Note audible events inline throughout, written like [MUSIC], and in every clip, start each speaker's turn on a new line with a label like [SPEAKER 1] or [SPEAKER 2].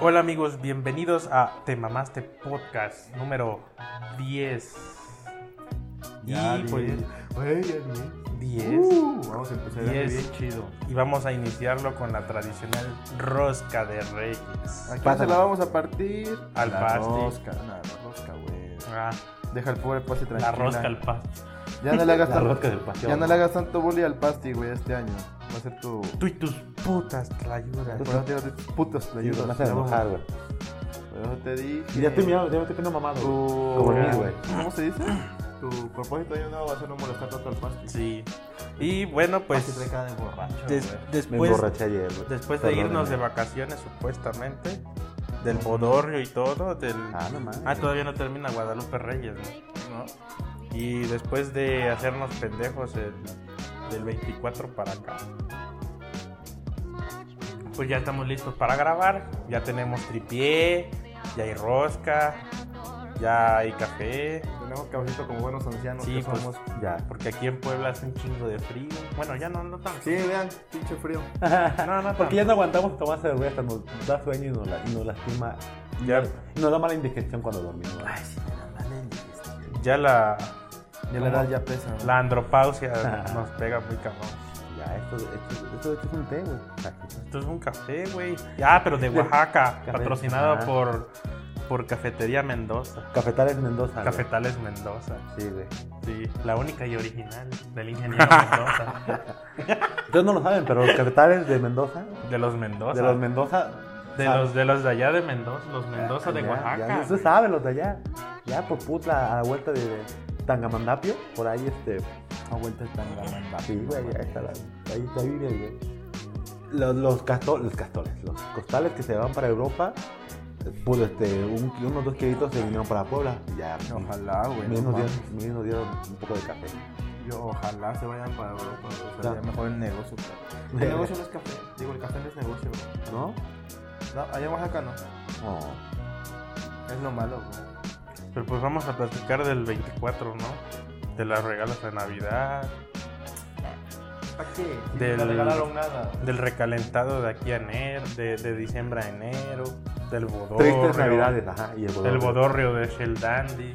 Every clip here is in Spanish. [SPEAKER 1] Hola amigos, bienvenidos a Te Mamaste Podcast número 10.
[SPEAKER 2] Ya,
[SPEAKER 1] y
[SPEAKER 2] diez.
[SPEAKER 1] pues,
[SPEAKER 2] Güey, ya
[SPEAKER 1] 10.
[SPEAKER 2] bien. Uh, vamos a empezar ya
[SPEAKER 1] Diez.
[SPEAKER 2] bien chido.
[SPEAKER 1] Y vamos a iniciarlo con la tradicional rosca de reyes.
[SPEAKER 2] ¿A quién
[SPEAKER 3] Pásala.
[SPEAKER 2] se la vamos a partir?
[SPEAKER 1] Al
[SPEAKER 2] la
[SPEAKER 1] pasti.
[SPEAKER 2] rosca. No, la rosca, güey.
[SPEAKER 1] Ah,
[SPEAKER 2] Deja el pobre pasti tranquilo.
[SPEAKER 1] la rosca al pasto.
[SPEAKER 2] Ya no le hagas,
[SPEAKER 3] [LAUGHS] La
[SPEAKER 2] tan-
[SPEAKER 3] rosca del paseo.
[SPEAKER 2] ya no le hagas tanto bully al pasti, güey, este año. Va a ser tu...
[SPEAKER 1] Tú y tus putas trayudas.
[SPEAKER 2] Por eso te digo, de tus putos
[SPEAKER 3] Sí,
[SPEAKER 2] playudas.
[SPEAKER 3] me vas a enojar, güey.
[SPEAKER 2] Por eso te dije...
[SPEAKER 3] Y ya estoy mirando, ya me estoy poniendo mamado. güey.
[SPEAKER 2] Tu...
[SPEAKER 3] Como el mío, güey.
[SPEAKER 2] ¿Cómo se dice? Tu propósito de año nuevo va a ser no molestar tanto al pasti.
[SPEAKER 1] Sí. Y bueno, pues
[SPEAKER 2] trae cada de borracho,
[SPEAKER 1] des-
[SPEAKER 2] güey.
[SPEAKER 3] Me
[SPEAKER 1] después,
[SPEAKER 3] emborraché ayer, güey.
[SPEAKER 1] después de
[SPEAKER 3] Perdónenme.
[SPEAKER 1] irnos de vacaciones supuestamente, del bodorrio y todo, del...
[SPEAKER 3] Ah, no mames.
[SPEAKER 1] Ah, todavía no termina Guadalupe Reyes, ¿no? Y después de hacernos pendejos el- del 24 para acá, pues ya estamos listos para grabar. Ya tenemos tripié, ya hay rosca, ya hay café.
[SPEAKER 2] Tenemos caballito como buenos ancianos
[SPEAKER 1] Sí,
[SPEAKER 2] que
[SPEAKER 1] pues,
[SPEAKER 2] somos.
[SPEAKER 3] Ya.
[SPEAKER 1] Porque aquí en Puebla hace un chingo de frío. Bueno, ya no, no tanto.
[SPEAKER 2] Sí, vean, pinche [LAUGHS] frío.
[SPEAKER 1] [LAUGHS] No, no,
[SPEAKER 3] Porque ya no aguantamos tomar cerveza, hasta nos da sueño y nos, la- y nos lastima.
[SPEAKER 1] Ya.
[SPEAKER 3] Y nos da mala indigestión cuando dormimos. güey.
[SPEAKER 1] Ya la,
[SPEAKER 2] Ya la edad ya pesa. ¿no?
[SPEAKER 1] la andropausia
[SPEAKER 2] [LAUGHS]
[SPEAKER 1] nos pega muy cabrón.
[SPEAKER 3] Ya, esto, esto, esto de hecho es un té, güey. O sea, que-
[SPEAKER 1] Esto es un café, güey. Ah, pero de Oaxaca,
[SPEAKER 3] [LAUGHS] Café.
[SPEAKER 1] patrocinado
[SPEAKER 3] Ah.
[SPEAKER 1] por, por Cafetería Mendoza.
[SPEAKER 3] Cafetales Mendoza. güey.
[SPEAKER 1] Cafetales Mendoza.
[SPEAKER 3] Sí, güey.
[SPEAKER 1] Sí, la única y original del ingeniero
[SPEAKER 3] [LAUGHS]
[SPEAKER 1] Mendoza.
[SPEAKER 3] Ustedes no lo saben, pero los cafetales de Mendoza,
[SPEAKER 1] De los Mendoza.
[SPEAKER 3] de los Mendoza.
[SPEAKER 1] de,
[SPEAKER 3] saben.
[SPEAKER 1] los, de los de allá de Mendoza, los Mendoza de
[SPEAKER 3] Ya,
[SPEAKER 1] Oaxaca.
[SPEAKER 3] Ya, usted
[SPEAKER 1] güey.
[SPEAKER 3] sabe, los de allá. Ya por puta, a la vuelta de Tangamandapio, por ahí este.
[SPEAKER 2] A vuelta están ganando.
[SPEAKER 3] Sí, güey, ahí está, la- ahí está vive, güey. Los, los, casto- los castores, los costales que se van para Europa, eh, pues este, un, unos dos kilitos se vinieron para Puebla. y Ya,
[SPEAKER 2] Ojalá, güey.
[SPEAKER 3] me
[SPEAKER 2] no
[SPEAKER 3] nos dieron,
[SPEAKER 2] mames.
[SPEAKER 3] me nos dieron un poco de café.
[SPEAKER 2] Yo, ojalá se vayan para Europa. güey, o sea,
[SPEAKER 3] Ya.
[SPEAKER 2] sería mejor el negocio.
[SPEAKER 3] pues. [LAUGHS]
[SPEAKER 2] güey. El negocio no es café. Digo, el café no es negocio. güey.
[SPEAKER 3] ¿No? Oh.
[SPEAKER 2] No, allá en Oaxaca no.
[SPEAKER 3] No.
[SPEAKER 2] Es lo malo, güey.
[SPEAKER 1] Pero pues vamos a platicar del 24, ¿no? De las regalos de Navidad,
[SPEAKER 2] ¿Para qué? Si
[SPEAKER 1] Del-
[SPEAKER 2] No le regalaron nada.
[SPEAKER 1] del recalentado de aquí a enero, de, de diciembre a enero, del
[SPEAKER 3] Tristes
[SPEAKER 1] bodorrio,
[SPEAKER 3] navidades, ajá. Y el bodorrio.
[SPEAKER 1] del bodorrio de Shell Dandy.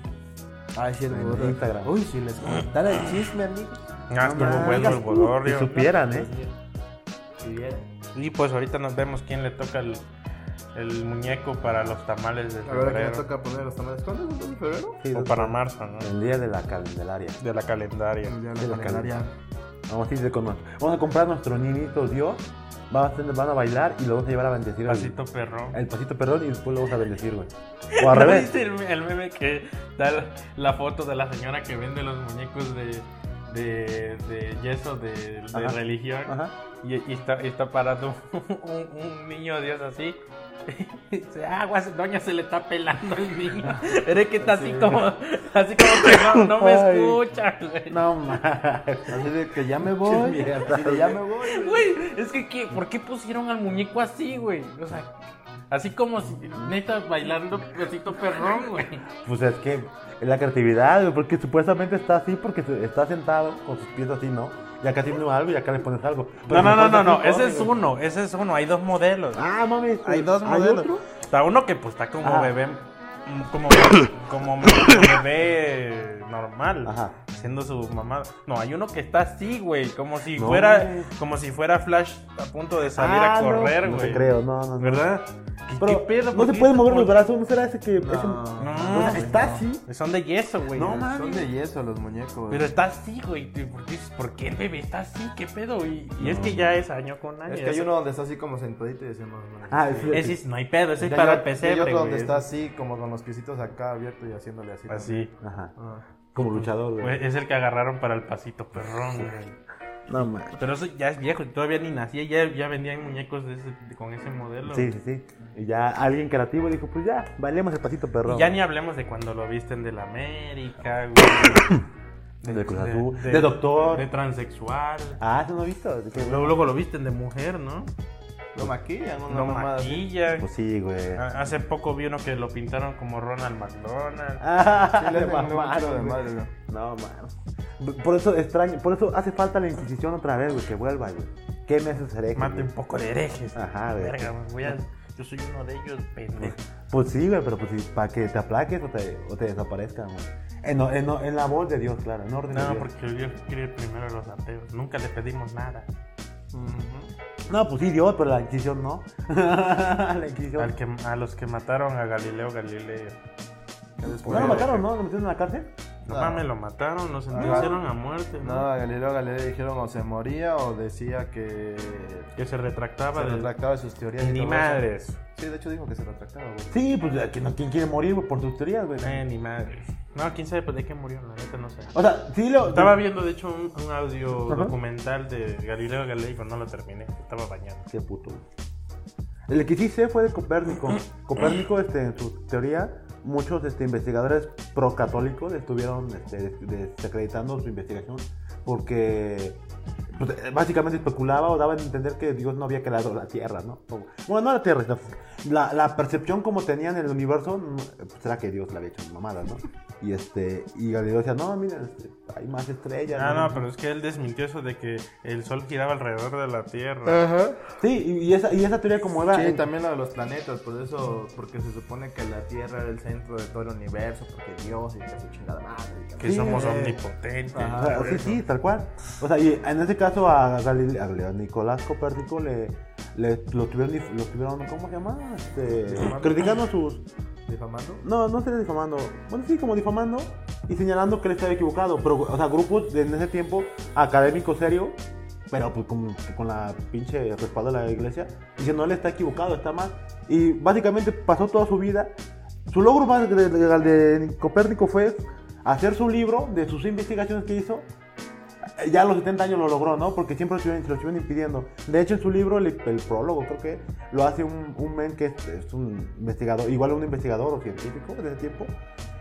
[SPEAKER 2] Ay, si el
[SPEAKER 3] En
[SPEAKER 2] gordo.
[SPEAKER 3] Instagram.
[SPEAKER 2] Uy, si les contara el chisme, amigo.
[SPEAKER 1] Ah,
[SPEAKER 2] No
[SPEAKER 1] estuvo
[SPEAKER 2] mames.
[SPEAKER 1] bueno el
[SPEAKER 3] Si
[SPEAKER 1] bodorrio.
[SPEAKER 3] supieran, ¿eh?
[SPEAKER 2] Si vieran.
[SPEAKER 1] Y pues ahorita nos vemos quién le toca el, el muñeco para los tamales de
[SPEAKER 2] A ver, ¿a qué me
[SPEAKER 1] febrero.
[SPEAKER 2] toca poner los tamales? ¿Cuándo es el 2 de febrero?
[SPEAKER 3] Sí,
[SPEAKER 1] O para marzo, ¿no?
[SPEAKER 3] El día de la calendaria.
[SPEAKER 1] De la calendaria.
[SPEAKER 2] El día
[SPEAKER 3] Sí,
[SPEAKER 2] de
[SPEAKER 3] la
[SPEAKER 2] la calendaria.
[SPEAKER 3] Vamos a ir con nuestro- Vamos a comprar nuestro niñito Dios. Van a, hacer- van a bailar y lo vamos a llevar a bendecir. al-
[SPEAKER 1] Pasito perro.
[SPEAKER 3] El pasito perdón y después lo vamos a bendecir, [LAUGHS] güey. O al revés.
[SPEAKER 1] ¿Viste el, el meme que da la, la foto de la señora que vende los muñecos de, de, de yeso de, de
[SPEAKER 3] Ajá.
[SPEAKER 1] religión?
[SPEAKER 3] Ajá.
[SPEAKER 1] Y, y está, y está parado un, [LAUGHS] un- un niño Dios así. [LAUGHS] Y Dice, aguas, doña se le está pelando el [LAUGHS] niño. Pero es que está así como, así como que no, no me
[SPEAKER 3] Ay.
[SPEAKER 1] escucha, güey.
[SPEAKER 3] No [LAUGHS] mames.
[SPEAKER 2] Así de que ya me
[SPEAKER 3] Qué
[SPEAKER 2] voy.
[SPEAKER 3] mierda,
[SPEAKER 2] de ya me voy.
[SPEAKER 1] Güey, es que ¿qué? ¿por qué pusieron al muñeco así, güey? O sea, así como si neta bailando cosito perrón, güey.
[SPEAKER 3] Pues es que es la creatividad, güey, porque supuestamente está así porque se- está sentado con sus pies así, ¿no? Y acá tiene algo y acá le pones algo. Pero
[SPEAKER 1] No, no, no,
[SPEAKER 3] si pones
[SPEAKER 1] no,
[SPEAKER 3] así,
[SPEAKER 1] no, ese es
[SPEAKER 3] güey.
[SPEAKER 1] uno, ese es uno, hay dos modelos.
[SPEAKER 3] Ah, mames.
[SPEAKER 2] Hay dos modelos.
[SPEAKER 3] otro?
[SPEAKER 1] Está uno que pues está como
[SPEAKER 3] Ah.
[SPEAKER 1] bebé, mm,
[SPEAKER 3] [COUGHS]
[SPEAKER 1] como, como bebé normal,
[SPEAKER 3] Ajá.
[SPEAKER 1] siendo su mamá. No, hay uno que está así, güey, como si
[SPEAKER 3] No.
[SPEAKER 1] fuera, como si fuera Flash a punto de salir
[SPEAKER 3] Ah,
[SPEAKER 1] a
[SPEAKER 3] no.
[SPEAKER 1] correr,
[SPEAKER 3] No
[SPEAKER 1] güey.
[SPEAKER 3] te creo, no, no, no.
[SPEAKER 1] ¿Verdad? ¿Qué,
[SPEAKER 3] Pero
[SPEAKER 1] qué pedo?
[SPEAKER 3] no
[SPEAKER 1] ¿Por
[SPEAKER 3] se
[SPEAKER 1] qué
[SPEAKER 3] pueden
[SPEAKER 1] te
[SPEAKER 3] mover los
[SPEAKER 1] pon-
[SPEAKER 3] brazos, ¿no será ese que
[SPEAKER 2] No,
[SPEAKER 3] ese-
[SPEAKER 1] No,
[SPEAKER 3] O sea,
[SPEAKER 1] güey,
[SPEAKER 3] está
[SPEAKER 1] no.
[SPEAKER 3] así?
[SPEAKER 1] Son de yeso, güey.
[SPEAKER 3] No, mames.
[SPEAKER 2] Son de yeso los muñecos.
[SPEAKER 1] Pero está así, güey. ¿Tú ¿Por qué, por qué el bebé está así? ¿Qué pedo? Y, y es que ya es año con año.
[SPEAKER 2] Es que hay
[SPEAKER 1] ya
[SPEAKER 2] uno donde está así como sentadito y decimos. no,
[SPEAKER 3] Ah,
[SPEAKER 2] no,
[SPEAKER 3] sí.
[SPEAKER 1] se- Ese es, no hay pedo, ese es
[SPEAKER 2] Ya
[SPEAKER 1] para
[SPEAKER 2] hay-
[SPEAKER 1] el
[SPEAKER 2] y hay
[SPEAKER 1] pesebre,
[SPEAKER 2] otro donde
[SPEAKER 1] güey.
[SPEAKER 2] está así, como con los piecitos acá abiertos y haciéndole así. ¿no?
[SPEAKER 1] Así.
[SPEAKER 3] Ajá.
[SPEAKER 2] Ah.
[SPEAKER 3] Como luchador,
[SPEAKER 1] Güey,
[SPEAKER 3] güey.
[SPEAKER 1] Pues, Es el que agarraron para el pasito, perrón, güey.
[SPEAKER 3] No mames.
[SPEAKER 1] Pero eso ya es viejo y todavía ni nacía. Ya, ya vendían muñecos de ese- de- con ese modelo.
[SPEAKER 3] Sí, sí, sí. Y ya alguien creativo dijo, pues ya, bailemos el pasito perro.
[SPEAKER 1] Y ya ni hablemos de cuando lo visten del América, güey.
[SPEAKER 3] [COUGHS] De Cruz Azul, de doctor.
[SPEAKER 1] De transexual.
[SPEAKER 3] Ah, eso no he visto. De que-
[SPEAKER 1] Luego, luego lo visten de mujer, ¿no?
[SPEAKER 2] Lo maquillan, una
[SPEAKER 1] Lo
[SPEAKER 2] mamada así.
[SPEAKER 1] maquillan.
[SPEAKER 3] Pues sí, güey.
[SPEAKER 1] Ah, Hace poco vi uno que lo pintaron como Ronald McDonald.
[SPEAKER 3] Ah, [LAUGHS]
[SPEAKER 2] Sí, le
[SPEAKER 3] de
[SPEAKER 2] hacen un
[SPEAKER 3] mamaron,
[SPEAKER 2] tiro de
[SPEAKER 3] güey.
[SPEAKER 2] madre, ¿no?
[SPEAKER 3] No, mames. Por eso extraño, por eso hace falta la Inquisición otra vez, güey, que vuelva, güey. ¿Qué me hace
[SPEAKER 1] Mate un poco de herejes.
[SPEAKER 3] Ajá, güey.
[SPEAKER 1] Verga, güey, voy a Yo soy uno de ellos, pendejo.
[SPEAKER 3] [LAUGHS] Pues, pues sí, güey, pero pues sí, para que te aplaques o te, o te desaparezcan, güey. En, o- en, o- en la voz de Dios, claro, en orden de
[SPEAKER 1] No,
[SPEAKER 3] Dios.
[SPEAKER 1] porque Dios quiere primero a los ateos. Nunca le pedimos nada.
[SPEAKER 3] No, pues sí, Dios, pero la Inquisición no. [LAUGHS] la Inquisición.
[SPEAKER 1] Al que, a los que mataron a Galileo Galileo.
[SPEAKER 3] ¿No
[SPEAKER 2] Pues,
[SPEAKER 3] lo mataron, no? ¿Lo metieron en la cárcel?
[SPEAKER 1] No
[SPEAKER 2] Ah.
[SPEAKER 1] mames, lo mataron, lo sentenciaron a muerte.
[SPEAKER 2] No,
[SPEAKER 1] ¿no?
[SPEAKER 2] a Galileo Galilei dijeron o se moría o decía que
[SPEAKER 1] Que se retractaba
[SPEAKER 2] se
[SPEAKER 1] del-
[SPEAKER 2] retractaba de sus teorías. y
[SPEAKER 1] Ni
[SPEAKER 2] todo
[SPEAKER 1] madres.
[SPEAKER 2] eso. Sí, de hecho dijo que se retractaba, güey.
[SPEAKER 3] Sí, pues ¿quién, no- quién quiere morir güey, por tus teorías, güey?
[SPEAKER 1] Eh, ni madres. No, quién sabe pues, de qué murió, la neta no sé.
[SPEAKER 2] Ah.
[SPEAKER 3] O sea, sí lo...
[SPEAKER 1] Estaba viendo, de hecho, un, un audio
[SPEAKER 3] Ajá.
[SPEAKER 1] documental de Galileo Galilei, pero no lo terminé. Estaba bañando.
[SPEAKER 3] Qué puto. güey. El que sí sé fue de Copérnico. Copérnico, este, en su teoría, muchos este, investigadores procatólicos estuvieron este, des- desacreditando su investigación porque pues, eh, básicamente especulaba o daba a entender que Dios no había creado la Tierra, ¿no? O- bueno, no la Tierra, sino la, la percepción como tenían el universo, no, pues era que Dios la había hecho mamada, ¿no? Y, este, y Galileo decía, no, mira, este, hay más estrellas.
[SPEAKER 1] Ah, no, pero es que él desmintió eso de que el sol giraba alrededor de la Tierra.
[SPEAKER 2] Ajá.
[SPEAKER 3] Sí, y, y esa, y esa teoría como era...
[SPEAKER 2] Sí,
[SPEAKER 3] en-
[SPEAKER 2] también lo de los planetas, por eso, porque se supone que la Tierra era el centro de todo el universo, porque Dios y que su chingada madre. y que-
[SPEAKER 1] Que
[SPEAKER 3] Sí,
[SPEAKER 1] somos
[SPEAKER 3] eh.
[SPEAKER 1] omnipotentes.
[SPEAKER 3] O sea, sí, sí, tal cual. O sea, y en este caso a, Galile- a Galileo, a Nicolás Copérnico le, le- lo, tuvieron, dif- lo tuvieron, ¿cómo se llama? Este,
[SPEAKER 2] Difamando.
[SPEAKER 3] criticando sus...
[SPEAKER 2] ¿Difamando?
[SPEAKER 3] No, no sería difamando. Bueno, sí, como difamando y señalando que él estaba equivocado. Pero, o sea, grupos de- en ese tiempo, académicos serios, pero pues con, con la pinche respaldo de la iglesia, diciendo él está equivocado, está mal. Y básicamente pasó toda su vida. Su logro más de, de- de Copérnico fue hacer su libro de sus investigaciones que hizo ya a los 70 años lo logró, ¿no? Porque siempre se lo estuvieron- se lo estuvieron impidiendo. De hecho, en su libro, el, el prólogo, creo que lo hace un, un men que es, es un investigador, igual un investigador o científico de ese tiempo,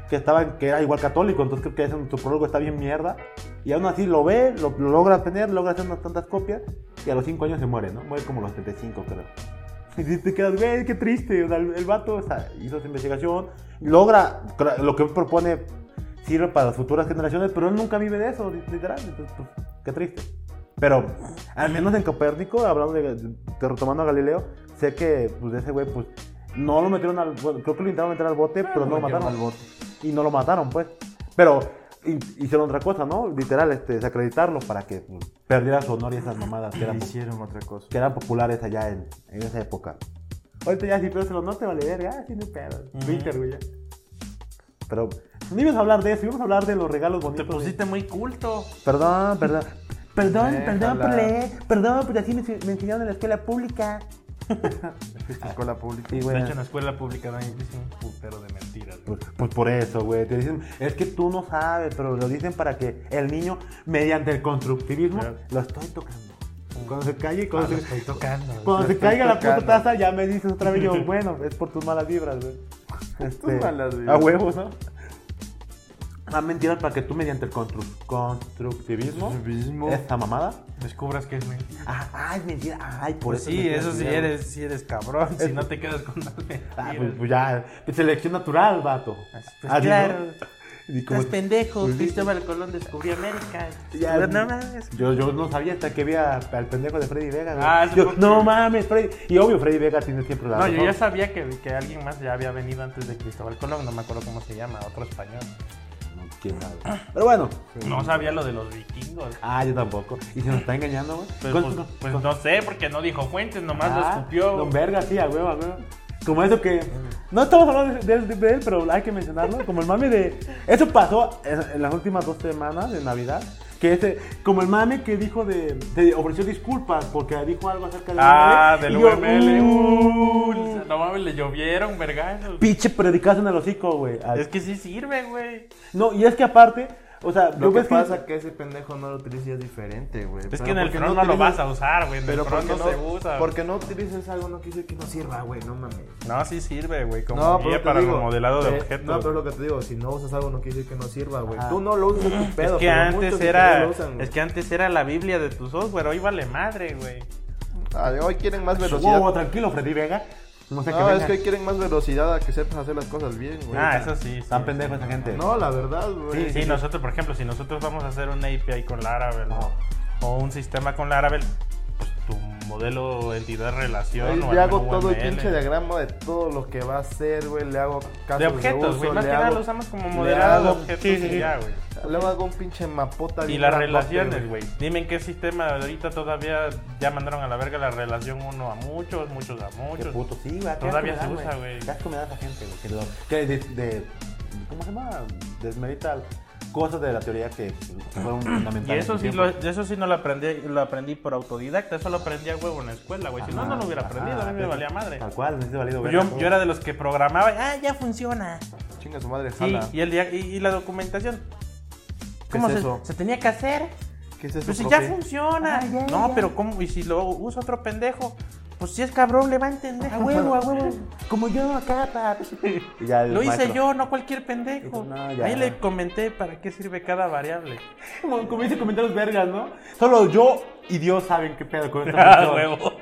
[SPEAKER 3] que, estaba, que era igual católico, entonces creo que ese- su prólogo está bien mierda. Y aún así lo ve, lo, lo logra tener, logra hacer unas tantas copias, y a los 5 años se muere, ¿no? Muere como a los 75, creo. [LAUGHS] Y si te quedas, güey, qué triste. O sea, el, el vato o sea, hizo su investigación, logra cra- lo que él propone, sirve para las futuras generaciones, pero él nunca vive de eso, li- literal. Entonces, pues, qué triste. Pero, al menos en Copérnico, hablando de, de- retomando a Galileo, sé que pues, ese güey, pues, no lo metieron al. bueno, creo que lo intentaron meter al bote, pero no lo mataron.
[SPEAKER 2] Ah, al bote.
[SPEAKER 3] Y no lo mataron, pues. Pero hi- hicieron otra cosa, ¿no? Literal, este, desacreditarlo para que pues, perdiera su honor y esas mamadas que
[SPEAKER 2] Y
[SPEAKER 3] eran
[SPEAKER 2] hicieron otra cosa.
[SPEAKER 3] que eran populares allá en, en esa época. Ahorita ya si pierdes el honor te vale verga, ah, sí, no hay pedo.
[SPEAKER 1] Ujú.
[SPEAKER 3] Twitter, güey. ya. Pero no íbamos a hablar de eso, íbamos a hablar de los regalos
[SPEAKER 1] Te
[SPEAKER 3] bonitos. de-
[SPEAKER 1] pusiste muy culto.
[SPEAKER 3] Perdón, perdón. Perdón, perdón por
[SPEAKER 2] Déjala.
[SPEAKER 3] leer. Perdón, porque así me, me enseñaron en la escuela pública.
[SPEAKER 2] Fuiste a escuela pública.
[SPEAKER 3] Sí,
[SPEAKER 1] De
[SPEAKER 3] güey.
[SPEAKER 1] hecho, en la escuela pública dan un putero de mentiras. güey.
[SPEAKER 3] Pues, pues por eso, güey. Te dicen, es que tú no sabes, pero lo dicen para que el niño, mediante el constructivismo,
[SPEAKER 1] Claro.
[SPEAKER 3] lo estoy tocando. Cuando se calle,
[SPEAKER 1] Ah,
[SPEAKER 3] cuando
[SPEAKER 1] lo
[SPEAKER 3] se,
[SPEAKER 1] estoy tocando.
[SPEAKER 3] Cuando se
[SPEAKER 2] estoy
[SPEAKER 3] caiga la puta
[SPEAKER 2] tocando.
[SPEAKER 3] taza, ya me dices otra vez yo, bueno, es por tus malas vibras, güey. Este,
[SPEAKER 2] malas vibras.
[SPEAKER 3] A huevos, ¿no? Ah, mentiras para que tú mediante el constru- constructivismo,
[SPEAKER 2] Constructivismo.
[SPEAKER 3] esta mamada,
[SPEAKER 1] Descubras que es mentira.
[SPEAKER 3] ah, ay, mentira, ay, por
[SPEAKER 1] Pues
[SPEAKER 3] eso.
[SPEAKER 1] sí,
[SPEAKER 3] me
[SPEAKER 1] eso sí
[SPEAKER 3] quedas mirando.
[SPEAKER 1] eres, sí eres cabrón, si
[SPEAKER 3] Es-
[SPEAKER 1] no te quedas con las
[SPEAKER 3] Ah, pues,
[SPEAKER 1] mentiras.
[SPEAKER 3] pues ya, selección natural, vato.
[SPEAKER 1] Pues
[SPEAKER 3] Ah, sí,
[SPEAKER 1] claro.
[SPEAKER 3] ¿no? Y como-
[SPEAKER 1] pendejo,
[SPEAKER 3] pues sí.
[SPEAKER 1] Colón descubrió América. Pues,
[SPEAKER 3] Ya, yo, yo no sabía hasta que vi a- al pendejo de Freddy Vega. güey.
[SPEAKER 1] Ah, eso
[SPEAKER 3] Yo,
[SPEAKER 1] fue-
[SPEAKER 3] no mames, Freddy. Y obvio, Freddy Vega tiene siempre la
[SPEAKER 1] No, yo
[SPEAKER 3] razón.
[SPEAKER 1] ya sabía que, que alguien más ya había venido antes de Cristóbal Colón, no me acuerdo cómo se llama, otro español.
[SPEAKER 3] No, quién sabe. Pero bueno. Mm.
[SPEAKER 1] No sabía lo de los vikingos.
[SPEAKER 3] Ah, yo tampoco. Y se nos está engañando, güey.
[SPEAKER 1] Pero,
[SPEAKER 3] Con-
[SPEAKER 1] pues,
[SPEAKER 3] con-
[SPEAKER 1] pues
[SPEAKER 3] con-
[SPEAKER 1] no sé, porque no dijo fuentes, nomás lo
[SPEAKER 3] Ah,
[SPEAKER 1] escupió.
[SPEAKER 3] Don Verga, sí, a huevo, a huevo. Como eso que. No estamos hablando de, de- de él, pero hay que mencionarlo. Como el mame de. Eso pasó en, en las últimas dos semanas de Navidad. Que este, como el mame que dijo de. Te ofreció disculpas porque dijo algo acerca de.
[SPEAKER 1] Ah,
[SPEAKER 3] UML,
[SPEAKER 1] del
[SPEAKER 3] y ¿eh? yo,
[SPEAKER 1] UML.
[SPEAKER 3] "Uh,
[SPEAKER 1] uh, no mames, le llovieron, vergazos.
[SPEAKER 3] Pinche predicazo en el hocico, güey. Ah,
[SPEAKER 1] Es que sí sirve, güey.
[SPEAKER 3] No, y es que aparte. O sea,
[SPEAKER 2] Lo
[SPEAKER 3] yo
[SPEAKER 2] que
[SPEAKER 3] ves
[SPEAKER 2] pasa es que ese pendejo no lo utiliza y es diferente, güey.
[SPEAKER 1] Es
[SPEAKER 2] Pero
[SPEAKER 1] que en el
[SPEAKER 2] porque
[SPEAKER 1] front no, lo
[SPEAKER 2] utilizas-
[SPEAKER 1] vas a usar, güey. En
[SPEAKER 2] Pero
[SPEAKER 1] el front
[SPEAKER 2] porque
[SPEAKER 1] no, se usa.
[SPEAKER 2] Porque no utilices algo no quiere decir que no sirva, güey, no mames.
[SPEAKER 1] No, sí sirve, güey. Como
[SPEAKER 2] No,
[SPEAKER 1] guía
[SPEAKER 2] te
[SPEAKER 1] para el
[SPEAKER 2] digo,
[SPEAKER 1] modelado de
[SPEAKER 2] eh,
[SPEAKER 1] objetos.
[SPEAKER 2] No, pero es lo que te digo, si no usas algo no quiere decir que no sirva, güey.
[SPEAKER 3] Ajá.
[SPEAKER 2] Tú no
[SPEAKER 1] [LAUGHS]
[SPEAKER 2] lo usas es tu pedo,
[SPEAKER 1] es que
[SPEAKER 2] pero
[SPEAKER 1] antes
[SPEAKER 2] muchos sí
[SPEAKER 1] era
[SPEAKER 2] lo usan, güey.
[SPEAKER 1] es que antes era la Biblia de tu software, hoy vale madre, güey.
[SPEAKER 2] Ah, hoy quieren más velocidad.
[SPEAKER 3] Wow, tranquilo, Freddy Vega. No sé qué
[SPEAKER 2] no, es que hoy quieren más velocidad a que sepas hacer las cosas bien, güey.
[SPEAKER 1] Ah, eso sí. sí,
[SPEAKER 3] Están
[SPEAKER 1] sí.
[SPEAKER 3] pendejos esa gente.
[SPEAKER 2] No, la verdad, güey.
[SPEAKER 1] Sí, sí, nosotros, por ejemplo, si nosotros vamos a hacer una API con Laravel
[SPEAKER 3] No.
[SPEAKER 1] o un sistema con Laravel, pues tu modelo, entidad, relación.
[SPEAKER 2] Yo
[SPEAKER 1] o al
[SPEAKER 2] hago
[SPEAKER 1] menos
[SPEAKER 2] todo el
[SPEAKER 1] UML.
[SPEAKER 2] pinche diagrama de todo lo que va a ser, güey. Le hago casos de
[SPEAKER 4] De objetos,
[SPEAKER 2] uso,
[SPEAKER 4] güey. Más
[SPEAKER 2] le
[SPEAKER 4] que nada
[SPEAKER 2] hago-
[SPEAKER 4] lo usamos como
[SPEAKER 2] le
[SPEAKER 4] moderado de
[SPEAKER 2] hago-
[SPEAKER 4] objetos
[SPEAKER 1] sí, sí, sí.
[SPEAKER 4] y ya, güey.
[SPEAKER 2] Luego hago un pinche mapota.
[SPEAKER 4] Y
[SPEAKER 2] bien
[SPEAKER 4] las
[SPEAKER 2] grandote,
[SPEAKER 4] relaciones, güey. Dime en qué sistema ahorita todavía ya mandaron a la verga la relación uno a muchos, muchos a
[SPEAKER 3] Qué
[SPEAKER 4] muchos.
[SPEAKER 3] puto, sí, güey. qué asco
[SPEAKER 4] Todavía
[SPEAKER 3] me
[SPEAKER 4] se
[SPEAKER 3] da,
[SPEAKER 4] usa, güey.
[SPEAKER 3] Qué asco me da esa gente, güey. Que, lo- que de, de- ¿Cómo se llama? Desmerita cosas de la teoría que
[SPEAKER 4] [CLEARS THROAT]
[SPEAKER 3] fueron fundamentales.
[SPEAKER 4] Y eso
[SPEAKER 3] en
[SPEAKER 4] sí,
[SPEAKER 3] su
[SPEAKER 4] lo,
[SPEAKER 3] tiempo.
[SPEAKER 4] eso sí no lo aprendí, lo aprendí por autodidacta, eso lo aprendí a huevo en la escuela, güey. Si no, no lo hubiera
[SPEAKER 3] Ajá,
[SPEAKER 4] aprendido, a mí me
[SPEAKER 3] pero-
[SPEAKER 4] valía madre. Pues
[SPEAKER 3] Tal cual, me hubiese valido verga pues,
[SPEAKER 4] Yo,
[SPEAKER 3] todo.
[SPEAKER 4] yo era de los que programaba, y, ah, ya funciona.
[SPEAKER 2] Chinga su madre,
[SPEAKER 4] Sí,
[SPEAKER 2] jala.
[SPEAKER 4] y, el dia- y, y la documentación.
[SPEAKER 2] ¿Qué
[SPEAKER 4] ¿Cómo
[SPEAKER 2] es
[SPEAKER 4] se,
[SPEAKER 2] eso?
[SPEAKER 4] se tenía que hacer?
[SPEAKER 2] ¿Qué es eso,
[SPEAKER 4] Pues si ya
[SPEAKER 2] profe?
[SPEAKER 4] funciona. no, pero ¿cómo? ¿Y si lo usa otro pendejo? Pues si es cabrón, le va a entender. A huevo, a huevo.
[SPEAKER 3] Como yo acá, pa. [LAUGHS] Y ya el
[SPEAKER 4] [LAUGHS] Lo hice
[SPEAKER 3] macro.
[SPEAKER 4] yo, no cualquier
[SPEAKER 3] Y tú,
[SPEAKER 4] pendejo.
[SPEAKER 3] no, ya.
[SPEAKER 4] Ahí le comenté para qué sirve cada variable.
[SPEAKER 3] Como, como dice comentarios vergas, ¿no? Solo yo y Dios saben qué pedo [LAUGHS] con esta
[SPEAKER 4] A
[SPEAKER 3] función.
[SPEAKER 4] huevo.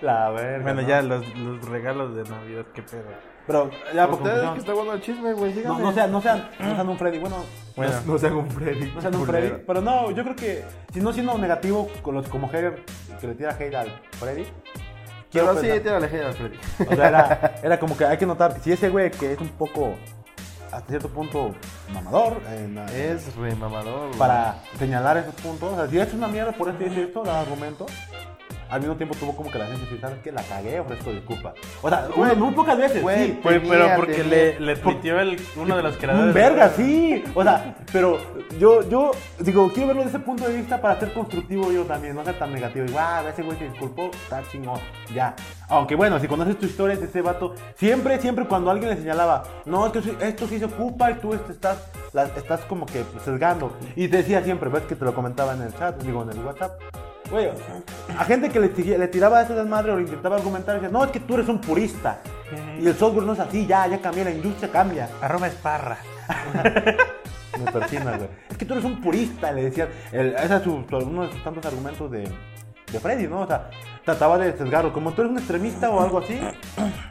[SPEAKER 3] La verga.
[SPEAKER 4] Bueno,
[SPEAKER 3] ¿no?
[SPEAKER 4] ya los, los regalos de Navidad, qué pedo.
[SPEAKER 3] Pero, ya, por
[SPEAKER 2] Ustedes
[SPEAKER 3] conclusión,
[SPEAKER 2] que está bueno el chisme, güey.
[SPEAKER 3] No,
[SPEAKER 2] síganle.
[SPEAKER 3] no sean, no sean, [CLEARS THROAT] no sean un Freddy. Bueno,
[SPEAKER 4] Bueno.
[SPEAKER 2] No se haga un Freddy.
[SPEAKER 3] no sean un
[SPEAKER 2] culero.
[SPEAKER 3] Freddy. Pero no, yo creo que, si no siendo negativo con los como hater que le tira hate al Freddy. quiero
[SPEAKER 2] Pero sí,
[SPEAKER 3] pensar-
[SPEAKER 2] te la lejera al Freddy.
[SPEAKER 3] O sea, era, era como que hay que notar que si ese güey que es un poco, hasta cierto punto, mamador,
[SPEAKER 2] Eh,
[SPEAKER 3] en la-
[SPEAKER 2] Es re mamador, güey.
[SPEAKER 3] para señalar esos puntos, o sea, si es una mierda por esto y esto, y esto, el argumento. Al mismo tiempo tuvo como que la gente decir, ¿sabes qué? La cagué, ofrezco disculpa. O sea,
[SPEAKER 2] Güey,
[SPEAKER 3] uno- muy pocas veces,
[SPEAKER 2] güey,
[SPEAKER 3] sí.
[SPEAKER 2] Tenía,
[SPEAKER 4] Güey, Pues, pero porque
[SPEAKER 2] tenía.
[SPEAKER 4] le, le tuiteó el, uno de los creadores.
[SPEAKER 3] Un verga, sí. O sea, pero yo, yo digo, quiero verlo desde ese punto de vista para ser constructivo yo también, no ser tan negativo. Igual, ese güey que disculpó, está chingón. Ya. Aunque bueno, si conoces tu historia de ese vato, siempre, siempre cuando alguien le señalaba, no, es que sí- esto sí se ocupa y tú este, estás, la- estás como que sesgando. Y te decía siempre, ves que te lo comentaba en el chat, digo, en el WhatsApp. Güey, a gente que le, tiri- le tiraba ese desmadre o le intentaba argumentar, decía, no, es que tú eres un purista. Y el software no es así, ya, ya cambia, la industria cambia.
[SPEAKER 4] Arroba Esparra.
[SPEAKER 3] Me persina, güey. Es que tú eres un purista, le decían. El- ese es su- su- uno de sus tantos argumentos de, de Freddy, ¿no? O sea, trataba de sesgarlo. Como tú eres un extremista o algo así.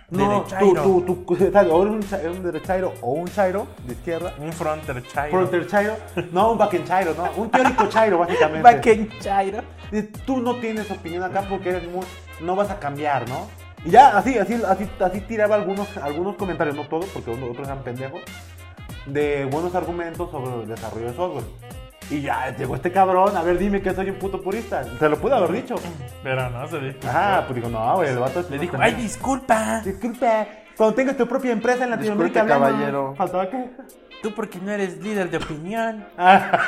[SPEAKER 3] No, tú,
[SPEAKER 4] Derechairo.
[SPEAKER 3] tú, tú, [LAUGHS] exacto, o eres un, cha- un derechairo o un chairo de izquierda.
[SPEAKER 4] Un fronter child.
[SPEAKER 3] Fronter chairo. No, un backen chairo, ¿no? Un teórico chairo, básicamente.
[SPEAKER 4] Chairo.
[SPEAKER 3] Dice, Tú no tienes opinión acá porque eres muy, no vas a cambiar, ¿no? Y ya, así, así, así, así tiraba algunos, algunos comentarios, no todos, porque uno- otros eran pendejos, de buenos argumentos sobre el desarrollo de software. Y ya, llegó este cabrón, a ver, dime que soy un puto purista. Se lo pude haber dicho.
[SPEAKER 4] Pero no se dijo.
[SPEAKER 1] Ah,
[SPEAKER 3] Ajá, pues digo, no, güey, el vato... es
[SPEAKER 4] Le
[SPEAKER 3] un
[SPEAKER 4] dijo, ay,
[SPEAKER 3] pendejo.
[SPEAKER 4] disculpa.
[SPEAKER 3] Disculpe, cuando tengas tu propia empresa en Latinoamérica,
[SPEAKER 2] Disculpe,
[SPEAKER 3] háblanos".
[SPEAKER 2] caballero.
[SPEAKER 3] ¿Faltaba qué?
[SPEAKER 4] Tú porque no eres líder de opinión.
[SPEAKER 3] Ah,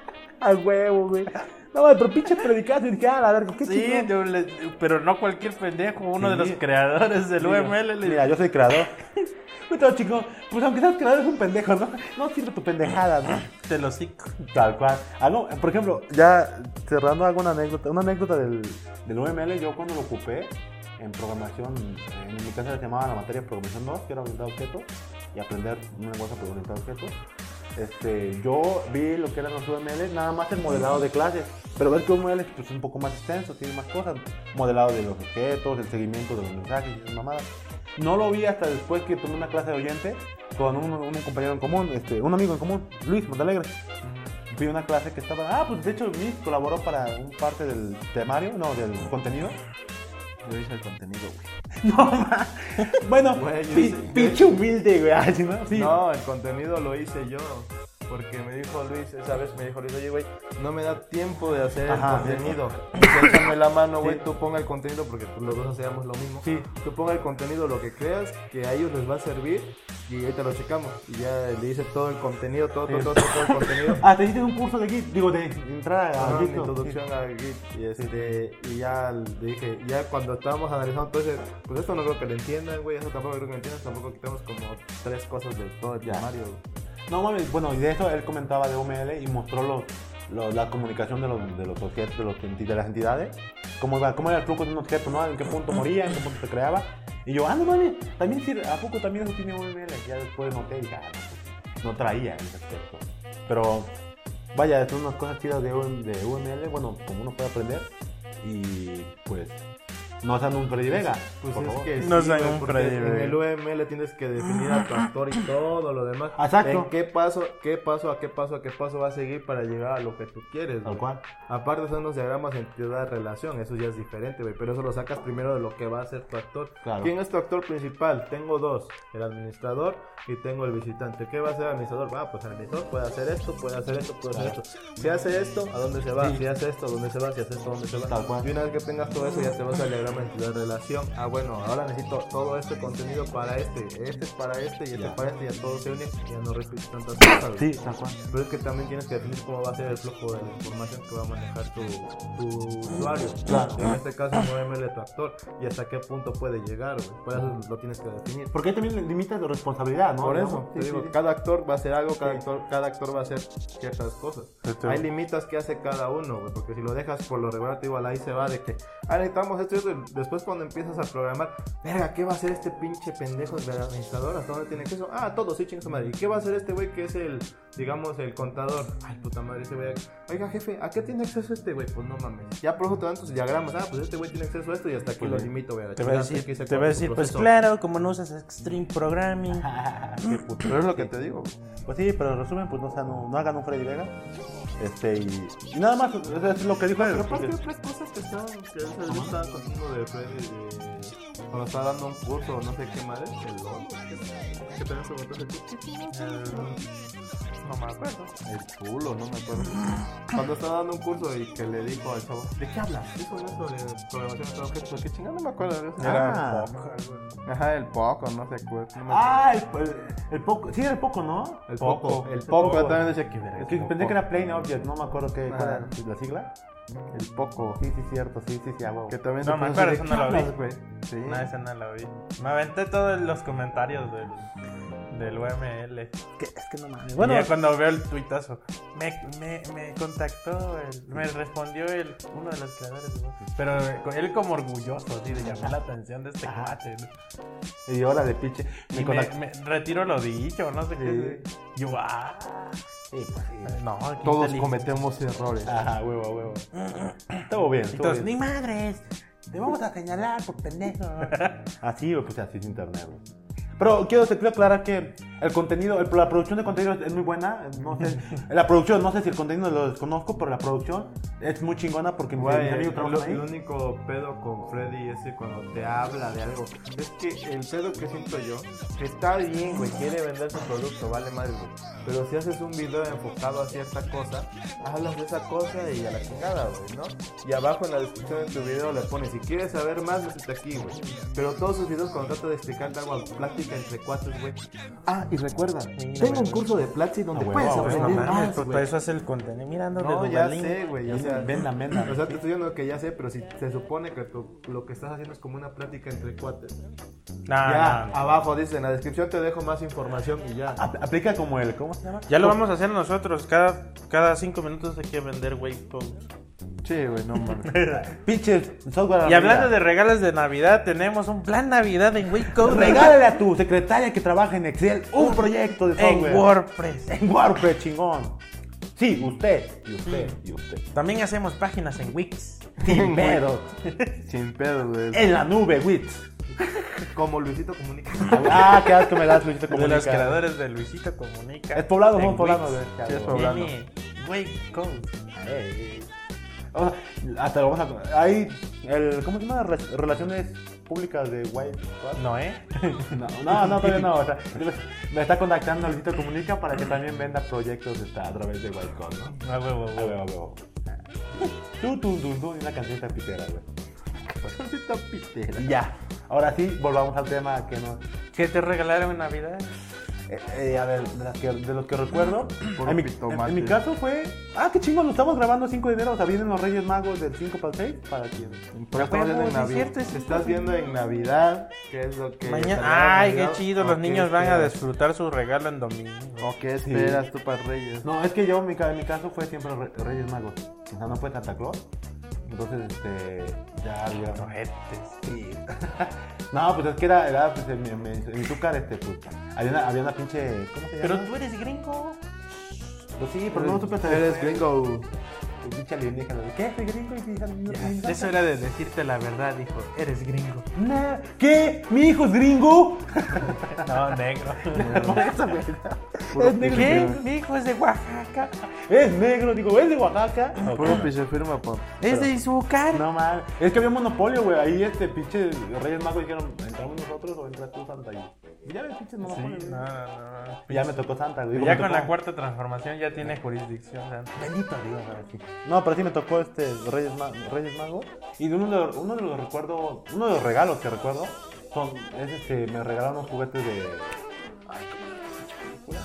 [SPEAKER 3] [LAUGHS] a huevo, güey. No, güey, pero pinche predicazo. Y dije, ah, la verga, qué
[SPEAKER 4] Sí,
[SPEAKER 3] chingón.
[SPEAKER 4] yo le- pero no cualquier pendejo. Uno de
[SPEAKER 3] Sí.
[SPEAKER 4] los creadores del
[SPEAKER 3] Digo,
[SPEAKER 4] UML le
[SPEAKER 3] Mira, yo soy [LAUGHS] creador. Pues todo chico, pues aunque seas creador es un pendejo, ¿no? No sirve tu pendejada, ¿no?
[SPEAKER 4] te lo cico.
[SPEAKER 3] Tal cual. Algo, por ejemplo, ya cerrando alguna anécdota, una anécdota del, del UML, yo cuando lo ocupé en programación, en mi casa se llamaba la materia programación 2, que era orientada a objetos, y aprender un lenguaje orientado a objetos. Este, yo vi lo que eran los UML, nada más el modelado de clases, pero ver que UML es pues, un poco más extenso, tiene más cosas, modelado de los objetos, el seguimiento de los mensajes y esas mamadas. No lo vi hasta después que tomé una clase de oyente con un, un compañero en común, este, un amigo en común, Luis Montalegre. Vi una clase que estaba. Ah, pues de hecho, Luis colaboró para un parte del temario, no, del contenido.
[SPEAKER 2] Yo hice el contenido, güey.
[SPEAKER 3] No, ma. [LAUGHS] Bueno,
[SPEAKER 2] Güey, yo
[SPEAKER 3] pi-
[SPEAKER 2] sé.
[SPEAKER 3] pinche humilde, güey. Ay, ¿no? Sí.
[SPEAKER 2] No, el contenido lo hice yo. Porque me dijo Luis, esa vez me dijo Luis, oye, güey, no me da tiempo de hacer
[SPEAKER 3] Ajá,
[SPEAKER 2] el contenido. Dice, Échame la mano, güey,
[SPEAKER 3] Sí.
[SPEAKER 2] tú ponga el contenido porque tú- los dos hacíamos lo mismo.
[SPEAKER 3] Sí.
[SPEAKER 2] Tú ponga el contenido, lo que creas, que a ellos les va a servir y ahorita lo checamos. Y ya le hice todo el contenido, todo, todo, todo, todo el
[SPEAKER 3] [LAUGHS]
[SPEAKER 2] contenido.
[SPEAKER 3] Ah, te hiciste un curso de Git, digo, de entrar a
[SPEAKER 2] Ajá, mi
[SPEAKER 3] Git. ¿no?
[SPEAKER 2] introducción a Git y, este, y ya le dije, ya cuando estábamos analizando todo ese, pues esto no creo que lo entiendan, güey, eso tampoco creo que lo entiendan, tampoco quitamos como tres cosas de todo el
[SPEAKER 3] Ya.
[SPEAKER 2] temario.
[SPEAKER 3] Sí. No mames, bueno, y de eso él comentaba de UML y mostró los, los- la comunicación de los, de los objetos, de, los, enti- de las entidades. Cómo, iba- cómo era el flujo de un objeto, ¿no? En qué punto moría, en qué punto se creaba. Y yo, ah, no mames, también sirve- ¿a poco también eso tiene UML? Ya después noté y dije, ah, no, pues, no traía ese aspecto. Pero Vaya, son unas cosas chidas de, U- de UML, bueno, como uno puede aprender. Y pues, No sean un Freddy Vega.
[SPEAKER 2] Pues
[SPEAKER 3] por
[SPEAKER 2] es
[SPEAKER 3] favor.
[SPEAKER 2] que sí,
[SPEAKER 4] No soy
[SPEAKER 2] güey,
[SPEAKER 4] un
[SPEAKER 2] porque
[SPEAKER 4] Freddy,
[SPEAKER 2] en
[SPEAKER 4] güey.
[SPEAKER 2] el UML tienes que definir a tu actor y todo lo demás.
[SPEAKER 3] Exacto.
[SPEAKER 2] En qué paso, qué paso, a qué paso, a qué paso va a seguir para llegar a lo que tú quieres,
[SPEAKER 3] Tal
[SPEAKER 2] güey.
[SPEAKER 3] cual.
[SPEAKER 2] Aparte son los diagramas en cada relación, eso ya es diferente, güey. Pero eso lo sacas primero de lo que va a ser tu actor.
[SPEAKER 3] Claro.
[SPEAKER 2] ¿Quién es tu actor principal? Tengo dos, el administrador y tengo el visitante. ¿Qué va a hacer el administrador? Ah, pues el administrador puede hacer esto, puede hacer esto, puede hacer esto. Si hace esto, ¿a dónde se va? Si hace esto, ¿a dónde se va? Si hace esto, ¿a dónde se va?
[SPEAKER 3] Tal cual.
[SPEAKER 2] Y una vez que tengas todo eso, ya te vas al diagrama en tu relación. Ah, bueno, ahora necesito todo este contenido para este, este es para este y este
[SPEAKER 3] Ya.
[SPEAKER 2] para este, ya todo se une y ya no repites tantas cosas. güey.
[SPEAKER 3] Sí, tal cual.
[SPEAKER 2] Pero es que también tienes que definir cómo va a ser el flujo de la información que va a manejar tu, tu usuario.
[SPEAKER 3] Claro.
[SPEAKER 2] En este caso, muéveme tu actor y hasta qué punto puede llegar. güey. Por eso lo tienes que definir.
[SPEAKER 3] Porque ahí también limitas tu responsabilidad, ¿no?
[SPEAKER 2] Por eso,
[SPEAKER 3] Digamos.
[SPEAKER 2] te
[SPEAKER 3] Sí,
[SPEAKER 2] digo,
[SPEAKER 3] sí, sí.
[SPEAKER 2] cada actor va a hacer algo, cada actor, cada actor va a hacer ciertas cosas.
[SPEAKER 1] Este-
[SPEAKER 2] Hay limitas que hace cada uno, güey, porque si lo dejas por lo regular, te digo, ahí se va de que, ah, necesitamos esto y esto", y Después, cuando empiezas a programar, verga, ¿qué va a hacer este pinche pendejo del administrador? ¿Hasta dónde tiene queso? Ah, todo, sí, chingas madre. ¿Y qué va a hacer este güey que es el, digamos, el contador? Ay, puta madre, ese güey. Oiga, jefe, ¿a qué tiene acceso este güey? Pues no mames. Ya por eso te dan tus diagramas. Ah, pues este güey tiene acceso a esto y hasta aquí lo limito, güey. la
[SPEAKER 4] Pues Te va a
[SPEAKER 2] chingada,
[SPEAKER 4] decir,
[SPEAKER 2] hasta aquí se
[SPEAKER 4] te va
[SPEAKER 2] acaba
[SPEAKER 4] a
[SPEAKER 2] tu
[SPEAKER 4] decir pues
[SPEAKER 2] proceso".
[SPEAKER 4] claro, como no usas Extreme Programming.
[SPEAKER 3] Qué puto.
[SPEAKER 2] Pero es lo que te digo, güey.
[SPEAKER 3] Pues sí, pero en resumen, pues no, sean un- no hagan un Freddy Vega. Este, y, y nada más, eso es lo que dijo él.
[SPEAKER 2] Pero pues aparte otras cosas que estaban, que él se estaba contando de Freddy de cuando estaba dando un curso, no sé qué madre, el LOL, que también preguntaste tú, ¿qué tiene que ver?
[SPEAKER 1] No me acuerdo.
[SPEAKER 2] El culo, no me acuerdo. Cuando estaba dando un curso y que le dijo al chavo, ¿de qué hablas? Eso no sobre programación de objetos, que chingada no me acuerdo de eso.
[SPEAKER 3] Ah.
[SPEAKER 2] Ajá, el poco, no sé cuál. No me acuerdo.
[SPEAKER 3] Ah, el, el, el poco, sí, el poco, ¿no?
[SPEAKER 2] el poco, el poco, yo también decía que verga,
[SPEAKER 3] Es que
[SPEAKER 2] como
[SPEAKER 3] pensé que
[SPEAKER 2] poco".
[SPEAKER 3] era Plain Object, no me acuerdo qué, cuál
[SPEAKER 2] Ah.
[SPEAKER 3] era la sigla.
[SPEAKER 2] el poco,
[SPEAKER 3] Sí, sí, cierto, sí, sí, sí, a huevo.
[SPEAKER 2] que también
[SPEAKER 1] No
[SPEAKER 2] se
[SPEAKER 1] me
[SPEAKER 2] puso
[SPEAKER 1] acuerdo,
[SPEAKER 2] así
[SPEAKER 1] eso no lo
[SPEAKER 2] "¿Qué
[SPEAKER 1] vi".
[SPEAKER 2] hablas, güey?". Sí.
[SPEAKER 1] No, esa no la vi. Me aventé todos los comentarios del, del UML.
[SPEAKER 4] Que- es que no mames.
[SPEAKER 1] Bueno,
[SPEAKER 4] Bueno,
[SPEAKER 1] ya cuando veo el tuitazo, me, me, me contactó, el- me respondió el, uno de los creadores. de Vox. Pero eh, él como orgulloso, así, de llamar la atención de este
[SPEAKER 3] Ajá.
[SPEAKER 1] cuate. ¿no?
[SPEAKER 3] Y ahora de pinche.
[SPEAKER 1] Y
[SPEAKER 3] me
[SPEAKER 1] me,
[SPEAKER 3] conac-
[SPEAKER 1] me retiro lo dicho, no sé qué. Yo, ah, Eh,
[SPEAKER 3] Sí, pues sí.
[SPEAKER 1] no, qué
[SPEAKER 2] Todos
[SPEAKER 1] inteligente.
[SPEAKER 2] cometemos errores.
[SPEAKER 3] Ajá, huevo, huevo. Estuvo bien,
[SPEAKER 4] y
[SPEAKER 3] estuvo
[SPEAKER 4] todos,
[SPEAKER 3] bien.
[SPEAKER 4] ni madres. Te vamos a señalar por pendejo.
[SPEAKER 3] Así, güey, pues así es internet, güey. Pero quiero, te quiero aclarar que el contenido, el- la producción de contenido es muy buena. No
[SPEAKER 2] [LAUGHS]
[SPEAKER 3] sé, la producción, no sé si el contenido lo desconozco, pero la producción es muy chingona porque mis- mis
[SPEAKER 2] Güey,
[SPEAKER 3] amigos
[SPEAKER 2] eh, lo-
[SPEAKER 3] trabajan ahí.
[SPEAKER 2] el único pedo con Freddy es que cuando te habla de algo. Es que el pedo que siento yo, que está bien, güey, quiere vender su producto, vale madre, güey. Pero si haces un video enfocado a cierta cosa, hablas de esa cosa y a la chingada, güey, ¿no? Y abajo en la descripción de tu video le pones, si quieres saber más, visita aquí, güey. Pero todos sus videos cuando trata de explicarte algo a plática entre cuates, güey. Ah, y recuerda, tengo un curso de Platzi donde
[SPEAKER 3] Ah, güey,
[SPEAKER 2] puedes
[SPEAKER 3] ah,
[SPEAKER 1] Pues
[SPEAKER 3] güey,
[SPEAKER 2] aprender
[SPEAKER 3] no
[SPEAKER 2] más,
[SPEAKER 4] mames,
[SPEAKER 2] güey.
[SPEAKER 4] para eso es el contenido. Mirando
[SPEAKER 2] No, ya sé, güey. O sea,
[SPEAKER 3] Vendan, vendan.
[SPEAKER 2] O sea, te estoy diciendo que ya sé, pero si se supone que tú- lo que estás haciendo es como una plática entre cuates.
[SPEAKER 1] No, no,
[SPEAKER 2] ya,
[SPEAKER 1] no.
[SPEAKER 2] abajo dice, en la descripción te dejo más información y ya.
[SPEAKER 3] Ap- aplica como el, ¿cómo se llama?
[SPEAKER 1] Ya lo vamos a hacer nosotros. Cada, cada cinco minutos hay que vender waypoints.
[SPEAKER 2] Che, güey, no mames.
[SPEAKER 3] [LAUGHS] Pinches software. a la
[SPEAKER 1] Y hablando
[SPEAKER 3] medida.
[SPEAKER 1] de regalos de Navidad, tenemos un plan Navidad en Waycode.
[SPEAKER 3] Regálale a tu secretaria que trabaja en Excel un proyecto de software.
[SPEAKER 1] en WordPress.
[SPEAKER 3] En WordPress, chingón. Sí, usted. Y usted,
[SPEAKER 1] Mm.
[SPEAKER 3] y usted.
[SPEAKER 1] También hacemos páginas en
[SPEAKER 3] [LAUGHS]
[SPEAKER 1] Wix.
[SPEAKER 3] Sin pedos.
[SPEAKER 2] Sin pedo, güey.
[SPEAKER 3] En la nube, wit.
[SPEAKER 2] Como Luisito comunica.
[SPEAKER 3] Ah, qué asco me das, Luisito
[SPEAKER 1] De los
[SPEAKER 3] Comunica.
[SPEAKER 1] creadores de Luisito Comunica.
[SPEAKER 3] Es poblado,
[SPEAKER 1] En
[SPEAKER 3] no, poblado,
[SPEAKER 1] Wix.
[SPEAKER 3] güey.
[SPEAKER 2] Sí, es poblado.
[SPEAKER 1] Tiene Waycode.
[SPEAKER 3] Ey. O sea, hasta lo vamos a. Hay. El, ¿Cómo se llama? Re- relaciones públicas de White. [LAUGHS]
[SPEAKER 1] No, ¿eh?
[SPEAKER 3] No, no, no, todavía no. O sea, me está contactando Luisito Comunica para que también venda proyectos está, a través de Whitecon, ¿no?
[SPEAKER 1] A huevo,
[SPEAKER 3] A ver,
[SPEAKER 1] huevo.
[SPEAKER 3] a ver. Tú, tú, tú, tú, y una cancioncita pitera, güey.
[SPEAKER 2] Luisito pitera.
[SPEAKER 3] Y ya. Ahora sí, volvamos al tema que nos.
[SPEAKER 1] ¿Qué te regalaron en Navidad?
[SPEAKER 3] Eh, eh, a ver, de, las que- de los que recuerdo,
[SPEAKER 2] Puro
[SPEAKER 3] en mi,
[SPEAKER 2] jitomate.
[SPEAKER 3] en mi caso fue. Ah, qué chingo, lo estamos grabando 5 de enero. O sea, vienen los Reyes Magos del 5 para el 6. Para quien.
[SPEAKER 2] Pero estamos viendo
[SPEAKER 1] Huevos,
[SPEAKER 2] en
[SPEAKER 1] es
[SPEAKER 2] Navidad.
[SPEAKER 1] cierto, es
[SPEAKER 2] Te
[SPEAKER 1] cierto.
[SPEAKER 2] estás viendo en Navidad, que es lo que...
[SPEAKER 1] Mañana. Ay, qué
[SPEAKER 2] Navidad,
[SPEAKER 1] chido.
[SPEAKER 2] ¿o
[SPEAKER 1] Los
[SPEAKER 2] qué
[SPEAKER 1] niños van a
[SPEAKER 2] esperas?
[SPEAKER 1] disfrutar su regalo en domingo.
[SPEAKER 2] ¿O qué esperas tú para Reyes?
[SPEAKER 3] No, es que yo, en mi, ca- en mi caso, fue siempre los Re- Reyes Magos. O sea, no fue Santa Claus. Entonces, este. Ya, ya.
[SPEAKER 1] Ojetes.
[SPEAKER 3] Sí. [LAUGHS] no, pues es que era. era pues, en, mi- en mi- en mi Zúcar, este, pues. Había una, había una pinche. ¿Cómo se llama?
[SPEAKER 1] Pero tú eres gringo.
[SPEAKER 3] Pues sí, pero no supe
[SPEAKER 2] Eres gringo.
[SPEAKER 3] el pinche alienígena. ¿Qué? ¿Soy gringo? Y dicen, no, no,
[SPEAKER 1] Eso era de decirte la verdad, hijo. Eres gringo.
[SPEAKER 3] nah. ¿Qué? ¿Mi hijo es gringo?
[SPEAKER 1] [LAUGHS] No, [LAUGHS] negro.
[SPEAKER 3] Por eso, güey.
[SPEAKER 1] ¿Es negro? ¿Qué? Mi hijo es de Oaxaca.
[SPEAKER 3] Es negro, digo, es de Oaxaca.
[SPEAKER 2] Puro piso firma, papá.
[SPEAKER 1] Es de Izúcar.
[SPEAKER 3] No mames. Es que había monopolio, güey. Ahí este pinche Reyes Magos dijeron, ¿entramos nosotros o entra tú Santa? Y ya ves, pinche monopolio.
[SPEAKER 1] No, no, no.
[SPEAKER 3] Y ya me tocó Santa, güey.
[SPEAKER 1] Ya
[SPEAKER 3] Me
[SPEAKER 1] con
[SPEAKER 3] tocó-
[SPEAKER 1] la cuarta transformación ya tiene jurisdicción. Santa.
[SPEAKER 3] Bendito Dios, ahora sí. No, pero sí me tocó este Reyes, Ma- Reyes Magos. Y de uno de, los- uno de los recuerdos, uno de los regalos que recuerdo son, es este, me regalaron unos juguetes de. ay, ¿cómo se llama esa película?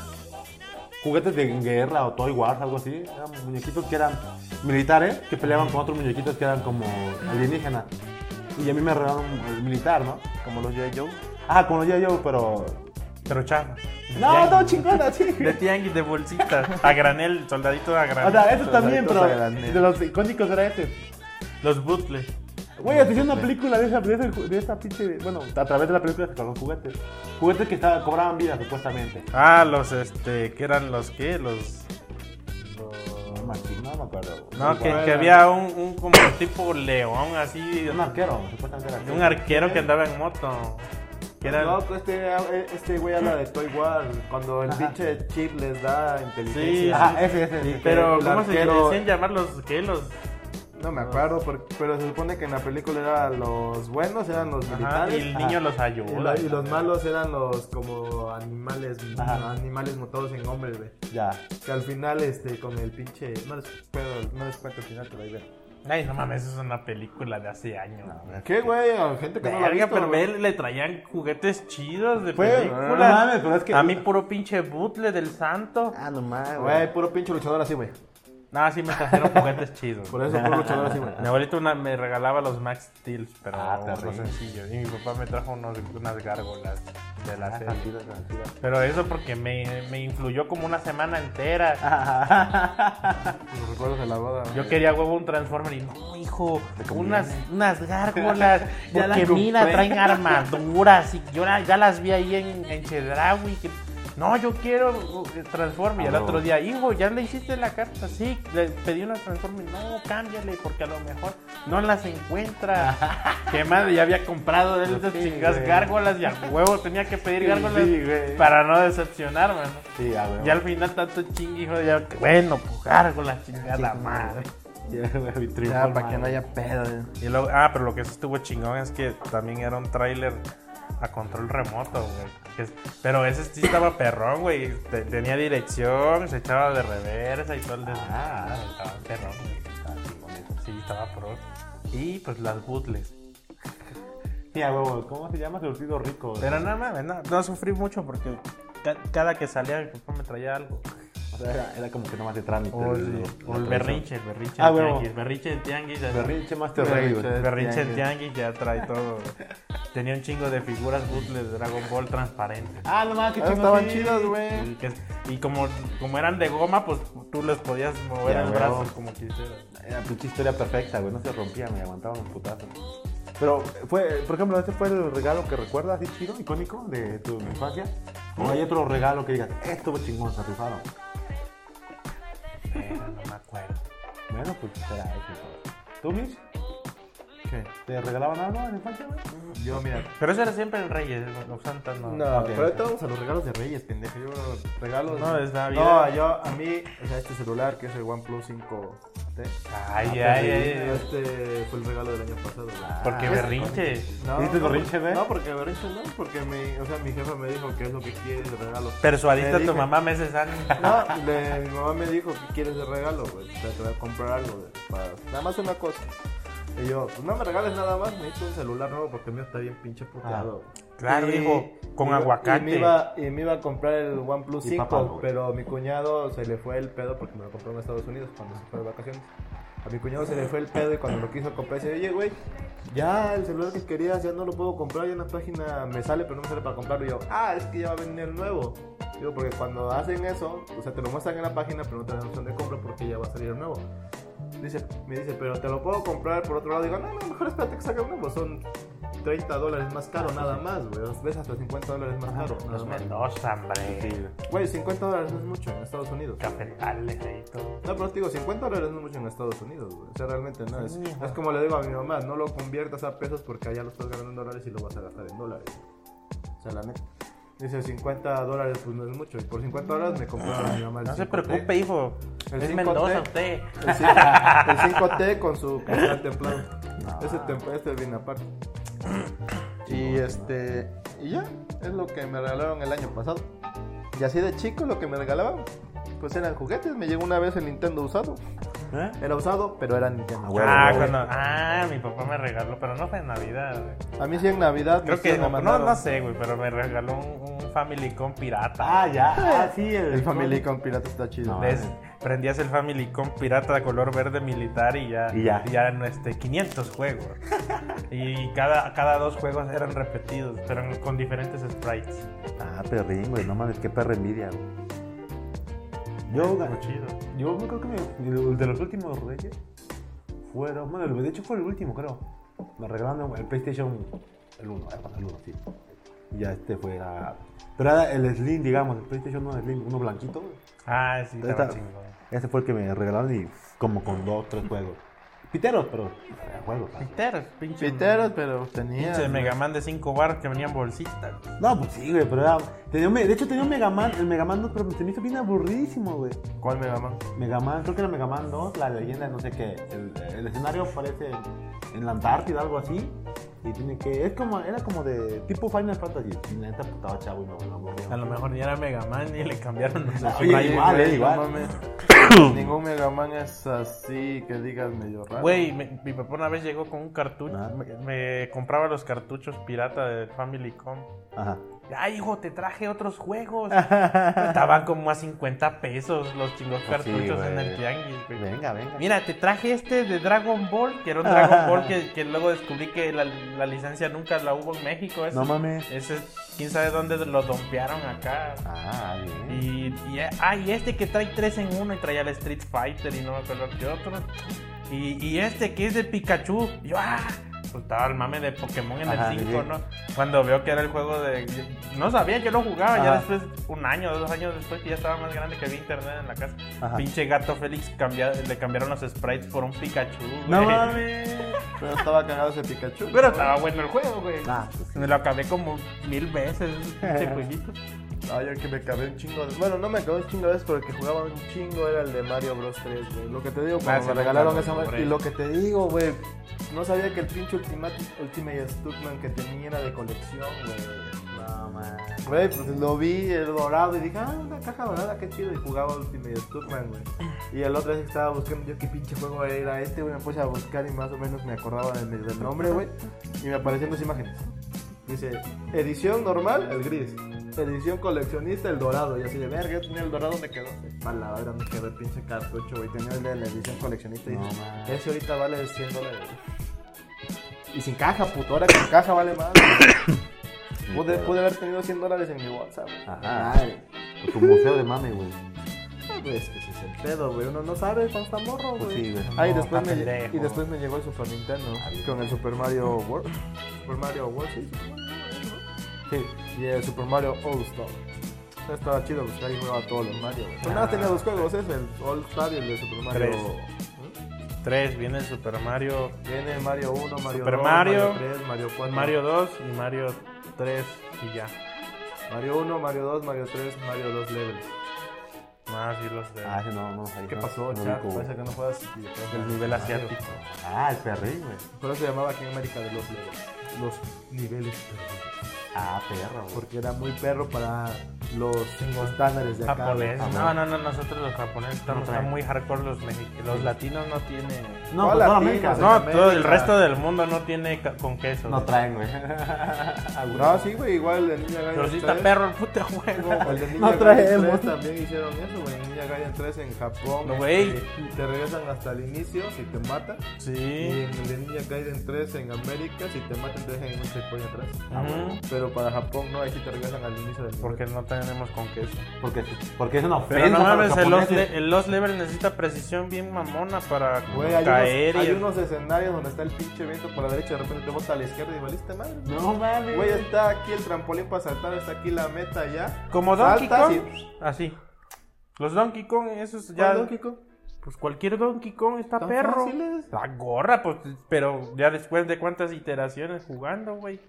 [SPEAKER 3] Juguetes de guerra o Toy Wars, algo así. Eran muñequitos que eran militares que peleaban con otros muñequitos que eran como alienígenas. Y a mí me regalaron el militar, ¿no?
[SPEAKER 2] Como los G.I. Joe.
[SPEAKER 3] Ah, con los yo, pero.
[SPEAKER 1] Pero chafa.
[SPEAKER 3] No, no, chingona, [LAUGHS] sí.
[SPEAKER 1] De tianguis, de bolsita. A granel, soldadito a granel.
[SPEAKER 3] O sea, eso también, pero.
[SPEAKER 2] Soldaditos a granel.
[SPEAKER 3] De los icónicos era este.
[SPEAKER 1] Los bootleg.
[SPEAKER 3] Güey, hacía una película de esa, de, esa, de esa pinche. Bueno, a través de la película se los juguetes. Juguetes que estaban, cobraban vida, supuestamente.
[SPEAKER 1] Ah, los este, ¿qué eran los qué? Los.
[SPEAKER 3] No, Martín, no me acuerdo.
[SPEAKER 1] No, que,
[SPEAKER 3] Igual
[SPEAKER 1] que
[SPEAKER 3] era
[SPEAKER 1] había un, un como tipo león así.
[SPEAKER 3] Un arquero, supuestamente era
[SPEAKER 1] Un arquero que andaba en moto. Que era.
[SPEAKER 2] No, este, este güey habla de Toy War. Cuando el pinche chip les da inteligencia.
[SPEAKER 3] Ajá, ese, ese. ese.
[SPEAKER 1] pero,
[SPEAKER 2] el
[SPEAKER 1] ¿cómo se
[SPEAKER 2] arquero-
[SPEAKER 1] decían llamar los qué? Los.
[SPEAKER 2] No me acuerdo, por- pero se supone que en la película eran los buenos, eran los
[SPEAKER 1] Ajá,
[SPEAKER 2] militares.
[SPEAKER 1] y el niño los
[SPEAKER 2] Y,
[SPEAKER 1] ayuda.
[SPEAKER 2] lo- y los malos eran los como animales,
[SPEAKER 3] Ajá.
[SPEAKER 2] animales mutados en hombres, güey.
[SPEAKER 3] Ya.
[SPEAKER 2] Que al final, este, con el pinche. No les, puedo- no les cuento el final, pero ahí ven.
[SPEAKER 1] Ay, no mames, eso es una película de hace años.
[SPEAKER 2] ¿Qué, güey? Hay Gente que no la ha
[SPEAKER 1] Verga,
[SPEAKER 2] visto,
[SPEAKER 1] pero
[SPEAKER 2] güey.
[SPEAKER 1] ve, le traían juguetes chidos de
[SPEAKER 3] Fue. No
[SPEAKER 1] película.
[SPEAKER 3] mames, pero es que.
[SPEAKER 1] A mí puro pinche butle del santo.
[SPEAKER 3] Ah, no mames,
[SPEAKER 2] Güey, puro pinche luchador así, güey.
[SPEAKER 1] No, sí me trajeron juguetes chidos.
[SPEAKER 2] [LAUGHS] Por eso, puro luchador así, güey.
[SPEAKER 1] Mi abuelito una- me regalaba los Max Steel, pero
[SPEAKER 3] Ah,
[SPEAKER 1] unos
[SPEAKER 3] terrible.
[SPEAKER 1] sencillos. Y mi papá me trajo unos- unas gárgolas de la
[SPEAKER 3] Ajá,
[SPEAKER 1] serie.
[SPEAKER 3] tranquilo, [LAUGHS] tranquilo.
[SPEAKER 1] Pero eso porque me, me influyó como una semana entera.
[SPEAKER 2] [LAUGHS] Los recuerdos de la boda.
[SPEAKER 1] Yo quería huevo un Transformer y no, hijo, unas, unas
[SPEAKER 3] [LAUGHS]
[SPEAKER 1] gárgolas.
[SPEAKER 2] Ya la
[SPEAKER 1] porque mira,
[SPEAKER 2] compré.
[SPEAKER 1] traen armaduras. Y yo la- ya las vi ahí en, en Chedraui. que- no, yo quiero uh, Transformer. Y al
[SPEAKER 3] Ah, no.
[SPEAKER 1] otro día, hijo, ya le hiciste la carta. Sí, le pedí unas Transformer. No, cámbiale, porque a lo mejor no las
[SPEAKER 3] [LAUGHS]
[SPEAKER 1] encuentra. Qué madre, ya había comprado de esas chingadas gárgolas. Y al huevo tenía que pedir gárgolas
[SPEAKER 3] sí, güey.
[SPEAKER 1] para no decepcionarme. ¿no?
[SPEAKER 3] Sí, a ver.
[SPEAKER 1] Ya al final tanto chingue, hijo, ya, que bueno, pues cargo la chingada madre.
[SPEAKER 3] Ya, güey, mi triunfo,
[SPEAKER 2] Ya, para que
[SPEAKER 3] hermano.
[SPEAKER 2] no haya pedo, güey.
[SPEAKER 1] Y luego, ah, pero lo que sí estuvo chingón es que también era un tráiler a control remoto, güey. Que es- Pero ese sí estaba perrón, güey. Te- tenía dirección, se echaba de reversa y todo el desmadre.
[SPEAKER 3] Ah,
[SPEAKER 1] Estaba perrón, güey. Estaba chingón eso. Sí, estaba pro. Y pues las bootles.
[SPEAKER 3] Sí, a huevo, ¿cómo se llama? Surtido rico. güey.
[SPEAKER 1] Pero nada más, no, no sufrí mucho porque ca- cada que salía mi papá me traía algo.
[SPEAKER 3] O sea, era, era como que nomás de trámite.
[SPEAKER 1] O
[SPEAKER 3] Oh, el-
[SPEAKER 1] el,
[SPEAKER 3] el-
[SPEAKER 1] o Oh, el berrinche, el berrinche
[SPEAKER 3] Ah,
[SPEAKER 1] en
[SPEAKER 3] huevo.
[SPEAKER 1] tianguis, berrinche en tianguis. así.
[SPEAKER 3] Berrinche más terrible.
[SPEAKER 2] Berrinche.
[SPEAKER 3] güey.
[SPEAKER 1] Berrinche en tianguis
[SPEAKER 2] Tianguis.
[SPEAKER 1] ya trae todo. Tenía un chingo de figuras bootleg de Dragon Ball transparentes.
[SPEAKER 3] Ah, no mames, qué
[SPEAKER 2] Ah,
[SPEAKER 3] chingón,
[SPEAKER 2] estaban
[SPEAKER 3] sí.
[SPEAKER 2] chidas, güey.
[SPEAKER 1] Y, que- y como, como eran de goma, pues tú les podías mover
[SPEAKER 3] Ya,
[SPEAKER 1] el
[SPEAKER 3] huevo.
[SPEAKER 1] brazo como quisieras.
[SPEAKER 3] Era pinche historia perfecta, güey. No se rompía, me aguantaban los putazos. Pero, fue, por ejemplo, ¿este fue el regalo que recuerdas, así chido, icónico, de tu infancia? ¿O hay otro regalo que digas, esto fue chingón, se rifaron?
[SPEAKER 1] Pero no me acuerdo.
[SPEAKER 3] Bueno, pues será ese. pues. ¿Tú, Mitch?
[SPEAKER 2] ¿Qué?
[SPEAKER 3] ¿Te regalaban algo en la infancia, güey?
[SPEAKER 2] Yo, mira.
[SPEAKER 1] Pero eso era siempre en Reyes, los santos no.
[SPEAKER 2] No,
[SPEAKER 3] ok,
[SPEAKER 2] pero ahorita
[SPEAKER 3] ok.
[SPEAKER 2] vamos a los regalos de Reyes, pendejo. Yo regalos.
[SPEAKER 1] No, es Navidad.
[SPEAKER 2] No, yo a mí, o sea, este celular que es el OnePlus 5T.
[SPEAKER 3] Ah,
[SPEAKER 1] Ay, ay, ay.
[SPEAKER 2] Este fue el regalo del año pasado. güey.
[SPEAKER 1] Porque
[SPEAKER 3] Ah,
[SPEAKER 1] berrinche.
[SPEAKER 2] No,
[SPEAKER 3] ¿Hiciste berrinche, güey?
[SPEAKER 2] No, porque berrinche no, porque mi, o sea, mi jefa me dijo que es lo que quiere de regalo.
[SPEAKER 1] Persuadiste
[SPEAKER 2] Le
[SPEAKER 1] a tu
[SPEAKER 2] dije-
[SPEAKER 1] mamá meses
[SPEAKER 3] [LAUGHS]
[SPEAKER 1] antes.
[SPEAKER 2] [LAUGHS] No, le- mi mamá me dijo que quieres de regalo, güey. O sea, te voy a comprar algo, güey, para- nada más una cosa. Y yo, pues no me regales nada más, necesito un celular nuevo porque el mío está bien pinche puteado.
[SPEAKER 1] Ah, Claro, dijo, con
[SPEAKER 2] iba-
[SPEAKER 1] aguacate.
[SPEAKER 2] Y me, iba, y me iba a comprar el OnePlus
[SPEAKER 3] Y
[SPEAKER 2] 5,
[SPEAKER 3] papas, güey.
[SPEAKER 2] pero mi cuñado se le fue el pedo porque me lo compró en Estados Unidos cuando se fue de vacaciones. A mi cuñado se le fue el pedo y cuando lo quiso comprar, dice, oye, güey, ya el celular que querías ya no lo puedo comprar, ya en la página me sale, pero no me sale para comprarlo. Y yo, ah, es que ya va a venir el nuevo. Digo, porque cuando hacen eso, o sea, te lo muestran en la página, pero no te dan opción de compra porque ya va a salir el nuevo. Dice, me dice, pero te lo puedo comprar por otro lado. Digo, no, no, mejor espérate que salga el nuevo. Son 30 dólares más caro nada más, güey. Dos veces hasta 50 dólares más caro. nada
[SPEAKER 1] Los
[SPEAKER 2] más.
[SPEAKER 1] Mendoza, hombre.
[SPEAKER 2] Güey, 50 dólares no es mucho en Estados Unidos.
[SPEAKER 1] Cafetales ahí todo.
[SPEAKER 2] No, pero te digo, 50 dólares no es mucho en Estados Unidos, güey. O sea, realmente no es. Es como le digo a mi mamá, no lo conviertas a pesos porque allá lo estás ganando en dólares y lo vas a gastar en dólares. O sea, la neta. Dice, 50 dólares pues no es mucho. Y por 50 dólares me compraron a mi mamá el
[SPEAKER 1] Ah, No se
[SPEAKER 2] 5T.
[SPEAKER 1] preocupe, hijo.
[SPEAKER 2] El
[SPEAKER 1] es
[SPEAKER 2] 5T.
[SPEAKER 1] Mendoza usted.
[SPEAKER 2] El 5- el 5T con su cristal templado. Ese tem- este viene aparte. Y este. Y ya, es lo que me regalaron el año pasado. Y así de chico lo que me regalaban, pues eran juguetes. Me llegó una vez el Nintendo usado.
[SPEAKER 1] ¿Eh?
[SPEAKER 2] Era usado, pero era Nintendo.
[SPEAKER 3] Huevo,
[SPEAKER 1] ah,
[SPEAKER 3] huevo.
[SPEAKER 1] cuando- ah, mi papá me regaló, pero no fue en Navidad. güey.
[SPEAKER 2] A mí sí en Navidad.
[SPEAKER 1] Creo
[SPEAKER 2] sí
[SPEAKER 1] que
[SPEAKER 2] me
[SPEAKER 1] no, no,
[SPEAKER 2] mandaron
[SPEAKER 1] no sé, güey, pero me regaló un, un Family Con pirata.
[SPEAKER 3] Ah, ya. [LAUGHS] Ah, sí, el,
[SPEAKER 2] El Family con pirata está chido.
[SPEAKER 3] No.
[SPEAKER 1] ¿Ves? Prendías el Family Con pirata de color verde militar y ya,
[SPEAKER 3] Y ya.
[SPEAKER 1] eran este, 500 juegos.
[SPEAKER 3] [LAUGHS]
[SPEAKER 1] y cada, cada dos juegos eran repetidos, pero con diferentes sprites.
[SPEAKER 3] Ah, perrín, güey. No mames, qué perra envidia, güey. Yo,
[SPEAKER 1] Muy chido.
[SPEAKER 3] yo me creo que me- de los últimos reyes fueron. Bueno, de hecho fue el último, creo. Me regalaron el PlayStation el 1, el 1, sí. Y ya este fue la. Pero era el Slim, digamos, el PlayStation 1 Slim, uno blanquito, güey.
[SPEAKER 1] Ah, sí, estaba
[SPEAKER 3] Esta-
[SPEAKER 1] chingón.
[SPEAKER 3] Ese fue el que me regalaron y como con dos, tres juegos. Piteros, pero eh, juegos. ¿sabes?
[SPEAKER 1] Piteros, pinche.
[SPEAKER 2] Piteros, pero tenía.
[SPEAKER 1] Pinche Mega Man de 5 bar que venían bolsitas.
[SPEAKER 3] No, pues sí, güey, pero era... tenía un me- De hecho tenía un Mega Man, el Mega Man 2, pero se me hizo bien aburridísimo, güey.
[SPEAKER 2] ¿Cuál Mega Man?
[SPEAKER 3] Mega Man, creo que era Mega Man 2, la leyenda, de no sé qué. El, el escenario parece en la Antártida, algo así. Y tiene que... Es como, era como de tipo Final Fantasy. Y la neta, pues, estaba chavo y me me aburrió.
[SPEAKER 1] A lo mejor ni era Mega Man y le cambiaron los
[SPEAKER 3] Oye,
[SPEAKER 1] sprites.
[SPEAKER 3] igual,
[SPEAKER 2] güey,
[SPEAKER 3] eh, igual.
[SPEAKER 2] no
[SPEAKER 1] [COUGHS]
[SPEAKER 2] mames. Ningún Mega Man es así que digas medio raro.
[SPEAKER 1] Güey, me- mi papá una vez llegó con un cartucho.
[SPEAKER 3] Ah.
[SPEAKER 1] Me, me compraba los cartuchos pirata de Family Com.
[SPEAKER 3] Ajá.
[SPEAKER 1] Ay, hijo, te traje otros
[SPEAKER 3] [LAUGHS]
[SPEAKER 1] juegos. Estaban como a 50 pesos los chingos
[SPEAKER 3] Pues sí,
[SPEAKER 1] cartuchos en
[SPEAKER 3] güey.
[SPEAKER 1] el tianguis, güey.
[SPEAKER 3] Venga, venga.
[SPEAKER 1] Mira, te traje este de Dragon Ball, que era un Dragon
[SPEAKER 3] [LAUGHS]
[SPEAKER 1] Ball que, que luego descubrí que la, la licencia nunca la hubo en México. Ese,
[SPEAKER 3] No mames.
[SPEAKER 1] Ese, quién sabe dónde lo dompearon acá.
[SPEAKER 3] Ah, bien.
[SPEAKER 1] Y, y, ah, y este que trae 3 en 1 y traía el Street Fighter y no me acuerdo qué otro. Y, y este que es de Pikachu. Y yo, ah, pues estaba el mame de Pokémon en
[SPEAKER 3] Ajá,
[SPEAKER 1] el 5,
[SPEAKER 3] sí.
[SPEAKER 1] ¿no? Cuando veo que era el juego de. yo No sabía, yo lo jugaba. Ya
[SPEAKER 3] Ajá.
[SPEAKER 1] después, un año, dos años después, que ya estaba más grande que vi internet en la casa.
[SPEAKER 3] Ajá.
[SPEAKER 1] Pinche gato Félix cambia- le cambiaron los sprites por un Pikachu.
[SPEAKER 3] No
[SPEAKER 1] güey.
[SPEAKER 3] mames.
[SPEAKER 2] Pero estaba cagado ese Pikachu.
[SPEAKER 1] Pero estaba bueno el juego, güey.
[SPEAKER 3] Nah, pues sí.
[SPEAKER 1] Me lo acabé como mil veces,
[SPEAKER 3] [LAUGHS]
[SPEAKER 1] ese jueguito.
[SPEAKER 2] Ayer que me cabé un chingo de... Bueno, no me acabé un chingo de veces porque jugaba un chingo era el de Mario Bros 3, güey. Lo que te digo,
[SPEAKER 1] Ah,
[SPEAKER 2] cuando
[SPEAKER 1] sí,
[SPEAKER 2] me
[SPEAKER 1] no,
[SPEAKER 2] regalaron
[SPEAKER 1] no,
[SPEAKER 2] esa
[SPEAKER 1] no,
[SPEAKER 2] madre...
[SPEAKER 1] hombre.
[SPEAKER 2] Y lo que te digo, güey. No sabía que el pinche Ultimate, Ultimate Stuntman que tenía era de colección, güey.
[SPEAKER 3] No mames.
[SPEAKER 2] Güey, pues lo vi, el dorado, y dije, ah, una caja dorada, qué chido. Y jugaba Ultimate Stuntman, güey. Y el otro día estaba buscando yo qué pinche juego era este, güey. Me puse a buscar y más o menos me acordaba del, del nombre, güey. Y me aparecían dos imágenes. Dice, edición normal, el gris. Edición coleccionista, el dorado. Y así de verga, yo tenía el dorado, me quedó. Para la verdad, me quedó el pinche cartucho, güey. Tenía el de la edición coleccionista. Y
[SPEAKER 3] No,
[SPEAKER 2] dije,
[SPEAKER 3] man.
[SPEAKER 2] ese ahorita vale 100 dólares. güey. Y sin caja, puto. Ahora con caja vale más. güey. pude,
[SPEAKER 3] pedo.
[SPEAKER 2] pude haber tenido 100 dólares en mi bolsa, güey.
[SPEAKER 3] Ajá.
[SPEAKER 2] Madre.
[SPEAKER 3] Pues Tu museo de mame, güey.
[SPEAKER 2] Ah, Pues que ese es el pedo, güey. Uno no sabe cuando está morro, güey.
[SPEAKER 3] Pues sí, güey.
[SPEAKER 2] Ah, y
[SPEAKER 1] No,
[SPEAKER 2] después,
[SPEAKER 1] está
[SPEAKER 2] me,
[SPEAKER 1] pendejo.
[SPEAKER 2] y después me llegó el Super Nintendo con el Super Mario World. Super Mario World, sí. Super Mario World, ¿no? Sí, y el Super Mario All Star. Eso Estaba chido porque ahí jugaba todos los Mario. güey. Pero nada, tenía dos juegos, ese, el All Star y el de Super Mario.
[SPEAKER 1] Tres. Tres, viene el Super Mario
[SPEAKER 2] Viene Mario 1, Mario
[SPEAKER 1] Super
[SPEAKER 2] 2,
[SPEAKER 1] Mario,
[SPEAKER 2] Mario 3, Mario 4.
[SPEAKER 1] Mario 2 y Mario 3 y ya.
[SPEAKER 2] Mario 1, Mario 2, Mario 3, Mario 2 levels.
[SPEAKER 1] Más y los de
[SPEAKER 3] Ah, ese no, no sabía.
[SPEAKER 2] ¿Qué
[SPEAKER 3] No,
[SPEAKER 2] pasó,
[SPEAKER 3] no
[SPEAKER 2] Char?
[SPEAKER 3] ubico, güey.
[SPEAKER 2] Parece que no juegas
[SPEAKER 1] del nivel asiático.
[SPEAKER 3] Ah, el perrín, güey.
[SPEAKER 2] Por eso se llamaba aquí en América de los levels. Los niveles perros.
[SPEAKER 3] Ah, perro, güey.
[SPEAKER 2] Porque era muy perro para los estándares de acá.
[SPEAKER 1] Japonés.
[SPEAKER 2] güey.
[SPEAKER 1] No, no, no, nosotros los japoneses estamos
[SPEAKER 3] traen.
[SPEAKER 1] tan muy hardcore los mexicanos. Los latinos no tienen.
[SPEAKER 3] No,
[SPEAKER 2] Hola,
[SPEAKER 3] pues toda
[SPEAKER 2] tío.
[SPEAKER 3] América.
[SPEAKER 2] Los
[SPEAKER 1] No,
[SPEAKER 2] de
[SPEAKER 1] todo el
[SPEAKER 2] América.
[SPEAKER 1] resto del mundo no tiene ca- con queso.
[SPEAKER 3] No
[SPEAKER 1] güey.
[SPEAKER 3] traen,
[SPEAKER 2] [LAUGHS]
[SPEAKER 3] güey.
[SPEAKER 2] No, sí, güey, igual de Ninja Gaiden
[SPEAKER 1] Pero sí está
[SPEAKER 2] 3,
[SPEAKER 1] perro el puto juego.
[SPEAKER 2] [LAUGHS] El de Ninja
[SPEAKER 3] No
[SPEAKER 2] Gaiden
[SPEAKER 3] traemos.
[SPEAKER 2] 3 también hicieron eso, güey. Ninja Gaiden 3 en Japón.
[SPEAKER 1] No, güey.
[SPEAKER 2] este, Te regresan hasta el inicio si te matan. Y
[SPEAKER 1] Sí.
[SPEAKER 2] en el de Ninja Gaiden 3 en América, si te matan, te dejan en un checkpoint atrás.
[SPEAKER 1] Ujú.
[SPEAKER 2] Pero pero para Japón no, ahí sí te regresan al inicio del
[SPEAKER 1] Porque no tenemos con queso.
[SPEAKER 3] Porque, porque es una ofensa.
[SPEAKER 1] Pero no
[SPEAKER 3] para
[SPEAKER 1] mames,
[SPEAKER 3] los
[SPEAKER 1] el Lost,
[SPEAKER 3] japoneses.
[SPEAKER 1] Le- el Lost Level necesita precisión bien mamona para
[SPEAKER 2] Güey, hay,
[SPEAKER 1] caer
[SPEAKER 2] unos,
[SPEAKER 1] y
[SPEAKER 2] hay unos escenarios donde está el pinche viento por la derecha, de repente te bota a la izquierda y valiste madre.
[SPEAKER 3] No mames.
[SPEAKER 2] Güey, está aquí el trampolín para saltar, está aquí la meta ya.
[SPEAKER 1] Como Donkey
[SPEAKER 2] Saltas
[SPEAKER 1] Kong.
[SPEAKER 2] y-
[SPEAKER 1] Así. Los Donkey Kong, esos ya.
[SPEAKER 2] ¿Cuál Donkey Kong?
[SPEAKER 1] Pues cualquier Donkey Kong está
[SPEAKER 2] ¿Tan
[SPEAKER 1] perro.
[SPEAKER 2] fáciles?
[SPEAKER 1] La gorra, pues, pero ya después de cuántas iteraciones jugando, güey.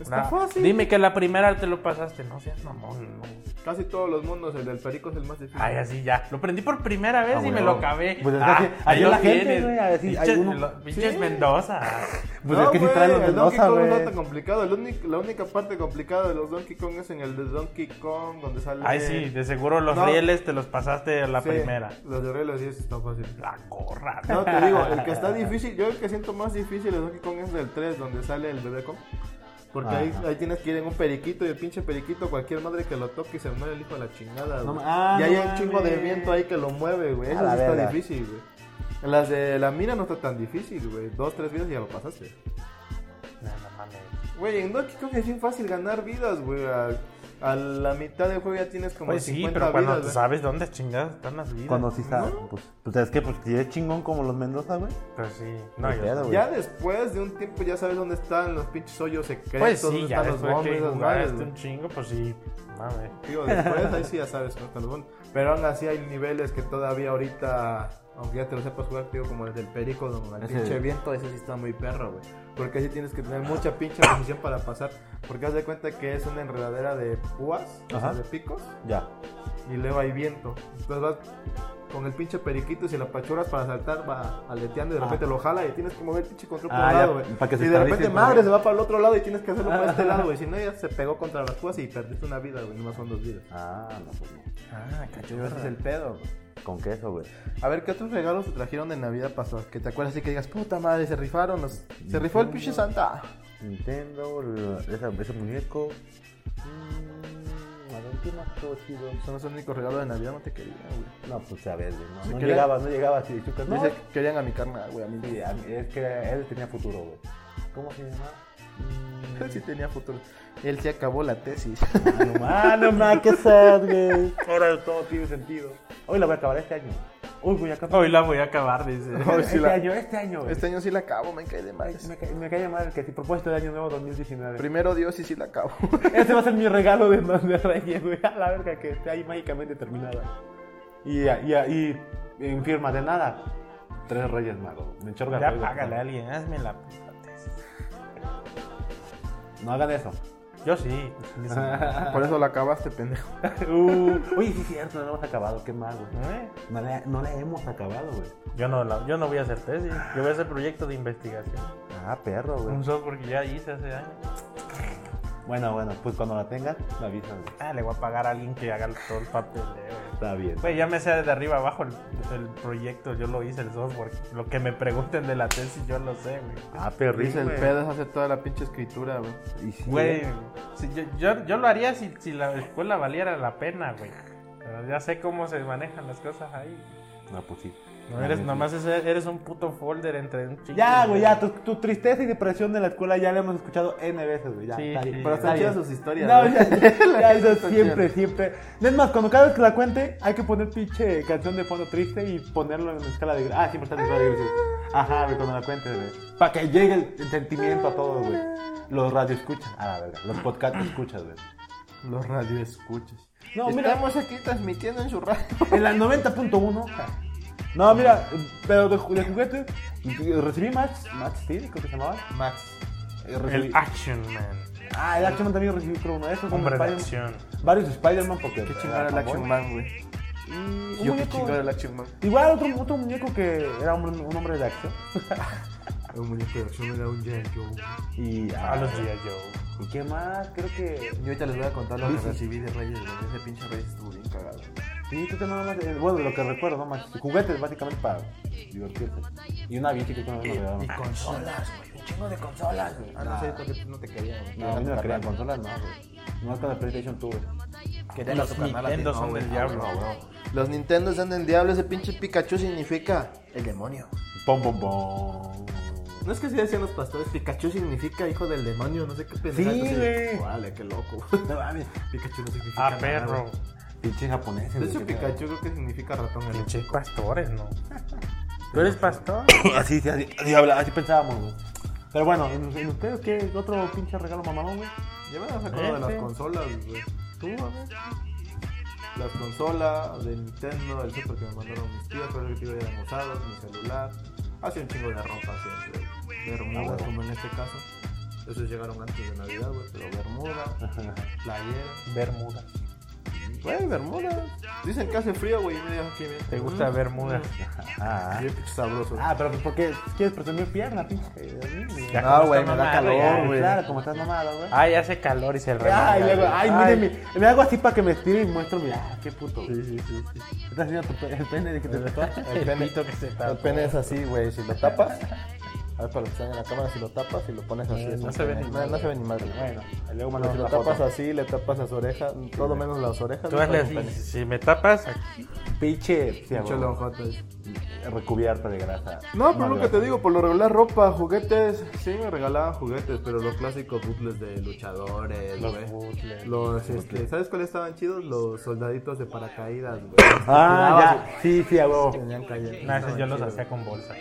[SPEAKER 2] Está
[SPEAKER 1] Nah,
[SPEAKER 2] fácil.
[SPEAKER 1] Dime que la primera te lo pasaste, no seas mamón. no.
[SPEAKER 2] Casi todos los mundos, el del perico es el más difícil.
[SPEAKER 1] Ay, así ya. Lo prendí por primera vez
[SPEAKER 3] Ah,
[SPEAKER 1] y
[SPEAKER 3] güey,
[SPEAKER 1] me
[SPEAKER 3] no.
[SPEAKER 1] lo acabé. Ah,
[SPEAKER 3] Pues es que así- ahí
[SPEAKER 1] lo
[SPEAKER 3] la gente,
[SPEAKER 1] tienes.
[SPEAKER 3] güey, a ver si hay
[SPEAKER 1] Pinches-
[SPEAKER 3] uno.
[SPEAKER 1] lo- Pinches
[SPEAKER 2] Sí.
[SPEAKER 1] Mendoza.
[SPEAKER 3] Pues es que si
[SPEAKER 2] güey,
[SPEAKER 3] traen los
[SPEAKER 2] el Donkey
[SPEAKER 3] Mendoza,
[SPEAKER 2] Kong no
[SPEAKER 3] güey.
[SPEAKER 2] está complicado. El único- la única parte complicada de los Donkey Kong es en el de Donkey Kong, donde sale.
[SPEAKER 1] Ay, sí, de seguro los
[SPEAKER 2] No.
[SPEAKER 1] rieles te los pasaste a la
[SPEAKER 2] Sí,
[SPEAKER 1] primera.
[SPEAKER 2] Los de Relo 10 está fácil.
[SPEAKER 1] La gorra.
[SPEAKER 2] No, te digo, el que
[SPEAKER 1] [LAUGHS]
[SPEAKER 2] está difícil, yo el que siento más difícil de Donkey Kong es el 3, donde sale el bebé Kong. Porque ahí,
[SPEAKER 3] Ajá.
[SPEAKER 2] ahí tienes que ir en un periquito y el pinche periquito, cualquier madre que lo toque se muere el hijo de la chingada,
[SPEAKER 3] No
[SPEAKER 2] güey.
[SPEAKER 3] ma- ah,
[SPEAKER 2] y
[SPEAKER 3] no
[SPEAKER 2] hay un chingo de
[SPEAKER 3] mames.
[SPEAKER 2] viento ahí que lo mueve, güey.
[SPEAKER 3] A
[SPEAKER 2] Eso
[SPEAKER 3] la
[SPEAKER 2] sí está
[SPEAKER 3] verga.
[SPEAKER 2] difícil, güey. Las de la mina no está tan difícil, güey. Dos, tres vidas y ya lo pasaste.
[SPEAKER 1] No, no mames.
[SPEAKER 2] Güey, en Donkey Kong es bien fácil ganar vidas, güey. A, a la mitad del juego ya tienes como
[SPEAKER 1] Pues sí,
[SPEAKER 2] 50
[SPEAKER 1] pero cuando
[SPEAKER 2] vidas, güey.
[SPEAKER 1] sabes dónde chingadas están las vidas.
[SPEAKER 3] Cuando sí está, pues, pues es que pues, si es chingón como los Mendoza, güey.
[SPEAKER 1] Pues sí. No,
[SPEAKER 3] Ni
[SPEAKER 1] yo-
[SPEAKER 3] pedo, güey.
[SPEAKER 2] Ya después de un tiempo ya sabes dónde están los pinches hoyos secretos,
[SPEAKER 1] Pues sí,
[SPEAKER 2] dónde
[SPEAKER 1] ya
[SPEAKER 2] están los
[SPEAKER 1] después
[SPEAKER 2] bombes,
[SPEAKER 1] que
[SPEAKER 2] esas madres,
[SPEAKER 1] jugaste
[SPEAKER 2] güey.
[SPEAKER 1] un chingo, pues sí. Mames.
[SPEAKER 2] Digo, después ahí sí ya sabes cómo están los bonos. Pero aún así hay niveles que todavía ahorita, aunque ya te lo sepas jugar, digo, como el del perico, donde el
[SPEAKER 3] Ese-
[SPEAKER 2] pinche viento, ese sí está muy perro, güey. Porque así tienes que tener mucha pinche precisión para pasar. Porque haz de cuenta que es una enredadera de púas, o sea,
[SPEAKER 3] Ajá.
[SPEAKER 2] de picos,
[SPEAKER 3] Ya.
[SPEAKER 2] y luego hay viento. Entonces vas con el pinche periquito y si la pachuras para saltar va aleteando y de
[SPEAKER 3] Ah.
[SPEAKER 2] repente lo jala y tienes que mover el pinche control
[SPEAKER 3] Ah,
[SPEAKER 2] para un
[SPEAKER 3] ya,
[SPEAKER 2] lado, güey.
[SPEAKER 3] para que se
[SPEAKER 2] y de repente
[SPEAKER 3] estabilice, Ah.
[SPEAKER 2] madre
[SPEAKER 3] ¿no?
[SPEAKER 2] se va para el otro lado y tienes que hacerlo para este lado, güey. Si no ya se pegó contra las púas y perdiste una vida, güey, nomás son dos vidas.
[SPEAKER 3] Ah, no, pues no.
[SPEAKER 1] Ah, cacho.
[SPEAKER 2] Ese es el pedo, güey.
[SPEAKER 3] Con queso, güey.
[SPEAKER 2] A ver, ¿qué otros regalos te trajeron de Navidad pasó? Que te acuerdas y que digas, puta madre, se rifaron, los- se rifó el pinche Santa.
[SPEAKER 3] Nintendo, la- esa- ese muñeco. Mm, a ver, ¿qué más estuvo chido?
[SPEAKER 2] Son los únicos regalos de Navidad, no te quería, güey.
[SPEAKER 3] No, pues a ver, güey. No,
[SPEAKER 2] Sí,
[SPEAKER 3] no
[SPEAKER 2] que-
[SPEAKER 3] llegaba, no llegaba así de chucas. No,
[SPEAKER 2] Dice que querían a mi carnal, güey, a mí
[SPEAKER 3] sí, a mí- es que él tenía futuro, güey. ¿Cómo se llama?
[SPEAKER 2] Él [LAUGHS] sí tenía futuro. Él se acabó la tesis.
[SPEAKER 3] [LAUGHS] Ah, no más, no más, qué sad, güey. Ahora todo tiene sentido. Hoy la voy a acabar este año. Uy, voy a acabar.
[SPEAKER 1] Hoy la voy a acabar, dice. [LAUGHS]
[SPEAKER 2] Hoy sí
[SPEAKER 3] este
[SPEAKER 2] la-
[SPEAKER 3] año, este año.
[SPEAKER 2] [LAUGHS]
[SPEAKER 3] güey.
[SPEAKER 2] Este año sí la acabo, me caí de más.
[SPEAKER 3] Me, ca- me cae mal que si propósito de año nuevo 2019.
[SPEAKER 2] Primero Dios y sí la acabo. [LAUGHS]
[SPEAKER 3] Ese va a ser mi regalo de, de Reyes, güey. A la verga que esté ahí mágicamente terminada. Y, y, y en firma de nada. Tres Reyes Magos. Me enchorga
[SPEAKER 1] Ya
[SPEAKER 3] Reyes Magos.
[SPEAKER 1] págale a alguien, hazme la puta tesis.
[SPEAKER 3] No hagan eso.
[SPEAKER 1] Yo sí.
[SPEAKER 2] Por eso la acabaste, pendejo.
[SPEAKER 3] Uh, oye, sí es cierto, no lo hemos acabado. Qué mal, güey.
[SPEAKER 1] ¿Eh?
[SPEAKER 3] No le, no le hemos acabado, güey.
[SPEAKER 1] Yo no, la- yo no voy a hacer tesis, yo voy a hacer proyecto de investigación.
[SPEAKER 3] Ah, perro, güey.
[SPEAKER 1] Un software que ya hice hace años.
[SPEAKER 3] Bueno, bueno, pues cuando la tengas, me avisas, güey.
[SPEAKER 1] Ah, le voy a pagar a alguien que haga todo el papel.
[SPEAKER 3] Está bien.
[SPEAKER 1] Güey, ya me sea de arriba abajo el, el proyecto, yo lo hice el software. Lo que me pregunten de la tesis, yo lo sé, güey.
[SPEAKER 3] Ah, perrín,
[SPEAKER 2] Dice el
[SPEAKER 3] güey.
[SPEAKER 2] pedo es hacer toda la pinche escritura, güey.
[SPEAKER 3] Y sí,
[SPEAKER 1] Güey,
[SPEAKER 3] eh.
[SPEAKER 1] si yo, yo, yo lo haría si, si la escuela valiera la pena, güey. Pero ya sé cómo se manejan las cosas ahí.
[SPEAKER 3] No, pues sí.
[SPEAKER 1] No eres
[SPEAKER 3] Ah,
[SPEAKER 1] nomás ese- eres un puto folder entre un chico.
[SPEAKER 3] Ya, güey, ya, tu, tu tristeza y depresión de la escuela ya la hemos escuchado N veces, güey. Ya,
[SPEAKER 1] Sí,
[SPEAKER 3] está
[SPEAKER 1] sí.
[SPEAKER 3] bien.
[SPEAKER 2] Pero están
[SPEAKER 3] está bien.
[SPEAKER 2] chidas sus historias,
[SPEAKER 3] No,
[SPEAKER 2] güey.
[SPEAKER 3] ya, [LAUGHS] ya, ya, eso
[SPEAKER 2] Están
[SPEAKER 3] siempre,
[SPEAKER 2] chidas.
[SPEAKER 3] siempre. Es más, cuando cada vez que la cuente, hay que poner pinche canción de fondo triste y ponerlo en escala de. Ah, siempre está en escala de grises. Ajá, güey, cuando la cuentes, güey. Para que llegue el, el sentimiento a todos, güey. Los radio escuchas, a la verga. Los podcast escuchas, güey.
[SPEAKER 2] Los radioescuchas.
[SPEAKER 3] No, mira.
[SPEAKER 2] Estamos aquí transmitiendo en su radio. [LAUGHS]
[SPEAKER 3] En la 90.1. No, mira, pero de, ju- de juguete recibí Match, Match Steel, creo que se llamaba.
[SPEAKER 2] Max.
[SPEAKER 3] Eh, recibí-
[SPEAKER 1] El Action Man.
[SPEAKER 3] Ah, el Action Man también recibí creo uno de esos. un
[SPEAKER 1] Hombre de
[SPEAKER 3] Spider-
[SPEAKER 1] acción.
[SPEAKER 3] Varios Spider-Man porque. ah,
[SPEAKER 2] Qué chingón era el Action Man, güey.
[SPEAKER 3] Y un
[SPEAKER 2] Yo qué
[SPEAKER 3] muñeco-
[SPEAKER 2] chingón era el Action Man.
[SPEAKER 3] Igual otro, otro muñeco que era un, un hombre de acción. [LAUGHS]
[SPEAKER 2] Ah, Un muñeco de acción era un G.I. Joe.
[SPEAKER 3] Y,
[SPEAKER 1] A
[SPEAKER 3] ah,
[SPEAKER 1] los G.I. Joe.
[SPEAKER 3] ¿Y qué más? Creo que.
[SPEAKER 2] Yo ahorita les voy a contar lo que
[SPEAKER 3] Sí, sí.
[SPEAKER 2] recibí de Reyes, güey. Ese pinche Reyes estuvo bien cagado.
[SPEAKER 3] Sí, creo que nada más. eh, Bueno, lo que recuerdo, no más. Juguetes básicamente para divertirse. Y una bici que creo que me regalaron.
[SPEAKER 2] Ah, consolas, güey. Un chingo de consolas, güey. Ah, no sé, porque no te querían, güey.
[SPEAKER 3] No, a mí no me crean consolas, no, güey. No con la PlayStation tuve.
[SPEAKER 2] Querían
[SPEAKER 1] Los
[SPEAKER 2] a tu carnal a ti,
[SPEAKER 1] Nintendo
[SPEAKER 2] no,
[SPEAKER 1] son
[SPEAKER 2] güey.
[SPEAKER 1] del diablo.
[SPEAKER 2] No, güey. Los Nintendo son del diablo. Ese pinche Pikachu significa el demonio.
[SPEAKER 3] Pom, pom, pom.
[SPEAKER 2] No es que así decían los pastores, Pikachu significa hijo del demonio, no sé qué
[SPEAKER 3] Sí,
[SPEAKER 2] pendejadas. así.
[SPEAKER 3] güey.
[SPEAKER 2] Vale, qué loco. No mames, [LAUGHS] Pikachu no significa
[SPEAKER 1] Ah,
[SPEAKER 2] nada,
[SPEAKER 1] perro.
[SPEAKER 2] güey.
[SPEAKER 3] Pinche japonés.
[SPEAKER 2] De hecho, Pikachu creo que significa ratón en el
[SPEAKER 1] Pinche pastores, ¿no? ¿Tú eres pastor?
[SPEAKER 3] [COUGHS] Así, así, así, habla- así pensábamos, güey. Pero bueno, ¿en, en ustedes qué otro pinche regalo
[SPEAKER 1] [LAUGHS]
[SPEAKER 3] mamalón, güey?
[SPEAKER 2] Ya me vas a acordar de las
[SPEAKER 1] Este.
[SPEAKER 2] consolas, güey. Tú, a ver. Las consolas, de Nintendo, el super que me mandaron mis tíos, pero que tío ya de mozadas, mi celular. Hace un chingo de ropa siempre.
[SPEAKER 3] Ah,
[SPEAKER 2] Bermuda,
[SPEAKER 3] bueno.
[SPEAKER 2] como en este caso. Esos llegaron antes de Navidad, güey, pero Bermuda, playera.
[SPEAKER 1] Bermuda.
[SPEAKER 2] Güey, Bermuda. Dicen que hace frío, güey, y me dijeron que me-
[SPEAKER 1] ¿Te gusta Bermuda?
[SPEAKER 3] Ah,
[SPEAKER 2] Bien pinche sabroso.
[SPEAKER 3] ah, pero ¿por qué quieres presumir pierna, pinche?
[SPEAKER 1] Ya
[SPEAKER 2] No,
[SPEAKER 1] como
[SPEAKER 2] güey,
[SPEAKER 1] está
[SPEAKER 2] me da
[SPEAKER 1] mamado,
[SPEAKER 2] calor,
[SPEAKER 1] ya.
[SPEAKER 2] güey.
[SPEAKER 3] Claro, como estás mamado, güey.
[SPEAKER 1] Ay, hace calor y se remanga.
[SPEAKER 3] Ay, luego, ay,
[SPEAKER 1] güey.
[SPEAKER 3] míreme. Me hago así para que me estire y muestro, mira, ah, qué puto. Sí, sí, sí. Estás haciendo tu pe- el pene de que te tatuaste.
[SPEAKER 1] [LAUGHS] El pelito que se
[SPEAKER 2] El
[SPEAKER 1] tapa.
[SPEAKER 2] pene es así, güey, si
[SPEAKER 1] [LAUGHS]
[SPEAKER 2] lo tapas. A ver, para los que están en la cámara, si lo tapas y lo pones así.
[SPEAKER 1] Eh,
[SPEAKER 2] es
[SPEAKER 1] no
[SPEAKER 2] un
[SPEAKER 1] se ve
[SPEAKER 2] pene.
[SPEAKER 1] ni
[SPEAKER 2] No,
[SPEAKER 1] madre.
[SPEAKER 2] no se ve ni madre. Bueno,
[SPEAKER 3] Luego me
[SPEAKER 2] Pero si lo
[SPEAKER 3] la
[SPEAKER 2] tapas
[SPEAKER 3] foto.
[SPEAKER 2] así, le tapas las orejas, todo menos las orejas.
[SPEAKER 1] Tú hazle así. Si me tapas aquí.
[SPEAKER 3] Pinche, sí, güey.
[SPEAKER 2] No,
[SPEAKER 3] recubierta de grasa.
[SPEAKER 2] pero pues lo que te digo, por lo regular ropa, juguetes, sí me regalaban juguetes, pero los clásicos butles de luchadores,
[SPEAKER 1] Los
[SPEAKER 2] güey.
[SPEAKER 1] bootlegs.
[SPEAKER 2] Los, este, ¿sabes cuáles estaban chidos? Los soldaditos de paracaídas, güey.
[SPEAKER 3] Ah, ya. Sí, sí, a huevo.
[SPEAKER 2] Tenían calle.
[SPEAKER 1] No, esos yo los
[SPEAKER 2] Estaban
[SPEAKER 1] hacía con bolsa.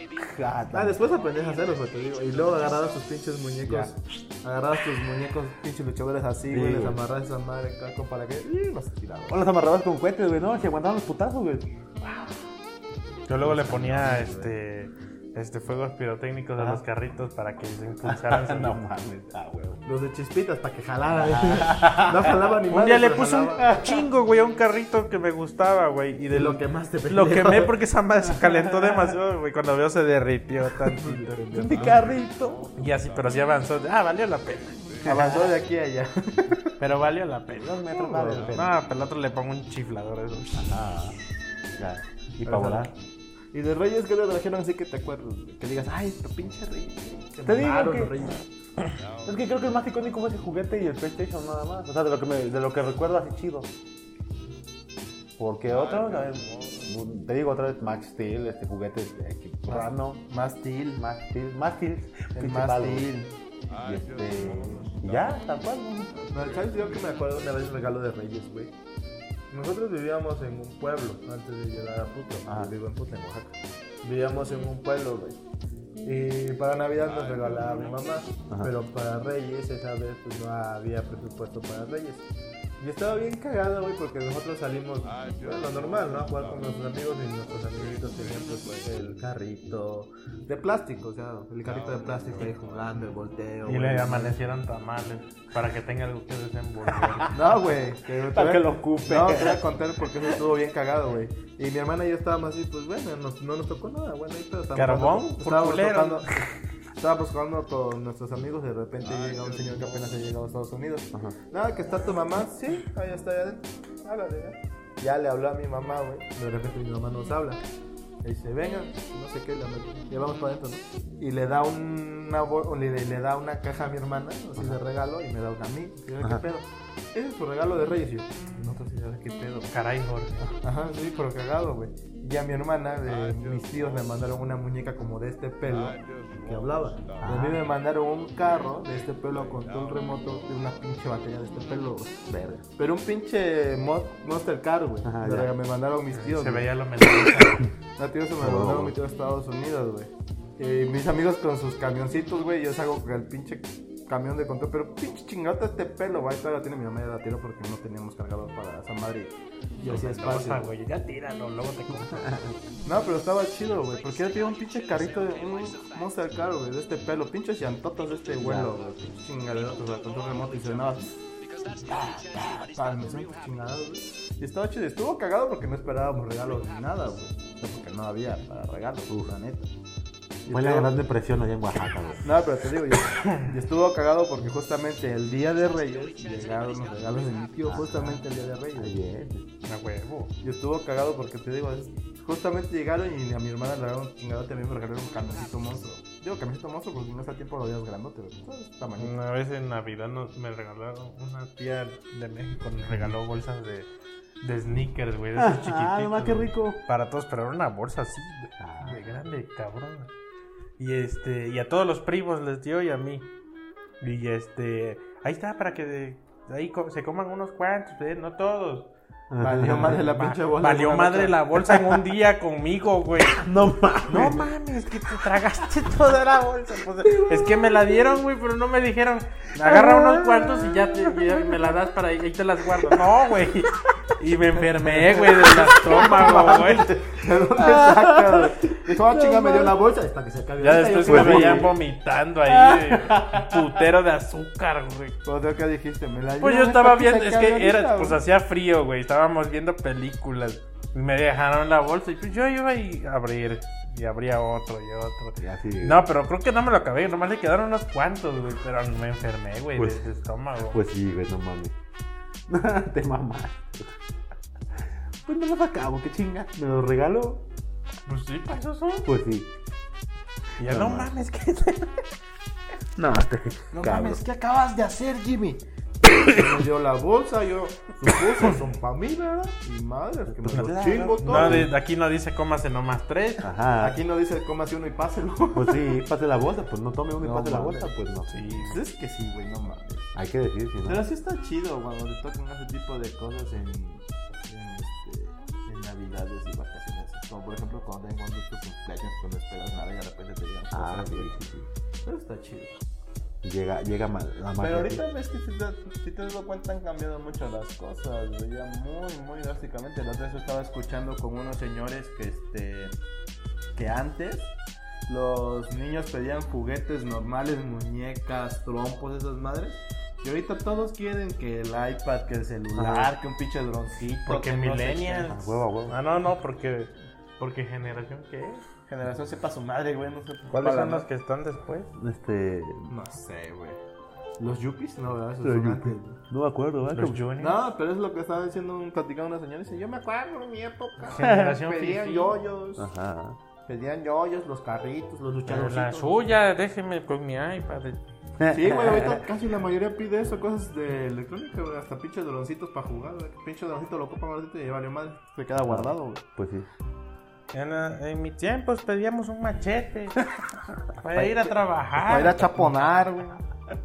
[SPEAKER 3] Ah,
[SPEAKER 2] Ah, después aprendes a hacerlos, güey, te digo. Y luego agarrabas tus pinches muñecos. Agarrabas tus muñecos, pinches luchadores así, güey. les
[SPEAKER 3] güey.
[SPEAKER 2] amarrabas esa madre caco para que. Y los tirabas.
[SPEAKER 3] O los amarrabas con cohetes, güey, ¿no? Se aguantaban los putazos, güey.
[SPEAKER 1] Yo luego le ponía este. Este fuegos pirotécnicos a
[SPEAKER 3] Ajá.
[SPEAKER 1] los carritos para que se impulsaran. su-
[SPEAKER 3] Ah. [LAUGHS] no mames, ah, huevo.
[SPEAKER 2] Los de chispitas para que jalaran. [LAUGHS] no jalaban ni
[SPEAKER 1] Ah. Un día
[SPEAKER 2] madre,
[SPEAKER 1] le
[SPEAKER 2] pero
[SPEAKER 1] puse un
[SPEAKER 2] jalaban.
[SPEAKER 1] chingo, güey, a un carrito que me gustaba, güey. Y de
[SPEAKER 2] Y
[SPEAKER 1] lo
[SPEAKER 2] lo
[SPEAKER 1] que
[SPEAKER 2] quemaste,
[SPEAKER 1] lo
[SPEAKER 2] pendejo.
[SPEAKER 3] [LAUGHS]
[SPEAKER 1] quemé porque esa madre se calentó demasiado, güey. Cuando veo se derritió tantito.
[SPEAKER 3] Mi carrito.
[SPEAKER 1] Y así, pero sí avanzó. Ah, valió la pena.
[SPEAKER 2] Avanzó de aquí a allá.
[SPEAKER 1] Pero valió la pena.
[SPEAKER 3] Dos metros más del pene.
[SPEAKER 1] No, pero el otro le pongo un chiflador a eso.
[SPEAKER 3] Ah, ya. Y para volar.
[SPEAKER 2] ¿Y de Reyes qué te trajeron así que te acuerdas? güey? Que digas, ay, tu pinche Reyes. Se
[SPEAKER 3] Te digo
[SPEAKER 2] mamaron
[SPEAKER 3] que-
[SPEAKER 2] los Reyes.
[SPEAKER 3] [COUGHS] Es que creo que el más icónico fue ese juguete y el PlayStation nada más. O sea, de lo que, me- de lo que recuerdo así chido. Porque otro, a ver, te digo otra vez, Max Steel, este juguete eh, que- random.
[SPEAKER 2] Más til.
[SPEAKER 3] Max Steel, Max Steel.
[SPEAKER 2] El
[SPEAKER 3] pinche
[SPEAKER 2] Max
[SPEAKER 3] palo.
[SPEAKER 2] Steel.
[SPEAKER 3] Y este. y Ya, tal cual. ¿no?
[SPEAKER 2] No, ¿Sabes? Yo que me acuerdo una vez regalo de Reyes, güey. Nosotros vivíamos en un pueblo antes de llegar a Puto.
[SPEAKER 3] Ah.
[SPEAKER 2] Yo Vivo en Puto, en Oaxaca. Vivíamos en un pueblo, güey. Y para Navidad nos regalaba mi mamá,
[SPEAKER 3] Ajá.
[SPEAKER 2] pero para Reyes esa vez pues, no había presupuesto para Reyes. Y estaba bien cagado, güey, porque nosotros salimos, pues, lo normal, ¿no? A jugar con nuestros amigos y nuestros amiguitos tenían pues, pues, el carrito de plástico, o sea, el carrito de plástico ahí jugando, el volteo.
[SPEAKER 1] Y
[SPEAKER 2] güey.
[SPEAKER 1] le amanecieron tamales para que tenga algo que
[SPEAKER 3] [LAUGHS]
[SPEAKER 1] desenvolver.
[SPEAKER 2] No, güey. Que
[SPEAKER 3] Para que lo ocupe.
[SPEAKER 2] No, te voy a contar porque eso estuvo bien cagado, güey. Y mi hermana y yo estábamos así, pues bueno, nos- no nos tocó nada, bueno, ahí pero estábamos
[SPEAKER 1] ¿Carbón?
[SPEAKER 2] jugando-
[SPEAKER 1] Por
[SPEAKER 2] Estábamos
[SPEAKER 1] culero.
[SPEAKER 2] tocando. [LAUGHS] Estábamos jugando con nuestros amigos, de repente llega un señor que apenas ha llegado a Estados Unidos. Nada, que está tu mamá, sí, ahí está, allá adentro. Háblale, ¿eh? Ya le habló a mi mamá, güey. De repente mi mamá nos habla. Le dice, venga, no sé qué, la met- llevamos para adentro, ¿no? Y le da una, bol- o le, le da una caja a mi hermana, así de regalo, y me da una a mí. Y yo, ¿qué pedo? Ese es tu regalo de Reyes. Y yo, no te sé qué pedo.
[SPEAKER 1] Caray, Jorge.
[SPEAKER 2] Ajá, sí, pero cagado, güey. Y a mi hermana, de mis tíos me mandaron una muñeca como de este pelo que hablaba. Y
[SPEAKER 3] Ah.
[SPEAKER 2] a mí me mandaron un carro de este pelo con todo un remoto y una pinche batería de este pelo, güey.
[SPEAKER 3] Verga.
[SPEAKER 2] Pero un pinche mo- Monster Car, güey.
[SPEAKER 3] Ajá,
[SPEAKER 2] Me
[SPEAKER 3] ya.
[SPEAKER 2] rega- Me mandaron mis tíos.
[SPEAKER 1] Se
[SPEAKER 2] güey.
[SPEAKER 1] veía lo
[SPEAKER 3] [COUGHS]
[SPEAKER 1] mental.
[SPEAKER 2] No, tío, se me lo mandaron mi tío a Estados Unidos, güey. Y mis amigos con sus camioncitos, güey. Yo salgo con el pinche camión de control, pero pinche chingata este pelo, güey. Todavía la tiene mi mamá y la tiro porque no teníamos cargador para esa madre. Y así
[SPEAKER 1] Cosa,
[SPEAKER 2] espacio.
[SPEAKER 1] güey. Ya tíralo, luego te compro.
[SPEAKER 2] No, pero estaba chido, güey. Porque él tiene un pinche carrito de un Monster Car, güey. De este pelo, pinches llantotas de este vuelo, güey. Pinches chingaderos, o sea, control remoto y sonaba. ta, ta, ta, Me hacían chingadas, güey. Y estaba chido. Estuvo cagado porque no esperábamos regalos ni nada, güey. O sea, porque no había para regalos, la neta. Y
[SPEAKER 3] Fue la
[SPEAKER 2] estaba-
[SPEAKER 3] gran depresión allá en Oaxaca, [LAUGHS] güey.
[SPEAKER 2] no, pero te digo, y, y estuvo cagado porque justamente el día de Reyes llegaron los regalos de mi tío, justamente el día de Reyes.
[SPEAKER 3] Ayer.
[SPEAKER 1] A huevo.
[SPEAKER 2] Y estuvo cagado porque te digo, es- justamente llegaron y a mi hermana le regalaron un chingadote, a mí me regalaron un camioncito monstruo. Digo camioncito monstruo porque no está tiempo lo veías grandote, pero todo es tamañito.
[SPEAKER 1] Una vez en Navidad nos, me regalaron una tía de México, nos regaló bolsas de, de sneakers, güey, de esos chiquititos.
[SPEAKER 3] Ah, nomás qué
[SPEAKER 1] güey.
[SPEAKER 3] rico.
[SPEAKER 1] Para todos, pero era una bolsa así, güey,
[SPEAKER 3] Ah.
[SPEAKER 1] de grande, cabrón. Y este, y a todos los primos les dio y a mí. Y este, ahí está para que de- ahí co- se coman unos cuantos, ¿eh? no todos. [LAUGHS]
[SPEAKER 2] Valió madre la pinche bolsa.
[SPEAKER 1] Mm. Valió madre la bolsa en un día conmigo, güey.
[SPEAKER 3] No mames.
[SPEAKER 1] No mames, que te tragaste
[SPEAKER 3] [LAUGHS]
[SPEAKER 1] toda la bolsa. Pues, es que me la dieron, güey, pero no me dijeron. Agarra unos cuantos y ya, te, ya me la das para ahí, ahí te las guardo. No, güey. Y me enfermé, güey, del estómago, güey.
[SPEAKER 2] [LAUGHS] ¿De dónde
[SPEAKER 1] [LAUGHS]
[SPEAKER 2] sacas? Dijo, ah, chinga, me dio la bolsa. Hasta que se acabe.
[SPEAKER 1] Ya
[SPEAKER 2] ahorita,
[SPEAKER 1] después
[SPEAKER 2] yo
[SPEAKER 1] me
[SPEAKER 2] creo
[SPEAKER 3] Pues
[SPEAKER 2] que-
[SPEAKER 3] sí.
[SPEAKER 1] veían vomitando ahí, de putero de azúcar, güey.
[SPEAKER 2] Cuando acá Pues, dijiste, me la
[SPEAKER 1] Pues
[SPEAKER 2] dio,
[SPEAKER 1] yo estaba
[SPEAKER 2] hasta
[SPEAKER 1] viendo,
[SPEAKER 2] se
[SPEAKER 1] es
[SPEAKER 2] acabe
[SPEAKER 1] que era,
[SPEAKER 2] ahorita,
[SPEAKER 1] pues
[SPEAKER 2] güey.
[SPEAKER 1] hacía frío, güey, estábamos viendo películas. Y me dejaron la bolsa y pues yo iba y a abrir, y abría otro y otro.
[SPEAKER 3] Y así.
[SPEAKER 1] No, pero creo que no me lo acabé, nomás le quedaron unos cuantos, güey, pero me enfermé, güey,
[SPEAKER 3] Pues-
[SPEAKER 1] del estómago.
[SPEAKER 3] Pues sí, güey, no mames. [LAUGHS] Te mamas. Pues no los acabo, qué chinga. ¿Me los regalo?
[SPEAKER 1] Pues sí, para eso son.
[SPEAKER 3] Pues sí.
[SPEAKER 1] Y ya, no
[SPEAKER 3] No mames.
[SPEAKER 1] mames, que...
[SPEAKER 3] No,
[SPEAKER 2] No
[SPEAKER 3] cabrón.
[SPEAKER 2] mames, ¿qué acabas de hacer, Jimmy? me dio la bolsa, yo supuse, son para mí, ¿verdad? Y madre, que me lo
[SPEAKER 3] Claro.
[SPEAKER 2] chingo todo.
[SPEAKER 1] Pues, No, Ah, de- aquí no dice cómase nomás tres.
[SPEAKER 3] Ajá.
[SPEAKER 2] Aquí no dice cómase uno y páselo.
[SPEAKER 3] Pues sí, pase la bolsa. Pues no tome uno y
[SPEAKER 2] No
[SPEAKER 3] pase la
[SPEAKER 2] mames.
[SPEAKER 3] bolsa. Pues no.
[SPEAKER 1] Sí.
[SPEAKER 2] Es que sí, güey, no mames.
[SPEAKER 3] Hay que decir, si
[SPEAKER 2] Pero
[SPEAKER 3] no.
[SPEAKER 2] sí está chido cuando te tocan ese tipo de cosas en, en, este, en navidades y vacaciones. Como por ejemplo cuando te encuentras tu cumpleaños, cuando esperas nada y de repente te llegan
[SPEAKER 3] Ah,
[SPEAKER 2] cosas,
[SPEAKER 3] sí,
[SPEAKER 2] güey.
[SPEAKER 3] sí, sí.
[SPEAKER 2] Pero está chido.
[SPEAKER 3] Llega, llega mal, la magia.
[SPEAKER 2] Pero ahorita ves que si te, si te has dado cuenta han cambiado mucho las cosas, güey, ya muy, muy drásticamente. La otra vez yo estaba escuchando con unos señores que este que antes los niños pedían juguetes normales, muñecas, trompos, esas madres. Y ahorita todos quieren que el iPad, que el celular,
[SPEAKER 3] Ajá.
[SPEAKER 2] que un pinche droncito.
[SPEAKER 1] Porque
[SPEAKER 2] que no sé qué.
[SPEAKER 1] millennials.
[SPEAKER 3] A huevo, a huevo.
[SPEAKER 1] Ah, no, no, porque... Porque generación qué es.
[SPEAKER 2] Generación sepa su madre, güey. No sé
[SPEAKER 1] ¿Cuáles
[SPEAKER 2] para
[SPEAKER 1] son
[SPEAKER 2] la-
[SPEAKER 1] los que están después?
[SPEAKER 3] Este.
[SPEAKER 2] No sé, güey. ¿Los yuppies? No, ¿verdad? Esos
[SPEAKER 3] Los
[SPEAKER 2] son
[SPEAKER 3] yuppies.
[SPEAKER 2] antes, güey.
[SPEAKER 3] No me acuerdo, ¿verdad?
[SPEAKER 1] Los
[SPEAKER 3] Que-
[SPEAKER 1] juniors. Ah,
[SPEAKER 2] No, pero es lo que estaba diciendo un platicando una señora. Dice, yo me acuerdo en mi época.
[SPEAKER 1] Generación
[SPEAKER 2] pedían
[SPEAKER 1] fifí.
[SPEAKER 2] yoyos.
[SPEAKER 3] Ajá.
[SPEAKER 2] Pedían yoyos, los carritos, los
[SPEAKER 1] Pero
[SPEAKER 2] luchadores.
[SPEAKER 1] la suya, déjeme con mi iPad.
[SPEAKER 3] [LAUGHS]
[SPEAKER 2] Sí, güey, ahorita casi la mayoría pide eso, cosas de electrónica, güey, hasta pinches droncitos para jugar, güey. Pinche droncito lo copa ahorita y valió madre. Se queda guardado, güey.
[SPEAKER 3] Pues sí.
[SPEAKER 1] En, eh, en mis tiempos pedíamos un [LAUGHS] machete para ir a trabajar.
[SPEAKER 2] Para ir a chaponar, güey.
[SPEAKER 3] Ah.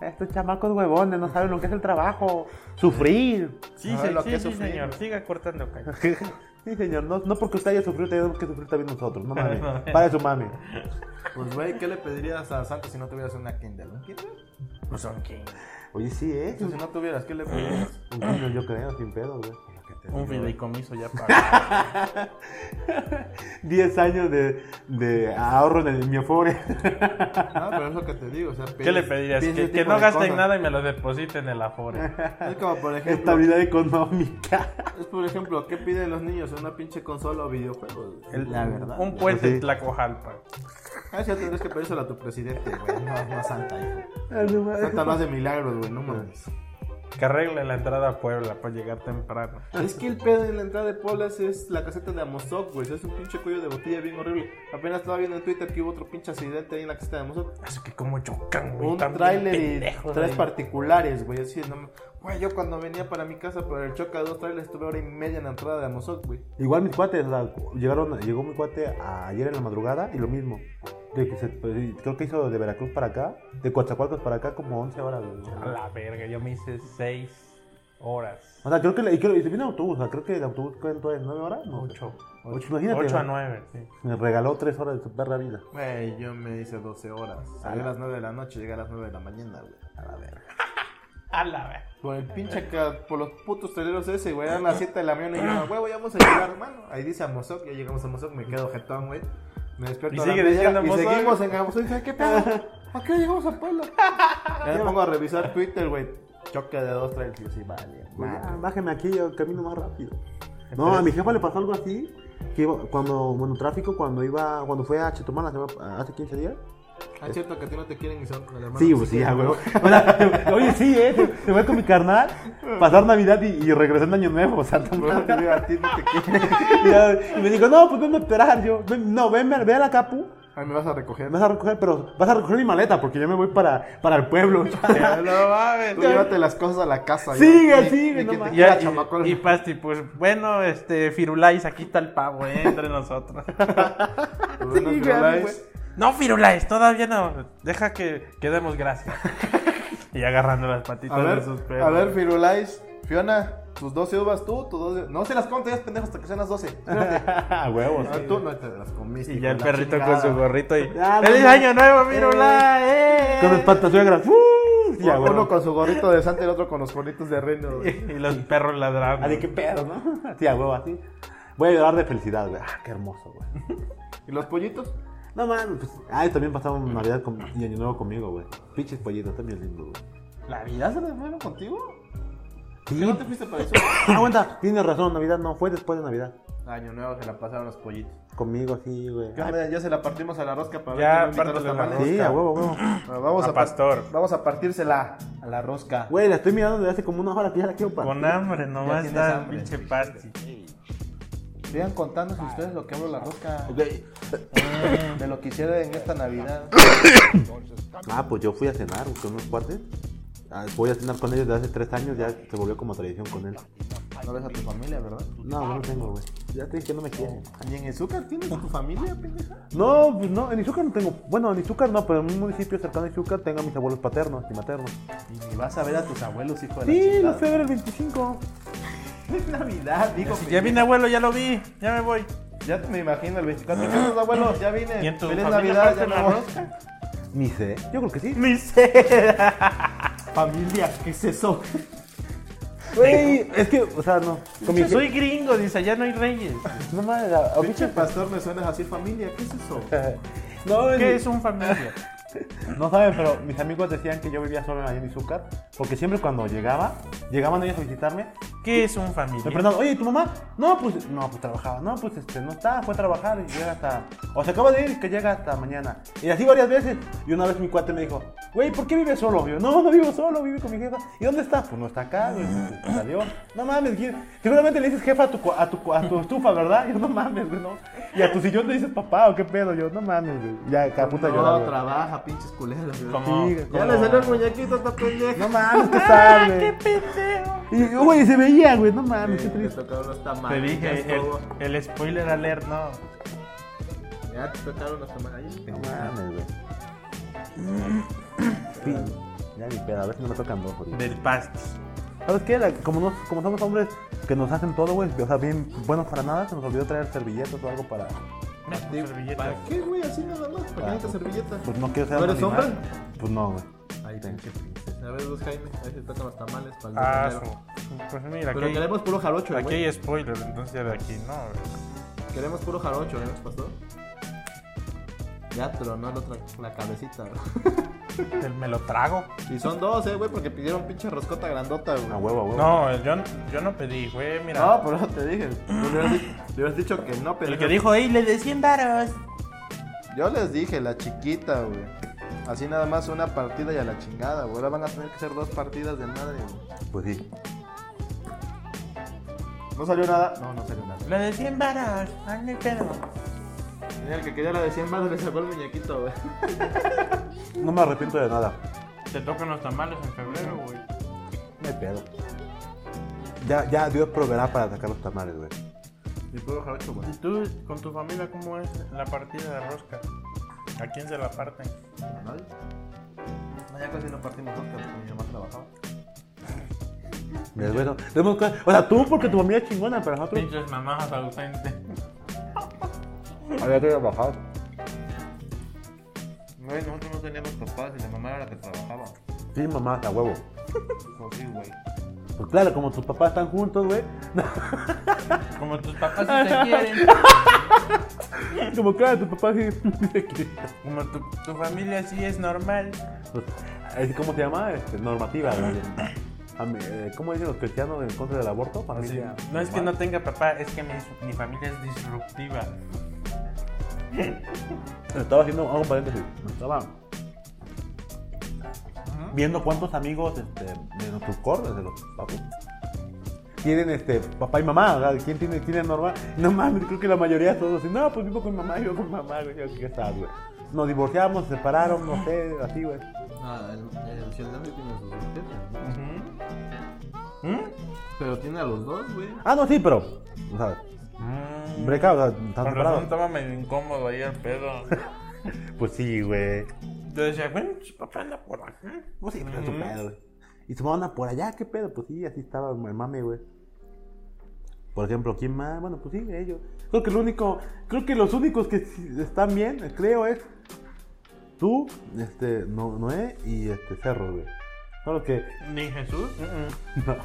[SPEAKER 3] Estos chamacos huevones no saben lo que es el trabajo. Sufrir.
[SPEAKER 1] Sí,
[SPEAKER 2] Sabe
[SPEAKER 1] sí,
[SPEAKER 2] lo
[SPEAKER 1] sí,
[SPEAKER 2] que
[SPEAKER 1] sí,
[SPEAKER 2] sufrí.
[SPEAKER 1] señor. Siga cortando caña.
[SPEAKER 3] [LAUGHS] Sí, señor. No, no porque usted haya sufrido, tenemos que sufrir también nosotros.
[SPEAKER 2] [LAUGHS]
[SPEAKER 3] No mames. Para eso, mami.
[SPEAKER 2] Pues, güey, ¿qué le pedirías a Santa si no tuvieras una Kindle? ¿Un Kindle?
[SPEAKER 1] No Pues son quién.
[SPEAKER 3] Oye, sí, ¿eh?
[SPEAKER 2] Si no tuvieras, ¿qué le pedirías?
[SPEAKER 3] Un niño, yo creo, sin pedo, güey.
[SPEAKER 1] Un
[SPEAKER 2] eh.
[SPEAKER 1] fideicomiso
[SPEAKER 2] [LAUGHS]
[SPEAKER 1] ya pagado.
[SPEAKER 3] 10 años de, de ahorro en el-
[SPEAKER 2] [LAUGHS]
[SPEAKER 3] mi euforia.
[SPEAKER 2] Ah, pero es lo que te digo, o sea,
[SPEAKER 1] ¿Qué le pedirías? Que, que no gasten nada y me lo depositen en el Afore.
[SPEAKER 2] Es como, por ejemplo,
[SPEAKER 3] Estabilidad económica.
[SPEAKER 2] Es por ejemplo, ¿qué piden los niños? ¿Una pinche consola o videojuegos? la [LAUGHS] verdad.
[SPEAKER 1] Un puente
[SPEAKER 3] Sí.
[SPEAKER 1] en Tlacojalpa.
[SPEAKER 2] Ah, sí, tendrías que pedírselo a tu presidente, güey. No, no a Santa,
[SPEAKER 3] [LAUGHS]
[SPEAKER 2] hijo.
[SPEAKER 3] Ay, Ah, no mames.
[SPEAKER 2] Santa no hace milagros, güey, no mames.
[SPEAKER 1] Que arregle la entrada a Puebla para llegar temprano.
[SPEAKER 2] Es que el pedo en la entrada de Polas es la caseta de Amozoc, güey. Es un pinche cuello de botella bien horrible. Apenas estaba viendo en Twitter que hubo otro pinche accidente ahí en la caseta de Amozoc.
[SPEAKER 1] Eso que como chocan, güey.
[SPEAKER 2] Un
[SPEAKER 1] tan bien
[SPEAKER 2] tráiler y
[SPEAKER 1] pendejos
[SPEAKER 2] tres
[SPEAKER 1] ahí.
[SPEAKER 2] particulares, güey. Así, no, me- güey, yo cuando venía para mi casa por el choque de dos trailers estuve hora y media en la entrada de Amozoc, güey.
[SPEAKER 3] Igual mis cuates, o sea, llegaron, llegó mi cuate ayer en la madrugada y lo mismo. De que se- pues, creo que hizo de Veracruz para acá, de Coatzacoalcos para acá como 11 horas. güey.
[SPEAKER 1] A la verga, yo me hice seis horas.
[SPEAKER 3] O sea, creo que, le- y creo- y se vino en autobús, o sea, creo que el autobús cuento es 9 horas, ¿no?
[SPEAKER 1] Ocho.
[SPEAKER 3] Ocho, imagínate.
[SPEAKER 1] Ocho a
[SPEAKER 3] ¿no?
[SPEAKER 1] nueve, sí.
[SPEAKER 3] Me regaló 3 horas de su perra vida.
[SPEAKER 2] Güey, yo me hice 12 horas.
[SPEAKER 3] Ah.
[SPEAKER 2] Salí a las 9 de la noche, llegué a las 9 de la mañana, güey.
[SPEAKER 3] A la verga.
[SPEAKER 1] A la verga.
[SPEAKER 2] Por el pinche ca- por los putos toreros ese, güey. Eran las 7 de la mañana y yo, güey, vamos a llegar, hermano. Ahí dice Amozoc, ya llegamos a Amozoc, me quedo jetón, güey. Me despierto
[SPEAKER 1] Y
[SPEAKER 2] a la
[SPEAKER 1] sigue
[SPEAKER 2] media
[SPEAKER 1] diciendo
[SPEAKER 2] y
[SPEAKER 1] Amozoc.
[SPEAKER 2] seguimos en Amozoc. Dije, ¿qué pedo? ¿A qué hora llegamos a
[SPEAKER 3] [LAUGHS]
[SPEAKER 2] Puebla? Ya me pongo a revisar Twitter, güey. Choque de dos trailers. Y yo, sí, vale.
[SPEAKER 3] Güey,
[SPEAKER 2] madre.
[SPEAKER 3] ya, Bájeme aquí, yo camino más rápido. No, a mi jefa le pasó algo así, que iba- cuando, bueno, tráfico, cuando iba, cuando fue a Chetumal la semana- hace 15 días.
[SPEAKER 2] Ah, es cierto que a ti no te quieren y son con el hermano.
[SPEAKER 3] Sí, pues sí, a huevo. O sea, [LAUGHS] Oye, sí, ¿eh? Me voy con mi carnal, pasar Navidad y, y regresar en Año Nuevo, o sea,
[SPEAKER 2] Güey,
[SPEAKER 3] tampoco-
[SPEAKER 2] te digo, a ti no te quieren.
[SPEAKER 3] Y [LAUGHS] ya- y me dijo, no, pues venme a esperar, yo, ven- no, venme, ve a la Capu,
[SPEAKER 2] Ay, me vas a recoger.
[SPEAKER 3] me vas a recoger, pero vas a recoger mi maleta, porque yo me voy para, para el
[SPEAKER 2] [LAUGHS]
[SPEAKER 3] pueblo.
[SPEAKER 1] No mames.
[SPEAKER 2] Tú llévate las cosas a la casa.
[SPEAKER 3] Sigue,
[SPEAKER 2] güey. Ni-
[SPEAKER 3] sigue,
[SPEAKER 2] ni
[SPEAKER 3] no
[SPEAKER 2] que te
[SPEAKER 3] mames.
[SPEAKER 2] quiera,
[SPEAKER 1] Ya,
[SPEAKER 2] chamaco.
[SPEAKER 1] y, y Pasti, pues bueno, este, Firulais, aquí está el pavo, eh, entre nosotros.
[SPEAKER 2] Bueno,
[SPEAKER 3] Sí,
[SPEAKER 2] Firulais,
[SPEAKER 3] güey.
[SPEAKER 1] No, Firulais, todavía no. Deja que quedemos
[SPEAKER 2] [LAUGHS]
[SPEAKER 1] gracias. y agarrando las patitas
[SPEAKER 2] A ver,
[SPEAKER 1] de sus perros.
[SPEAKER 2] a ver, Firulais, Fiona, tus 12 uvas tú, tus 12. No se las contes, pendejo, hasta que sean las
[SPEAKER 1] [LAUGHS]
[SPEAKER 2] 12. Espérate.
[SPEAKER 3] Ah, huevos.
[SPEAKER 2] No, tú no te las comiste.
[SPEAKER 1] Y ya el
[SPEAKER 2] hijo de la
[SPEAKER 1] perrito
[SPEAKER 2] chingada.
[SPEAKER 1] con su gorrito y.
[SPEAKER 3] Ya, no,
[SPEAKER 1] ¡Feliz
[SPEAKER 3] no.
[SPEAKER 1] año nuevo,
[SPEAKER 2] Eh.
[SPEAKER 1] Firulais!
[SPEAKER 3] Con mis pantasuegras. ¡Uh!
[SPEAKER 2] Uno-
[SPEAKER 3] Ya,
[SPEAKER 2] Uno
[SPEAKER 3] huevos.
[SPEAKER 2] con su gorrito de santa y el otro con los gorritos de reino. güey.
[SPEAKER 1] Y los perros ladrando.
[SPEAKER 3] Ah, de qué pedo, ¿no? [LAUGHS] Sí, a huevo, así. Voy a llorar de felicidad, güey. Ah, qué hermoso, güey.
[SPEAKER 2] ¿Y los pollitos?
[SPEAKER 3] No mames, pues. Ay, también pasaron Navidad con- y Año Nuevo conmigo, güey. Pinches pollitos, también lindo, güey.
[SPEAKER 2] ¿La vida se les fueron contigo? ¿Por
[SPEAKER 3] Sí.
[SPEAKER 2] qué no te fuiste para eso?
[SPEAKER 3] Ah, Aguanta, tienes razón, Navidad no, fue después de Navidad.
[SPEAKER 2] Año nuevo se la pasaron los pollitos.
[SPEAKER 3] Conmigo, sí, güey. Ah,
[SPEAKER 2] Ya, mira, ya se la partimos a la rosca para
[SPEAKER 1] Ah. Ya,
[SPEAKER 2] ver quién va a invitar
[SPEAKER 1] pártele
[SPEAKER 2] los
[SPEAKER 1] la
[SPEAKER 2] tamales.
[SPEAKER 3] Sí, a huevo, a huevo.
[SPEAKER 2] Bueno, vamos
[SPEAKER 1] A
[SPEAKER 2] par-
[SPEAKER 1] pastor.
[SPEAKER 2] Vamos a partírsela a la rosca.
[SPEAKER 3] Güey, la estoy mirando desde hace como una hora que ya la quiero para.
[SPEAKER 1] Con hambre,
[SPEAKER 2] Ya
[SPEAKER 1] nomás
[SPEAKER 2] tienes
[SPEAKER 1] está
[SPEAKER 2] hambre.
[SPEAKER 1] pinche pasty.
[SPEAKER 2] Sigan contándose ustedes lo que hablo la rosca.
[SPEAKER 3] Ok.
[SPEAKER 2] De lo que hicieron en esta Navidad.
[SPEAKER 3] Ah, pues yo fui a cenar güey, con unos cuates. Ah, Voy a cenar con ellos desde hace tres años, ya se volvió como tradición con él.
[SPEAKER 2] No ves a tu familia, ¿verdad?
[SPEAKER 3] No, no lo tengo, güey. Ya te dije que no me quieren.
[SPEAKER 2] ¿Y en azúcar tienes a tu familia, pendeja?
[SPEAKER 3] No, pues no, en Izúcar no tengo. Bueno, en Izúcar no, pero en un municipio cercano a Izúcar tengo a mis abuelos paternos y maternos.
[SPEAKER 2] Y vas a ver a tus abuelos, hijo de
[SPEAKER 3] Sí,
[SPEAKER 2] la
[SPEAKER 3] los fui a
[SPEAKER 2] chingada.
[SPEAKER 3] ver el 25.
[SPEAKER 2] [LAUGHS] Es Navidad, digo.
[SPEAKER 1] Ya vine, abuelo, ya lo vi. Ya me voy.
[SPEAKER 2] Ya te me imagino el 24. ¿Qué haces, abuelo? Ya vine.
[SPEAKER 1] Ah. ¿Y en tu
[SPEAKER 2] Feliz
[SPEAKER 1] familia
[SPEAKER 2] Navidad, ya
[SPEAKER 1] parte
[SPEAKER 2] me
[SPEAKER 1] la
[SPEAKER 2] voy.
[SPEAKER 1] rosca?
[SPEAKER 3] Ni sé. Yo creo que sí.
[SPEAKER 1] Ni sé.
[SPEAKER 2] [LAUGHS] Familia, ¿qué es eso?
[SPEAKER 3] Güey, es que, o sea, no. Con mi-
[SPEAKER 1] Soy gringo, dice, allá no hay reyes.
[SPEAKER 3] No mames, a- a-
[SPEAKER 2] Pinche pastor, me suenas así, familia, ¿qué es eso?
[SPEAKER 3] No,
[SPEAKER 1] ¿Qué
[SPEAKER 3] es-
[SPEAKER 1] es un familia?
[SPEAKER 3] No saben, pero mis amigos decían que yo vivía solo ahí en Izúcar. Porque siempre cuando llegaba, llegaban ellos a visitarme.
[SPEAKER 1] ¿Qué es un
[SPEAKER 3] Me
[SPEAKER 1] familia?
[SPEAKER 3] preguntaban, oye, ¿y ¿tu mamá? No, pues, no, pues trabajaba. No, pues este, no está, fue a trabajar y llega hasta. O se acaba de ir que llega hasta mañana. Y así varias veces. Y una vez mi cuate me dijo, güey, ¿por qué vives solo? Y yo, no, no vivo solo, vivo con mi jefa. ¿Y dónde está? Pues no está acá, güey, pues, se salió. No mames, Gil. Seguramente le dices jefa a tu, cu- a tu, cu- a tu estufa, ¿verdad? [LAUGHS] Y yo, no mames, güey, no. Y a tu sillón le dices papá o qué pedo. Yo, no mames, güey. Ya, cada puta lloraba.
[SPEAKER 2] No, trabaja, pinches culeros. ¿verdad?
[SPEAKER 1] Como-
[SPEAKER 3] Sí,
[SPEAKER 2] Ya le salió el muñequito, esta pendeja. [LAUGHS]
[SPEAKER 3] No mames, qué tal,
[SPEAKER 1] Ah,
[SPEAKER 3] güey. ¡Qué pendejo! Y, güey, se veía, güey, no mames, qué
[SPEAKER 2] Te
[SPEAKER 3] triste.
[SPEAKER 2] tocaron los
[SPEAKER 1] Te
[SPEAKER 2] tamales. ya
[SPEAKER 1] dije,
[SPEAKER 2] estuvo.
[SPEAKER 1] el, el spoiler alert, no.
[SPEAKER 2] Ya te tocaron los tamales. Ahí.
[SPEAKER 3] No mames, güey. Pin- Ya ni pedo, a ver si no me tocan dos, ahorita.
[SPEAKER 1] Del pasty.
[SPEAKER 3] Ah, ¿Sabes qué? La- como, nos- como somos hombres que nos hacen todo, güey, o sea, bien buenos para nada, se nos olvidó traer servilletas o algo para...
[SPEAKER 2] Digo,
[SPEAKER 1] servilletas.
[SPEAKER 2] ¿Para qué, güey? Así nada más. ¿Para qué necesitas servilletas?
[SPEAKER 3] Pues no quiero ser
[SPEAKER 2] ¿No eres
[SPEAKER 3] animal.
[SPEAKER 2] hombre?
[SPEAKER 3] Pues no, güey.
[SPEAKER 2] Ahí, pinche princesa. A ver, los Jaime. Ahí se tocan los tamales para el
[SPEAKER 1] Ah,
[SPEAKER 2] dinero.
[SPEAKER 1] su- Pues mira, aquí,
[SPEAKER 2] Pero
[SPEAKER 1] hay-
[SPEAKER 2] queremos puro jarocho,
[SPEAKER 1] aquí
[SPEAKER 2] güey.
[SPEAKER 1] hay spoiler, entonces de aquí no. güey.
[SPEAKER 2] Queremos puro jarocho, ¿eh, pastor? Ya tronó la, otra, la cabecita, güey.
[SPEAKER 1] Te- Me lo trago.
[SPEAKER 2] Y son dos, eh, güey, porque pidieron pinche roscota grandota, güey.
[SPEAKER 3] A huevo, a huevo.
[SPEAKER 1] No, yo, yo no pedí, güey, mira.
[SPEAKER 2] No, por eso te dije. Tú Le hubieras di- le hubieras dicho que no, pero.
[SPEAKER 1] el que dijo, ey, le de 100 varos.
[SPEAKER 2] Yo les dije, la chiquita, güey. Así nada más una partida y a la chingada, güey. Ahora van a tener que ser dos partidas de madre, güey.
[SPEAKER 3] Pues sí.
[SPEAKER 2] ¿No salió nada? No, no salió nada.
[SPEAKER 1] Le de 100 varos. Ay, no hay pedo.
[SPEAKER 2] Mira, el que quería la de 100 más le sacó el muñequito, güey.
[SPEAKER 3] No me arrepiento de nada.
[SPEAKER 1] Te tocan los tamales en febrero, güey.
[SPEAKER 3] No hay pedo. Ya, ya Dios proveerá para sacar los tamales, güey.
[SPEAKER 2] Y puro jarocho, güey.
[SPEAKER 1] ¿Y tú, con tu familia, cómo es la partida de rosca? ¿A quién se la parten?
[SPEAKER 2] ¿A nadie? No, ya casi no partimos dos, porque mi mamá trabajaba.
[SPEAKER 3] Me desvelo. Tenemos que- O sea, tú porque tu familia es chingona, pero nosotros...
[SPEAKER 1] Pinches mamás ausentes.
[SPEAKER 3] Había que trabajar.
[SPEAKER 2] Güey, nosotros no teníamos papás y la mamá era la que trabajaba.
[SPEAKER 3] Sí, mamá, a huevo.
[SPEAKER 2] Pues sí, güey.
[SPEAKER 3] Pues claro, como tus papás están juntos, güey.
[SPEAKER 1] Como tus papás sí te quieren.
[SPEAKER 3] [LAUGHS] Como claro, tus papás sí se quieren.
[SPEAKER 1] Como tu, tu familia sí es normal.
[SPEAKER 3] Pues, así, ¿Cómo se llama? Este, normativa, güey. A mí, eh, ¿Cómo dicen los cristianos en contra del aborto? Familia.
[SPEAKER 1] No es que no tenga papá, es que mi, mi familia es disruptiva.
[SPEAKER 3] Estaba haciendo, hago un paréntesis. Estaba viendo cuántos amigos este, de nuestros cortes, de los papus, tienen este, papá y mamá. O sea, ¿Quién tiene, tiene norma? No mames, creo que la mayoría de todos dicen, no, pues vivo con mamá, yo con mamá, güey. Yo, ¿Qué tal, güey? Nos divorciamos, se separaron, no sé, así, güey.
[SPEAKER 2] Ah, el, el Sheldon tiene sus dos
[SPEAKER 1] Ujú. ¿Mm?
[SPEAKER 2] Pero tiene a los dos, güey.
[SPEAKER 3] Ah, no, sí, pero. O sea, breca, o sea, están
[SPEAKER 1] Mm. Con razón
[SPEAKER 3] separados.
[SPEAKER 1] estaba medio incómodo ahí el pedo.
[SPEAKER 3] Pues sí, güey.
[SPEAKER 1] Entonces decía, bueno, su papá anda por acá.
[SPEAKER 3] Pues sí, pero es un pedo, güey. Y su mamá anda por allá, ¿qué pedo? Pues sí, así estaba el mame, güey. Por ejemplo, ¿quién más? Bueno, pues sí, ellos. Creo que el único, creo que los únicos que sí están bien, creo, es tú, este, No- Noé y este Cerro, güey. Son los que.
[SPEAKER 1] Ni Jesús.
[SPEAKER 2] [LAUGHS]
[SPEAKER 3] No.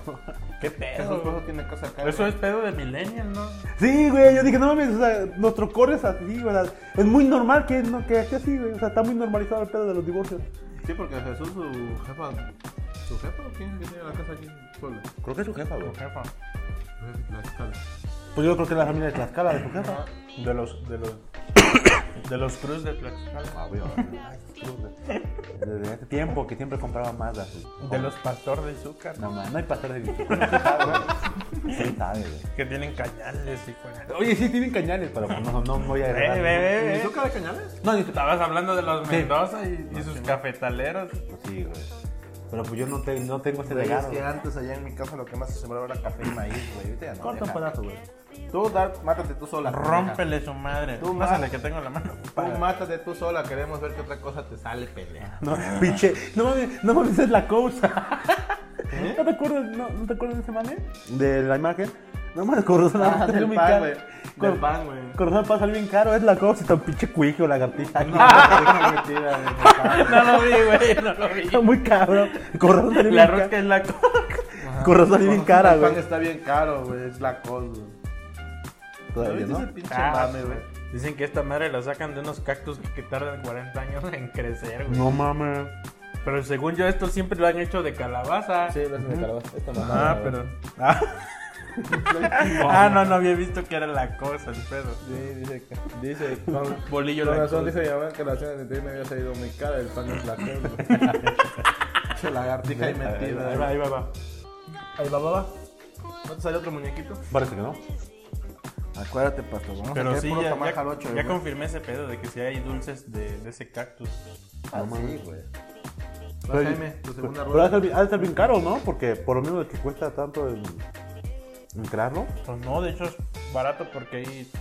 [SPEAKER 1] ¿Qué
[SPEAKER 2] Jesús
[SPEAKER 1] pedo?
[SPEAKER 2] Rojo tiene cosa acá.
[SPEAKER 1] Eso es pedo de Millennial, ¿no?
[SPEAKER 3] Sí, güey, yo dije, no mames, o sea, nuestro core es así, güey. o sea, Es muy normal que, no, que esté así, güey. O sea, está muy normalizado el pedo de los divorcios.
[SPEAKER 2] Sí, porque Jesús, su jefa. ¿Su jefa o quién que tiene la casa aquí en Puebla?
[SPEAKER 3] Creo que es su jefa, güey.
[SPEAKER 1] Jefa.
[SPEAKER 2] La escala.
[SPEAKER 3] Pues yo creo que es la familia de Tlaxcala, de su jefa.
[SPEAKER 1] De los, de los, de los Cruz de Tlaxcala.
[SPEAKER 3] Ah, güey, ay, esos cruz, güey. Desde hace tiempo que siempre compraba más güey.
[SPEAKER 1] De los Pastor de Zúcar.
[SPEAKER 3] No, man, no hay pasar de bicho. ¿Quién sabe, güey?
[SPEAKER 1] Que tienen cañales y fuera.
[SPEAKER 3] Oye, sí, tienen cañales, pero pues, no, no, no voy a
[SPEAKER 1] Ve,
[SPEAKER 3] agregar.
[SPEAKER 1] ve, ve, ve.
[SPEAKER 2] ¿Azúcar de cañales?
[SPEAKER 1] No, ni- estabas hablando de los Mendoza y, y sus cafetaleros.
[SPEAKER 3] Pues sí, güey. Pero pues yo no, te- no tengo ese
[SPEAKER 2] Güey, es
[SPEAKER 3] legado.
[SPEAKER 2] que antes allá en mi casa lo que más se sembraba era café y maíz, güey. Ahorita ya no.
[SPEAKER 3] Corta un
[SPEAKER 2] deja.
[SPEAKER 3] pedazo, güey.
[SPEAKER 2] Tú, Dark, mátate tú sola.
[SPEAKER 1] Rómpele su madre.
[SPEAKER 2] Tú,
[SPEAKER 1] Pásale
[SPEAKER 2] ma-
[SPEAKER 1] que tengo la [LAUGHS] mano.
[SPEAKER 2] pendeja. Tú mátate tú sola, queremos ver qué otra cosa te sale, pelea.
[SPEAKER 3] No, pinche. No mames, no mames, es la cosa.
[SPEAKER 2] ¿Eh?
[SPEAKER 3] ¿No te acuerdas, no, no te acuerdas de ese mame? De la imagen. No mames, Corazón
[SPEAKER 2] Ah,
[SPEAKER 3] va a salir
[SPEAKER 2] [LAUGHS] del
[SPEAKER 3] muy
[SPEAKER 2] pan,
[SPEAKER 3] caro.
[SPEAKER 2] güey.
[SPEAKER 3] Cor-
[SPEAKER 2] Del pan, güey.
[SPEAKER 3] Corazón va a salir bien caro, es la cosa y tan pinche cuijo o lagartija.
[SPEAKER 1] Ah, No lo vi, güey. No lo vi.
[SPEAKER 3] Está muy caro. Corazón
[SPEAKER 1] [LAUGHS]
[SPEAKER 3] salió
[SPEAKER 1] La
[SPEAKER 3] bien caro.
[SPEAKER 1] rosca es la coca.
[SPEAKER 3] Corazón salió bien cara,
[SPEAKER 2] El pan
[SPEAKER 3] güey.
[SPEAKER 2] está bien caro, güey. Es la cosa, güey.
[SPEAKER 3] Todavía,
[SPEAKER 2] ¿Viste
[SPEAKER 3] ¿no?
[SPEAKER 2] ese pinche
[SPEAKER 1] Ah,
[SPEAKER 2] mame, güey?
[SPEAKER 1] Dicen que esta madre la sacan de unos cactus que tardan 40 años en crecer, güey.
[SPEAKER 3] No mames.
[SPEAKER 1] Pero según yo, esto siempre lo han hecho de calabaza.
[SPEAKER 2] Sí, no se me calabaza. Esta mamada,
[SPEAKER 1] Ah,
[SPEAKER 2] güey.
[SPEAKER 1] pero. Ah.
[SPEAKER 2] [LAUGHS]
[SPEAKER 1] Ah, no, no había visto que era la cosa, el pedo.
[SPEAKER 2] Sí, dice que. Dice. Con,
[SPEAKER 1] Bolillo
[SPEAKER 2] con
[SPEAKER 1] la
[SPEAKER 2] razón,
[SPEAKER 1] cosa.
[SPEAKER 2] dice mi mamá que la cena de ti me había salido muy cara. El pan es la cosa. Che lagartija ahí metida.
[SPEAKER 3] Ahí va, ahí va, ahí va.
[SPEAKER 2] Ahí va, va, va. ¿No te sale otro muñequito?
[SPEAKER 3] Parece que no.
[SPEAKER 2] Acuérdate, pato. Vamos
[SPEAKER 1] Pero
[SPEAKER 2] hacer
[SPEAKER 1] sí,
[SPEAKER 2] puro
[SPEAKER 1] ya,
[SPEAKER 2] tamal
[SPEAKER 1] ya- ya
[SPEAKER 2] jarocho, güey.
[SPEAKER 1] confirmé ese pedo de que si hay dulces de, de ese cactus.
[SPEAKER 2] Ah,
[SPEAKER 3] No
[SPEAKER 2] sí,
[SPEAKER 3] mames.
[SPEAKER 2] güey.
[SPEAKER 3] Pero-
[SPEAKER 2] Vas, Jaime, tu segunda
[SPEAKER 3] Pero ha de,
[SPEAKER 2] ronda.
[SPEAKER 3] estar bien, ha de estar bien caro, ¿no? Porque por lo mismo de que cuesta tanto en, en crearlo.
[SPEAKER 1] Pues no, de hecho es barato porque hay,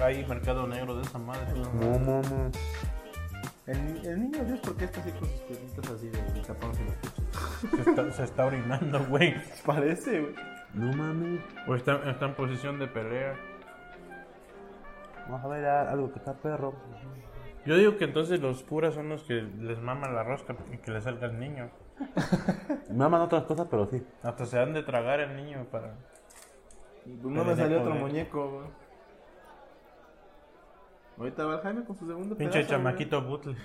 [SPEAKER 1] hay mercado negro de esa madre.
[SPEAKER 3] No, no, no.
[SPEAKER 2] El, el niño Dios, ¿por qué está así con sus piernitas así de tapón sin escucha?
[SPEAKER 1] Se está, se está orinando, güey.
[SPEAKER 2] Parece, güey.
[SPEAKER 3] No mames.
[SPEAKER 1] O está, está en posición de pelea.
[SPEAKER 3] Vamos a ver a- algo que está perro.
[SPEAKER 1] Yo digo que entonces los puras son los que les mama la rosca y que le salga el niño.
[SPEAKER 3] Me aman otras cosas, pero sí.
[SPEAKER 1] Hasta se han de tragar el niño para.
[SPEAKER 2] Pues No me
[SPEAKER 1] Pero
[SPEAKER 2] salió
[SPEAKER 1] de
[SPEAKER 2] otro
[SPEAKER 1] poder.
[SPEAKER 2] muñeco, güey. Ahorita va el Jaime con su segundo
[SPEAKER 1] Pinche
[SPEAKER 2] pedazo, güey.
[SPEAKER 1] chamaquito butle.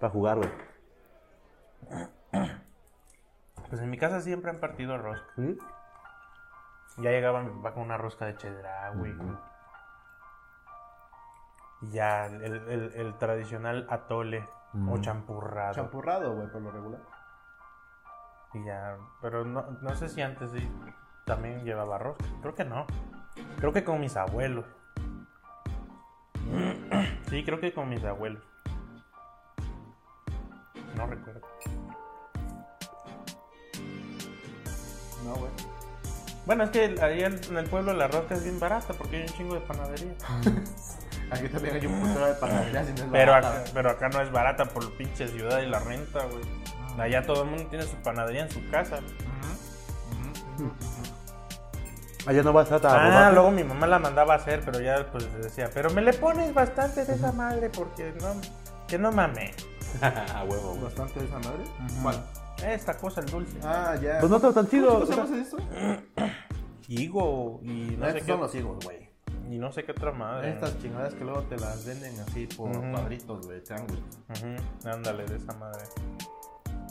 [SPEAKER 3] Para jugar, güey.
[SPEAKER 1] Pues en mi casa siempre han partido rosca.
[SPEAKER 3] ¿Sí?
[SPEAKER 1] Ya llegaba mi papá con una rosca de cheddar, güey. Y ya el, el- el tradicional atole o champurrado.
[SPEAKER 2] Champurrado, güey, por lo regular.
[SPEAKER 1] y ya, pero no, no sé si antes sí también llevaba rosca. Creo que no. Creo que con mis abuelos. [CLEARS THROAT] Sí, creo que con mis abuelos. No recuerdo.
[SPEAKER 2] No, güey.
[SPEAKER 1] Bueno, es que ahí en en el pueblo la rosca es bien barata porque hay un chingo de panadería.
[SPEAKER 2] Ah, Aquí también hay un putero de panadería sin
[SPEAKER 1] Pero acá, pero acá no es barata por pinche ciudad y la renta, güey.
[SPEAKER 2] Ah.
[SPEAKER 1] Allá todo el mundo tiene su panadería en su casa.
[SPEAKER 3] Allá no vas a estar
[SPEAKER 1] Ah, luego mi mamá la mandaba a hacer, pero ya pues le decía, pero me le pones bastante de esa madre porque no, que no mame.
[SPEAKER 3] a huevo, güey.
[SPEAKER 2] Bastante de esa madre. ¿Cuál?
[SPEAKER 1] Esta cosa, el dulce.
[SPEAKER 2] Ah, ya.
[SPEAKER 3] Pues no está tan chido.
[SPEAKER 2] ¿Cómo
[SPEAKER 3] o
[SPEAKER 2] se
[SPEAKER 3] sea,
[SPEAKER 2] llama eso? Ah,
[SPEAKER 1] Higo y no, sé
[SPEAKER 2] Estos
[SPEAKER 1] qué,
[SPEAKER 2] son los higos, güey.
[SPEAKER 1] y no sé qué otra madre.
[SPEAKER 2] Estas chingadas que luego te las venden así por
[SPEAKER 1] Ujú.
[SPEAKER 2] cuadritos, güey, triángulos.
[SPEAKER 1] Ujú, Ándale, de esa madre.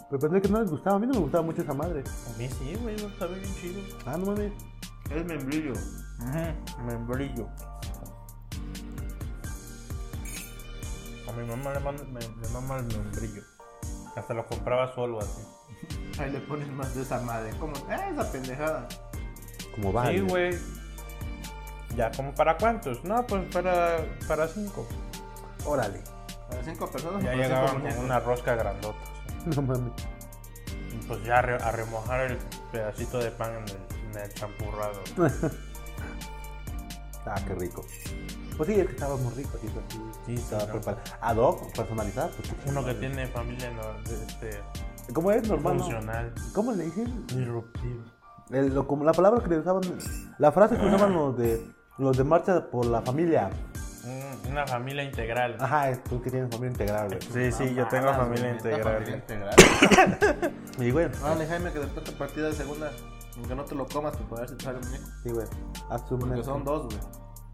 [SPEAKER 3] Pero pensé que no les gustaba. A mí no me gustaba mucho esa madre.
[SPEAKER 1] A mí sí, güey, sabe bien chido.
[SPEAKER 3] Ah, no mames.
[SPEAKER 2] Es membrillo.
[SPEAKER 1] Membrillo. A mi mamá le, manda- me, le mama el membrillo. Hasta lo compraba solo así.
[SPEAKER 2] Ahí le ponen más de esa madre. ¿Cómo? Ah, esa pendejada.
[SPEAKER 3] Como va.
[SPEAKER 1] Sí, güey. Ya, ¿como para cuántos? No, pues para, para cinco.
[SPEAKER 3] Órale.
[SPEAKER 2] Para cinco personas.
[SPEAKER 1] Ya
[SPEAKER 2] para cinco
[SPEAKER 1] llegaban con
[SPEAKER 2] muñecos. [LAUGHS]
[SPEAKER 1] una rosca grandota. así.
[SPEAKER 3] [LAUGHS] No mames.
[SPEAKER 1] Y pues ya a, re- a remojar el pedacito
[SPEAKER 5] [LAUGHS]
[SPEAKER 1] de pan en el, en el champurrado.
[SPEAKER 3] Ah, qué rico. Pues sí, es que estábamos ricos y eso sí,
[SPEAKER 1] Sí, sí,
[SPEAKER 3] estaba
[SPEAKER 1] no.
[SPEAKER 3] preparado. Ad hoc, personalizado. pues,
[SPEAKER 5] Uno
[SPEAKER 1] que tiene familia no, este,
[SPEAKER 3] ¿Cómo es normal? no?
[SPEAKER 1] funcional.
[SPEAKER 3] ¿Cómo le dicen?
[SPEAKER 2] Disruptivo.
[SPEAKER 3] El- lo- como la palabra que le usaban, la frase que usaban los de los de marcha por la familia.
[SPEAKER 1] Un- Una familia integral.
[SPEAKER 5] Ah,
[SPEAKER 3] Ajá, es tú que tienes familia integral,
[SPEAKER 1] Sí,
[SPEAKER 3] güey.
[SPEAKER 1] sí, yo tengo familia integral.
[SPEAKER 2] Ah, integral.
[SPEAKER 3] Y güey,
[SPEAKER 2] Vale, Jaime, que después tu partida de segunda, aunque no te lo comas, para poder echar el muñeco.
[SPEAKER 3] sí, güey. Hazte un
[SPEAKER 2] Porque
[SPEAKER 3] muñeco.
[SPEAKER 2] son dos, güey.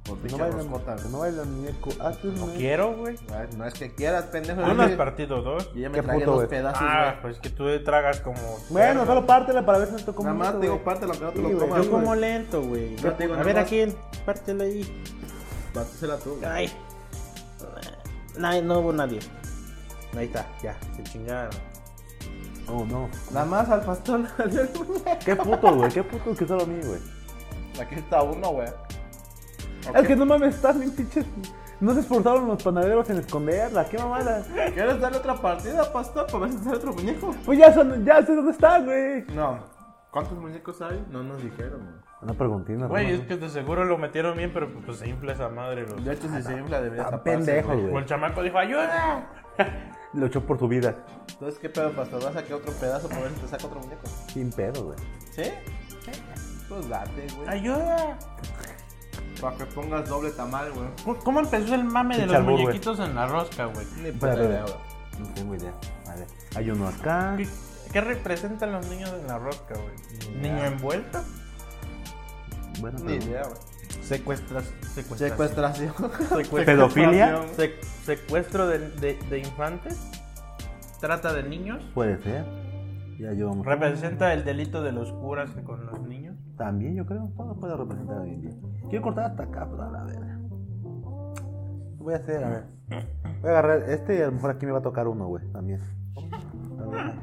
[SPEAKER 2] Por
[SPEAKER 3] Que No
[SPEAKER 2] pinche
[SPEAKER 3] bailan
[SPEAKER 2] roscota,
[SPEAKER 3] que
[SPEAKER 2] güey.
[SPEAKER 3] no bailan muñeco. Hazte un muñeco.
[SPEAKER 1] Quiero, güey.
[SPEAKER 2] Ay, No es que quieras, pendejo.
[SPEAKER 1] Uno es
[SPEAKER 2] yo-
[SPEAKER 1] partido dos.
[SPEAKER 2] Yo ya me
[SPEAKER 3] Qué
[SPEAKER 2] tragué
[SPEAKER 3] puto,
[SPEAKER 2] dos
[SPEAKER 3] güey.
[SPEAKER 2] pedazos, güey.
[SPEAKER 1] Ah, pues que tú tragas como.
[SPEAKER 3] Bueno, solo pártela para ver si no te como
[SPEAKER 2] Nada más te digo, pártelo, aunque no te
[SPEAKER 3] Sí,
[SPEAKER 2] lo
[SPEAKER 3] güey,
[SPEAKER 2] comas.
[SPEAKER 5] Yo como lento, güey.
[SPEAKER 2] Yo te digo
[SPEAKER 5] A
[SPEAKER 2] nada
[SPEAKER 5] ver, ¿a
[SPEAKER 2] más.
[SPEAKER 5] quién? Pártelo ahí.
[SPEAKER 2] Bátasela tú, güey.
[SPEAKER 5] Ay. Ay, no hubo nadie. Ahí está, ya. Se chingaron.
[SPEAKER 3] Oh, no.
[SPEAKER 2] Nada más al pastor. [LAUGHS]
[SPEAKER 3] Qué puto, güey. Qué puto que solo a mí, güey.
[SPEAKER 2] Aquí está uno, güey.
[SPEAKER 3] Es que no mames, estás bien pinches. No se esforzaron los panaderos en esconderla. Qué mamada.
[SPEAKER 2] ¿Quieres darle otra partida, pastor? Para ver si sale otro muñeco.
[SPEAKER 3] Pues ya, son, ya sé dónde está, güey.
[SPEAKER 2] No. ¿Cuántos muñecos hay? No nos dijeron, güey.
[SPEAKER 3] Una preguntina,
[SPEAKER 1] Güey, es
[SPEAKER 3] güey.
[SPEAKER 1] que de seguro lo metieron bien, pero pues se infla esa madre. Los...
[SPEAKER 2] De hecho, si se infla, debería
[SPEAKER 3] Está
[SPEAKER 2] taparse,
[SPEAKER 3] pendejo,
[SPEAKER 2] güey.
[SPEAKER 1] O
[SPEAKER 3] güey.
[SPEAKER 1] el chamaco dijo, ¡ayuda!
[SPEAKER 3] Luchó por su vida.
[SPEAKER 2] Entonces, ¿qué pedo, pastor? ¿Vas a sacar otro pedazo para ver si te saca otro muñeco?
[SPEAKER 3] Sin pedo, güey.
[SPEAKER 2] ¿Sí? Pues date, güey.
[SPEAKER 1] ¡Ayuda!
[SPEAKER 2] Para que pongas doble tamal, güey.
[SPEAKER 1] ¿Cómo empezó el mame de
[SPEAKER 3] Pinche
[SPEAKER 1] los
[SPEAKER 3] albur, güey.
[SPEAKER 1] muñequitos en la rosca, güey?
[SPEAKER 2] Ni
[SPEAKER 3] Pero,
[SPEAKER 2] puta idea, güey.
[SPEAKER 3] No tengo idea. A ver, hay uno acá.
[SPEAKER 1] ¿Qué, qué representan los niños en la rosca, güey? ¿Niño envuelto?
[SPEAKER 3] Bueno,
[SPEAKER 2] Ni idea, güey.
[SPEAKER 1] Secuestras, secuestras, [LAUGHS]
[SPEAKER 2] Secuestración.
[SPEAKER 3] ¿Pedofilia?
[SPEAKER 1] sec- secuestro de, de- de infantes, trata de niños,
[SPEAKER 3] Puede ser. Ya llevamos.
[SPEAKER 1] representa el delito de los curas con los niños.
[SPEAKER 3] También, yo creo. Todo puede representar hoy en día. Quiero cortar hasta acá, pero a la verga. Voy a hacer, a ver. Voy a agarrar este y a lo mejor aquí me va a tocar uno, güey. También. También.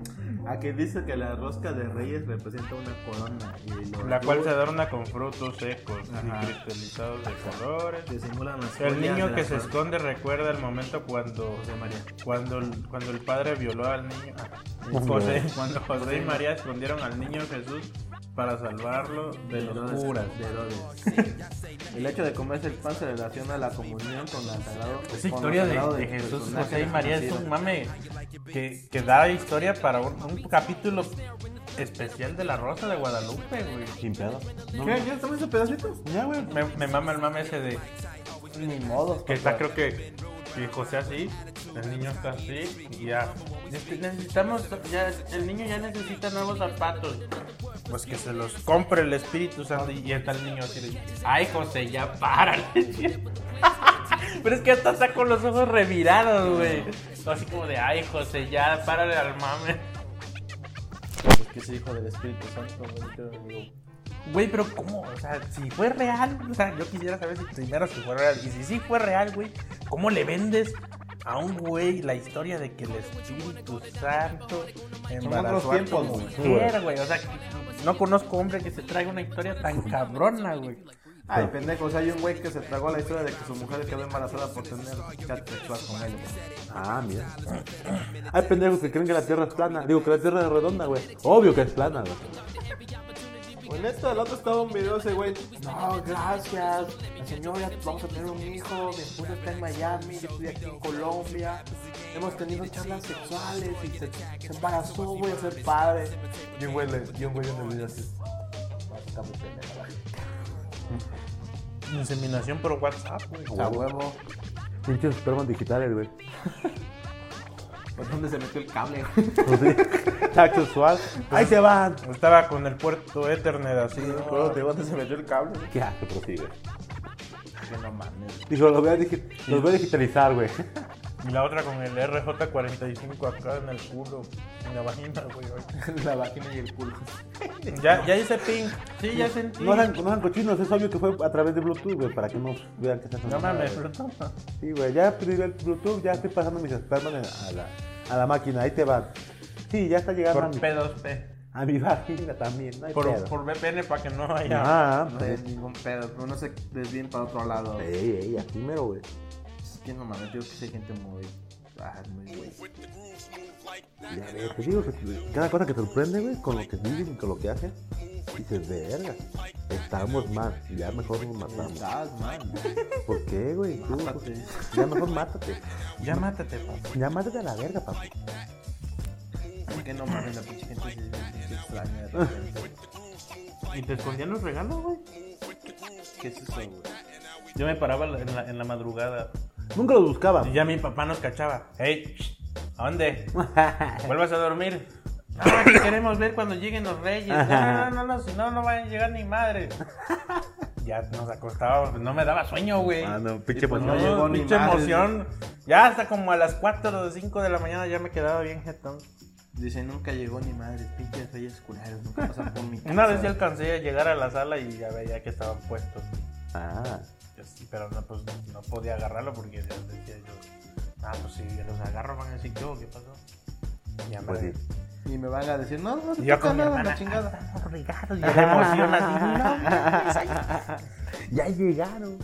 [SPEAKER 2] A que dice que la rosca de reyes representa una corona. Y lo-
[SPEAKER 1] La cual se adorna con frutos secos
[SPEAKER 2] Ajá.
[SPEAKER 1] y cristalizados de colores.
[SPEAKER 2] que simulan las
[SPEAKER 1] El
[SPEAKER 2] joyas de
[SPEAKER 1] niño
[SPEAKER 2] la
[SPEAKER 1] que se
[SPEAKER 2] corona.
[SPEAKER 1] esconde recuerda el momento cuando
[SPEAKER 2] José María.
[SPEAKER 1] cuando el, cuando el padre violó al niño ah,
[SPEAKER 3] Hombre.
[SPEAKER 1] José, cuando José y María escondieron al niño Jesús para salvarlo de los
[SPEAKER 2] Herodes,
[SPEAKER 1] curas.
[SPEAKER 2] de Herodes. El hecho de comerse el pan se relaciona a la comunión con la sagrado.
[SPEAKER 1] Esa
[SPEAKER 2] con lo
[SPEAKER 1] historia de,
[SPEAKER 2] sagrado
[SPEAKER 1] de
[SPEAKER 2] sus
[SPEAKER 1] Jesús,
[SPEAKER 2] personajes
[SPEAKER 1] José y María es un
[SPEAKER 2] desconocidos.
[SPEAKER 1] mame que, que da historia para un, un capítulo especial de La Rosa de Guadalupe, güey.
[SPEAKER 3] Sin pedo.
[SPEAKER 1] No,
[SPEAKER 2] ¿Qué? ¿Ya estamos en pedacitos?
[SPEAKER 3] Ya, güey.
[SPEAKER 1] me, me mama el mame ese de
[SPEAKER 2] Ni modo.
[SPEAKER 1] que está creo que, que José así, el niño está así y ya. Este, Necesitamos, ya, el niño ya necesita nuevos zapatos. Pues que se los compre el Espíritu Santo y ya está el niño así de, ay José, ya párale. [LAUGHS] Pero es que hasta está con los ojos revirados, güey. Así como de, ay José, ya párale al mame.
[SPEAKER 2] Pues que es hijo del Espíritu Santo. güey, yo digo,
[SPEAKER 1] Güey, pero ¿cómo? O sea, si fue real, o sea, yo quisiera saber si primero si fue real. Y si sí fue real, güey, ¿cómo le vendes a un güey la historia de que el Espíritu Santo embarazó a
[SPEAKER 2] otros
[SPEAKER 1] tu
[SPEAKER 2] tiempos, güey.
[SPEAKER 1] mujer, güey? O sea, que- no conozco hombre que se traiga una historia tan cabrona, güey.
[SPEAKER 2] Ay, pendejos, hay un güey que se tragó la historia de que su mujer quedó embarazada por tener chat sexual con él. güey.
[SPEAKER 3] Ah, mira. Hay pendejos que creen que la tierra es plana. Digo que la tierra es redonda, güey. Obvio que es plana, güey.
[SPEAKER 2] Pues neta, el otro estaba un video ese güey. No, gracias. La señora, vamos a tener un hijo. Mi esposa está en Miami, yo estoy aquí en Colombia. Hemos tenido charlas sexuales y se, se embarazó, voy a ser padre. Y un güey, le- y un güey en el video así. Está muy pendejo.
[SPEAKER 1] Inseminación por WhatsApp, güey.
[SPEAKER 2] A huevo.
[SPEAKER 3] Pinches espermas digitales, güey.
[SPEAKER 2] ¿Por Pues, dónde se metió el cable?
[SPEAKER 3] Pues sí. Tacho suave. Ahí se van.
[SPEAKER 1] Estaba con el puerto Ethernet así.
[SPEAKER 2] ¿Por dónde se metió el cable?
[SPEAKER 3] Qué asco, pero sí, güey.
[SPEAKER 2] Que no mames.
[SPEAKER 3] Digo, los voy a, digi- los voy a digitalizar, güey.
[SPEAKER 1] Y la otra con el RJ45 acá en el culo, en la vagina, güey. güey.
[SPEAKER 2] [LAUGHS] La vagina y el culo.
[SPEAKER 1] [LAUGHS] Ya, ya hice ping. Sí, ya sentí.
[SPEAKER 3] No sean, no sean cochinos, es obvio que fue a través de Bluetooth, güey, para que no vean que está
[SPEAKER 1] No mames,
[SPEAKER 3] güey.
[SPEAKER 1] pero toma.
[SPEAKER 3] Sí, güey, ya pedí el Bluetooth, ya estoy pasando mis espermas en- a la, a la máquina, ahí te van. Sí, ya está llegando a
[SPEAKER 1] Por
[SPEAKER 3] mi,
[SPEAKER 1] P2P.
[SPEAKER 3] a mi vagina también, no hay
[SPEAKER 1] Por,
[SPEAKER 3] pedo.
[SPEAKER 1] por VPN para que no haya.
[SPEAKER 3] Ah,
[SPEAKER 2] No
[SPEAKER 3] pues,
[SPEAKER 2] es ningún pedo, pero no se desvíen para otro lado.
[SPEAKER 3] ey, ey, así mero, güey.
[SPEAKER 2] Es que no mames, yo creo que sí hay gente muy. Ah, muy güey.
[SPEAKER 3] Ya ves, te digo que cada cosa que te sorprende, güey, con lo que dicen y con lo que hacen. Y dices, verga, estamos mal, ya mejor nos matamos.
[SPEAKER 2] Estás mal.
[SPEAKER 3] ¿Por qué, güey? Tú, pues,
[SPEAKER 2] Mátate.
[SPEAKER 3] Ya mejor mátate.
[SPEAKER 1] Ya mátate,
[SPEAKER 2] [LAUGHS]
[SPEAKER 1] papá.
[SPEAKER 3] Ya mátate a la verga, papá.
[SPEAKER 2] ¿Por qué no mames la pinche gente se se extraña de repente?
[SPEAKER 1] ¿Y te escondían los regalos, güey?
[SPEAKER 2] ¿Qué es eso, güey?
[SPEAKER 1] Yo me paraba en la, en la madrugada
[SPEAKER 3] Nunca los buscaba.
[SPEAKER 1] y ya mi papá nos cachaba. ¡Hey! ¿A
[SPEAKER 3] [LAUGHS]
[SPEAKER 1] dónde? ¿Vuelvas a dormir? No, que queremos ver cuando lleguen los reyes. No, no, no, no, si no, no van a llegar ni
[SPEAKER 3] [LAUGHS]
[SPEAKER 1] madre. Ya nos acostábamos, pues, no me daba sueño, güey.
[SPEAKER 3] Ah, no, pinche
[SPEAKER 1] Y pues
[SPEAKER 3] emoción.
[SPEAKER 1] no,
[SPEAKER 2] No llegó ni
[SPEAKER 1] pinche
[SPEAKER 2] madre.
[SPEAKER 1] emoción. Ya hasta como a las 4 o 5 de la mañana ya me quedaba bien jetón.
[SPEAKER 2] Dice, nunca llegó ni madre, pinches reyes culeros, nunca pasan por mi casa.
[SPEAKER 1] Una vez ya alcancé a llegar a la sala y ya veía que estaban puestos.
[SPEAKER 3] Ah,
[SPEAKER 1] Así, Pero no, pues, no podía agarrarlo porque ya decía yo, ah, pues si los agarro van a decir, ¿qué, hubo? ¿Qué pasó? Y ya me-
[SPEAKER 3] pues sí.
[SPEAKER 2] Y me van a decir, no, no te
[SPEAKER 1] Y yo
[SPEAKER 2] toca
[SPEAKER 1] con mi
[SPEAKER 2] nada, la
[SPEAKER 1] hermana,
[SPEAKER 2] chingada.
[SPEAKER 1] Y ya la emoción [LAUGHS] así, no,
[SPEAKER 3] Ya llegaron.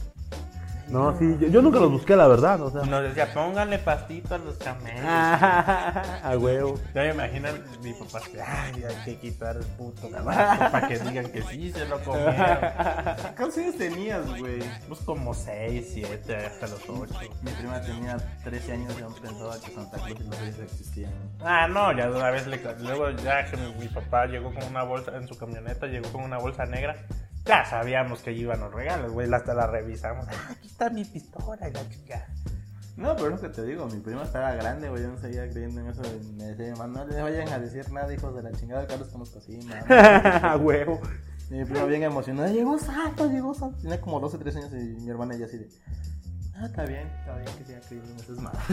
[SPEAKER 3] No, sí, yo, yo nunca los busqué, la verdad, o sea.
[SPEAKER 1] Y nos decía, pónganle pastito a los [LAUGHS] camellos.
[SPEAKER 3] A huevo.
[SPEAKER 1] Ya me imaginan mi papá, así, ay, hay que quitar el [LAUGHS] puto pasto para que digan que sí se lo comieron.
[SPEAKER 2] ¿Cuántos años tenías, güey?
[SPEAKER 1] Pues como 6, 7, hasta los 8.
[SPEAKER 2] Mi prima tenía 13 años y aún pensaba que Santa Cruz y los reyes existían.
[SPEAKER 1] Ah, no, ya de una vez le Luego ya que mi, mi papá llegó con una bolsa en su camioneta, llegó con una bolsa negra. Ya sabíamos que allí iban los regalos, güey. Hasta la revisamos. Ah, aquí está mi pistola y la chica.
[SPEAKER 2] No, pero es lo que te digo, mi prima estaba grande, güey, yo no seguía creyendo en eso. y Me decía, mamá, no les vayan a decir nada, hijos de la chingada, Carlos que nos [LAUGHS] cocina.
[SPEAKER 3] A [LAUGHS] huevo.
[SPEAKER 2] Y mi prima bien emocionada, llegó Santa, llegó Santa. Tenía como 12, 13 años y mi hermana ya así de... Ah, está bien, está bien que siga creyendo en esas mamadas.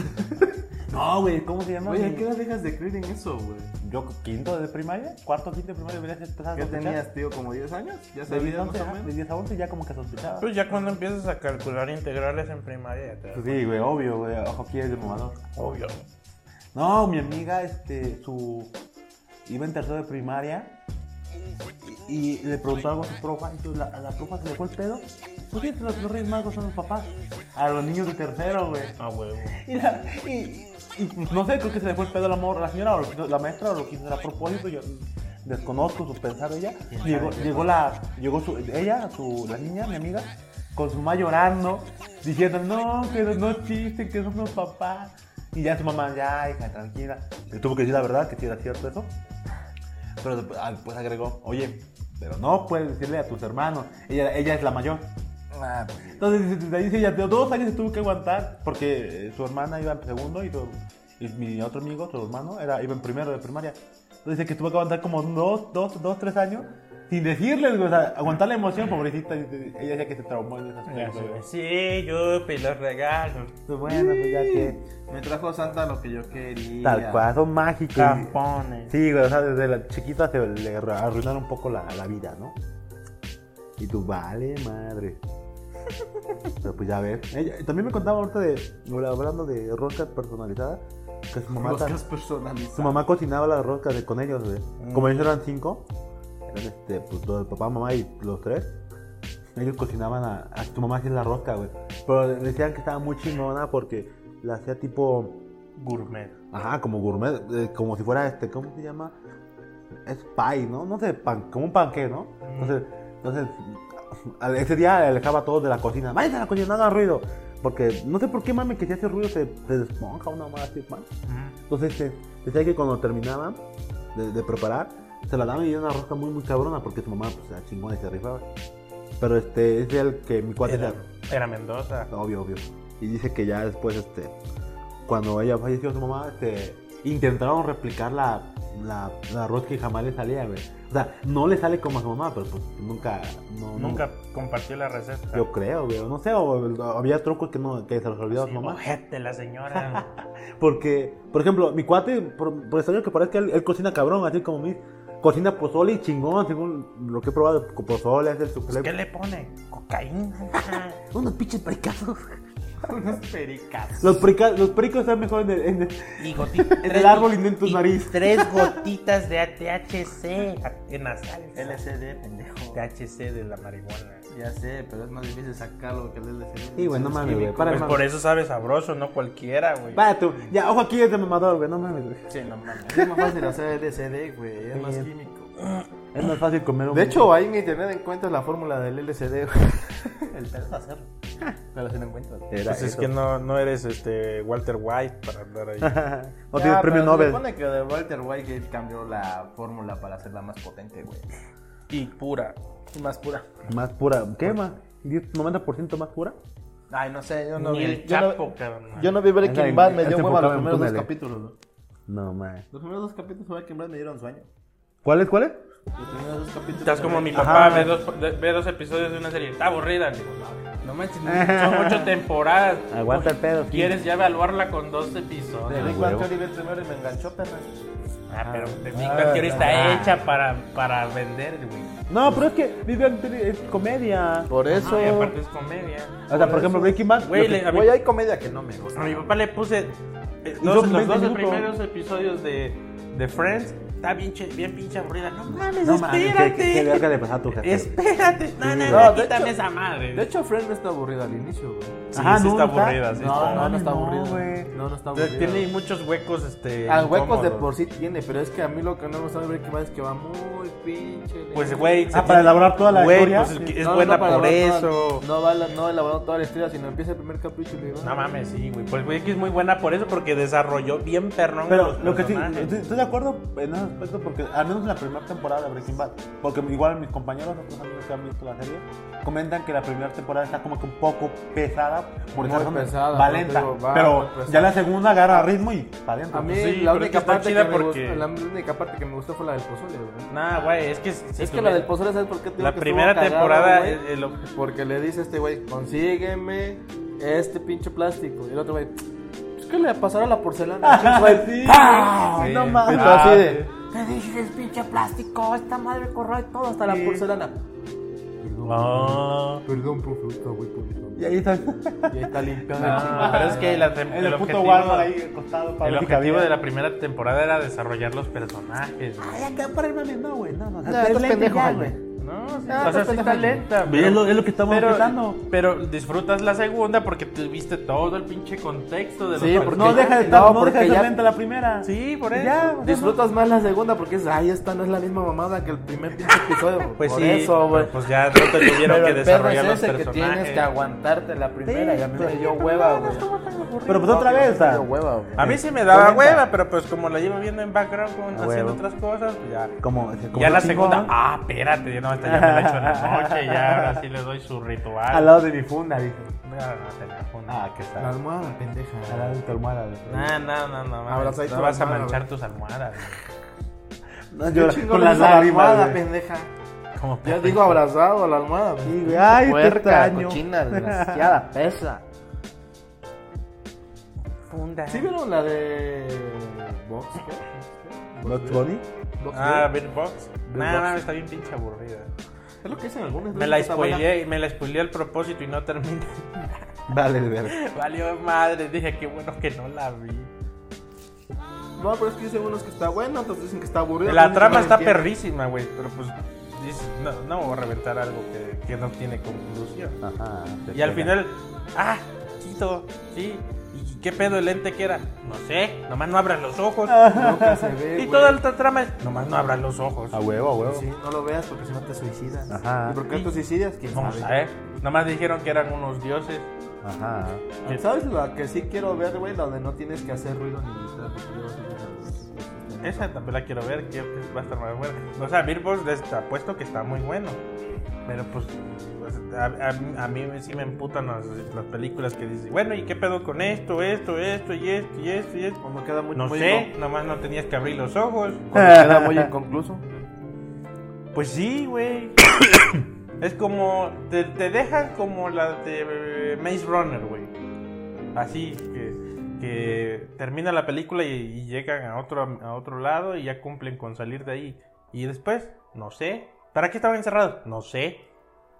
[SPEAKER 3] No, güey, ¿cómo se llama?
[SPEAKER 2] Oye, ¿a qué edad dejas de creer en eso, güey?
[SPEAKER 3] Yo quinto de primaria, cuarto, quinto de primaria, deberías empezar a
[SPEAKER 2] ¿Qué
[SPEAKER 3] sospechar.
[SPEAKER 2] tenías, tío? ¿Como 10 años? ¿Ya
[SPEAKER 3] De 10 a
[SPEAKER 2] sabías más
[SPEAKER 3] 11,
[SPEAKER 2] o
[SPEAKER 3] ajá, de
[SPEAKER 2] menos?
[SPEAKER 3] 10 a 11 ya como que sospechaba.
[SPEAKER 1] Pues ya cuando empiezas a calcular integrales en primaria, ya te das
[SPEAKER 3] Sí, güey, obvio, güey. Ojo, aquí es de mamador.
[SPEAKER 1] obvio.
[SPEAKER 3] No, mi amiga, este, su. iba en tercero de primaria y, y le preguntó algo a su profa. Y la, a la profa se le fue el pedo. Pues sí, los, los reyes magos son los papás. A los niños de tercero, güey.
[SPEAKER 1] Ah, huevo.
[SPEAKER 3] Y, la- y- y, pues, no sé, creo que se le fue el pedo a la, mor- la señora o lo quiso- la maestra o lo quiso hacer a propósito. Yo desconozco su pensar de ella. Llegó, llegó la, llegó su, ella, su, la niña, mi amiga, con su mamá llorando, diciendo, no, que no, no chisten, que somos papás. Y ya su mamá, ya, hija, tranquila. Le tuvo que decir la verdad, que si era cierto eso. Pero después, ah, después agregó, oye, pero no puedes decirle a tus hermanos. Ella, ella es la mayor.
[SPEAKER 2] Ah, pues,
[SPEAKER 3] Entonces, desde ahí sí, ya de dos años se tuvo que aguantar porque eh, su hermana iba en segundo y, su- y mi otro amigo, su hermano, era, iba en primero de primaria. Entonces, que tuvo que aguantar como dos, dos, dos, tres años sin decirles, güey, o sea, aguantar la emoción, pobrecita. y- y- Ella decía que se traumó en esas cosas.
[SPEAKER 1] Sí, yo los regalos.
[SPEAKER 3] Bueno, pues ya que.
[SPEAKER 2] Me trajo Santa lo que yo quería.
[SPEAKER 3] Tal cual, son mágicos.
[SPEAKER 1] Tampones.
[SPEAKER 3] Sí, güey, o sea, desde la chiquita se le arruinaron un poco la, la vida, ¿no? Y tú, vale, madre. Pero pues ya ves. Ella- también me contaba ahorita de, hablando de roscas personalizadas, que su mamá,
[SPEAKER 2] Roscas
[SPEAKER 3] tan-
[SPEAKER 2] personalizadas.
[SPEAKER 3] su mamá cocinaba las roscas de- con ellos, güey. Como ellos eran cinco, eran este, pues todo el papá, mamá y los tres. Ellos cocinaban a, a tu mamá hacía la rosca, güey. Pero decían que estaba muy chingona porque la hacía tipo
[SPEAKER 1] Gourmet.
[SPEAKER 3] Ajá, como gourmet, eh, como si fuera este, ¿cómo se llama? Es pie, ¿no? No sé, pan, como un panque, ¿no? Entonces, entonces, a- ese día alejaba a todos de la cocina. Váyanse a la cocina, no hagan ruido. Porque no sé por qué, mami, que si hace ruido se, se desponja una más así, man. Entonces, este, decía que cuando terminaban de, de preparar, se la daban y era una rosca muy, muy cabrona porque su mamá, pues, era chingona y se rifaba. Pero este, es el que mi cuate...
[SPEAKER 1] Era,
[SPEAKER 3] se-
[SPEAKER 1] era Mendoza.
[SPEAKER 3] Obvio, obvio. Y dice que ya después, este, cuando ella falleció, su mamá, este, intentaron replicar la, la, la rosca y jamás le salía, güey. O sea, no le sale como a su mamá, pero pues nunca, no, no-
[SPEAKER 1] Nunca compartió la receta.
[SPEAKER 3] yo creo, güey. No sé, o, o había trucos que no, que se los olvidaba a
[SPEAKER 1] Sí,
[SPEAKER 3] su mamá.
[SPEAKER 1] ojete, la
[SPEAKER 3] [LAUGHS]
[SPEAKER 1] señora.
[SPEAKER 3] Porque, por ejemplo, mi cuate, por, por extraño que parezca, él, él cocina cabrón, así como mis. Cocina pozole y chingón, según lo que he probado, con pozole, es el suculento.
[SPEAKER 1] Pues, ¿Qué le pone? Cocaína.
[SPEAKER 3] Unos pinches pericazos.
[SPEAKER 1] [LAUGHS]
[SPEAKER 2] Unos pericazos.
[SPEAKER 3] Los, perica- los pericos están mejor en el- en el,
[SPEAKER 1] Y [LAUGHS] gotitas.
[SPEAKER 3] En el árbol y no en tu nariz.
[SPEAKER 1] Tres gotitas de THC en nasal.
[SPEAKER 2] LCD, pendejo.
[SPEAKER 1] THC de la marihuana.
[SPEAKER 2] Ya sé, pero es más difícil sacarlo que el LCD.
[SPEAKER 3] Sí, güey, no mames, güey. Para,
[SPEAKER 1] Pues
[SPEAKER 3] mames.
[SPEAKER 1] por eso sabe sabroso, no cualquiera, güey.
[SPEAKER 3] Vaya tú. Ya,
[SPEAKER 1] [LAUGHS]
[SPEAKER 3] ojo aquí es de mamador, güey. No mames, güey.
[SPEAKER 2] Sí, no mames. Es más fácil hacer LCD, güey. Es más químico.
[SPEAKER 3] Es más fácil comer un.
[SPEAKER 2] De hecho, ahí en internet encuentras la fórmula del LCD, güey.
[SPEAKER 3] [LAUGHS] el pedo es hacerlo. Pero si no encuentras.
[SPEAKER 1] Pues es que no, no eres este Walter White para andar ahí. [LAUGHS]
[SPEAKER 3] No tienes
[SPEAKER 2] Ya, pero
[SPEAKER 3] premio
[SPEAKER 2] se
[SPEAKER 3] Nobel.
[SPEAKER 2] supone que de Walter Whitegate cambió la fórmula para hacerla más potente, güey.
[SPEAKER 1] y pura.
[SPEAKER 2] Más pura.
[SPEAKER 3] Más pura. ¿Qué más? ¿10, 90% más pura.
[SPEAKER 2] Ay, no sé, yo no
[SPEAKER 1] Ni
[SPEAKER 2] vi.
[SPEAKER 1] el
[SPEAKER 2] yo,
[SPEAKER 1] Chapo,
[SPEAKER 2] no,
[SPEAKER 1] cabrón.
[SPEAKER 2] yo no vi Breaking
[SPEAKER 3] Esa-
[SPEAKER 2] Bad, me dio
[SPEAKER 3] esa
[SPEAKER 2] hueva los
[SPEAKER 3] enfocaba en
[SPEAKER 2] primeros dos
[SPEAKER 3] túneles.
[SPEAKER 2] capítulos. ¿no?
[SPEAKER 3] No, man.
[SPEAKER 2] Los primeros dos capítulos de Breaking Bad me dieron sueño.
[SPEAKER 3] Ah, ¿Cuáles, cuáles?
[SPEAKER 2] Los primeros dos capítulos.
[SPEAKER 1] Estás como mi papá,
[SPEAKER 3] Ajá.
[SPEAKER 1] ve dos, de- ve dos episodios de una serie. Está aburrida. Le digo, "No, No manches,
[SPEAKER 3] [LAUGHS]
[SPEAKER 1] son ocho temporadas.
[SPEAKER 3] Aguanta el pedo. sí.
[SPEAKER 1] ¿Quieres ya evaluarla con dos
[SPEAKER 2] De
[SPEAKER 1] episodios?
[SPEAKER 2] Rick
[SPEAKER 3] huevo.
[SPEAKER 2] Van vi el primero y me enganchó, perra.
[SPEAKER 1] Ah, pero de mí cualquier está hecha para, para vender, güey.
[SPEAKER 3] No, pero es que Big Bang Theory es comedia.
[SPEAKER 2] Por eso.
[SPEAKER 1] Y aparte es comedia.
[SPEAKER 3] O sea, por ejemplo, Breaking Bad.
[SPEAKER 1] Güey,
[SPEAKER 3] lo
[SPEAKER 1] le-
[SPEAKER 3] que-
[SPEAKER 1] a mi-
[SPEAKER 2] Güey, hay comedia que no me gusta.
[SPEAKER 1] A mi papá le puse eh,
[SPEAKER 3] Y
[SPEAKER 1] dos, los
[SPEAKER 3] son 20
[SPEAKER 1] dos
[SPEAKER 3] minutos.
[SPEAKER 1] primeros episodios de, de Friends. Está bien, che- bien pinche aburrida. No mames,
[SPEAKER 3] No mames,
[SPEAKER 1] espérate.
[SPEAKER 3] ¿qué, qué, qué verga le pasa a tu jefe?
[SPEAKER 1] Espérate. No, no,
[SPEAKER 2] No,
[SPEAKER 1] no,
[SPEAKER 2] de
[SPEAKER 1] quítame
[SPEAKER 2] hecho-
[SPEAKER 1] esa madre.
[SPEAKER 2] De hecho, Friend no está aburrido al inicio, güey.
[SPEAKER 1] sí, sí está aburrida, sí está.
[SPEAKER 2] No, no, no está aburrido.
[SPEAKER 3] güey.
[SPEAKER 2] No, no está
[SPEAKER 1] O sea,
[SPEAKER 2] aburrido.
[SPEAKER 1] tiene muchos huecos, este.
[SPEAKER 2] Ah, huecos
[SPEAKER 1] incómodos.
[SPEAKER 2] de por sí tiene, pero es que a mí lo que no me gusta de Breaking Bad es que va muy pinche. lento.
[SPEAKER 1] Pues, güey. se
[SPEAKER 3] Ah,
[SPEAKER 1] tiene-
[SPEAKER 3] para elaborar toda la
[SPEAKER 1] Güey,
[SPEAKER 3] historia.
[SPEAKER 1] pues es, que es
[SPEAKER 2] No, no,
[SPEAKER 1] buena
[SPEAKER 2] no, para
[SPEAKER 1] por
[SPEAKER 2] elaborar
[SPEAKER 1] eso.
[SPEAKER 2] toda- no, va la- no elaborando toda la historia, sino empieza el primer capítulo y va.
[SPEAKER 1] No mames, sí, güey. Pues, güey, que es muy buena por eso porque desarrolló bien perrón.
[SPEAKER 3] Pero
[SPEAKER 1] los
[SPEAKER 3] lo que sí,
[SPEAKER 1] personajes.
[SPEAKER 3] estoy, estoy de acuerdo en ese aspecto porque al menos en la primera temporada de Breaking Bad, porque igual mis compañeros, otros amigos que han visto la serie, comentan que la primera temporada está como que un poco pesada, por
[SPEAKER 2] Muy
[SPEAKER 3] esa razón,
[SPEAKER 2] pesada,
[SPEAKER 3] va
[SPEAKER 2] por eso
[SPEAKER 3] lenta,
[SPEAKER 2] digo, va muy
[SPEAKER 3] pero
[SPEAKER 2] pesada.
[SPEAKER 3] ya la segunda agarra ritmo y para adentro.
[SPEAKER 2] A mí
[SPEAKER 1] pues Sí,
[SPEAKER 2] la,
[SPEAKER 1] pero es que
[SPEAKER 2] única
[SPEAKER 1] está
[SPEAKER 2] parte
[SPEAKER 1] chida
[SPEAKER 2] que me
[SPEAKER 1] porque-
[SPEAKER 2] gustó, la única parte que me gustó fue la del pozole, güey.
[SPEAKER 1] Nah, güey, es que. si
[SPEAKER 2] Es que
[SPEAKER 1] tuviera-
[SPEAKER 2] pues la del pozole, ¿sabes por qué? te digo
[SPEAKER 1] La
[SPEAKER 2] que
[SPEAKER 1] primera
[SPEAKER 2] estuvo
[SPEAKER 1] temporada,
[SPEAKER 2] cagada, güey?
[SPEAKER 1] el- el ob-
[SPEAKER 2] Porque le dice este güey, consígueme este pinche plástico. Y el otro güey, es que le pasará la [LAUGHS] porcelana. Pues, Pinche güey, ¡pah!
[SPEAKER 3] Sí.
[SPEAKER 2] No mames.
[SPEAKER 3] Y tú
[SPEAKER 1] Ah,
[SPEAKER 3] así de,
[SPEAKER 2] ¿Qué dices, pinche plástico? Esta madre corroe todo hasta la porcelana.
[SPEAKER 1] No.
[SPEAKER 2] Perdón, profe, está güey
[SPEAKER 3] Y ahí está.
[SPEAKER 2] Y ahí está limpiando
[SPEAKER 1] No,
[SPEAKER 2] el chingado.
[SPEAKER 1] Ah, pero es que la tem-
[SPEAKER 3] Ah, el,
[SPEAKER 1] el
[SPEAKER 3] puto
[SPEAKER 1] objetivo-
[SPEAKER 3] Walmart ahí acostado para
[SPEAKER 1] El
[SPEAKER 3] ver si cabía.
[SPEAKER 1] objetivo de la primera temporada era desarrollar los personajes, güey.
[SPEAKER 3] Ay, acá para el mami, no, güey, no, no.
[SPEAKER 2] No, estos pendejos, güey.
[SPEAKER 1] No, sí,
[SPEAKER 2] Ah,
[SPEAKER 1] o sea,
[SPEAKER 2] estás
[SPEAKER 1] sí está
[SPEAKER 2] pendejando.
[SPEAKER 1] lenta.
[SPEAKER 3] Pero es lo- es lo que estamos
[SPEAKER 1] pero,
[SPEAKER 3] empezando.
[SPEAKER 1] Pero disfrutas la segunda porque tuviste todo el pinche contexto de los
[SPEAKER 2] Sí, porque
[SPEAKER 3] No
[SPEAKER 1] personajes.
[SPEAKER 3] deja de
[SPEAKER 2] No,
[SPEAKER 3] estar, no deja
[SPEAKER 2] porque
[SPEAKER 3] de
[SPEAKER 2] ya-
[SPEAKER 3] estar lenta la primera.
[SPEAKER 1] Sí, por eso.
[SPEAKER 3] Ya, o sea,
[SPEAKER 2] Disfrutas más la segunda porque es, ay, esta no es la misma mamada que el primer pinche episodio.
[SPEAKER 1] Pues
[SPEAKER 2] Por
[SPEAKER 1] sí,
[SPEAKER 2] eso, güey.
[SPEAKER 1] pero pues ya no te tuvieron
[SPEAKER 2] Pero
[SPEAKER 1] que
[SPEAKER 2] el perro
[SPEAKER 1] desarrollar
[SPEAKER 2] es
[SPEAKER 1] los
[SPEAKER 2] ese que tienes
[SPEAKER 1] personajes.
[SPEAKER 2] que aguantarte la primera
[SPEAKER 3] Sí,
[SPEAKER 2] y a mí me
[SPEAKER 3] pues,
[SPEAKER 2] dio hueva,
[SPEAKER 3] no, no
[SPEAKER 2] güey.
[SPEAKER 3] estuvo tan aburrido. Pero pues otra vez,
[SPEAKER 2] Me
[SPEAKER 3] ah,
[SPEAKER 2] dio hueva, güey.
[SPEAKER 1] A mí sí me daba
[SPEAKER 3] Comenta.
[SPEAKER 1] hueva, pero pues como la llevo viendo en background, con-
[SPEAKER 3] A
[SPEAKER 1] haciendo
[SPEAKER 3] huevo.
[SPEAKER 1] otras cosas, pues ya.
[SPEAKER 3] como, como
[SPEAKER 1] ya la
[SPEAKER 3] chingón,
[SPEAKER 1] segunda, ah, espérate, ya no, esta ya me la he hecho en la noche, ya ahora sí le doy su ritual.
[SPEAKER 3] al lado de mi funda, dije.
[SPEAKER 1] No, no, te la funda.
[SPEAKER 3] Ah, que
[SPEAKER 2] La
[SPEAKER 3] está.
[SPEAKER 2] almohada, pendeja.
[SPEAKER 3] Al lado de tu almohada. güey.
[SPEAKER 1] No, no, no, no, mames,
[SPEAKER 2] Abraza ahí
[SPEAKER 1] no
[SPEAKER 2] tu
[SPEAKER 1] vas a
[SPEAKER 2] almohada,
[SPEAKER 1] manchar tus almohadas. güey.
[SPEAKER 3] No,
[SPEAKER 2] Yo
[SPEAKER 3] llora,
[SPEAKER 2] chingo
[SPEAKER 3] con
[SPEAKER 2] la
[SPEAKER 3] las lágrimas.
[SPEAKER 2] almohada,
[SPEAKER 3] güey.
[SPEAKER 2] pendeja.
[SPEAKER 1] Como
[SPEAKER 2] Ya digo abrazado a la almohada, güey.
[SPEAKER 3] Sí, güey, Ay,
[SPEAKER 2] Puerca, [LAUGHS]
[SPEAKER 3] pestaño.
[SPEAKER 2] cochina, desgraciada, pesa.
[SPEAKER 1] funda.
[SPEAKER 2] ¿Sí vieron la de... Box?
[SPEAKER 3] ¿Bugs Bunny?
[SPEAKER 2] Box
[SPEAKER 1] Ah, Beatbox. No,
[SPEAKER 2] Beatbox.
[SPEAKER 1] mames, está bien pinche aburrida.
[SPEAKER 2] es lo que dicen algunos.
[SPEAKER 1] Me la spoileé, me la spoileé al propósito y no terminé. [LAUGHS]
[SPEAKER 3] Vale, ver.
[SPEAKER 1] Valió madre, dije, qué bueno que no la vi.
[SPEAKER 2] No, pero es que dicen unos que está buena, otros dicen que está aburrida.
[SPEAKER 1] La
[SPEAKER 2] otros
[SPEAKER 1] trama
[SPEAKER 2] dicen que
[SPEAKER 1] está
[SPEAKER 2] no entienden.
[SPEAKER 1] perrísima, güey, pero pues dices, no, no voy a reventar algo que, que no tiene conclusión.
[SPEAKER 3] Ajá. te
[SPEAKER 1] Y al
[SPEAKER 3] pega.
[SPEAKER 1] final, ah, Tito, sí. ¿Y qué pedo el ente que era? No sé, nomás no abras los ojos.
[SPEAKER 2] Nunca se ve, [LAUGHS]
[SPEAKER 1] Y
[SPEAKER 2] Ah, güey.
[SPEAKER 1] toda la trama es, nomás no abras los ojos.
[SPEAKER 4] Ah,
[SPEAKER 3] A huevo, a huevo.
[SPEAKER 2] Sí, no lo veas porque si no te suicidas.
[SPEAKER 3] Ajá.
[SPEAKER 2] ¿Y por qué te suicidas? ¿Quién
[SPEAKER 1] Vamos a
[SPEAKER 2] sabe?
[SPEAKER 1] ver. Nomás dijeron que eran unos dioses.
[SPEAKER 3] Ajá.
[SPEAKER 2] ¿Sabes la que sí quiero ver, güey? La donde no tienes que hacer ruido ni gritar. porque luego te gritan.
[SPEAKER 1] Esa también la quiero ver, creo que va a estar más buena. O sea, Beatbox les apuesto que está muy bueno. Pero pues, pues, a, a- a mí sí me emputan las, las películas que dicen, bueno, ¿y qué pedo con esto, esto, esto, y esto, y esto, y esto?
[SPEAKER 2] Cuando queda muy,
[SPEAKER 1] No
[SPEAKER 2] muy
[SPEAKER 1] sé, [LAUGHS]
[SPEAKER 2] inco-
[SPEAKER 1] nomás no tenías que abrir los ojos.
[SPEAKER 2] Cuando queda muy inconcluso.
[SPEAKER 1] Pues sí, güey. es como. Te, te dejan como la de eh, Maze Runner, güey. Así que. Que termina la película y, y llegan a otro, a otro lado y ya cumplen con salir de ahí. Y después, no sé. ¿Para qué estaban encerrados? No sé.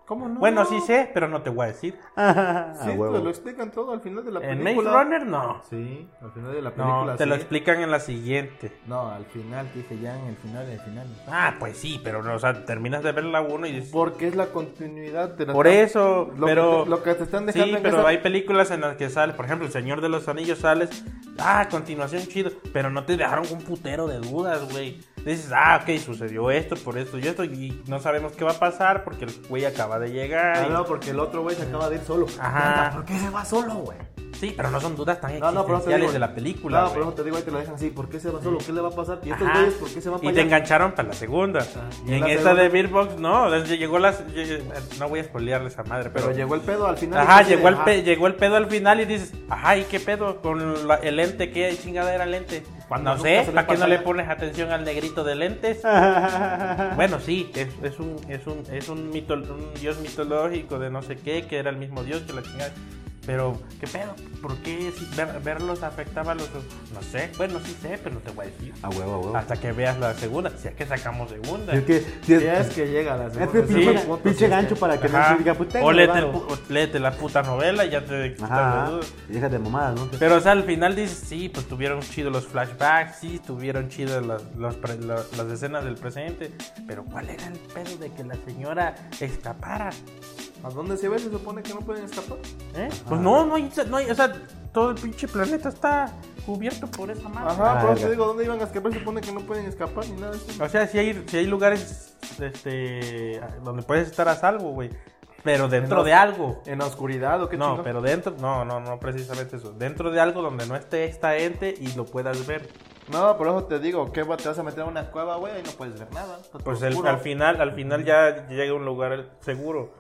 [SPEAKER 2] ¿Cómo no? Ah,
[SPEAKER 1] Bueno, sí sé, pero no te voy a decir.
[SPEAKER 3] A
[SPEAKER 2] Sí, te lo
[SPEAKER 3] huevo.
[SPEAKER 2] explican todo al final de la
[SPEAKER 1] En
[SPEAKER 2] película.
[SPEAKER 1] Maze Runner, no.
[SPEAKER 2] Sí, al final de la película.
[SPEAKER 1] No, te lo
[SPEAKER 2] sí.
[SPEAKER 1] explican en la siguiente.
[SPEAKER 2] No, al final, dije ya en el final, en el final.
[SPEAKER 1] Ah, pues sí, pero no, o sea, terminas de ver la 1 y dices.
[SPEAKER 2] Porque es la continuidad de la
[SPEAKER 1] Por eso,
[SPEAKER 2] Lo
[SPEAKER 1] pero.
[SPEAKER 2] que- lo que te están dejando
[SPEAKER 1] Sí,
[SPEAKER 2] en
[SPEAKER 1] pero
[SPEAKER 2] esa-
[SPEAKER 1] hay películas en las que sales, por ejemplo, El Señor de los Anillos sales. Ah, a continuación chido. Pero no te dejaron un putero de dudas, güey. dices, ah, ok, sucedió esto, por esto y esto, y no sabemos qué va a pasar porque el güey acaba de llegar.
[SPEAKER 2] Ah,
[SPEAKER 1] y-
[SPEAKER 2] no, porque el otro güey se acaba de ir solo.
[SPEAKER 1] Ajá.
[SPEAKER 2] ¿Por qué se va solo, güey?
[SPEAKER 1] Sí, pero no son dudas tan
[SPEAKER 2] No, no, pero no te digo.
[SPEAKER 1] existenciales de la película.
[SPEAKER 2] No,
[SPEAKER 1] güey.
[SPEAKER 2] por eso te digo, ahí te lo dejan así. ¿Por qué se va solo? ¿Qué le va a pasar? ¿Y estos
[SPEAKER 1] Ajá.
[SPEAKER 2] güeyes por qué se van
[SPEAKER 1] Y
[SPEAKER 2] para
[SPEAKER 1] te
[SPEAKER 2] allá? Ah,
[SPEAKER 1] engancharon para la segunda.
[SPEAKER 2] Y
[SPEAKER 1] Y
[SPEAKER 2] en
[SPEAKER 1] en
[SPEAKER 2] la
[SPEAKER 1] esta
[SPEAKER 2] segunda-
[SPEAKER 1] de Beerbox, no, desde llegó las. No voy a spoilearles esa madre, pero.
[SPEAKER 2] Pero llegó el pedo al final.
[SPEAKER 1] Ajá,
[SPEAKER 2] Entonces,
[SPEAKER 1] llegó el,
[SPEAKER 2] ajá.
[SPEAKER 1] pe- llegó el pedo al final y dices, ajá, ¿y qué pedo con la- el lente? ¿Qué chingada era el lente?
[SPEAKER 2] Cuando
[SPEAKER 1] no
[SPEAKER 2] nunca
[SPEAKER 1] sé,
[SPEAKER 2] se le
[SPEAKER 1] ¿para qué
[SPEAKER 2] pasa
[SPEAKER 1] no le
[SPEAKER 2] nada.
[SPEAKER 1] pones atención al negrito de
[SPEAKER 2] [LAUGHS]
[SPEAKER 1] lentes? Bueno, sí, es, es un, es, un, es un, mito, un dios mitológico de no sé qué, que era el mismo dios que la chingada. Pero, ¿qué pedo? ¿Por qué si ver- verlos afectaba a los dos? No sé, bueno, sí sé, pero no te voy a decir.
[SPEAKER 4] A huevo, a huevo.
[SPEAKER 1] Hasta que veas la segunda, si es que sacamos segunda.
[SPEAKER 4] Es que, si es,
[SPEAKER 2] Ya es que llega la
[SPEAKER 4] es
[SPEAKER 2] segunda.
[SPEAKER 4] que pinche,
[SPEAKER 2] ese punto,
[SPEAKER 4] pinche
[SPEAKER 2] sí, es
[SPEAKER 4] gancho
[SPEAKER 2] que-
[SPEAKER 4] para que
[SPEAKER 1] Ajá.
[SPEAKER 4] no se diga, pues tengo
[SPEAKER 1] o léete, el
[SPEAKER 4] varo.
[SPEAKER 1] pu- o léete la puta novela y ya te quitas la
[SPEAKER 4] Ajá.
[SPEAKER 1] duda.
[SPEAKER 4] Y Déjate de mamadas, ¿no?
[SPEAKER 1] Pero, o sea, al final dices, sí, pues tuvieron chido los flashbacks, sí, tuvieron chido las, las pre- la- las escenas del presente, pero ¿cuál era el pedo de que la señora escapara?
[SPEAKER 2] ¿A dónde se ve? Se supone que no pueden escapar.
[SPEAKER 1] ¿Eh? Pues no, no hay, no hay- o sea, todo el pinche planeta está cubierto por esa madre.
[SPEAKER 2] Ajá, por eso
[SPEAKER 4] verga.
[SPEAKER 2] te digo, ¿dónde iban a escapar? Se supone que no pueden escapar ni nada de eso.
[SPEAKER 1] O sea, si hay, sí hay lugares este, donde puedes estar a salvo, güey, pero dentro
[SPEAKER 2] los-
[SPEAKER 1] de algo.
[SPEAKER 2] En la oscuridad o qué
[SPEAKER 1] No,
[SPEAKER 2] chingados?
[SPEAKER 1] pero dentro, no, no, no precisamente eso. Dentro de algo donde no esté esta ente y lo puedas ver.
[SPEAKER 2] No, por eso te digo, ¿qué va- te vas a meter a una cueva, güey? Y no puedes ver nada. Está todo
[SPEAKER 1] Pues el-
[SPEAKER 2] oscuro.
[SPEAKER 1] al final, al final ya llega a un lugar seguro.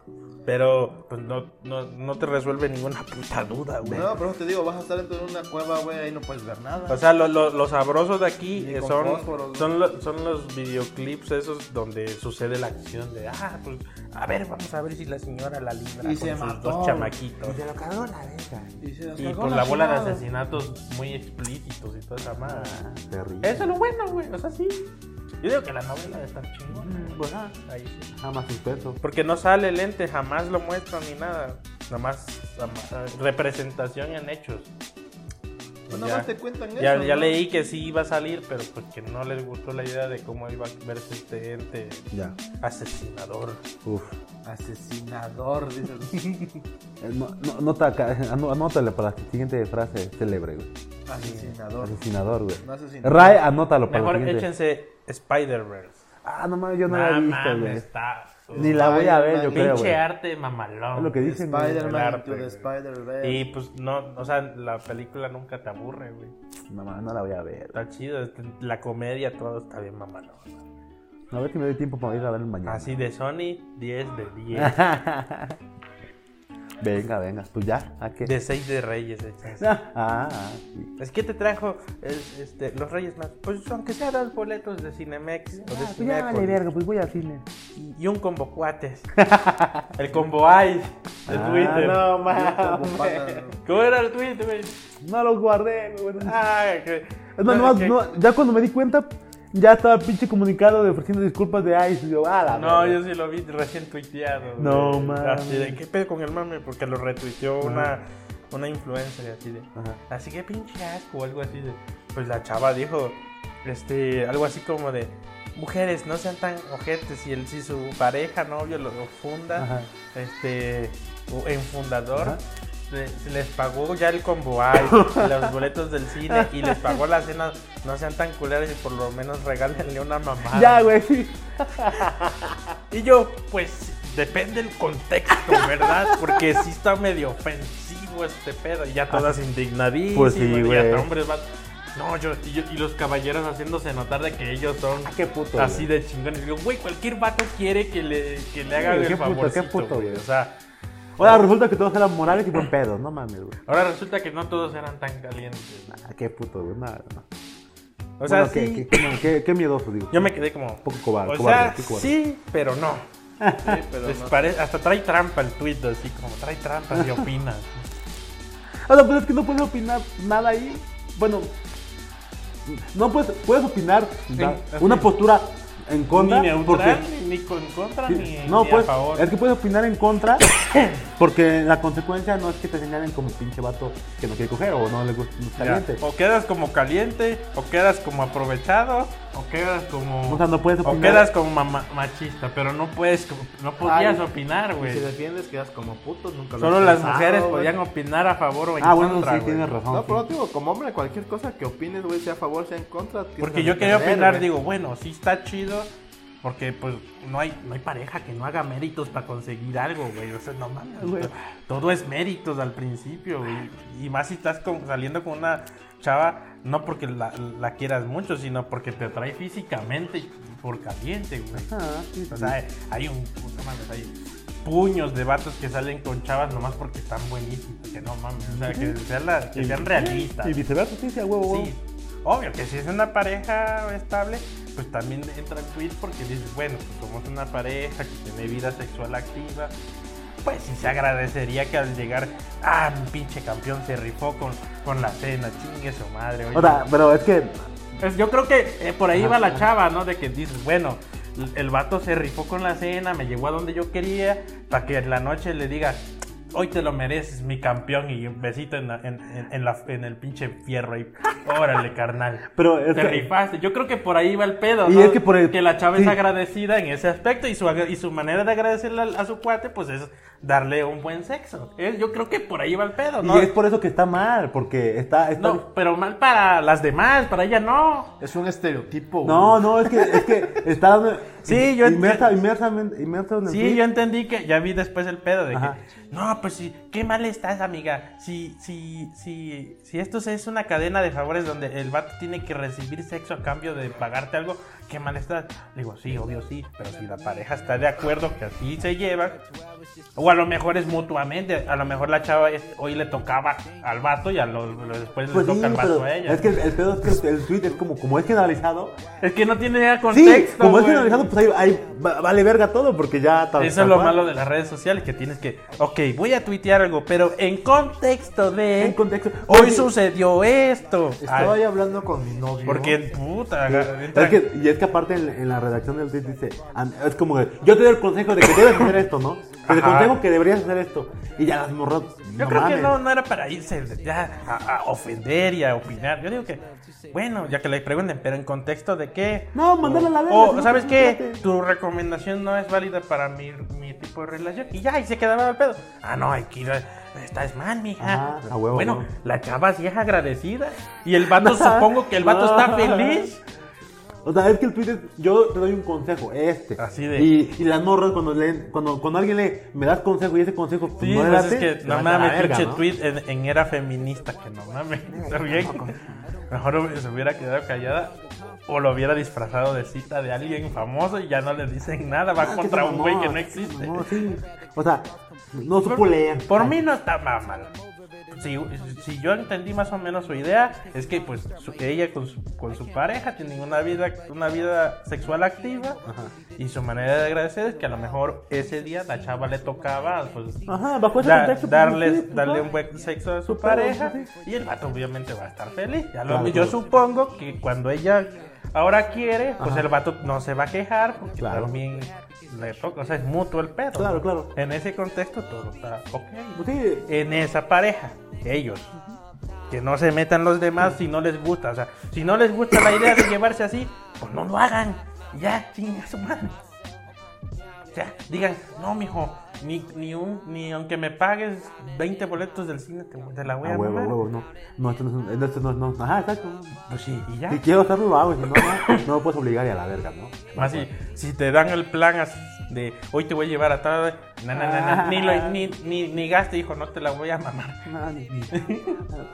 [SPEAKER 1] Pero pues no, no, no te resuelve ninguna puta duda, güey.
[SPEAKER 2] No, por eso te digo, vas a estar dentro de una cueva, güey, ahí no puedes ver nada.
[SPEAKER 1] O sea, lo, lo- los sabrosos de aquí
[SPEAKER 2] Y
[SPEAKER 1] eh,
[SPEAKER 2] con
[SPEAKER 1] son,
[SPEAKER 2] fósforos,
[SPEAKER 1] son, lo- son los videoclips esos donde sucede la acción de, ah, pues, a ver, vamos a ver si la señora la libra con
[SPEAKER 2] Y se
[SPEAKER 1] sus
[SPEAKER 2] mató.
[SPEAKER 1] dos chamaquitos.
[SPEAKER 4] lo cagó la verga.
[SPEAKER 2] y se
[SPEAKER 1] Y con la bola de asesinatos muy explícitos y toda esa madre.
[SPEAKER 4] Ah, Terrible.
[SPEAKER 1] Eso es lo bueno, güey. O sea, sí. Yo digo que la novela está chingona.
[SPEAKER 4] Pues nada,
[SPEAKER 1] Ahí sí.
[SPEAKER 4] jamás suspenso.
[SPEAKER 1] Mm. Porque no sale lente, jamás lo muestran ni nada. Nada más ama- representación en hechos.
[SPEAKER 2] Pues
[SPEAKER 1] Y
[SPEAKER 2] nada más te cuentan
[SPEAKER 1] ya,
[SPEAKER 2] eso.
[SPEAKER 1] ya
[SPEAKER 2] ¿no?
[SPEAKER 1] leí que sí iba a salir, pero porque no les gustó la idea de cómo iba a verse este ente
[SPEAKER 4] Ya.
[SPEAKER 1] asesinador.
[SPEAKER 4] Uf.
[SPEAKER 2] Asesinador, dices. [LAUGHS]
[SPEAKER 4] Eh, No, no, nota acá, eh, anó- anótale para la siguiente frase célebre, güey.
[SPEAKER 2] Asesinador.
[SPEAKER 4] Asesinador, güey.
[SPEAKER 2] No asesinador.
[SPEAKER 4] Ray, anótalo para
[SPEAKER 1] Mejor
[SPEAKER 4] la siguiente.
[SPEAKER 1] échense Spider-Verse.
[SPEAKER 4] Ah, no mames, yo no la
[SPEAKER 1] Nah,
[SPEAKER 4] he visto,
[SPEAKER 1] mames,
[SPEAKER 4] güey.
[SPEAKER 1] está.
[SPEAKER 4] Ni la voy a
[SPEAKER 2] Ay,
[SPEAKER 4] ver,
[SPEAKER 2] no
[SPEAKER 4] yo
[SPEAKER 2] mames.
[SPEAKER 4] creo,
[SPEAKER 1] Pinche
[SPEAKER 4] güey.
[SPEAKER 1] arte mamalón.
[SPEAKER 4] Es lo que dicen. güey.
[SPEAKER 1] El
[SPEAKER 2] Spider-Man
[SPEAKER 1] arte,
[SPEAKER 2] into the
[SPEAKER 1] güey.
[SPEAKER 2] Spider-Verse.
[SPEAKER 1] Y pues no, o sea, la película nunca te aburre, güey.
[SPEAKER 4] No mames, no la voy a ver.
[SPEAKER 1] Está chido, este, la comedia, todo está bien mamalón.
[SPEAKER 4] A ver si me doy tiempo para ir a ver mañana. [LAUGHS]
[SPEAKER 1] Así de Sony, 10 de 10.
[SPEAKER 4] Ah. Venga, venga, pues ya, ¿a qué?
[SPEAKER 1] De 6 de Reyes, hechas.
[SPEAKER 4] [LAUGHS] Ah, ah, sí.
[SPEAKER 1] Es que te trajo es- este, los Reyes más. Pues aunque sea dos boletos de Cinemex o de
[SPEAKER 4] Ah, pues ya vale
[SPEAKER 1] Cinépolis.
[SPEAKER 4] verga, pues voy al cine.
[SPEAKER 1] Y- Y un combo
[SPEAKER 4] [LAUGHS]
[SPEAKER 1] cuates. el combo ay de
[SPEAKER 4] Ah,
[SPEAKER 1] Twitter.
[SPEAKER 4] no
[SPEAKER 2] Como pata, ¿no?
[SPEAKER 1] ¿Cómo era el Twitter, güey?
[SPEAKER 4] No lo guardé, güey. bueno.
[SPEAKER 1] Ay, que-
[SPEAKER 4] Es más, nomás, no, ya cuando me di cuenta, ya estaba pinche comunicado de ofreciendo disculpas de Ice. y yo, ah, la
[SPEAKER 1] No,
[SPEAKER 4] verga.
[SPEAKER 1] yo sí lo vi recién tuiteado. güey.
[SPEAKER 4] No, mames.
[SPEAKER 1] Así de, ¿qué pedo con el mame? Porque lo retuiteó una, una influencer así de.
[SPEAKER 4] Ajá.
[SPEAKER 1] Así que pinche asco o algo así de. Pues la chava dijo, este, algo así como de. Mujeres, no sean tan ojetes. Si, el, si su pareja, novio lo lo funda,
[SPEAKER 4] Ajá.
[SPEAKER 1] este, o en fundador,
[SPEAKER 4] Ajá.
[SPEAKER 1] le- se les pagó ya el combo, ay,
[SPEAKER 4] [LAUGHS]
[SPEAKER 1] los boletos del cine y les pagó la cena. No sean tan culeras y por lo menos regálenle una mamada.
[SPEAKER 4] Ya, güey, sí.
[SPEAKER 1] Y yo, pues, depende el contexto, ¿verdad? Porque sí está medio ofensivo este pedo. Y ya todas indignadísimas.
[SPEAKER 4] Ah, Pues sí,
[SPEAKER 1] y
[SPEAKER 4] güey.
[SPEAKER 1] hasta hombres van- No, yo y, yo- y los caballeros haciéndose notar de que ellos son
[SPEAKER 4] Ah, qué puto.
[SPEAKER 1] así
[SPEAKER 4] güey.
[SPEAKER 1] de chingones. Digo, güey, cualquier vato quiere que le, que le haga
[SPEAKER 4] Sí,
[SPEAKER 1] el
[SPEAKER 4] qué puto, qué
[SPEAKER 1] favorcito,
[SPEAKER 4] puto,
[SPEAKER 1] güey.
[SPEAKER 4] güey.
[SPEAKER 1] O sea,
[SPEAKER 4] Ahora resulta que todos eran morales y buen pedo, no mames, güey.
[SPEAKER 1] ahora resulta que no todos eran tan calientes.
[SPEAKER 4] Ah, qué puto, güey, nada, no.
[SPEAKER 1] O sea,
[SPEAKER 4] Bueno, qué-
[SPEAKER 1] sí,
[SPEAKER 4] qué, qué- qué- qué miedoso, digo.
[SPEAKER 1] yo me quedé como... Un
[SPEAKER 4] poco cobarde,
[SPEAKER 1] O
[SPEAKER 4] cobarde,
[SPEAKER 1] sea,
[SPEAKER 4] qué cobarde.
[SPEAKER 1] sí, pero no.
[SPEAKER 4] [LAUGHS]
[SPEAKER 2] Sí, pero
[SPEAKER 1] Pues
[SPEAKER 2] no.
[SPEAKER 1] pare- hasta trae trampa el tuit, así como trae trampa y opina.
[SPEAKER 4] O sea, pues es que no puedes opinar nada ahí. Bueno, no puedes, puedes opinar da-
[SPEAKER 1] así.
[SPEAKER 4] una postura en contra.
[SPEAKER 1] Ni neutral,
[SPEAKER 4] porque,
[SPEAKER 1] ni ni con contra ni,
[SPEAKER 3] No,
[SPEAKER 1] ni
[SPEAKER 3] pues,
[SPEAKER 1] a favor.
[SPEAKER 3] es que puedes opinar en contra, [COUGHS] porque la consecuencia no es que te señalen como pinche vato que no quiere coger o no le gusta no es
[SPEAKER 1] Ya,
[SPEAKER 3] caliente.
[SPEAKER 1] O quedas como caliente, o quedas como aprovechado, o quedas como.
[SPEAKER 3] O sea, no puedes
[SPEAKER 1] o
[SPEAKER 3] opinar.
[SPEAKER 1] quedas como mama- machista, pero no puedes, no podías opinar, güey.
[SPEAKER 2] Si defiendes, quedas como puto, nunca lo
[SPEAKER 1] Solo
[SPEAKER 2] he
[SPEAKER 1] las
[SPEAKER 2] pensado,
[SPEAKER 1] mujeres
[SPEAKER 2] güey.
[SPEAKER 1] podían opinar a favor o en
[SPEAKER 3] Ah, bueno,
[SPEAKER 1] contra.
[SPEAKER 3] sí,
[SPEAKER 1] güey.
[SPEAKER 3] tienes razón.
[SPEAKER 2] No,
[SPEAKER 3] sí.
[SPEAKER 2] pero digo, como hombre, cualquier cosa que opines, güey, sea a favor, sea en contra. tienes
[SPEAKER 1] Porque
[SPEAKER 2] que
[SPEAKER 1] yo quería
[SPEAKER 2] defender,
[SPEAKER 1] opinar,
[SPEAKER 2] güey.
[SPEAKER 1] digo, bueno, sí está chido, porque pues no hay, no hay pareja que no haga méritos para conseguir algo, güey. O sea, no mames, güey. Todo es méritos al principio, güey. Y más si estás con- saliendo con una chava, no porque la, la quieras mucho, sino porque te atrae físicamente y por caliente, güey.
[SPEAKER 3] Ah, sí, sí.
[SPEAKER 1] O sea, hay un. puta madre, hay puños de vatos que salen con chavas nomás porque están buenísimos. Que no mames. O sea, que, sean la- que sean realistas.
[SPEAKER 3] Y viceversa, sí, sí, a huevo, huevo.
[SPEAKER 1] Sí, obvio que si es una pareja estable, pues también entra el tweet porque dices, bueno, pues somos una pareja que tiene vida sexual activa. Pues sí se agradecería que al llegar, ah, mi pinche campeón se rifó con, con la cena, chingue su madre. oye".
[SPEAKER 3] O sea, pero es que
[SPEAKER 1] Pues yo creo que eh, por ahí va la chava, ¿no? De que dices, bueno, l- el vato se rifó con la cena, me llevó a donde yo quería, para que en la noche le diga, hoy te lo mereces, mi campeón, y un besito en, la- en- en- en la- en el pinche fierro
[SPEAKER 3] [LAUGHS]
[SPEAKER 1] ahí. Órale, carnal.
[SPEAKER 3] Pero es
[SPEAKER 1] te
[SPEAKER 3] que-
[SPEAKER 1] rifaste. Yo creo que por ahí va el pedo,
[SPEAKER 3] Y
[SPEAKER 1] ¿no?
[SPEAKER 3] es que por el-
[SPEAKER 1] la chava es
[SPEAKER 3] sí.
[SPEAKER 1] agradecida en ese aspecto y su, agra- y su manera de agradecerle al- a, su cuate, pues es darle un buen sexo. Eh, Yo creo que por ahí va el pedo, ¿no?
[SPEAKER 3] Y es por eso que está mal, porque está... está-
[SPEAKER 1] No, pero mal para las demás, para ella no.
[SPEAKER 2] Es un estereotipo, güey.
[SPEAKER 3] no, no, es que, es que [LAUGHS] está dando...
[SPEAKER 1] Sí, yo
[SPEAKER 3] inmersa,
[SPEAKER 1] entiendo.
[SPEAKER 3] inmersamente- inmerso en el
[SPEAKER 1] Sí,
[SPEAKER 3] clip.
[SPEAKER 1] yo entendí que ya vi después el pedo de
[SPEAKER 3] Ajá.
[SPEAKER 1] que no, pues sí, qué mal estás, amiga. Si si si si esto es una cadena de favores donde el vato tiene que recibir sexo a cambio de pagarte algo, qué mal estás. Digo, sí, obvio sí, pero si la pareja está de acuerdo que así se lleva o a lo mejor es mutuamente, a lo mejor la chava es- hoy le tocaba al vato y a lo- lo- después
[SPEAKER 3] Pues
[SPEAKER 1] le
[SPEAKER 3] sí,
[SPEAKER 1] toca al vato
[SPEAKER 3] pero
[SPEAKER 1] a ella.
[SPEAKER 3] es que el, el pedo es que el, el tweet es como, como es generalizado.
[SPEAKER 1] Es que no tiene ya
[SPEAKER 3] Sí,
[SPEAKER 1] contexto.
[SPEAKER 3] como es
[SPEAKER 1] güey.
[SPEAKER 3] generalizado, pues ahí, ahí va- vale verga todo, porque ya... tal-
[SPEAKER 1] Eso es
[SPEAKER 3] tal
[SPEAKER 1] lo
[SPEAKER 3] cual.
[SPEAKER 1] malo de las redes sociales, que tienes que, ok, voy a tuitear algo, pero en contexto de...
[SPEAKER 3] En contexto.
[SPEAKER 1] Hoy
[SPEAKER 3] Oye,
[SPEAKER 1] sucedió esto.
[SPEAKER 2] Estaba
[SPEAKER 1] Ay,
[SPEAKER 2] ahí hablando con mi novio.
[SPEAKER 1] porque, puta, agarra- entra-
[SPEAKER 3] Es que, y es que aparte en, en la redacción del tweet dice, an- es como que yo te doy el consejo de que debes hacer esto, ¿no? Te doy el
[SPEAKER 1] Ajá.
[SPEAKER 3] consejo que deberías hacer esto. Y ya las morras.
[SPEAKER 1] yo creo que no, no era para irse ya a, a ofender y a opinar. Yo digo que, bueno, ya que le pregunten, pero en contexto de qué.
[SPEAKER 3] No, mándala a la verga,
[SPEAKER 1] O,
[SPEAKER 3] si no
[SPEAKER 1] Oh, ¿sabes
[SPEAKER 3] te
[SPEAKER 1] qué?
[SPEAKER 3] late.
[SPEAKER 1] Tu recomendación no es válida para mi, mi tipo de relación. Y ya, y se quedaba al pedo. Ah, no, hay que ir a... Estás mal, mija.
[SPEAKER 3] Ah, a huevo,
[SPEAKER 1] bueno,
[SPEAKER 3] huevo.
[SPEAKER 1] la chava sí es agradecida. Y el
[SPEAKER 3] [LAUGHS]
[SPEAKER 1] vato, supongo que el vato está feliz.
[SPEAKER 3] O sea, es que el tweet es, yo te doy un consejo, este.
[SPEAKER 1] Así de-
[SPEAKER 3] Y, y las morras cuando leen, cuando, cuando alguien lee, me das consejo y ese consejo pues,
[SPEAKER 1] Sí,
[SPEAKER 3] no le
[SPEAKER 1] pues
[SPEAKER 3] das.
[SPEAKER 1] es que no mames, pinche tweet en, en era feminista, que no mames, [LAUGHS] está bien. Mejor se hubiera quedado callada o lo hubiera disfrazado de cita de alguien famoso y ya no le dicen nada,
[SPEAKER 3] Ah,
[SPEAKER 1] va contra un güey que no existe.
[SPEAKER 3] No, sí. O sea, no supo leer.
[SPEAKER 1] Por mí no está más mal. Si, si yo entendí más o menos su idea, es que pues su- ella con su, con su pareja tiene una vida, una vida sexual activa y su manera de agradecer es que a lo mejor ese día la chava le tocaba pues,
[SPEAKER 3] Ajá, bajo ese
[SPEAKER 1] da-
[SPEAKER 3] contexto, pues,
[SPEAKER 1] darle,
[SPEAKER 3] sí, pues,
[SPEAKER 1] darle
[SPEAKER 3] va.
[SPEAKER 1] un buen sexo a su
[SPEAKER 3] Su padre,
[SPEAKER 1] pareja
[SPEAKER 3] sí,
[SPEAKER 1] y el vato obviamente va a estar feliz. Ya lo-
[SPEAKER 3] Claro.
[SPEAKER 1] yo supongo que cuando ella ahora quiere, pues el vato no se va a quejar porque
[SPEAKER 3] Claro.
[SPEAKER 1] también le toca, o sea, es mutuo el pedo.
[SPEAKER 3] Claro, claro.
[SPEAKER 1] En ese contexto todo está ok.
[SPEAKER 3] Pues sí.
[SPEAKER 1] En esa pareja, ellos. Que no se metan los demás si no les gusta. O sea, si no les gusta la idea de llevarse así, pues no lo hagan. Ya, chinga su madre. O sea, digan, no, mijo, ni, ni, un, ni aunque me pagues 20 boletos del cine, te, te la voy a,
[SPEAKER 3] A huevo, a
[SPEAKER 1] mamar".
[SPEAKER 3] huevo, no. No, esto no, es- esto no, no. Ajá,
[SPEAKER 1] [LAUGHS]
[SPEAKER 3] ah, exacto.
[SPEAKER 1] Pues sí, y ya.
[SPEAKER 3] Si quiero hacerlo, lo hago. Si no, no, no me puedes obligar y a la verga, ¿no?
[SPEAKER 1] Más si, si te dan el plan así de hoy te voy a llevar a tal. na, na, na, na, ni, lo- ni, ni, ni gaste, hijo, no te la voy a mamar.
[SPEAKER 3] No, ni- ni-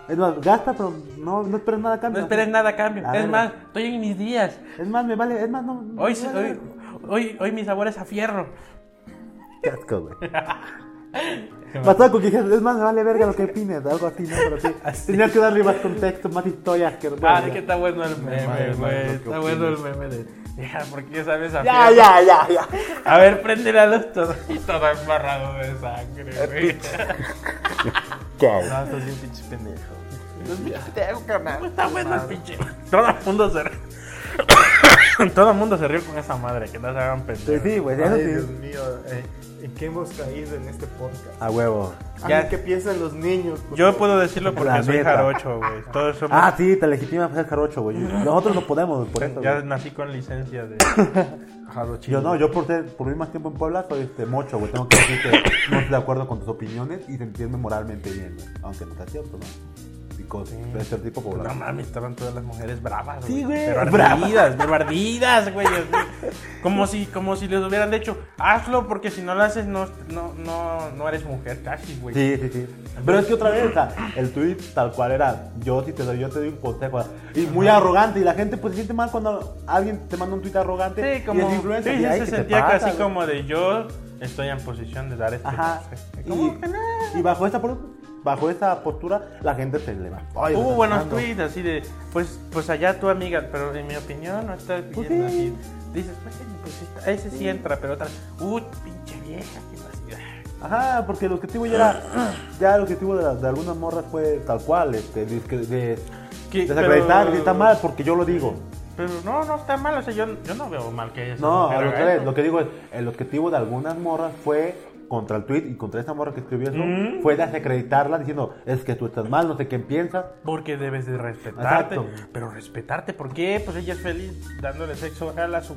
[SPEAKER 3] Es más, gasta, pero no, no esperes nada a
[SPEAKER 1] No
[SPEAKER 3] cambio.
[SPEAKER 1] esperes nada a cambio.
[SPEAKER 3] A
[SPEAKER 1] es
[SPEAKER 3] ver.
[SPEAKER 1] más, estoy en mis días.
[SPEAKER 3] Es más, me vale, es más, no. no-
[SPEAKER 1] Hoy,
[SPEAKER 3] me vale
[SPEAKER 1] hoy,
[SPEAKER 3] verga.
[SPEAKER 1] hoy, hoy mi sabor es a fierro.
[SPEAKER 3] Qué asco, güey. Bastaba con que dijeras, es más, me vale verga lo que opines, algo así,
[SPEAKER 1] [LAUGHS]
[SPEAKER 3] ¿no? Pero sí.
[SPEAKER 1] Así.
[SPEAKER 3] Tenías que darle más contexto, más historias. Que,
[SPEAKER 1] Ah,
[SPEAKER 3] bueno,
[SPEAKER 1] es que
[SPEAKER 3] ya.
[SPEAKER 1] está bueno el meme,
[SPEAKER 2] madre,
[SPEAKER 1] güey.
[SPEAKER 2] madre, lo que
[SPEAKER 1] Está bueno el meme de. Ya, ¿por qué sabes a fierro?
[SPEAKER 3] ya, Ah, ya, ya, ya.
[SPEAKER 1] A ver, prende la luz todo. Y todo embarrado de sangre, güey.
[SPEAKER 3] Pues
[SPEAKER 2] No, Ah, estás bien pinche pendejo.
[SPEAKER 1] Está bueno el pinche. Todo el mundo se. [COUGHS] Todo el mundo se rió con esa madre, que no se hagan pendejos.
[SPEAKER 3] Sí, güey, eso
[SPEAKER 2] Ay,
[SPEAKER 3] sí.
[SPEAKER 2] Dios mío, eh, ¿en qué hemos caído en este podcast?
[SPEAKER 3] A huevo.
[SPEAKER 2] Ya,
[SPEAKER 1] Ya-
[SPEAKER 2] ¿qué piensan los niños? por
[SPEAKER 1] Yo
[SPEAKER 2] favor?
[SPEAKER 1] puedo decirlo
[SPEAKER 3] La
[SPEAKER 1] porque soy
[SPEAKER 3] neta.
[SPEAKER 1] jarocho, güey. Todos somos...
[SPEAKER 3] Ah, sí, te legitimas para ser jarocho, güey. Nosotros no podemos, por eso.
[SPEAKER 1] ya
[SPEAKER 3] güey.
[SPEAKER 1] nací con licencia
[SPEAKER 3] [COUGHS]
[SPEAKER 1] de...
[SPEAKER 3] Yo no, yo por, ser, por vivir más tiempo en Puebla soy este mocho, güey. Tengo que decir que no estoy de acuerdo con tus opiniones y te entiendo moralmente bien, güey. Aunque no está cierto, ¿no? Picos, de ser tipo
[SPEAKER 1] Pues No
[SPEAKER 3] poblano.
[SPEAKER 1] mames, estaban todas las mujeres bravas,
[SPEAKER 3] Sí, güey,
[SPEAKER 1] Pero
[SPEAKER 3] bravas.
[SPEAKER 1] ardidas, pero ardidas, güey. así. Como si, como si les hubieran dicho, hazlo porque si no lo haces no, no, no, no eres mujer casi, güey.
[SPEAKER 3] Sí, sí, sí. Pero es que otra vez, o sea, el tweet tal cual era, yo si te doy, yo te doy un consejo. Y muy arrogante, y la gente pues se siente mal cuando alguien te manda un tweet arrogante.
[SPEAKER 1] Sí, como...
[SPEAKER 3] y es
[SPEAKER 1] sí,
[SPEAKER 3] influencer,
[SPEAKER 1] sí,
[SPEAKER 3] y, ay,
[SPEAKER 1] se
[SPEAKER 3] ¿qué te
[SPEAKER 1] sentía
[SPEAKER 3] pasa,
[SPEAKER 1] casi
[SPEAKER 3] güey?
[SPEAKER 1] como de yo estoy en posición de dar este
[SPEAKER 3] Ajá.
[SPEAKER 1] consejo. ¿Cómo que no?
[SPEAKER 3] Y, y bajo esta por- bajo esa postura, la gente se levantó. Ay,
[SPEAKER 1] Hubo
[SPEAKER 3] me
[SPEAKER 1] buenos
[SPEAKER 3] mando.
[SPEAKER 1] tweets así de, pues, pues allá tu amiga, pero en mi opinión no está bien.
[SPEAKER 3] Pues
[SPEAKER 1] así.
[SPEAKER 3] sí.
[SPEAKER 1] Dices, pues, pues, esta- ese sí entra, pero otra, uh, pinche vieja, que no sé".
[SPEAKER 3] Ajá, porque el objetivo ya era. Ya el objetivo de, las- de algunas morras fue tal cual, este, de, de- de-
[SPEAKER 1] Que-
[SPEAKER 3] desacreditar,
[SPEAKER 1] pero-
[SPEAKER 3] que está mal, porque yo lo digo.
[SPEAKER 1] Pero no, no está mal, o sea, yo, yo no veo mal que haya sido
[SPEAKER 3] No,
[SPEAKER 1] mujer,
[SPEAKER 3] lo
[SPEAKER 1] ¿eh?
[SPEAKER 3] que, lo que digo es, el objetivo de algunas morras fue contra el tweet y contra esta morra que escribió eso,
[SPEAKER 1] Mm.
[SPEAKER 3] fue desacreditarla diciendo, es que tú estás mal, no sé qué piensas.
[SPEAKER 1] Porque debes de respetarte.
[SPEAKER 3] Exacto.
[SPEAKER 1] Pero respetarte, ¿por qué? Pues ella es feliz dándole sexo oral a su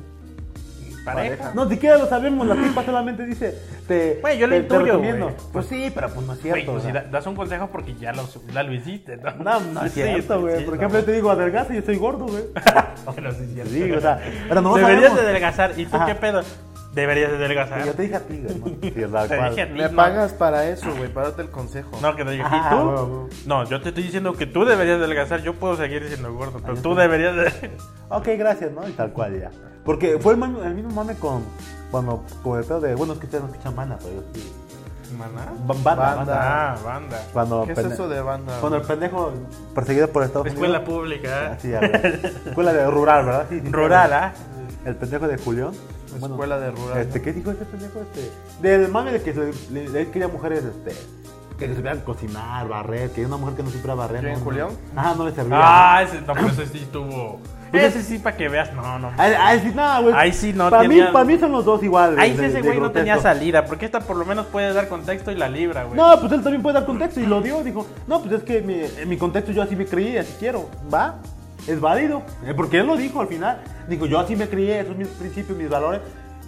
[SPEAKER 1] pareja.
[SPEAKER 3] No, siquiera lo sabemos, la tipa solamente dice, te,
[SPEAKER 1] Güey, yo lo
[SPEAKER 3] te- te
[SPEAKER 1] intuyo,
[SPEAKER 3] recomiendo.
[SPEAKER 1] güey.
[SPEAKER 3] Pues sí, pero pues no es
[SPEAKER 1] Güey,
[SPEAKER 3] cierto.
[SPEAKER 1] pues,
[SPEAKER 3] o
[SPEAKER 1] si
[SPEAKER 3] sea.
[SPEAKER 1] da- das un consejo porque ya lo, ya lo hiciste, ¿no?
[SPEAKER 3] No, no es
[SPEAKER 1] [LAUGHS] Sí,
[SPEAKER 3] cierto, güey.
[SPEAKER 1] sí,
[SPEAKER 3] Por
[SPEAKER 1] no.
[SPEAKER 3] ejemplo, yo te digo, adelgaza y yo soy gordo, güey.
[SPEAKER 1] [LAUGHS] Bueno, sí, es cierto.
[SPEAKER 3] Sí, o sea, pero no
[SPEAKER 1] Deberías
[SPEAKER 3] sabemos.
[SPEAKER 1] de adelgazar. ¿Y tú
[SPEAKER 3] Ajá.
[SPEAKER 1] qué pedo? Deberías de adelgazar. [LAUGHS]
[SPEAKER 3] Yo te dije a ti, hermano. Sí, es tal
[SPEAKER 1] Te
[SPEAKER 3] cual.
[SPEAKER 1] dije a ti.
[SPEAKER 2] Me
[SPEAKER 1] no.
[SPEAKER 2] pagas para eso, güey, para darte el consejo.
[SPEAKER 1] No, que te diga,
[SPEAKER 3] Ajá,
[SPEAKER 1] ¿y tú?
[SPEAKER 3] huevo, huevo.
[SPEAKER 1] No, yo te estoy diciendo que tú deberías de adelgazar. Yo puedo seguir siendo gordo, pero tú deberías de... [LAUGHS]
[SPEAKER 3] Ok, gracias, ¿no? Y tal cual ya. Porque fue el, man- el mismo mame con, cuando, con el pedo de, bueno, es que ustedes no escuchan banda, pero yo sí.
[SPEAKER 1] ¿Maná?
[SPEAKER 3] Ba- Banda, banda.
[SPEAKER 1] Ah, banda.
[SPEAKER 3] Cuando
[SPEAKER 2] ¿Qué es
[SPEAKER 3] pende-
[SPEAKER 2] eso de banda?
[SPEAKER 3] Cuando el pendejo perseguido por Estados
[SPEAKER 1] Escuela
[SPEAKER 3] Unidos.
[SPEAKER 1] pública. ¿eh?
[SPEAKER 3] Así, a ver. Escuela de rural, ¿verdad? Sí, sí,
[SPEAKER 1] Rural,
[SPEAKER 3] claro.
[SPEAKER 1] ¿ah?
[SPEAKER 3] El pendejo de Julián. Bueno,
[SPEAKER 2] Escuela de rural.
[SPEAKER 3] Este, ¿Qué dijo este pendejo? Este, del mame de que se- le, le quería mujeres, este. Que se supieran cocinar, barrer, que una mujer que no supiera barrer.
[SPEAKER 2] ¿Quién,
[SPEAKER 3] no, no.
[SPEAKER 2] Julián?
[SPEAKER 3] Ajá, no le servía.
[SPEAKER 1] Ah, ese, no, pero ese sí estuvo. Ese sí, para que veas. No, no.
[SPEAKER 3] Ahí- Ahí sí, nada, güey.
[SPEAKER 1] Ahí sí no
[SPEAKER 3] Para
[SPEAKER 1] tenía-
[SPEAKER 3] mí, para mí son los dos iguales.
[SPEAKER 1] Ahí sí
[SPEAKER 3] de-
[SPEAKER 1] ese
[SPEAKER 3] de
[SPEAKER 1] güey no tenía
[SPEAKER 3] grotesco.
[SPEAKER 1] salida, porque esta por lo menos puede dar contexto y la libra, güey.
[SPEAKER 3] No, pues él también puede dar contexto y lo dio. Dijo, no, pues es que mi, en mi contexto yo así me creí, así quiero. Va, es válido. Eh, Porque él lo dijo al final. Dijo, yo así me creí, esos son mis principios, mis valores.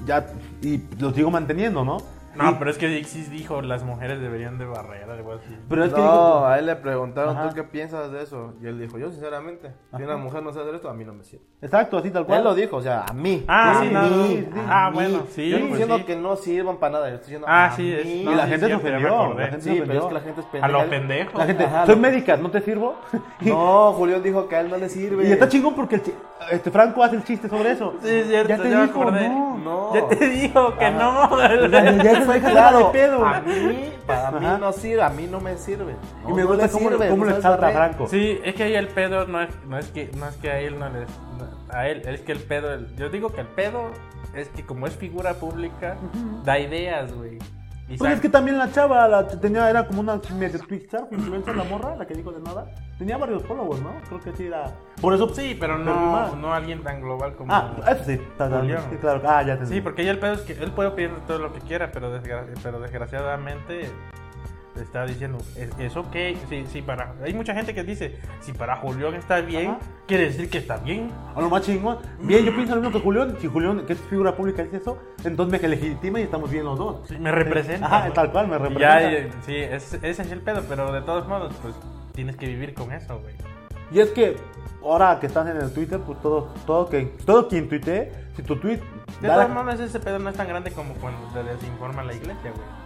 [SPEAKER 3] Ya, y los sigo manteniendo, ¿no?
[SPEAKER 1] No,
[SPEAKER 3] Y-
[SPEAKER 1] pero es que Dixis dijo, las mujeres deberían de barrer, algo así.
[SPEAKER 3] pero es que
[SPEAKER 2] no,
[SPEAKER 3] dijo,
[SPEAKER 1] pues,
[SPEAKER 2] a él le preguntaron,
[SPEAKER 3] Ajá.
[SPEAKER 2] ¿tú qué piensas de eso? Y él dijo, yo sinceramente, si una mujer no sabe hacer esto, a mí no me sirve.
[SPEAKER 3] exacto, así tal cual.
[SPEAKER 2] Él lo dijo, o sea, a mí.
[SPEAKER 1] Ah,
[SPEAKER 2] A
[SPEAKER 1] sí,
[SPEAKER 2] mí,
[SPEAKER 1] no, no.
[SPEAKER 2] a
[SPEAKER 1] Ah,
[SPEAKER 2] mí.
[SPEAKER 1] bueno, sí,
[SPEAKER 2] Yo no estoy
[SPEAKER 1] pues
[SPEAKER 2] diciendo
[SPEAKER 1] sí.
[SPEAKER 2] que no sirvan para nada, yo estoy diciendo
[SPEAKER 1] Ah,
[SPEAKER 2] a
[SPEAKER 1] sí, es-
[SPEAKER 2] mí.
[SPEAKER 1] no,
[SPEAKER 3] y la
[SPEAKER 1] sí,
[SPEAKER 3] gente
[SPEAKER 1] es
[SPEAKER 3] se
[SPEAKER 1] cierto, ya me
[SPEAKER 3] ofendió.
[SPEAKER 1] acordé.
[SPEAKER 3] La gente se
[SPEAKER 2] Sí, pero es
[SPEAKER 3] ofendió.
[SPEAKER 2] que la gente es
[SPEAKER 1] A
[SPEAKER 2] pendeja.
[SPEAKER 1] los [LAUGHS] pendejos.
[SPEAKER 3] La gente,
[SPEAKER 2] Ajá,
[SPEAKER 3] soy
[SPEAKER 2] la-
[SPEAKER 3] médica, ¿no te sirvo?
[SPEAKER 2] No, Julián dijo que a él no le sirve.
[SPEAKER 3] Y está chingón porque el chi- este Franco hace el chiste sobre eso.
[SPEAKER 1] Sí, es cierto,
[SPEAKER 3] ya te
[SPEAKER 1] ya me
[SPEAKER 3] dijo,
[SPEAKER 1] acordé.
[SPEAKER 3] no.
[SPEAKER 2] [LAUGHS] No.
[SPEAKER 1] Ya te dijo que
[SPEAKER 3] Ya,
[SPEAKER 1] no.
[SPEAKER 3] ya- ya se lo
[SPEAKER 2] Claro,
[SPEAKER 3] deja claro. pedo.
[SPEAKER 2] a mí, para
[SPEAKER 3] Ajá.
[SPEAKER 2] mí no sirve, a mí no me sirve.
[SPEAKER 3] y me
[SPEAKER 2] No, no
[SPEAKER 3] gusta
[SPEAKER 2] le
[SPEAKER 3] cómo,
[SPEAKER 2] sirve,
[SPEAKER 3] cómo
[SPEAKER 2] no
[SPEAKER 3] le
[SPEAKER 2] sabes
[SPEAKER 3] salta a
[SPEAKER 2] barrer.
[SPEAKER 3] Franco.
[SPEAKER 1] Sí, es que ahí el pedo no es, no es que no es que a él no les no- a él, es que el pedo, el- yo digo que el pedo es que como es figura pública da ideas, güey. Y
[SPEAKER 3] Pues
[SPEAKER 1] saca-
[SPEAKER 3] es que también la chava la tenía, era como una medio twister, influencer la morra, la que dijo de nada. Tenía varios followers, ¿no? Creo que sí era. Por eso
[SPEAKER 1] Sí, pero
[SPEAKER 3] más.
[SPEAKER 1] no, no alguien tan global como
[SPEAKER 3] Ah, eso sí, está- está-
[SPEAKER 1] Julián.
[SPEAKER 3] sí, claro. Ah, ya te
[SPEAKER 1] Sí,
[SPEAKER 3] entendí.
[SPEAKER 1] porque ya el pedo es que él puede pedir todo lo que quiera, pero, desgra- pero desgraciadamente está diciendo, es, es ok, sí, sí, para... Hay mucha gente que dice, si para Julián está bien,
[SPEAKER 3] Ajá.
[SPEAKER 1] quiere decir que está bien.
[SPEAKER 3] A lo más chingón. Bien, yo pienso lo mismo que Julián. Si Julián, que es figura pública, dice eso, entonces me legitima y estamos bien los dos.
[SPEAKER 1] Sí, me representa.
[SPEAKER 3] Ajá,
[SPEAKER 1] güey.
[SPEAKER 3] tal cual, me
[SPEAKER 1] Y
[SPEAKER 3] representa.
[SPEAKER 1] Ya, eh, sí, es- ese es el pedo, pero de todos modos, pues tienes que vivir con eso, güey.
[SPEAKER 3] Y es que ahora que estás en el Twitter, pues todo, todo, que, todo quien tuitee, si tu tweet.
[SPEAKER 1] De
[SPEAKER 3] da la-
[SPEAKER 1] todos modos, ese pedo no es tan grande como cuando te desinforma la iglesia,
[SPEAKER 3] [LAUGHS]
[SPEAKER 1] güey.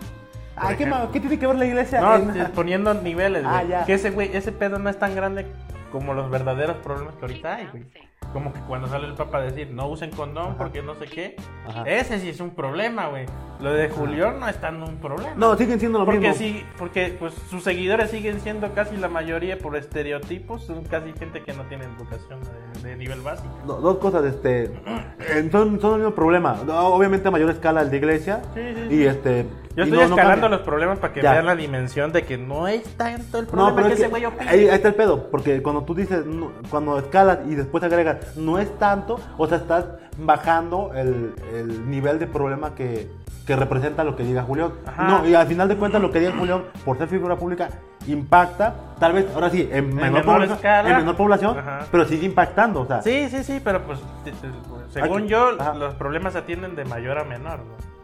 [SPEAKER 3] Ay, ¿qué,
[SPEAKER 1] ejemplo.
[SPEAKER 3] ma- ¿qué tiene que ver la iglesia?
[SPEAKER 1] No,
[SPEAKER 3] En-
[SPEAKER 1] te- poniendo niveles, güey.
[SPEAKER 3] Ah, ya.
[SPEAKER 1] Que ese, güey, ese pedo no es tan grande como los verdaderos problemas que ahorita hay, güey. Como que cuando sale el papa a decir, no usen condón porque no sé qué.
[SPEAKER 3] Ajá.
[SPEAKER 1] Ese sí es un problema, güey. Lo de Julián no es tan un problema.
[SPEAKER 3] No, siguen siendo lo
[SPEAKER 1] Porque
[SPEAKER 3] mismo.
[SPEAKER 1] sí, porque pues sus seguidores siguen siendo casi la mayoría por estereotipos, son casi gente que no tiene educación de, de nivel básico.
[SPEAKER 3] Do- dos cosas, este. eh, Son, son el mismo problema. No, Obviamente a mayor escala el de iglesia.
[SPEAKER 1] Sí, sí,
[SPEAKER 3] Y
[SPEAKER 1] sí.
[SPEAKER 3] este. Y
[SPEAKER 1] Yo estoy
[SPEAKER 3] no- no
[SPEAKER 1] escalando
[SPEAKER 3] cambia.
[SPEAKER 1] los problemas para que
[SPEAKER 3] Ya.
[SPEAKER 1] vean la dimensión de que no es tanto el problema
[SPEAKER 3] No, pero
[SPEAKER 1] que
[SPEAKER 3] es que
[SPEAKER 1] ese güey opina.
[SPEAKER 3] ahí, ahí está el pedo, porque cuando tú dices, no- cuando escalas y después agregas, no es tanto, o sea, estás bajando el, el nivel de problema que, que representa lo que diga Julián.
[SPEAKER 1] Ajá.
[SPEAKER 3] No, y al final de cuentas lo que diga Julián, por ser figura pública, impacta, tal vez, ahora sí, en menor,
[SPEAKER 1] menor
[SPEAKER 3] población,
[SPEAKER 1] escala.
[SPEAKER 3] en menor población,
[SPEAKER 1] Ajá.
[SPEAKER 3] pero sigue impactando, o sea.
[SPEAKER 1] Sí, sí, sí, pero pues te- te- según
[SPEAKER 3] Aquí.
[SPEAKER 1] yo,
[SPEAKER 3] Ajá.
[SPEAKER 1] los problemas se atienden de mayor a menor. ¿no?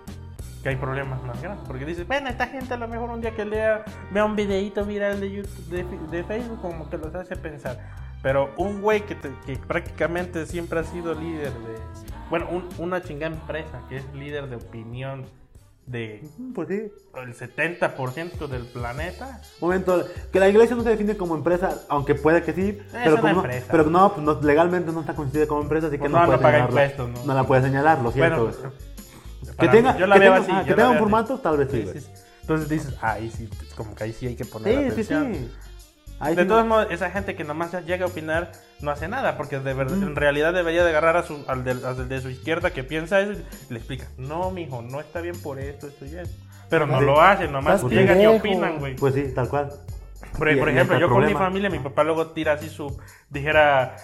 [SPEAKER 1] Que hay problemas más grandes. Porque dices, bueno, esta gente a lo mejor un día que lea, vea un videíto viral de, YouTube, de, Fe- de Facebook, como que los hace pensar. Pero un güey que, te- que prácticamente siempre ha sido líder de. Bueno, un- una chingada empresa que es líder de opinión de
[SPEAKER 3] Pues sí.
[SPEAKER 1] el 70% del planeta.
[SPEAKER 3] Momento, que la iglesia no se define como empresa, aunque puede que sí, pero,
[SPEAKER 1] una
[SPEAKER 3] como no-
[SPEAKER 1] empresa.
[SPEAKER 3] pero no, pues no, legalmente no está constituida como empresa, así que
[SPEAKER 1] Pues
[SPEAKER 3] no,
[SPEAKER 1] no,
[SPEAKER 3] puede
[SPEAKER 1] no paga
[SPEAKER 3] señalarla.
[SPEAKER 1] impuestos, ¿no?
[SPEAKER 3] la puede señalar, lo siento.
[SPEAKER 1] Bueno, pues,
[SPEAKER 3] güey. que
[SPEAKER 1] para
[SPEAKER 3] tenga,
[SPEAKER 1] mí, yo la
[SPEAKER 3] que
[SPEAKER 1] veo
[SPEAKER 3] tenga-
[SPEAKER 1] así.
[SPEAKER 3] ah,
[SPEAKER 1] yo
[SPEAKER 3] que
[SPEAKER 1] la
[SPEAKER 3] tenga un
[SPEAKER 1] veo así.
[SPEAKER 3] formato, tal vez sí.
[SPEAKER 1] Sí,
[SPEAKER 3] güey.
[SPEAKER 1] sí, sí. Entonces dices, ahí sí, como que ahí sí hay que poner
[SPEAKER 3] Sí, sí,
[SPEAKER 1] atención.
[SPEAKER 3] sí. Ahí
[SPEAKER 1] De
[SPEAKER 3] sí
[SPEAKER 1] todos
[SPEAKER 3] no-
[SPEAKER 1] modos, esa gente que nomás llega a opinar no hace nada, porque de verdad, en realidad debería de agarrar a su, al, de, al de su izquierda que piensa eso y le explica, no, mijo, no está bien por esto, esto y eso. Pero no
[SPEAKER 3] Sí.
[SPEAKER 1] lo hacen, nomás
[SPEAKER 3] Estás
[SPEAKER 1] llegan y
[SPEAKER 3] pendejo.
[SPEAKER 1] opinan, güey.
[SPEAKER 3] Pues sí, tal cual.
[SPEAKER 1] Por,
[SPEAKER 3] Y-
[SPEAKER 1] por
[SPEAKER 3] y
[SPEAKER 1] ejemplo,
[SPEAKER 3] está
[SPEAKER 1] yo
[SPEAKER 3] el
[SPEAKER 1] con mi
[SPEAKER 3] problema.
[SPEAKER 1] familia, mi papá luego tira así su. Dijera,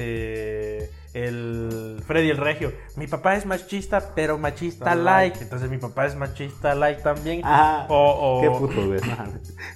[SPEAKER 1] este. El Freddy el Regio. Mi papá es machista, pero machista
[SPEAKER 3] Está
[SPEAKER 1] like. Entonces mi papá es machista like también.
[SPEAKER 3] Ajá.
[SPEAKER 1] O, o,
[SPEAKER 3] Ah, Qué
[SPEAKER 1] [LAUGHS]
[SPEAKER 3] puto, güey. Ajá,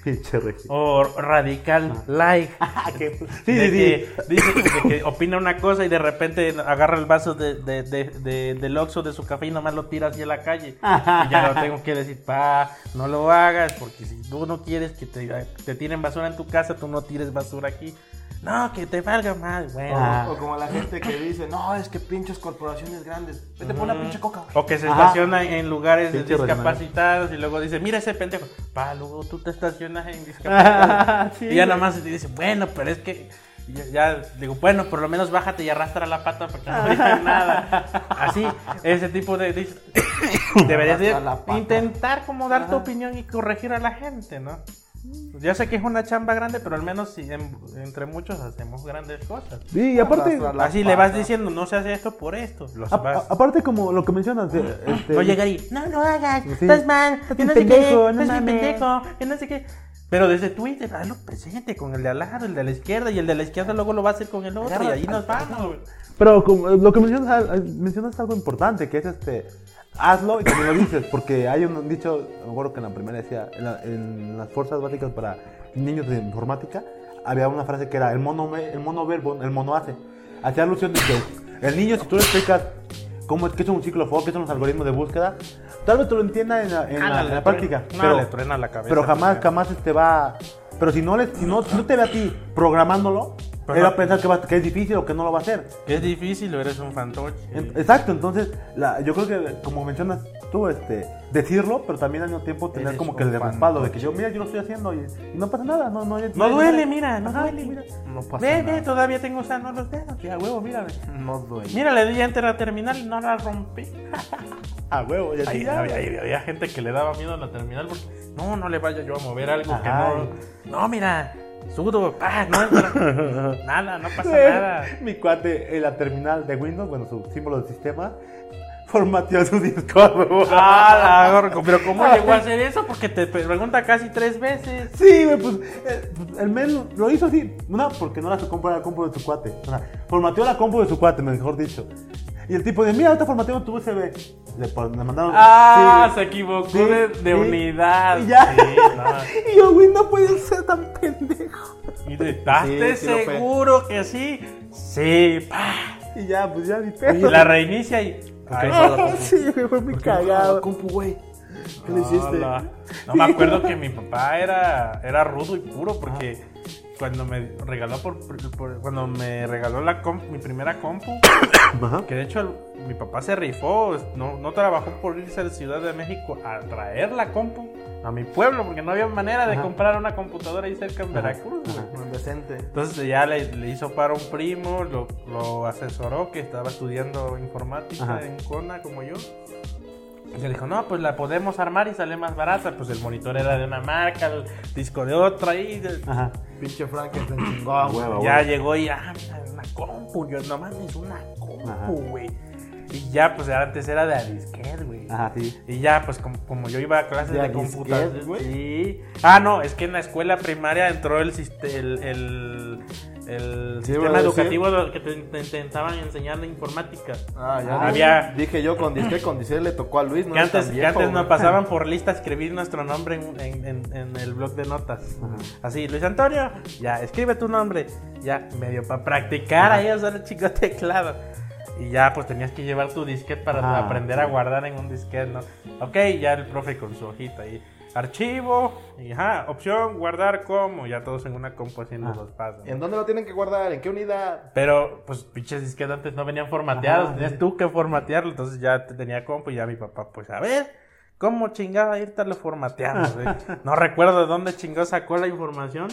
[SPEAKER 3] Pinche regio.
[SPEAKER 1] o radical like.
[SPEAKER 3] [LAUGHS] Ah, qué puto. Sí,
[SPEAKER 1] De
[SPEAKER 3] sí, sí.
[SPEAKER 1] que Dice que, que opina una cosa y de repente agarra el vaso de, de, de, de- del Oxxo de su café y nomás lo tira hacia la
[SPEAKER 3] [LAUGHS]
[SPEAKER 1] calle. Y ya lo tengo que decir, pa, no lo hagas, porque si tú no quieres que te, te tiren basura en tu casa, tú no tires basura aquí. No, que te valga más, bueno.
[SPEAKER 3] Ah.
[SPEAKER 2] O como la gente que dice, no, es que pinches corporaciones grandes. Vete por una pinche coca.
[SPEAKER 1] Mm. O que se
[SPEAKER 3] Ajá.
[SPEAKER 1] estaciona en lugares de
[SPEAKER 3] Pinche regaño.
[SPEAKER 1] discapacitados y luego dice, mira ese pendejo. Pa, luego tú te estacionas en
[SPEAKER 3] Ah,
[SPEAKER 1] discapacitados.
[SPEAKER 3] sí,
[SPEAKER 1] y ya
[SPEAKER 3] güey.
[SPEAKER 1] nada más te dice, bueno, pero es que... y Ya, ya, digo, bueno, por lo menos bájate y arrastra la pata porque no dice nada. Así, ese tipo de... dice, deberías de
[SPEAKER 2] Arrastra la pata.
[SPEAKER 1] intentar como dar tu opinión y corregir a la gente, ¿no? Ya sé que es una chamba grande, pero al menos si en- entre muchos hacemos grandes cosas.
[SPEAKER 3] Sí, y aparte,
[SPEAKER 2] Arrastra la-
[SPEAKER 1] Así le vas
[SPEAKER 2] pata.
[SPEAKER 1] diciendo, no se hace esto por esto. Los
[SPEAKER 2] Ah,
[SPEAKER 3] a-
[SPEAKER 1] vas-
[SPEAKER 3] a- aparte como lo que mencionas, de- este,
[SPEAKER 1] no llegar y, no lo hagas,
[SPEAKER 3] Sí.
[SPEAKER 1] estás mal,
[SPEAKER 3] Estás
[SPEAKER 1] que
[SPEAKER 3] bien
[SPEAKER 1] no sé qué,
[SPEAKER 3] pendejo, no
[SPEAKER 1] estás bien
[SPEAKER 3] mames.
[SPEAKER 1] pendejo, que no sé qué. Pero desde Twitter, hazlo presente con el de al lado, el de la izquierda, y el de la izquierda luego lo va a hacer con el otro, y ahí nos vamos, güey.
[SPEAKER 3] Pero como, eh, lo que mencionas, ah, mencionas algo importante, que es este, hazlo y también lo dices, porque hay un dicho, me acuerdo que en la primera decía, en, la- en las fuerzas básicas para niños de informática, había una frase que era, el mono, me- el mono verbo, el mono hace. Hacía alusión de que el niño, si tú le explicas cómo es que es un ciclo for, qué son los algoritmos de búsqueda, tal vez te lo entienda en la, en la-
[SPEAKER 1] Ah,
[SPEAKER 3] en
[SPEAKER 1] le
[SPEAKER 3] la
[SPEAKER 1] truena-
[SPEAKER 3] práctica.
[SPEAKER 1] no,
[SPEAKER 3] pero-
[SPEAKER 1] le truena la cabeza. pues,
[SPEAKER 3] pero jamás,
[SPEAKER 1] porque-
[SPEAKER 3] jamás te va. Pero si no, le, si no, si no te ve a ti programándolo,
[SPEAKER 1] Pero
[SPEAKER 3] él va
[SPEAKER 1] no-
[SPEAKER 3] a pensar que, va- que es difícil o que no lo va a hacer.
[SPEAKER 1] Que es difícil, o eres un fantoche.
[SPEAKER 3] En- Exacto, entonces la- yo creo que, como mencionas tú, este, decirlo, pero también al mismo tiempo tener
[SPEAKER 1] Eres
[SPEAKER 3] como que
[SPEAKER 1] un
[SPEAKER 3] el
[SPEAKER 1] fan.
[SPEAKER 3] respaldo de que yo, mira, yo lo estoy haciendo y, y no pasa nada, no, no, hay-
[SPEAKER 1] No
[SPEAKER 3] hay-
[SPEAKER 1] duele, mira, no
[SPEAKER 3] Ajá,
[SPEAKER 1] duele.
[SPEAKER 3] eh, mira.
[SPEAKER 2] No pasa
[SPEAKER 1] ve, ve,
[SPEAKER 2] nada.
[SPEAKER 1] todavía tengo sanos los dedos, que a huevo, mírame.
[SPEAKER 2] No duele.
[SPEAKER 1] Mira, le di enter a terminal y no la rompí.
[SPEAKER 3] Ah, huevo, ya
[SPEAKER 1] Ahí
[SPEAKER 3] sí, ya.
[SPEAKER 1] había, había- había gente que le daba miedo a la terminal porque no, no le vaya yo a mover algo
[SPEAKER 3] Ajá.
[SPEAKER 1] que no. No, mira, sudo, pa, no, no, [LAUGHS] nada, no pasa
[SPEAKER 3] Eh,
[SPEAKER 1] nada.
[SPEAKER 3] Mi cuate en la terminal de Windows, bueno, su símbolo del sistema, [LAUGHS] formateó su disco duro.
[SPEAKER 1] [LAUGHS] Ah, la gorco, pero ¿cómo [LAUGHS] llegó a hacer eso? Porque te pregunta casi tres veces.
[SPEAKER 3] Sí, güey, pues eh, el men lo- lo hizo así. No, porque no era su compu, era la compu de su cuate. O sea, formateó la compu de su cuate, mejor dicho. Y el tipo de, mira, ahorita formateo tu USB. Le, pon- le mandaron.
[SPEAKER 1] Ah,
[SPEAKER 3] sí,
[SPEAKER 1] se equivocó
[SPEAKER 3] sí,
[SPEAKER 1] de, de
[SPEAKER 3] sí.
[SPEAKER 1] unidad.
[SPEAKER 3] Y ya.
[SPEAKER 1] Sí, no.
[SPEAKER 3] Y yo, güey, no puede ser tan pendejo.
[SPEAKER 1] Y de, ¿Estás
[SPEAKER 2] sí lo fue.
[SPEAKER 1] seguro que sí? Sí, pa.
[SPEAKER 3] Y ya, pues ya, ni
[SPEAKER 1] Y
[SPEAKER 3] pedo.
[SPEAKER 1] la reinicia y. Ay,
[SPEAKER 3] Ah, [LAUGHS] sí, güey, fue muy
[SPEAKER 2] La
[SPEAKER 3] cagado.
[SPEAKER 2] compu, güey. ¿Qué le
[SPEAKER 1] No,
[SPEAKER 2] hiciste?
[SPEAKER 1] Ah, la-
[SPEAKER 3] [LAUGHS]
[SPEAKER 1] No me acuerdo que mi papá era, era rudo y puro porque cuando me regaló por, por- por- cuando me regaló la comp- mi primera compu,
[SPEAKER 3] Ajá.
[SPEAKER 1] que de hecho el- mi papá se rifó, no, no trabajó por irse a la Ciudad de México a traer la compu a mi pueblo porque no había manera de
[SPEAKER 3] Ajá.
[SPEAKER 1] comprar una computadora ahí cerca en
[SPEAKER 3] Ajá.
[SPEAKER 1] Veracruz. güey.
[SPEAKER 2] Indecente.
[SPEAKER 1] Entonces ya le, le hizo para un primo, lo, lo asesoró que estaba estudiando informática
[SPEAKER 3] Ajá.
[SPEAKER 1] en Cona como yo. Y le dijo, no, pues la podemos armar y sale más barata. Pues el monitor era de una marca, el disco de otra y de-
[SPEAKER 3] Ajá.
[SPEAKER 2] Pinche Frankenstein chingón, güey.
[SPEAKER 3] Huevo,
[SPEAKER 1] Ah, ya
[SPEAKER 3] güey.
[SPEAKER 1] llegó y, ah, mira, una compu. Yo, no mames, una compu,
[SPEAKER 3] Ajá.
[SPEAKER 1] güey. Y ya, pues antes era de a disquet, güey.
[SPEAKER 3] Ajá, sí.
[SPEAKER 1] Y ya, pues como, como yo iba a clases
[SPEAKER 3] ¿De
[SPEAKER 1] de,
[SPEAKER 3] a
[SPEAKER 1] computación.
[SPEAKER 3] disquet, güey?
[SPEAKER 1] Sí. Ah, no, es que en la escuela primaria entró el, sist- el, el, el
[SPEAKER 2] Sí,
[SPEAKER 1] sistema
[SPEAKER 2] ¿verdad?
[SPEAKER 1] educativo que te te intentaban enseñar la informática.
[SPEAKER 2] Ah, ya.
[SPEAKER 1] Ah,
[SPEAKER 2] dije-
[SPEAKER 1] ya.
[SPEAKER 2] Dije yo con disque, con disque le tocó a Luis, no
[SPEAKER 1] que
[SPEAKER 2] eres tan
[SPEAKER 1] antes, que
[SPEAKER 2] viejo,
[SPEAKER 1] antes nos
[SPEAKER 2] güey.
[SPEAKER 1] pasaban
[SPEAKER 2] [LAUGHS]
[SPEAKER 1] por lista escribir nuestro nombre en, en- en- en el blog de notas. Así, Luis Antonio, ya, escribe tu nombre. Ya, medio para practicar ahí usar el chico teclado. Y ya, pues tenías que llevar tu disquete para
[SPEAKER 3] Ah,
[SPEAKER 1] aprender a guardar en un disquete, ¿no? Ok, ya el profe con su hojita ahí. Archivo, y ajá, opción, guardar como. Ya todos en una compu haciendo
[SPEAKER 3] Ah.
[SPEAKER 1] los pasos.
[SPEAKER 2] ¿En dónde lo tienen que guardar? ¿En qué unidad?
[SPEAKER 1] Pero, pues, pinches disquetes antes no venían formateados,
[SPEAKER 3] Ajá,
[SPEAKER 1] tenías
[SPEAKER 3] sí.
[SPEAKER 1] tú que formatearlo, entonces ya te tenía compu y ya mi papá, pues, a ver, ¿cómo chingaba irte lo formateando? güey? no recuerdo de dónde chingó sacó la información.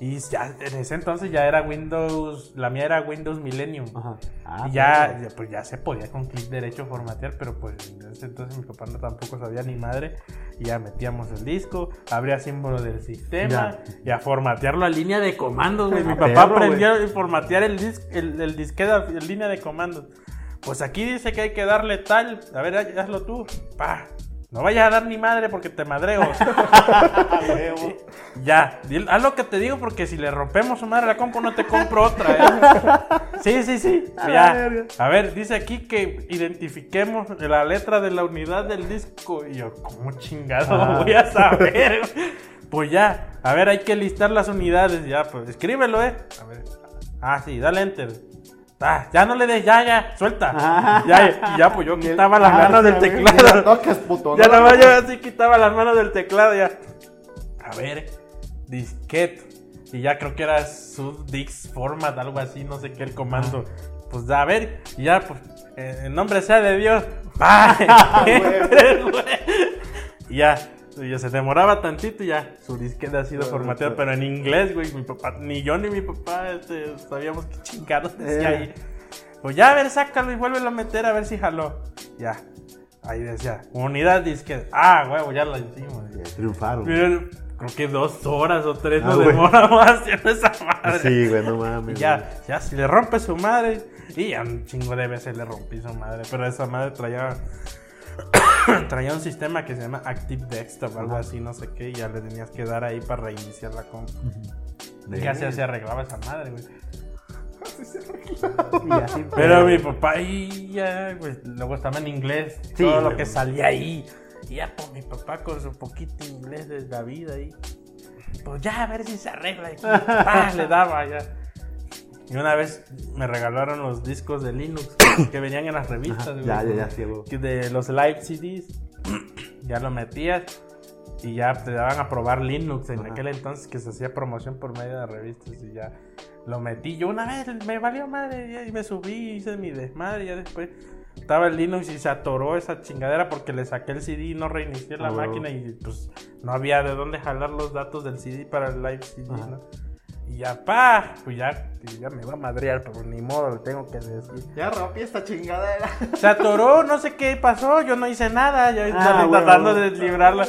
[SPEAKER 1] Y ya, en ese entonces ya era Windows, la mía era Windows Millennium.
[SPEAKER 3] Ajá. Ah,
[SPEAKER 1] y ya, ya, pues ya se podía con clic derecho formatear, pero pues en ese entonces mi papá no tampoco sabía ni madre. Y ya metíamos el disco, abría símbolo del sistema
[SPEAKER 3] Ya.
[SPEAKER 1] y a formatearlo a línea de comandos, güey.
[SPEAKER 3] [LAUGHS]
[SPEAKER 1] Mi
[SPEAKER 3] Ah,
[SPEAKER 1] papá
[SPEAKER 3] perro,
[SPEAKER 1] aprendió a formatear el, dis- el, el disquete a- en línea de comandos. Pues aquí dice que hay que darle tal. A ver, haz- hazlo tú. Pa. No vayas a dar ni madre porque te madreo.
[SPEAKER 3] [LAUGHS]
[SPEAKER 1] ya, dil- haz lo que te digo porque si le rompemos su madre a la compu no te compro otra.
[SPEAKER 3] [LAUGHS]
[SPEAKER 1] ¿eh? Sí, sí, sí.
[SPEAKER 3] A la
[SPEAKER 1] Ya.
[SPEAKER 3] verga.
[SPEAKER 1] A ver, dice aquí que identifiquemos la letra de la unidad del disco. Y yo, ¿cómo chingado
[SPEAKER 3] Ah.
[SPEAKER 1] voy a saber? pues ya, a ver, hay que listar las unidades. Ya, pues escríbelo, ¿eh? A ver. Ah, sí, dale enter. Ah, ya no le des, ya, ya, suelta.
[SPEAKER 3] Ah.
[SPEAKER 1] Ya, y ya, pues yo [LAUGHS] quitaba las
[SPEAKER 3] Ah,
[SPEAKER 1] manos del
[SPEAKER 3] sí,
[SPEAKER 2] Ni la
[SPEAKER 1] teclado.
[SPEAKER 2] toques, puto.
[SPEAKER 1] Ya
[SPEAKER 2] no la
[SPEAKER 1] nada más
[SPEAKER 2] toques.
[SPEAKER 1] yo así quitaba las manos del teclado, ya. A ver, disquete. Y ya creo que era subdix format, algo así, no sé qué, el comando. Pues a ver, y ya, pues, eh, en nombre sea de Dios. Va. [LAUGHS] Y ya, y ya se demoraba tantito y ya. Su disquete ha sido
[SPEAKER 2] Claro,
[SPEAKER 1] formateado,
[SPEAKER 2] claro.
[SPEAKER 1] pero en inglés, güey. Mi papá, ni yo ni mi papá este, sabíamos qué chingados decía
[SPEAKER 3] Eh.
[SPEAKER 1] ahí. Pues ya, a ver, sácalo y vuélvelo a meter a ver si jaló. Ya. Ahí decía, unidad disquete. Ah, huevo, ya la hicimos.
[SPEAKER 3] Ya, pues, Triunfaron.
[SPEAKER 1] Pero creo que dos horas o tres
[SPEAKER 3] Ah,
[SPEAKER 1] nos
[SPEAKER 3] güey.
[SPEAKER 1] [LAUGHS] demoramos haciendo esa madre.
[SPEAKER 3] Sí, güey, no
[SPEAKER 1] Y
[SPEAKER 3] mames.
[SPEAKER 1] Ah, ya, ya, si le rompe su madre. Y ya un chingo de veces le rompí su madre. Pero esa madre traía. [COUGHS] traía un sistema que se llama Active Desktop, algo
[SPEAKER 3] Ajá.
[SPEAKER 1] así, no sé qué. Y ya le tenías que dar ahí para reiniciar la compu.
[SPEAKER 3] güey.
[SPEAKER 1] Y así se arreglaba esa madre, güey.
[SPEAKER 3] Y así,
[SPEAKER 1] Pero mi papá, y ya, pues luego estaba en inglés.
[SPEAKER 3] Sí,
[SPEAKER 1] todo lo
[SPEAKER 3] güey.
[SPEAKER 1] que salía ahí. Y ya, pues mi papá con su poquito inglés de la vida ahí. Pues ya, a ver si se arregla.
[SPEAKER 3] [LAUGHS]
[SPEAKER 1] Y, pa, le daba ya. Y una vez me regalaron los discos de
[SPEAKER 3] [COUGHS]
[SPEAKER 1] Linux que venían en las revistas.
[SPEAKER 3] Ajá,
[SPEAKER 1] güey.
[SPEAKER 3] Ya, ya, ya, sí, güey.
[SPEAKER 1] Que De los live CDs. [COUGHS] ya lo metías. Y ya te daban a probar Linux en
[SPEAKER 3] Ajá.
[SPEAKER 1] aquel entonces que se hacía promoción por medio de revistas y ya lo metí. Yo una vez me valió madre ya, y me subí, hice mi desmadre. y Ya después estaba el Linux y se atoró esa chingadera porque le saqué el CD y no reinicié la
[SPEAKER 3] Ah, huevo.
[SPEAKER 1] máquina y pues no había de dónde jalar los datos del CD para el live CD.
[SPEAKER 3] Ajá.
[SPEAKER 1] ¿no? Y ya, pa, pues ya, ya me va a madrear, pero ni modo, lo tengo que decir.
[SPEAKER 2] Ya rompí esta chingadera.
[SPEAKER 1] Se atoró, no sé qué pasó, yo no hice nada, yo estaba
[SPEAKER 3] huevo.
[SPEAKER 1] tratando de librarla.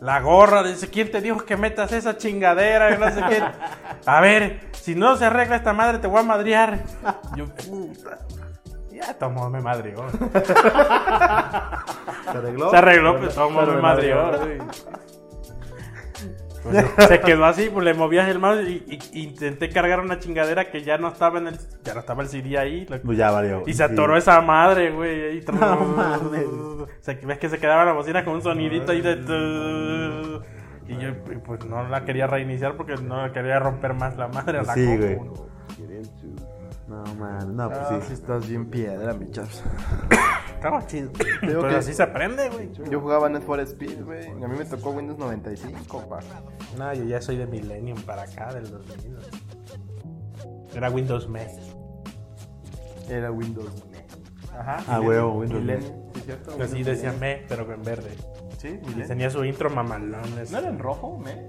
[SPEAKER 1] La gorra, dice, ¿quién te dijo que metas esa chingadera? Y no sé qué. A ver, si no se arregla esta madre, te voy a madrear. Yo, puta. Ya tomó, me madrió.
[SPEAKER 2] ¿Se arregló?
[SPEAKER 1] Se arregló, pero tomó,
[SPEAKER 2] pero
[SPEAKER 1] me
[SPEAKER 2] me
[SPEAKER 1] madrió.
[SPEAKER 2] madrió.
[SPEAKER 1] Pues, se quedó así, pues le movías el mouse y, y- intenté cargar una chingadera que ya no estaba en el, ya no estaba el CD ahí. lo-
[SPEAKER 3] Pues ya valió.
[SPEAKER 1] Y se atoró esa madre, [LAUGHS] güey. ahí.
[SPEAKER 3] No mames.
[SPEAKER 1] Se- ves que se quedaba la bocina con un sonidito ahí de. tu- Y yo, y pues no la quería reiniciar porque no la quería romper más la madre a la
[SPEAKER 3] Sí,
[SPEAKER 1] compu,
[SPEAKER 3] güey.
[SPEAKER 1] ¿no?
[SPEAKER 3] No, man. No,
[SPEAKER 2] Ah,
[SPEAKER 3] pues
[SPEAKER 2] sí,
[SPEAKER 3] sí.
[SPEAKER 2] estás bien piedra, mi chaps.
[SPEAKER 1] Estaba [COUGHS] chido.
[SPEAKER 2] Digo
[SPEAKER 1] Pero
[SPEAKER 2] que-
[SPEAKER 1] así se aprende, güey.
[SPEAKER 2] Yo jugaba Net for Speed, güey. y A mí me tocó Windows 95, pa.
[SPEAKER 1] No, yo ya soy de Millennium para acá, del 2000. Era Windows Me.
[SPEAKER 2] Era Windows.
[SPEAKER 1] Ajá.
[SPEAKER 3] Ah, huevo, Windows.
[SPEAKER 2] Millennium, ¿sí cierto?
[SPEAKER 1] Así
[SPEAKER 2] Windows
[SPEAKER 1] Pues decía
[SPEAKER 2] Millennium.
[SPEAKER 1] Me, pero en verde.
[SPEAKER 2] Sí,
[SPEAKER 1] Y
[SPEAKER 2] Millennium.
[SPEAKER 1] tenía su intro mamalón. ese.
[SPEAKER 2] ¿No era en rojo, me?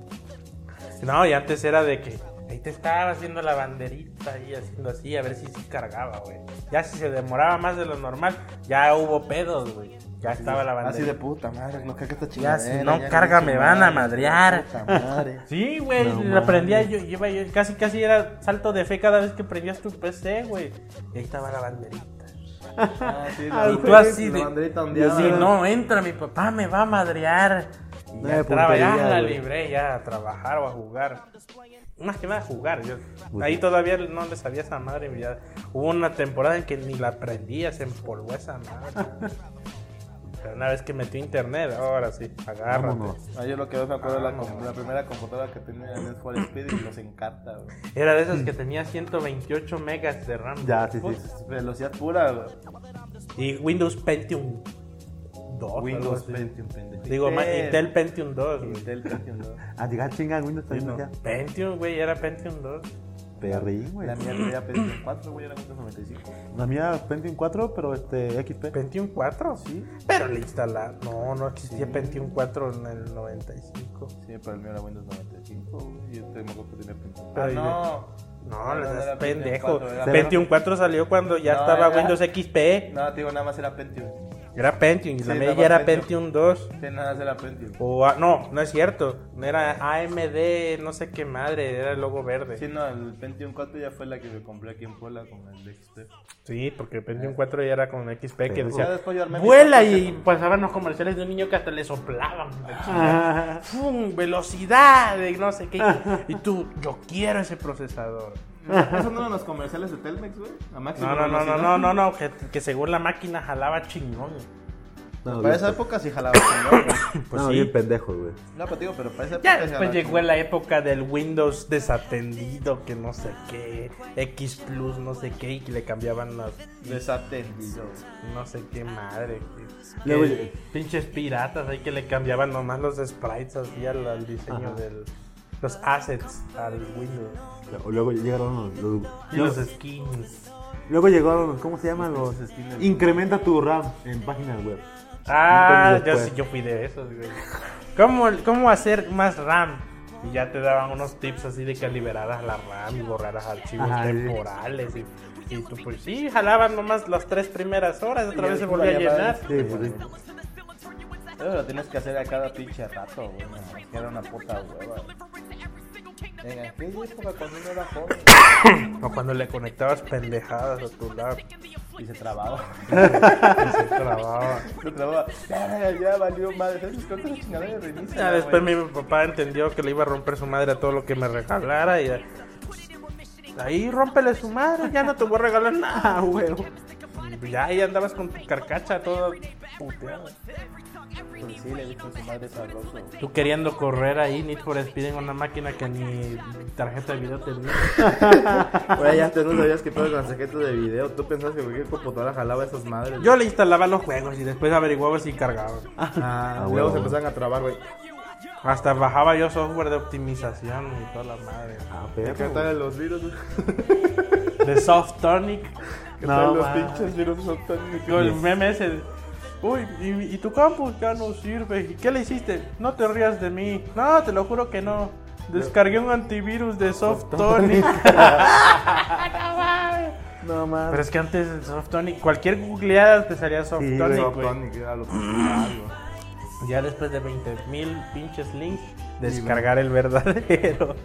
[SPEAKER 1] No, y antes era de que ahí te estaba haciendo la banderita y haciendo así, a ver si sí cargaba, güey. Ya si se demoraba más de lo normal, ya hubo pedos, güey. Ya estaba la
[SPEAKER 2] Así
[SPEAKER 1] banderita.
[SPEAKER 2] Ah, de puta madre, no carga esta
[SPEAKER 1] Ya,
[SPEAKER 2] chingadera.
[SPEAKER 1] si no carga, me van a madrear.
[SPEAKER 2] Puta
[SPEAKER 1] [LAUGHS]
[SPEAKER 2] madre.
[SPEAKER 1] Sí, güey,
[SPEAKER 3] No
[SPEAKER 1] la prendía yo, yo iba yo- casi casi era salto de fe cada vez que prendías tu PC, güey. Y ahí estaba la banderita.
[SPEAKER 2] Ah, sí, la,
[SPEAKER 4] Ah, sí,
[SPEAKER 2] y
[SPEAKER 1] Y tú así de.
[SPEAKER 2] la banderita
[SPEAKER 1] y
[SPEAKER 2] ondeada.
[SPEAKER 1] así, no, entra, mi papá me va a madrear. Y
[SPEAKER 4] No,
[SPEAKER 1] ya
[SPEAKER 4] de
[SPEAKER 1] traba- ya
[SPEAKER 4] puntería,
[SPEAKER 1] la
[SPEAKER 4] güey.
[SPEAKER 1] libré, ya a trabajar o a jugar. Más que nada jugar. Yo,
[SPEAKER 4] Puta.
[SPEAKER 1] ahí todavía no le sabía esa madre. ya hubo una temporada en que ni la prendía, se empolvó esa madre. Pero una vez que metió internet, ahora sí, agárrate.
[SPEAKER 4] Vámonos.
[SPEAKER 2] Ah, yo lo que más me acuerdo es la, com- la primera computadora que tenía en for Speed y nos encanta, güey.
[SPEAKER 1] Era de esas que tenía 128 megas de RAM.
[SPEAKER 4] Mm. Ya, sí, sí.
[SPEAKER 2] Pues, velocidad pura, güey.
[SPEAKER 1] Y Windows Pentium 2. algo
[SPEAKER 2] Windows
[SPEAKER 1] así.
[SPEAKER 2] 21, pendejo.
[SPEAKER 1] Digo, ma- Intel Pentium 2. güey.
[SPEAKER 2] Intel 21, ¿no?
[SPEAKER 4] Ah, diga, chinga, Windows
[SPEAKER 2] Sí,
[SPEAKER 4] también
[SPEAKER 2] no.
[SPEAKER 4] ya.
[SPEAKER 1] Pentium, güey, era Pentium 2.
[SPEAKER 4] Perrín, güey.
[SPEAKER 2] La mía tenía Pentium 4, güey, era 95.
[SPEAKER 4] La mía Pentium 4, pero este XP.
[SPEAKER 1] Pentium 4, sí. Pero le instalaron. No, no existía Pentium 4 en el 95.
[SPEAKER 2] Sí, pero el mío era Windows 95, güey. Y este me acuerdo que tenía Pentium.
[SPEAKER 1] Pero
[SPEAKER 2] Ah,
[SPEAKER 1] y-
[SPEAKER 2] no.
[SPEAKER 1] No, no
[SPEAKER 2] no
[SPEAKER 1] seas
[SPEAKER 2] era Pentium
[SPEAKER 1] pendejo.
[SPEAKER 2] 4, era
[SPEAKER 1] Pentium 4 salió cuando ya
[SPEAKER 2] No,
[SPEAKER 1] estaba
[SPEAKER 2] era-
[SPEAKER 1] Windows XP.
[SPEAKER 2] No, te digo, nada más era Pentium.
[SPEAKER 1] Era Pentium y la
[SPEAKER 2] Sí,
[SPEAKER 1] media
[SPEAKER 2] estaba
[SPEAKER 1] era Pentium
[SPEAKER 2] Pentium.
[SPEAKER 1] 2.
[SPEAKER 2] Sí, nada más era Pentium.
[SPEAKER 1] O, a- no, no es cierto. Era AMD, no sé qué madre, era el logo verde.
[SPEAKER 2] Sí, no, el Pentium 4 ya fue la que me compré aquí en Puebla con el XP.
[SPEAKER 1] Sí, porque Pentium 4 ya era con XP que
[SPEAKER 4] Pero-
[SPEAKER 1] decía
[SPEAKER 2] Ah. Ya después yo armé mi
[SPEAKER 1] vuela
[SPEAKER 2] propio
[SPEAKER 1] y
[SPEAKER 2] celular".
[SPEAKER 1] pasaban los comerciales de un niño que hasta le soplaban.
[SPEAKER 4] Ah,
[SPEAKER 1] ¡Fum! Velocidad, de no sé qué. Y tú, yo quiero ese procesador.
[SPEAKER 2] ¿Eso no eran los comerciales de Telmex, güey? A máximo
[SPEAKER 1] No, no, no, no,
[SPEAKER 2] velocidad.
[SPEAKER 1] no, no, no, que, que según la máquina jalaba chingón.
[SPEAKER 4] no,
[SPEAKER 2] Para
[SPEAKER 4] bien,
[SPEAKER 3] pues,
[SPEAKER 2] esa época sí jalaba. chingón, güey.
[SPEAKER 1] Pues
[SPEAKER 4] no,
[SPEAKER 1] sí.
[SPEAKER 4] bien pendejo, güey.
[SPEAKER 2] No, pero te digo, pero para esa época
[SPEAKER 1] Ya
[SPEAKER 2] sí
[SPEAKER 1] después
[SPEAKER 2] jalaba
[SPEAKER 1] llegó
[SPEAKER 2] chingón.
[SPEAKER 1] la época del Windows desatendido, que no sé qué, X Plus, no sé qué, y que le cambiaban las,
[SPEAKER 2] Desatendido.
[SPEAKER 1] no sé qué madre. que-
[SPEAKER 4] Luego-
[SPEAKER 1] que pinches piratas ahí que le cambiaban nomás los sprites así al, al diseño
[SPEAKER 4] Ajá.
[SPEAKER 1] del, los assets al Windows.
[SPEAKER 4] Luego- Luego llegaron los. los-
[SPEAKER 1] Y los skins.
[SPEAKER 4] Luego llegaron, ¿cómo se llaman los? este,
[SPEAKER 2] Los skins del-
[SPEAKER 4] Incrementa tu RAM en páginas web.
[SPEAKER 1] Ah, yo
[SPEAKER 4] después.
[SPEAKER 1] sí, yo fui de esos, güey. ¿Cómo, cómo hacer más RAM? Y ya te daban unos tips así de que liberaras la RAM y borraras archivos
[SPEAKER 4] Ajá, sí.
[SPEAKER 1] temporales. Y, y tú, pues sí, jalaban nomás las tres primeras horas,
[SPEAKER 2] Y
[SPEAKER 1] otra vez se
[SPEAKER 2] después
[SPEAKER 1] volvía a
[SPEAKER 2] la llamada
[SPEAKER 1] llenar.
[SPEAKER 2] es-
[SPEAKER 4] Sí, pues sí.
[SPEAKER 2] Eso lo tienes que hacer a cada pinche rato, güey. no, oh, que Era una puta hueva. En aquella época cuando uno era joven
[SPEAKER 1] O cuando le conectabas pendejadas a tu lab
[SPEAKER 2] güey, y se trababa. [LAUGHS]
[SPEAKER 1] y se trababa.
[SPEAKER 2] Se trababa. Ya, ya valió madre. ¿Sabes cuánto la chingadera de reinicio?
[SPEAKER 1] Ya después mi papá entendió que le iba a romper su madre a todo lo que me regalara y ya, ahí rómpele su madre, ya no te voy a regalar nada, huevo. Y Ya ahí andabas con tu carcacha todo puteado.
[SPEAKER 2] Pues sí, le dijo a su madre sabroso. güey.
[SPEAKER 1] Tú queriendo correr ahí, Need for Speed en una máquina que ni tarjeta de video tenía.
[SPEAKER 2] Güey, ya antes no sabías que pedo con las tarjetas de video. Tú pensabas que cualquier computadora jalaba esas madres.
[SPEAKER 1] Yo le instalaba los juegos y después averiguaba si cargaban.
[SPEAKER 2] Ah,
[SPEAKER 4] Ah,
[SPEAKER 2] luego
[SPEAKER 4] huevo.
[SPEAKER 2] se empezaban a trabar, güey.
[SPEAKER 1] Hasta bajaba yo software de optimización y toda la madre.
[SPEAKER 4] Ah,
[SPEAKER 2] ¿Qué
[SPEAKER 4] perro, güey.
[SPEAKER 2] tal los virus? güey?
[SPEAKER 1] De Soft Tonic.
[SPEAKER 2] ¿Qué
[SPEAKER 4] No,
[SPEAKER 2] tal los
[SPEAKER 4] mames.
[SPEAKER 2] pinches virus? Son tan
[SPEAKER 1] Con el meme ese. de, Uy, y, y tu campus ya no sirve. ¿Y qué le hiciste? No te rías de mí. No, te lo juro que no. Descargué un antivirus de Softonic. [LAUGHS]
[SPEAKER 4] No más.
[SPEAKER 1] Pero es que antes el Softonic, cualquier googleada te salía Softonic, güey.
[SPEAKER 2] Softonic, era lo principal, güey.
[SPEAKER 1] ya después de 20.000 pinches links, descargar el verdadero.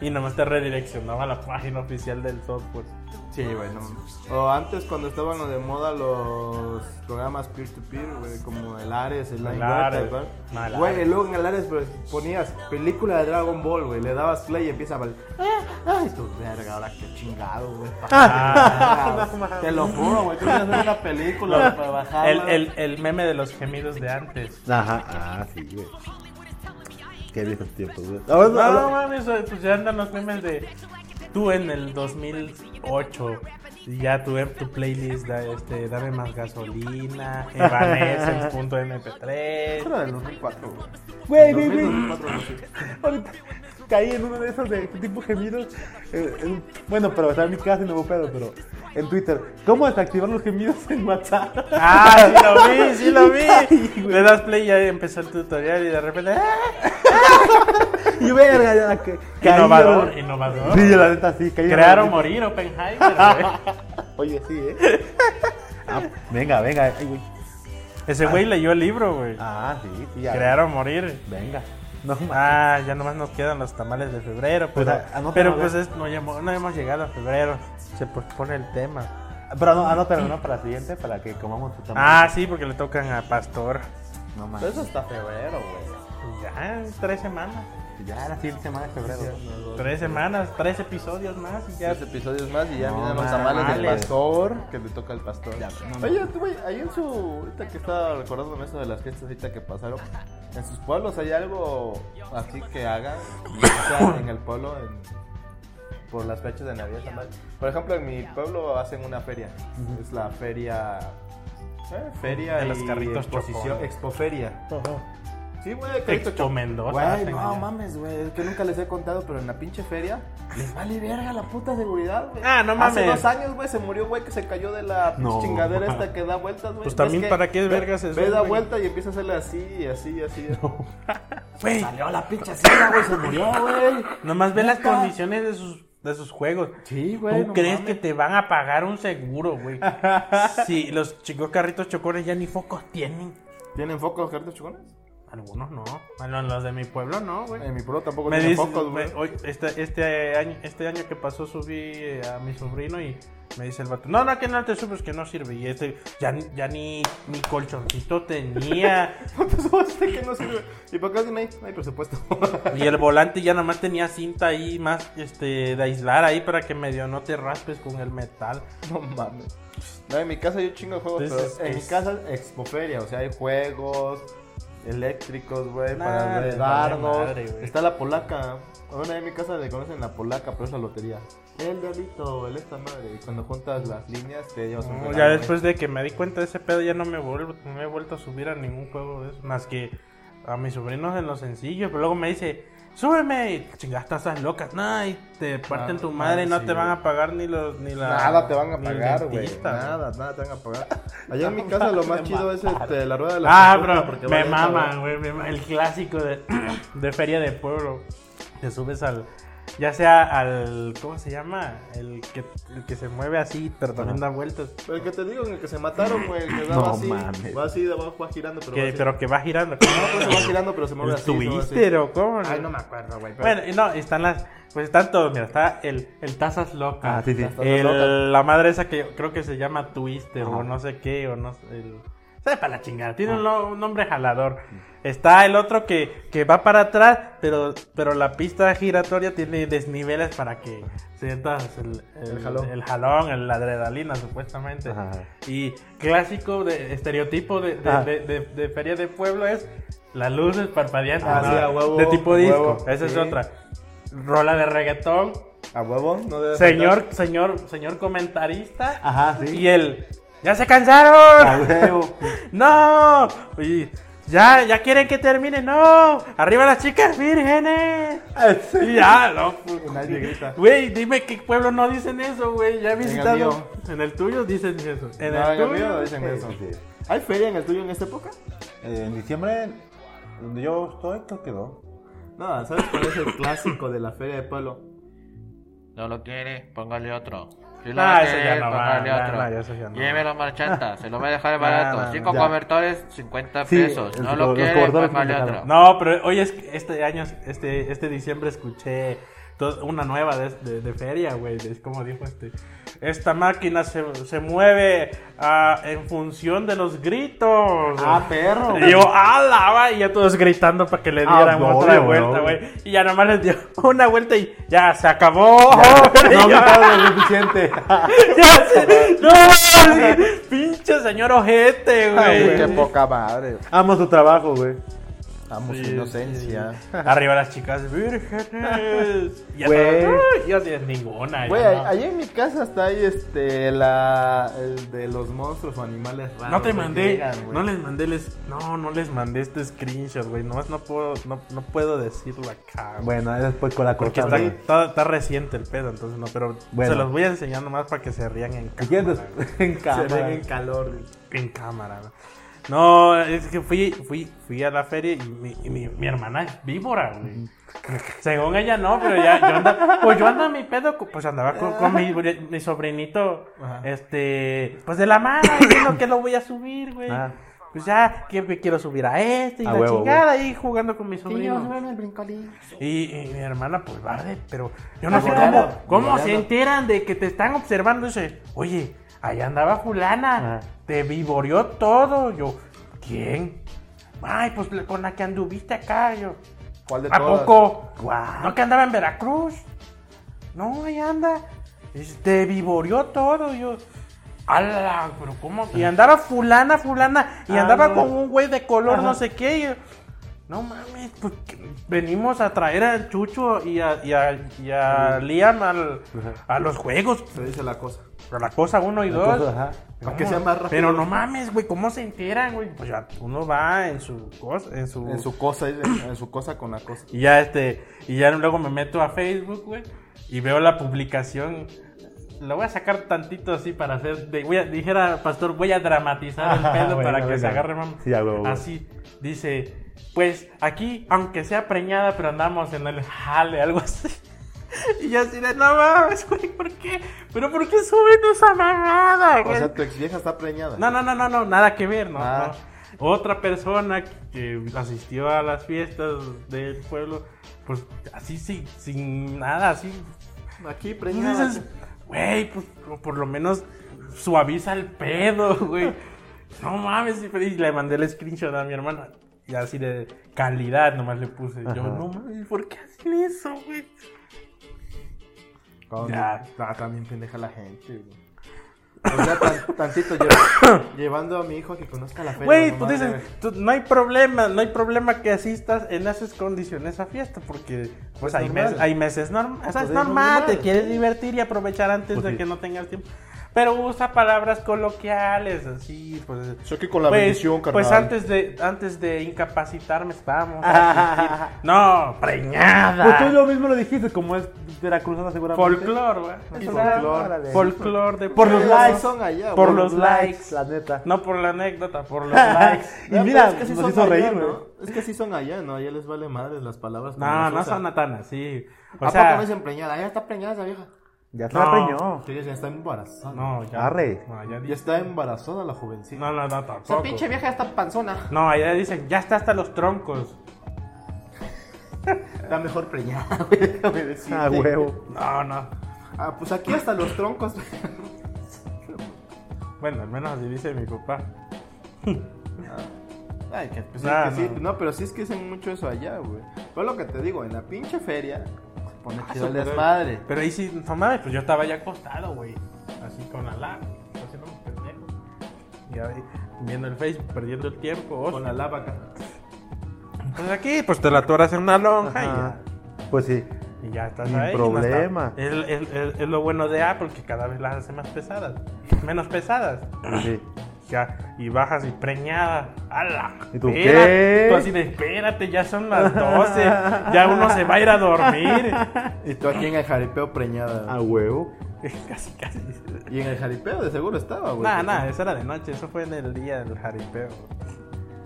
[SPEAKER 1] Y nomás te redireccionaba a la página oficial del software.
[SPEAKER 2] Sí, güey, no mames. O antes cuando estaban lo de moda los programas peer-to-peer, güey, como el Ares, el Line
[SPEAKER 1] Ares.
[SPEAKER 2] Guard,
[SPEAKER 1] No, el
[SPEAKER 2] ¿verdad? Güey,
[SPEAKER 1] Ares.
[SPEAKER 2] luego en el Ares pues, ponías película de Dragon Ball, güey, le dabas play y empieza a valer. Ah, Ay, tu verga, ahora qué chingado, güey.
[SPEAKER 1] Ah,
[SPEAKER 2] no mames. Te lo juro, güey, tú querías ver una película para bajarla.
[SPEAKER 1] El, el, el meme de los gemidos de antes.
[SPEAKER 4] Ajá, ah, sí, güey. Qué viejos tiempos, güey. Ahora,
[SPEAKER 1] No,
[SPEAKER 4] ahora-
[SPEAKER 1] no mames, oye, pues ya andan los memes de tú en el 2008 y ya tu, tu playlist da, este, dame más gasolina,
[SPEAKER 2] Eso
[SPEAKER 1] evanescence.mp3.
[SPEAKER 2] era del 2004, güey.
[SPEAKER 4] Güey, güey, güey.
[SPEAKER 2] 2004, no sé.
[SPEAKER 4] Ahorita caí en uno de esos de tipo gemidos. eh, en- bueno, pero está en mi casa y no hubo pedo, pero en Twitter. ¿Cómo desactivar los gemidos en WhatsApp?
[SPEAKER 1] Ah, sí lo vi, sí lo
[SPEAKER 4] [LAUGHS] Ay,
[SPEAKER 1] vi. Le das play y ya empezó el tutorial y de repente ¡ah!
[SPEAKER 4] y verga, ya que. caí,
[SPEAKER 1] innovador,
[SPEAKER 4] güey.
[SPEAKER 1] innovador.
[SPEAKER 4] Sí, la neta sí, caí. en-
[SPEAKER 1] Crear o morir, Oppenheimer.
[SPEAKER 4] [LAUGHS]
[SPEAKER 1] güey.
[SPEAKER 4] Oye, sí, eh. Ah, venga, venga. ay, güey.
[SPEAKER 1] Ese güey leyó el libro, güey.
[SPEAKER 4] Ah, sí, sí. ya.
[SPEAKER 1] Crear o morir.
[SPEAKER 4] Venga. No mames.
[SPEAKER 1] Ah, ya nomás nos quedan los tamales de febrero,
[SPEAKER 4] Pues,
[SPEAKER 1] pero,
[SPEAKER 4] a- anótalo,
[SPEAKER 1] pero
[SPEAKER 4] a
[SPEAKER 1] pues
[SPEAKER 4] ver.
[SPEAKER 1] es- no, llam- no hemos llegado a febrero, se pospone el tema.
[SPEAKER 3] [LAUGHS] Pero no, anótalo, ¿no? Para la siguiente, para que comamos tu
[SPEAKER 1] Ah, sí, porque le tocan a Pastor. Pues
[SPEAKER 3] no
[SPEAKER 2] Pero
[SPEAKER 3] manches.
[SPEAKER 2] eso hasta febrero, güey.
[SPEAKER 1] Ya, tres semanas.
[SPEAKER 3] Ya era siguiente semana de febrero.
[SPEAKER 1] Tres semanas, tres episodios más y ya.
[SPEAKER 2] Tres episodios más y ya
[SPEAKER 3] No
[SPEAKER 2] vienen los tamales del
[SPEAKER 1] mames.
[SPEAKER 2] pastor, que le toca al pastor.
[SPEAKER 3] Ya, no mames.
[SPEAKER 2] Oye, tú, güey, ahí en su. Ahorita que estaba recordándome eso de las fiestas ahorita que pasaron, ¿en sus pueblos hay algo así que hagan? O sea, en el pueblo, en- por las fechas de Navidad, San Mar- Por ejemplo, en mi pueblo hacen una feria. Es la feria. eh, Feria
[SPEAKER 1] De
[SPEAKER 2] y
[SPEAKER 1] los carritos
[SPEAKER 2] exposición,
[SPEAKER 1] chocón.
[SPEAKER 2] expoferia. Sí, güey, carrito
[SPEAKER 1] Expo
[SPEAKER 2] chocón.
[SPEAKER 1] Mendoza.
[SPEAKER 2] Güey,
[SPEAKER 1] hacen
[SPEAKER 2] no
[SPEAKER 1] ya.
[SPEAKER 2] mames, güey. Es que nunca les he contado, pero en la pinche feria les vale verga la puta seguridad, güey.
[SPEAKER 1] Ah, no
[SPEAKER 2] Hace
[SPEAKER 1] mames.
[SPEAKER 2] dos años, güey, se murió, güey, que se cayó de la
[SPEAKER 3] No.
[SPEAKER 2] chingadera esta que da vueltas, güey.
[SPEAKER 1] Pues
[SPEAKER 2] Ves
[SPEAKER 1] también,
[SPEAKER 2] que-
[SPEAKER 1] ¿para qué
[SPEAKER 2] ve-
[SPEAKER 1] verga se
[SPEAKER 2] Ve,
[SPEAKER 1] sube,
[SPEAKER 2] da
[SPEAKER 1] güey?
[SPEAKER 2] vuelta y empieza a hacerle así, y así,
[SPEAKER 1] [LAUGHS]
[SPEAKER 2] y así.
[SPEAKER 1] Güey,
[SPEAKER 2] Salió la pinche silla, güey, se murió, güey.
[SPEAKER 1] nomás ve las condiciones de sus, de sus juegos.
[SPEAKER 2] Sí,
[SPEAKER 1] ¿Tú crees que te van a pagar un seguro, güey? sí, los chicos carritos chocones ya ni focos tienen.
[SPEAKER 2] ¿Tienen focos los carritos chocones?
[SPEAKER 1] Algunos no. Bueno, los de mi pueblo no, güey.
[SPEAKER 2] En Eh, mi pueblo tampoco
[SPEAKER 1] Me
[SPEAKER 2] tienen
[SPEAKER 1] dice,
[SPEAKER 2] focos,
[SPEAKER 1] me-
[SPEAKER 2] güey. [LAUGHS]
[SPEAKER 1] hoy- este, este, año, este año que pasó subí eh, a mi sobrino y me dice el vato, no, no, que no te subes, que no sirve. Y este, ya, ni- ya ni, ni colchoncito tenía. [LAUGHS]
[SPEAKER 2] ¿Cuántos son este que no sirve? ¿Y por qué alguien ahí? No hay presupuesto.
[SPEAKER 1] y el volante ya nada más tenía cinta ahí, más este, de aislar ahí para que medio no te raspes con el metal.
[SPEAKER 2] [LAUGHS] No mames. No, en mi casa hay un chingo de juegos,
[SPEAKER 1] Entonces,
[SPEAKER 2] pero en mi
[SPEAKER 1] es-
[SPEAKER 2] casa es expoferia, o sea, hay juegos eléctricos, güey,
[SPEAKER 1] Nah,
[SPEAKER 2] para
[SPEAKER 1] les
[SPEAKER 2] de
[SPEAKER 1] vale
[SPEAKER 2] dardos.
[SPEAKER 1] madre, güey.
[SPEAKER 2] Está la polaca. Bueno, en mi casa le conocen la polaca, pero es la lotería. El diablito, el esta madre. Y cuando juntas las líneas te llevas un
[SPEAKER 1] No,
[SPEAKER 2] regalo,
[SPEAKER 1] Mm, ya
[SPEAKER 2] güey.
[SPEAKER 1] después de que me di cuenta de ese pedo, ya no me, vuelvo, no me he vuelto a subir a ningún juego de eso. Más que a mis sobrinos en los sencillos. Pero luego me dice, súbeme. Y chingaste esas locas. No, y te parten
[SPEAKER 2] Ah,
[SPEAKER 1] tu madre y
[SPEAKER 2] ah,
[SPEAKER 1] no
[SPEAKER 2] sí,
[SPEAKER 1] te van
[SPEAKER 2] güey.
[SPEAKER 1] a pagar ni los ni la.
[SPEAKER 2] Nada te van a
[SPEAKER 1] ni el
[SPEAKER 2] pagar, güey.
[SPEAKER 1] dentista,
[SPEAKER 2] Nada, nada te van a
[SPEAKER 1] [LAUGHS]
[SPEAKER 2] pagar. Allá en mi casa lo más chido es este, la rueda de la
[SPEAKER 1] Ah,
[SPEAKER 2] fortuna,
[SPEAKER 1] bro, me
[SPEAKER 2] vale,
[SPEAKER 1] mama,
[SPEAKER 2] cabrón.
[SPEAKER 1] güey. me ma- El clásico de, [CLEARS THROAT] de Feria de Pueblo. Te subes al. Ya sea al. ¿Cómo se llama? El que, el que se mueve así, pero también da vueltas.
[SPEAKER 2] El que te digo, en el que se mataron, güey,
[SPEAKER 1] [LAUGHS]
[SPEAKER 2] el que
[SPEAKER 3] No
[SPEAKER 2] daba así.
[SPEAKER 3] mames.
[SPEAKER 2] Va así de abajo, va girando, pero. va
[SPEAKER 1] Que,
[SPEAKER 2] así.
[SPEAKER 1] pero que va girando. pues,
[SPEAKER 2] No, [COUGHS] pero se va girando, pero se mueve
[SPEAKER 1] ¿El
[SPEAKER 2] así. se mueve así.
[SPEAKER 1] Twister o cómo?
[SPEAKER 2] Ay, no me acuerdo, güey. pero-
[SPEAKER 1] Bueno, y no, están las. Pues están todos, mira, está el, el Tazas Locas.
[SPEAKER 3] Ah, sí, sí.
[SPEAKER 2] Las tazas
[SPEAKER 1] El-
[SPEAKER 2] locas.
[SPEAKER 1] la madre esa que creo que se llama Twister
[SPEAKER 3] Ajá.
[SPEAKER 1] o no sé qué, o no sé. El, sepa la chingada,
[SPEAKER 2] Ah.
[SPEAKER 1] tiene un, no- un nombre jalador. Está el otro que, que va para atrás, pero, pero la pista giratoria tiene desniveles para que sientas el,
[SPEAKER 2] El jalón.
[SPEAKER 1] el jalón, el- la adrenalina supuestamente.
[SPEAKER 3] Ajá.
[SPEAKER 1] Y clásico de estereotipo de, de-
[SPEAKER 3] Ah.
[SPEAKER 1] de- de- de feria de pueblo es las luces parpadeantes
[SPEAKER 2] Ah,
[SPEAKER 1] ¿no?
[SPEAKER 2] sí, a huevo,
[SPEAKER 1] de tipo
[SPEAKER 2] a
[SPEAKER 1] disco.
[SPEAKER 2] huevo,
[SPEAKER 1] Esa es
[SPEAKER 2] sí.
[SPEAKER 1] otra. Rola de reggaetón.
[SPEAKER 2] A huevo, no debe
[SPEAKER 1] Señor, señor, señor comentarista.
[SPEAKER 2] Ah,
[SPEAKER 3] Ajá, sí.
[SPEAKER 1] Y el. ¡Ya se cansaron!
[SPEAKER 3] A huevo.
[SPEAKER 1] [LAUGHS] ¡No! Y ya, ya quieren que termine, no. ¡Arriba las chicas vírgenes! Y ya, no. pues,
[SPEAKER 2] faltar. Nadie grita.
[SPEAKER 1] Güey, dime qué pueblo no dicen eso, güey. Ya he
[SPEAKER 2] el
[SPEAKER 1] visitado. En el,
[SPEAKER 2] mío.
[SPEAKER 1] tuyo dicen eso. En
[SPEAKER 2] No,
[SPEAKER 1] el
[SPEAKER 2] en el
[SPEAKER 1] tuyo.
[SPEAKER 2] mío no dicen eso.
[SPEAKER 3] Sí, sí.
[SPEAKER 2] ¿Hay feria en el tuyo en esta época?
[SPEAKER 3] Eh, en diciembre, donde yo estoy, creo que no.
[SPEAKER 2] No, ¿sabes cuál es el clásico de la feria de pueblo?
[SPEAKER 6] No lo quiere, póngale otro. Si lo
[SPEAKER 1] Ah,
[SPEAKER 6] va a
[SPEAKER 1] eso ya
[SPEAKER 6] querer,
[SPEAKER 1] no va,
[SPEAKER 6] póngale
[SPEAKER 1] no,
[SPEAKER 6] otro.
[SPEAKER 1] no, ya eso ya no.
[SPEAKER 6] Llévelo marchanta, se lo voy a dejar barato.
[SPEAKER 1] no, no,
[SPEAKER 6] Cinco
[SPEAKER 3] ya.
[SPEAKER 6] cobertores, 50
[SPEAKER 3] Sí,
[SPEAKER 6] pesos.
[SPEAKER 3] el-
[SPEAKER 6] No
[SPEAKER 3] los-
[SPEAKER 6] lo
[SPEAKER 3] los
[SPEAKER 6] quiere,
[SPEAKER 3] cobertores
[SPEAKER 6] póngale
[SPEAKER 3] son de
[SPEAKER 6] otro.
[SPEAKER 1] No, pero hoy es que este año, este, este diciembre escuché to- una nueva de, de- de feria, güey. Es como dijo este. Esta máquina se, se mueve ah, en función de los gritos.
[SPEAKER 2] Ah, perro.
[SPEAKER 1] Y yo, alaba, y ya todos gritando para que le dieran
[SPEAKER 3] Ah,
[SPEAKER 1] otra
[SPEAKER 3] obvio,
[SPEAKER 1] vuelta,
[SPEAKER 3] obvio.
[SPEAKER 1] güey. Y ya nomás les dio una vuelta y ya se acabó. [LAUGHS]
[SPEAKER 3] No
[SPEAKER 1] Y
[SPEAKER 3] me
[SPEAKER 1] ya-
[SPEAKER 3] acuerdo lo suficiente.
[SPEAKER 1] ya [LAUGHS] se- no, pinche señor ojete,
[SPEAKER 2] Ay, qué
[SPEAKER 1] güey.
[SPEAKER 2] poca madre.
[SPEAKER 3] Amo tu trabajo, güey.
[SPEAKER 2] Amo su
[SPEAKER 1] Sí,
[SPEAKER 2] inocencia.
[SPEAKER 1] Arriba las chicas
[SPEAKER 2] [LAUGHS]
[SPEAKER 1] vírgenes. Ya
[SPEAKER 2] Güey.
[SPEAKER 1] todas, "Ay, yo sí, ninguna.
[SPEAKER 2] Güey,
[SPEAKER 1] yo no".
[SPEAKER 2] allá en mi casa está ahí este, la, el de los monstruos o animales raros.
[SPEAKER 1] No te
[SPEAKER 2] que
[SPEAKER 1] mandé,
[SPEAKER 2] llegan, güey.
[SPEAKER 1] no les mandé, les, no, no les mandé este screenshot, güey. Nomás no puedo, no, no puedo decirlo acá. güey.
[SPEAKER 3] Bueno, después con la
[SPEAKER 1] Porque
[SPEAKER 3] cortada.
[SPEAKER 1] está, está- está reciente el pedo, entonces no, pero
[SPEAKER 3] Bueno.
[SPEAKER 1] se los voy a enseñar nomás para que se rían en
[SPEAKER 3] Si quieres,
[SPEAKER 1] cámara. güey.
[SPEAKER 3] des- [LAUGHS] en
[SPEAKER 2] Se ven
[SPEAKER 3] cámara.
[SPEAKER 2] en calor.
[SPEAKER 1] En cámara. güey. No, es que fui, fui, fui a la feria y mi, y mi- mi hermana es víbora, güey. Según ella no, pero ya yo andaba, pues yo andaba mi pedo, co- pues andaba con, con mi, mi sobrinito,
[SPEAKER 2] Ajá.
[SPEAKER 1] este, pues de la mano, diciendo que lo voy a subir, güey.
[SPEAKER 3] Ah.
[SPEAKER 1] Pues ya, que me quiero subir a este y
[SPEAKER 3] A
[SPEAKER 1] la
[SPEAKER 3] huevo,
[SPEAKER 1] chingada ahí jugando con mi sobrino. Y, y mi hermana, pues vale, pero yo no sé
[SPEAKER 2] Alborada,
[SPEAKER 1] cómo, cómo
[SPEAKER 2] alborada.
[SPEAKER 1] se enteran de que te están observando. Dice, oye, ahí andaba fulana,
[SPEAKER 3] Ajá.
[SPEAKER 1] te vivoreó todo. Yo, ¿quién? Ay, pues la- con la que anduviste acá, yo.
[SPEAKER 2] ¿Cuál de
[SPEAKER 1] ¿A
[SPEAKER 2] todas?
[SPEAKER 1] poco?
[SPEAKER 3] Guau.
[SPEAKER 1] ¿No que andaba en Veracruz? No, ahí anda. Es- Te vivoreó todo, yo. Ala, pero ¿cómo? Y andaba fulana, fulana, y
[SPEAKER 3] Ah,
[SPEAKER 1] andaba
[SPEAKER 3] no.
[SPEAKER 1] con un güey de color, no
[SPEAKER 3] Ajá.
[SPEAKER 1] sé qué. y yo, no mames, pues que- venimos a traer a Chucho y a, y a- y a Liam al- a los juegos.
[SPEAKER 2] Se dice la cosa.
[SPEAKER 1] Pero la cosa uno y
[SPEAKER 3] La
[SPEAKER 1] dos.
[SPEAKER 3] cosa, ajá.
[SPEAKER 1] ¿cómo?
[SPEAKER 2] Que sea más rápido.
[SPEAKER 1] Pero no mames, güey, ¿cómo se enteran, güey? Pues ya uno va en su cosa, en su.
[SPEAKER 2] En su cosa, dice, en su cosa con la cosa.
[SPEAKER 1] Y ya este. Y ya luego me meto a Facebook, güey. Y veo la publicación. La voy a sacar tantito así para hacer. de- voy a- dijera Pastor, voy a dramatizar el
[SPEAKER 3] [LAUGHS] Ajá,
[SPEAKER 1] pedo
[SPEAKER 3] Ah, bueno,
[SPEAKER 1] para que se
[SPEAKER 3] venga.
[SPEAKER 1] agarre, mamá.
[SPEAKER 3] Sí, a huevo, güey.
[SPEAKER 1] Así. Dice. Pues aquí, aunque sea preñada, pero andamos en el jale, algo así. [LAUGHS] Y yo así de, no mames, güey, ¿por qué? ¿Pero por qué suben esa mamada,
[SPEAKER 2] O
[SPEAKER 1] güey?
[SPEAKER 2] sea, tu ex vieja está preñada.
[SPEAKER 1] No, no, no, no, no, nada que ver, no,
[SPEAKER 2] Ah.
[SPEAKER 1] no. Otra persona que asistió a las fiestas del pueblo, pues así sin, sin nada, así.
[SPEAKER 2] Aquí
[SPEAKER 1] Y
[SPEAKER 2] preñada.
[SPEAKER 1] dices, güey, pues por- por lo menos suaviza el pedo, [LAUGHS] güey. No mames, y y le mandé el screenshot a mi hermana. Y así de calidad nomás le puse. Yo, no mames, ¿por qué hacen eso, güey?
[SPEAKER 2] Cuando-
[SPEAKER 1] Ya.
[SPEAKER 2] Ah, también pendeja la gente,
[SPEAKER 1] [LAUGHS]
[SPEAKER 2] güey. O sea, tan- tantito yo llevando a mi hijo a que conozca la feria.
[SPEAKER 1] Güey,
[SPEAKER 2] no
[SPEAKER 1] pues
[SPEAKER 2] mames.
[SPEAKER 1] dices, tú- no hay problema, no hay problema que asistas en esas condiciones a fiesta, porque pues
[SPEAKER 2] Es
[SPEAKER 1] hay,
[SPEAKER 2] normal.
[SPEAKER 1] mes- hay meses normales, o sea,
[SPEAKER 2] Pues
[SPEAKER 1] es
[SPEAKER 2] es
[SPEAKER 1] normal, te
[SPEAKER 2] normal.
[SPEAKER 1] quieres divertir y aprovechar antes
[SPEAKER 3] Pues
[SPEAKER 1] de
[SPEAKER 3] sí.
[SPEAKER 1] que no tengas tiempo. Pero usa palabras coloquiales, así, pues...
[SPEAKER 2] Yo que con la
[SPEAKER 1] pues,
[SPEAKER 2] bendición, carnal.
[SPEAKER 1] pues antes de antes de incapacitarme,
[SPEAKER 3] [LAUGHS]
[SPEAKER 1] vamos a [LAUGHS] asistir. No,
[SPEAKER 3] Pues tú
[SPEAKER 1] preñada.
[SPEAKER 3] lo mismo lo dijiste, como es veracruzana seguramente.
[SPEAKER 1] Folclor, güey.
[SPEAKER 3] Es
[SPEAKER 1] Folclor.
[SPEAKER 3] folclor.
[SPEAKER 1] Folclor de
[SPEAKER 3] Por los
[SPEAKER 2] Las
[SPEAKER 3] likes.
[SPEAKER 2] son allá,
[SPEAKER 1] Por
[SPEAKER 2] güey.
[SPEAKER 1] los likes.
[SPEAKER 3] La neta.
[SPEAKER 1] [LAUGHS] No por la anécdota, por
[SPEAKER 3] [LAUGHS]
[SPEAKER 1] los likes.
[SPEAKER 3] y
[SPEAKER 2] No,
[SPEAKER 3] mira,
[SPEAKER 2] pero es que sí
[SPEAKER 3] nos
[SPEAKER 2] son
[SPEAKER 3] hizo
[SPEAKER 2] allá,
[SPEAKER 3] reír, güey.
[SPEAKER 2] ¿no? Es que sí son allá, ¿no? Allá les vale madres las palabras. como
[SPEAKER 1] No,
[SPEAKER 2] las
[SPEAKER 1] no
[SPEAKER 2] usan.
[SPEAKER 1] son tan así. O
[SPEAKER 2] ¿A
[SPEAKER 1] sea,
[SPEAKER 2] poco no dicen preñada? Ya está preñada esa vieja.
[SPEAKER 3] Ya se
[SPEAKER 1] No.
[SPEAKER 3] la preñó.
[SPEAKER 2] Sí, ya está embarazada.
[SPEAKER 1] No, ya.
[SPEAKER 3] Arre.
[SPEAKER 1] No, ya
[SPEAKER 2] Ya
[SPEAKER 1] dice-
[SPEAKER 2] está embarazada la jovencita.
[SPEAKER 1] No, no, no,
[SPEAKER 2] Esa
[SPEAKER 1] tampoco.
[SPEAKER 2] pinche vieja ya está panzona.
[SPEAKER 1] No, allá dicen, ya está hasta los troncos.
[SPEAKER 2] Está mejor preñada, [LAUGHS] güey. Déjame decirte.
[SPEAKER 3] Ah, huevo.
[SPEAKER 1] No, no.
[SPEAKER 2] Ah, pues aquí hasta los troncos. [LAUGHS]
[SPEAKER 1] Bueno, al menos así dice mi papá.
[SPEAKER 2] Ay, que, pues,
[SPEAKER 1] Ah,
[SPEAKER 2] es que
[SPEAKER 1] no.
[SPEAKER 2] sí, no, pero sí es que dicen mucho eso allá, güey. Pues lo que te digo, en la pinche feria se pone chido el desmadre.
[SPEAKER 1] Pero ahí sí, no mames, pues yo estaba ya acostado, güey. Así con la lab. Así como pendejo. Y ahí, viendo el Facebook, perdiendo el tiempo. oso.
[SPEAKER 2] Con la lava acá.
[SPEAKER 1] Pues aquí, pues te la atoras en una lonja y
[SPEAKER 3] Ajá.
[SPEAKER 1] ya.
[SPEAKER 3] Pues sí.
[SPEAKER 1] Y ya estás
[SPEAKER 3] Sin
[SPEAKER 1] ahí, no está-
[SPEAKER 3] problema.
[SPEAKER 1] Es, es- es- es lo bueno de Apple, que cada vez las hace más pesadas. Menos pesadas.
[SPEAKER 3] sí.
[SPEAKER 1] Ya, y bajas y preñada. ¡Ala!
[SPEAKER 3] ¿Y tú
[SPEAKER 1] espérate.
[SPEAKER 3] qué?
[SPEAKER 1] Tú así de, espérate, ya son las 12. ya uno se va a ir a dormir.
[SPEAKER 2] Y tú aquí en el jaripeo preñada.
[SPEAKER 1] Ah,
[SPEAKER 4] Ah,
[SPEAKER 3] A huevo.
[SPEAKER 1] casi, casi.
[SPEAKER 2] Y en el jaripeo de seguro estaba, güey.
[SPEAKER 1] Nah, nah, eso era de noche. Eso fue en el día del jaripeo.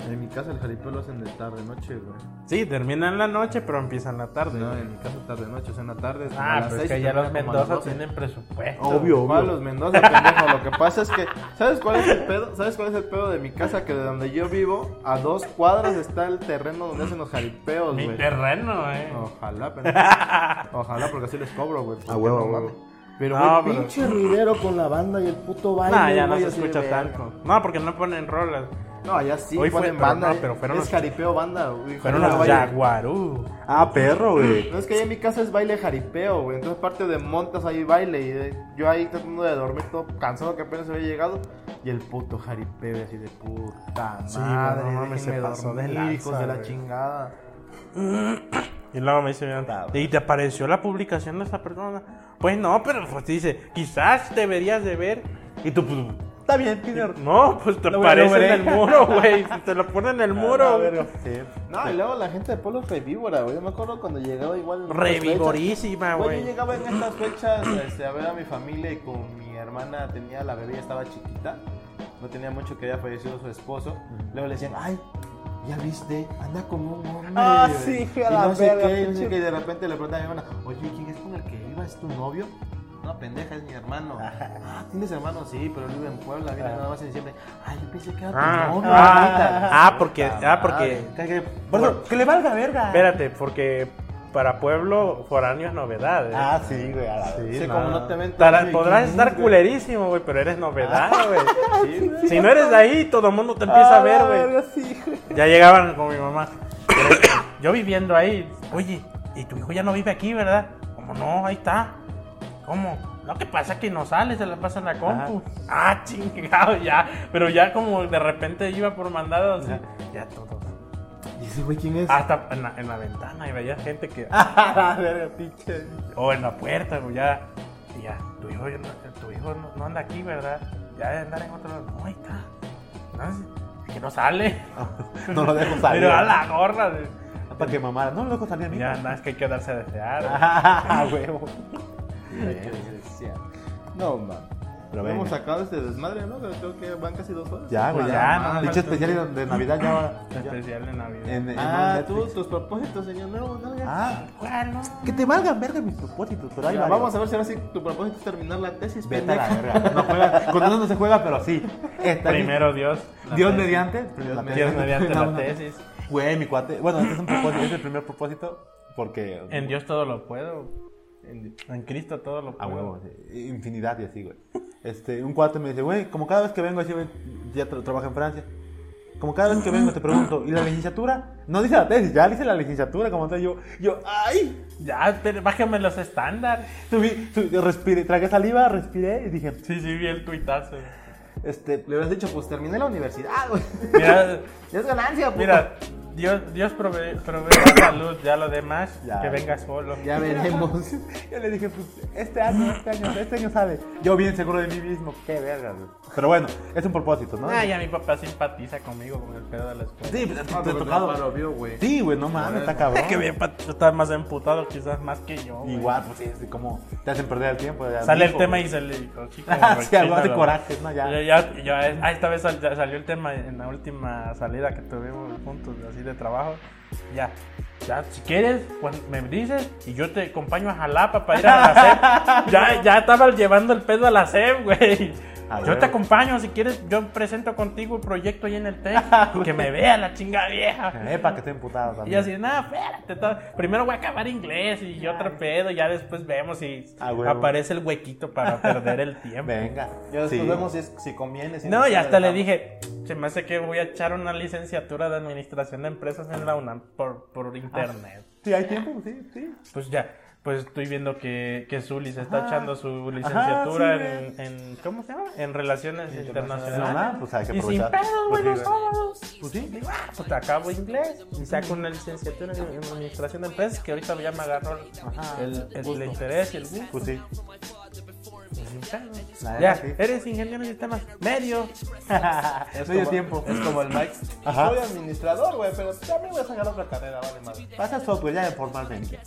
[SPEAKER 2] En mi casa el jaripeo lo hacen de tarde noche, güey.
[SPEAKER 1] Sí, terminan la noche, pero empiezan la tarde.
[SPEAKER 2] No, en mi casa tarde noche, o sea, en la tarde. como a
[SPEAKER 1] Ah,
[SPEAKER 2] las
[SPEAKER 1] pero es
[SPEAKER 2] seis
[SPEAKER 1] que
[SPEAKER 2] y
[SPEAKER 1] ya los
[SPEAKER 2] termina como a las
[SPEAKER 1] Mendoza
[SPEAKER 2] doce.
[SPEAKER 1] tienen presupuesto.
[SPEAKER 3] Obvio,
[SPEAKER 2] ¿Cuál
[SPEAKER 3] obvio. [LAUGHS]
[SPEAKER 2] los Mendoza, pendejo? Lo que pasa es que, ¿sabes cuál es el pedo? ¿Sabes cuál es el pedo de mi casa? Que de donde yo vivo, a dos cuadras está el terreno donde hacen los jaripeos,
[SPEAKER 1] Mi
[SPEAKER 2] pues, güey.
[SPEAKER 1] terreno, eh.
[SPEAKER 2] Ojalá, pendejo. Ojalá, porque así les cobro, güey.
[SPEAKER 3] A huevo,
[SPEAKER 2] No
[SPEAKER 3] a huevo.
[SPEAKER 2] mames. Pero,
[SPEAKER 1] No,
[SPEAKER 2] güey,
[SPEAKER 1] pero-
[SPEAKER 2] pinche ruidero con la banda y el puto baile.
[SPEAKER 1] Nah, ya no
[SPEAKER 2] güey,
[SPEAKER 1] se
[SPEAKER 2] así de
[SPEAKER 1] escucha
[SPEAKER 2] verga.
[SPEAKER 1] tanto. No, porque no ponen rolas.
[SPEAKER 2] No, allá sí,
[SPEAKER 1] Hoy fue,
[SPEAKER 2] ponen
[SPEAKER 1] pero
[SPEAKER 2] banda. eh.
[SPEAKER 1] no, pero fueron
[SPEAKER 2] es
[SPEAKER 1] los-
[SPEAKER 2] jaripeo banda, güey.
[SPEAKER 1] Fueron
[SPEAKER 2] Ojalá
[SPEAKER 1] los
[SPEAKER 2] vaya-
[SPEAKER 1] Jaguarú.
[SPEAKER 3] Ah, perro, güey.
[SPEAKER 2] No, es que ahí en mi casa es baile jaripeo, güey. Entonces, parte de montas ahí baile. Y eh, yo ahí tratando de dormir todo cansado que apenas había llegado. Y el puto jaripeo, así de puta
[SPEAKER 1] Sí, güey,
[SPEAKER 2] "Ah, madre.
[SPEAKER 1] no mames, se
[SPEAKER 2] déjenme
[SPEAKER 1] pasó de
[SPEAKER 2] dormir,
[SPEAKER 1] lanza,
[SPEAKER 2] hijos de la
[SPEAKER 1] güey.
[SPEAKER 2] chingada.
[SPEAKER 1] Y luego me dice, mira,
[SPEAKER 7] Ah,
[SPEAKER 1] y te apareció la publicación de esa persona. Pues no, pero pues dice, quizás deberías de ver. Y tú, pues,
[SPEAKER 3] Está bien,
[SPEAKER 2] [LAUGHS]
[SPEAKER 3] tiene
[SPEAKER 1] no, pues te
[SPEAKER 3] Lo
[SPEAKER 1] aparece
[SPEAKER 3] veré, lo veré.
[SPEAKER 1] en el muro, güey. Te lo
[SPEAKER 7] [LAUGHS]
[SPEAKER 1] pone
[SPEAKER 7] Ah,
[SPEAKER 1] en el muro. güey.
[SPEAKER 2] No, y luego la gente de Pueblo es revíbora, güey. Yo me acuerdo cuando llegaba igual. en estas
[SPEAKER 1] Revigorísima,
[SPEAKER 2] fechas- Güey, yo
[SPEAKER 1] güey.
[SPEAKER 2] llegaba en estas fechas este, a ver a mi familia y con mi hermana tenía la bebé, ya estaba chiquita. No tenía mucho que había fallecido su esposo. Luego le decían, ay, ya viste, anda con un hombre.
[SPEAKER 3] Ah, sí, fui a
[SPEAKER 2] y
[SPEAKER 3] la
[SPEAKER 2] no sé
[SPEAKER 3] verga,
[SPEAKER 2] qué, y no
[SPEAKER 3] pinche.
[SPEAKER 2] sé qué. Y de repente le preguntan a mi hermana, oye, ¿quién es con el que iba? ¿Es tu novio? No, pendeja, es mi hermano. "Ah, ¿Tienes hermano? Sí, pero él vive en Puebla, viene nada más en diciembre. Ay, yo pensé que era tu
[SPEAKER 1] Ah,
[SPEAKER 2] novio.
[SPEAKER 1] ah,
[SPEAKER 2] ahorita".
[SPEAKER 1] ah, porque-
[SPEAKER 2] Puta
[SPEAKER 1] ah, porque-
[SPEAKER 2] madre.
[SPEAKER 3] que le valga verga.
[SPEAKER 1] Espérate, porque para pueblo foráneo es novedad. ¿eh?
[SPEAKER 3] Ah, sí, güey. a la vez.
[SPEAKER 2] Sí,
[SPEAKER 7] Sí,
[SPEAKER 2] no.
[SPEAKER 7] como no te ven
[SPEAKER 1] Estará-
[SPEAKER 7] tan
[SPEAKER 1] podrás
[SPEAKER 7] chiquín,
[SPEAKER 1] estar
[SPEAKER 7] güey.
[SPEAKER 1] culerísimo, güey, pero
[SPEAKER 7] [LAUGHS]
[SPEAKER 1] eres novedad, güey. si no eres de ahí, todo el mundo te empieza a
[SPEAKER 7] Ah,
[SPEAKER 1] ver, güey.
[SPEAKER 2] Ah, [LAUGHS]
[SPEAKER 1] Ya llegaban con mi mamá. Pero yo viviendo ahí, oye, y tu hijo ya no vive aquí, ¿verdad? Como no, ahí está. ¿Cómo? Lo que pasa es que no sale, se la pasa en la compu. Ah, [LAUGHS] chingado, ya. Pero ya como de repente iba por mandado, así, ya todo.
[SPEAKER 2] ¿Y ese güey quién es?
[SPEAKER 1] Hasta en la, en la ventana y veía gente que. O en la puerta, güey, ya. Y ya, tu hijo, ya no- tu hijo no, no anda aquí, ¿verdad? Ya debe andar en otro lado. No, ahí está. No, es que no sale.
[SPEAKER 3] No lo dejo
[SPEAKER 1] [LAUGHS]
[SPEAKER 3] salir.
[SPEAKER 1] Pero a la gorra. de-
[SPEAKER 3] Para que mamara. No lo dejo salir a mí.
[SPEAKER 1] Ya, nada, es que hay que darse a desear.
[SPEAKER 3] Ah, huevo.
[SPEAKER 2] No, man.
[SPEAKER 3] Pero
[SPEAKER 2] Hemos
[SPEAKER 3] venga.
[SPEAKER 2] sacado este desmadre, ¿no? Pero creo que van casi dos horas.
[SPEAKER 3] Ya, güey,
[SPEAKER 1] Pues Ya,
[SPEAKER 3] Pues ya.
[SPEAKER 1] no,
[SPEAKER 3] Dicho
[SPEAKER 1] falta-
[SPEAKER 3] especial
[SPEAKER 2] [LAUGHS]
[SPEAKER 3] de Navidad ya va. ya.
[SPEAKER 1] Especial de Navidad.
[SPEAKER 3] En, en
[SPEAKER 2] Ah, tú,
[SPEAKER 3] Netflix.
[SPEAKER 2] tus propósitos, señor. No, no, ya.
[SPEAKER 3] Ah,
[SPEAKER 1] ¿Cuál, no?
[SPEAKER 3] que te valgan verga mis propósitos, pero ahí
[SPEAKER 2] Mira,
[SPEAKER 3] va.
[SPEAKER 2] vamos a ver si ahora sí tu propósito es terminar la tesis,
[SPEAKER 3] Vete a la
[SPEAKER 2] pendejo.
[SPEAKER 3] verga. No juega. Con eso no se juega, pero sí. Está bien.
[SPEAKER 1] Primero Dios.
[SPEAKER 3] Dios
[SPEAKER 2] tesis.
[SPEAKER 3] mediante.
[SPEAKER 2] Dios
[SPEAKER 3] la
[SPEAKER 1] Dios mediante
[SPEAKER 3] [LAUGHS] No,
[SPEAKER 1] la
[SPEAKER 3] no.
[SPEAKER 1] tesis.
[SPEAKER 3] Güey, mi cuate. Bueno, este es un propósito,
[SPEAKER 1] [CLEARS THROAT]
[SPEAKER 3] es el primer propósito porque
[SPEAKER 1] En Dios todo lo puedo. En, en Cristo todo lo
[SPEAKER 3] a
[SPEAKER 1] puedo.
[SPEAKER 3] huevo, sí, infinidad y así, güey. Este, un cuate me dice, güey, como cada vez que vengo así, güey, ya tra- trabaja en Francia. Como cada vez que vengo te pregunto, ¿y la licenciatura? No dice la tesis, ya dice la licenciatura, como tal yo, yo, ay,
[SPEAKER 1] Ya, te- bájame los estándares.
[SPEAKER 3] subí, subí, respiré, tragué saliva, respiré y dije,
[SPEAKER 1] Sí, sí, vi el tuitazo.
[SPEAKER 3] este,
[SPEAKER 2] Le hubieras dicho, pues terminé la universidad, güey.
[SPEAKER 1] Mira,
[SPEAKER 2] Ya es ganancia, puto.
[SPEAKER 1] mira Dios, Dios provee, provee la salud, ya lo demás,
[SPEAKER 3] Ya.
[SPEAKER 1] que venga solo.
[SPEAKER 2] [LAUGHS] Ya veremos.
[SPEAKER 3] [LAUGHS] Yo le dije, pues este año, este año, este año sale. Yo bien seguro de mí mismo, qué verga, güey. Pero bueno, es un propósito, ¿no?
[SPEAKER 1] Ah, ya mi papá simpatiza conmigo con el pedo de la escuela.
[SPEAKER 3] Sí, pues,
[SPEAKER 2] [LAUGHS] Ah,
[SPEAKER 3] te he
[SPEAKER 2] pero tu
[SPEAKER 3] tocado.
[SPEAKER 2] papá lo vio, güey.
[SPEAKER 3] Sí, güey, no mames, está
[SPEAKER 2] [LAUGHS]
[SPEAKER 3] cabrón.
[SPEAKER 1] Que bien, pa- está más emputado quizás más que yo. güey.
[SPEAKER 3] Igual, pues sí, es como te hacen perder el tiempo. ya,
[SPEAKER 1] Sale el
[SPEAKER 3] hijo,
[SPEAKER 1] tema
[SPEAKER 3] güey.
[SPEAKER 1] y se le dijo, sí,
[SPEAKER 3] Ah,
[SPEAKER 1] como
[SPEAKER 3] [LAUGHS] sí, algo
[SPEAKER 1] rechina,
[SPEAKER 3] de
[SPEAKER 1] la-
[SPEAKER 3] coraje, ¿no? Ya.
[SPEAKER 1] Ya, ya, ya, ah, esta vez sal- ya salió el tema en la última salida que tuvimos juntos, así de trabajo. Ya, ya, si quieres, pues me dices y yo te acompaño a Jalapa para ir a la
[SPEAKER 3] [LAUGHS]
[SPEAKER 1] SEP. ya, ya estaba llevando el pedo a la SEP, güey.
[SPEAKER 3] Ah,
[SPEAKER 1] Yo
[SPEAKER 3] güey.
[SPEAKER 1] te acompaño, si quieres, yo presento contigo el proyecto ahí en el
[SPEAKER 3] [LAUGHS]
[SPEAKER 1] TEC. que me vea la chinga vieja.
[SPEAKER 3] Eh, para que esté emputado
[SPEAKER 1] Y
[SPEAKER 3] también.
[SPEAKER 1] así, nada, espérate. ta- Primero voy a acabar inglés y yo otro pedo. Ya después vemos si
[SPEAKER 3] Ah, huevo.
[SPEAKER 1] aparece el huequito para perder el
[SPEAKER 3] [LAUGHS]
[SPEAKER 1] tiempo.
[SPEAKER 3] Venga.
[SPEAKER 2] Ya después
[SPEAKER 3] sí.
[SPEAKER 2] vemos si, es- si conviene. si
[SPEAKER 1] No, y
[SPEAKER 2] ya
[SPEAKER 1] hasta le
[SPEAKER 2] dejamos.
[SPEAKER 1] dije, se me hace que voy a echar una licenciatura de administración de empresas en la UNAM por, por
[SPEAKER 3] Ah.
[SPEAKER 1] internet.
[SPEAKER 3] Sí, hay tiempo, sí, sí.
[SPEAKER 1] Pues ya, pues estoy viendo que, que Zuli se está echando su licenciatura
[SPEAKER 3] Ah. sí,
[SPEAKER 1] en, en- ¿cómo se llama? En relaciones internacionales.
[SPEAKER 3] Ah, pues hay que
[SPEAKER 1] Y sin
[SPEAKER 3] aprovechar.
[SPEAKER 1] pedo,
[SPEAKER 3] Pues sí,
[SPEAKER 1] buenos
[SPEAKER 3] güey.
[SPEAKER 1] sábados.
[SPEAKER 3] Pues sí.
[SPEAKER 1] Digo, ah, pues acabo inglés y saco una licenciatura en, en administración de empresas que ahorita ya me agarró
[SPEAKER 3] Ajá.
[SPEAKER 1] el, el- el interés y el gusto.
[SPEAKER 3] Pues sí.
[SPEAKER 1] Sin pedo.
[SPEAKER 3] La
[SPEAKER 1] Ya,
[SPEAKER 3] neta, sí.
[SPEAKER 1] eres ingeniero de sistemas medio.
[SPEAKER 3] Medio tiempo.
[SPEAKER 2] Es como el Mike.
[SPEAKER 3] Ajá.
[SPEAKER 2] Soy administrador, güey, pero también voy a sacar otra carrera, vale madre.
[SPEAKER 3] Pasa software ya formalmente.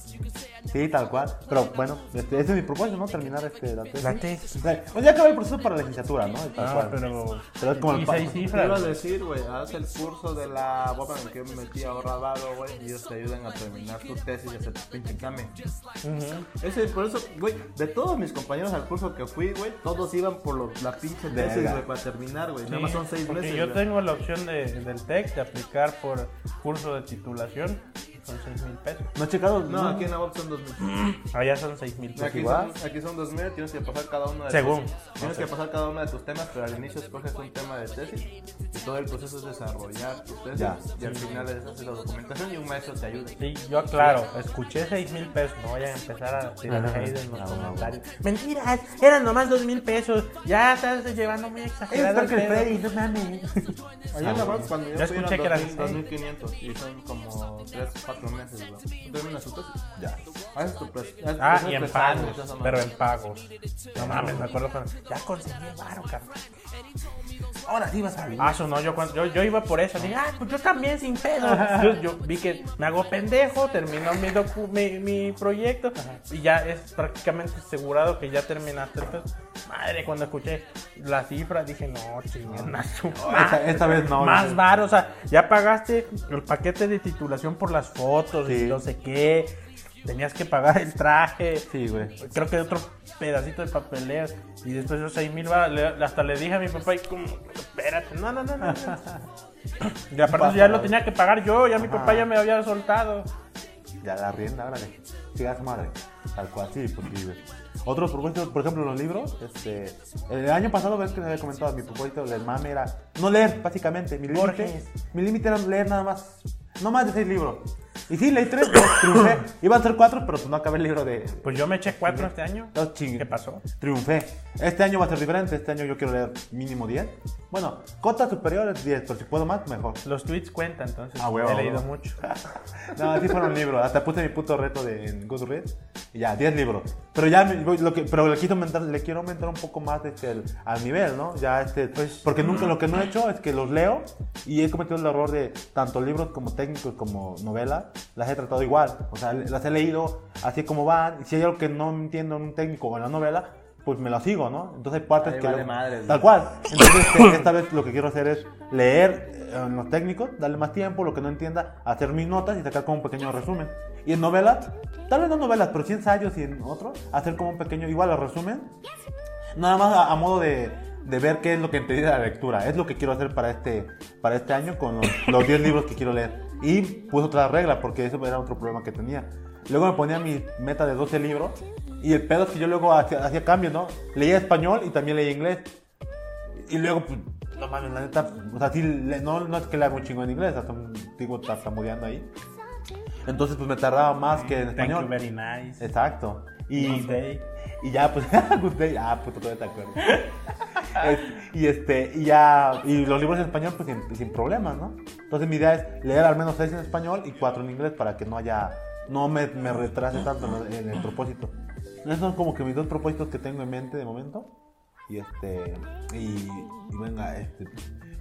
[SPEAKER 3] Sí, tal cual. Pero bueno, este, ese es mi propósito, ¿no? Terminar este, la tesis.
[SPEAKER 1] La tesis.
[SPEAKER 3] Pues ya acaba el proceso para la licenciatura, ¿no? Tal
[SPEAKER 1] Ah,
[SPEAKER 3] cual.
[SPEAKER 1] pero.
[SPEAKER 3] Pero es como el
[SPEAKER 1] y
[SPEAKER 3] pa-
[SPEAKER 1] seis
[SPEAKER 2] Te iba a
[SPEAKER 1] cifras.
[SPEAKER 2] decir, güey, haz el curso de la boba en el que me metí ahorrado, güey, y ellos te ayudan a terminar tu tesis y hacer tu pinche examen.
[SPEAKER 1] Ujú.
[SPEAKER 2] Ese, por eso, güey, de todos mis compañeros al curso que fui, güey, todos iban por los- la pinche tesis,
[SPEAKER 3] Verga.
[SPEAKER 2] güey, para terminar, güey. Nada más
[SPEAKER 1] Sí,
[SPEAKER 2] son seis
[SPEAKER 1] porque
[SPEAKER 2] meses.
[SPEAKER 1] Yo
[SPEAKER 2] güey.
[SPEAKER 1] tengo la opción de, del TEC de aplicar por curso de titulación. Son 6 mil pesos.
[SPEAKER 3] No he checado.
[SPEAKER 2] No, aquí en la bob son dos mil.
[SPEAKER 1] Allá son 6 mil pesos.
[SPEAKER 2] Aquí
[SPEAKER 3] igual.
[SPEAKER 2] son, aquí son dos mil, tienes que pasar cada uno de
[SPEAKER 1] Según.
[SPEAKER 2] tus- Tienes que pasar cada uno de tus temas, pero al inicio escoges un tema de tesis y todo el proceso es desarrollar tu tesis
[SPEAKER 3] Ya.
[SPEAKER 2] y al final es hacer la documentación y un maestro te ayuda.
[SPEAKER 1] Sí, yo aclaro, escuché 6 mil pesos. No vayan a empezar a tirar hate en
[SPEAKER 3] Ah,
[SPEAKER 1] los comentarios. Mentiras, eran nomás 2 mil pesos. Ya estás llevando muy exagerado. el
[SPEAKER 3] que el
[SPEAKER 1] pedo.
[SPEAKER 3] Freddy, no mames.
[SPEAKER 2] Allá en la box, cuando yo
[SPEAKER 1] Ya
[SPEAKER 2] fui,
[SPEAKER 1] escuché que eran
[SPEAKER 2] eran 2500 y son como 3 4 meses, güey. Terminas tu tesis.
[SPEAKER 3] Ya.
[SPEAKER 2] Haces tu pres- haces-
[SPEAKER 1] Ah,
[SPEAKER 2] haces
[SPEAKER 1] y en
[SPEAKER 2] presagios,
[SPEAKER 1] pagos,
[SPEAKER 2] esa madre.
[SPEAKER 1] pero en pagos. No mames, me acuerdo cuando. Ya conseguí el varo, carnal.
[SPEAKER 3] Ahora sí vas a vivir.
[SPEAKER 1] Ah, eso no, yo, cuando- yo, yo iba por eso, así, ah, pues yo también sin pedo. Yo, yo vi que me hago pendejo, termino mi, docu- mi, mi proyecto y ya es prácticamente asegurado que ya terminaste. Entonces, madre, cuando escuché la cifra dije, no, chingona, su
[SPEAKER 3] esta,
[SPEAKER 1] madre.
[SPEAKER 3] esta vez no.
[SPEAKER 1] Más varo, o sea, ya pagaste el paquete de titulación por las fotos y
[SPEAKER 3] Sí.
[SPEAKER 1] no sé qué. Tenías que pagar el traje.
[SPEAKER 3] Sí, güey.
[SPEAKER 1] Creo que otro pedacito de papeleo. Y después yo 6 mil Hasta le dije a mi papá, y como, espérate, no, no, no, no. no. Y aparte
[SPEAKER 3] Pasa,
[SPEAKER 1] ya lo
[SPEAKER 3] güey.
[SPEAKER 1] tenía que pagar yo, ya mi papá ya me había soltado.
[SPEAKER 3] ya la rienda, ahora que siga su madre. Tal cual, sí, porque otros propósitos, por ejemplo, los libros, este, el año pasado ves que les había comentado, mi propósito del mame era no leer, básicamente, mi límite,
[SPEAKER 1] Borges.
[SPEAKER 3] mi límite era leer nada más, no más de seis libros. Y sí, leí tres, pues, [COUGHS] triunfé, iba a ser cuatro, pero pues no acabé el libro de...
[SPEAKER 1] Pues yo me eché cuatro este año.
[SPEAKER 3] No, chingue.
[SPEAKER 1] ¿Qué pasó?
[SPEAKER 3] Triunfé. Este año va a ser diferente, este año yo quiero leer mínimo 10. Bueno, cota superior es 10, pero si puedo más, mejor.
[SPEAKER 1] Los tweets cuentan, entonces.
[SPEAKER 3] Ah, huevo.
[SPEAKER 1] He leído mucho.
[SPEAKER 3] No, así fueron libros. Hasta puse mi puto reto de, en Goodreads. Y ya, 10 libros. Pero ya, me- voy- lo que, pero le quiero aumentar, le quiero aumentar un poco más este, el- al nivel, ¿no? Ya, este,
[SPEAKER 4] Pues,
[SPEAKER 3] porque nunca lo que no he hecho es que los leo y he cometido el error de tanto libros como técnicos como novelas, las he tratado igual. O sea, las he leído así como van. Y si hay algo que no entiendo en un técnico o en la novela, pues me lo sigo, ¿no? Entonces hay partes
[SPEAKER 4] Ahí
[SPEAKER 3] que...
[SPEAKER 4] vale
[SPEAKER 3] lo-
[SPEAKER 4] madres,
[SPEAKER 3] tal
[SPEAKER 4] ¿no?
[SPEAKER 3] cual. Entonces, este, esta vez lo que quiero hacer es leer eh, en los técnicos, darle más tiempo, lo que no entienda, hacer mis notas y sacar como un pequeño resumen. Y en novelas, tal vez no novelas, pero sí ensayos y en otros, hacer como un pequeño, igual el resumen, nada más a, a modo de, de ver qué es lo que entendí de la lectura. Es lo que quiero hacer para este, para este año con los- los 10 libros que quiero leer. Y puse otra regla porque eso era otro problema que tenía. Luego me ponía mi meta de 12 libros y el pedo es que yo luego hacía, hacía cambios, ¿no? Leía español y también leía inglés. Y luego, pues, no mames, la neta, o sea, sí, le- no, no es que le haga un chingo en inglés, hasta un digo tartamudeando ahí. Entonces, pues me tardaba más que en
[SPEAKER 1] Mm, Thank you
[SPEAKER 3] español.
[SPEAKER 1] very nice.
[SPEAKER 3] Exacto. Y, pues,
[SPEAKER 1] Good day.
[SPEAKER 3] y ya, pues, [LAUGHS] good day. Ah, puto, todavía
[SPEAKER 1] [LAUGHS]
[SPEAKER 3] te acuerdas. Es- y este, y ya, y los libros en español, pues sin, sin problemas, ¿no? Entonces, mi idea es leer al menos seis en español y cuatro en inglés para que no haya, no me, me retrase tanto en el, en el propósito. Esos son como que mis dos propósitos que tengo en mente de momento. Y este, y, y venga, este.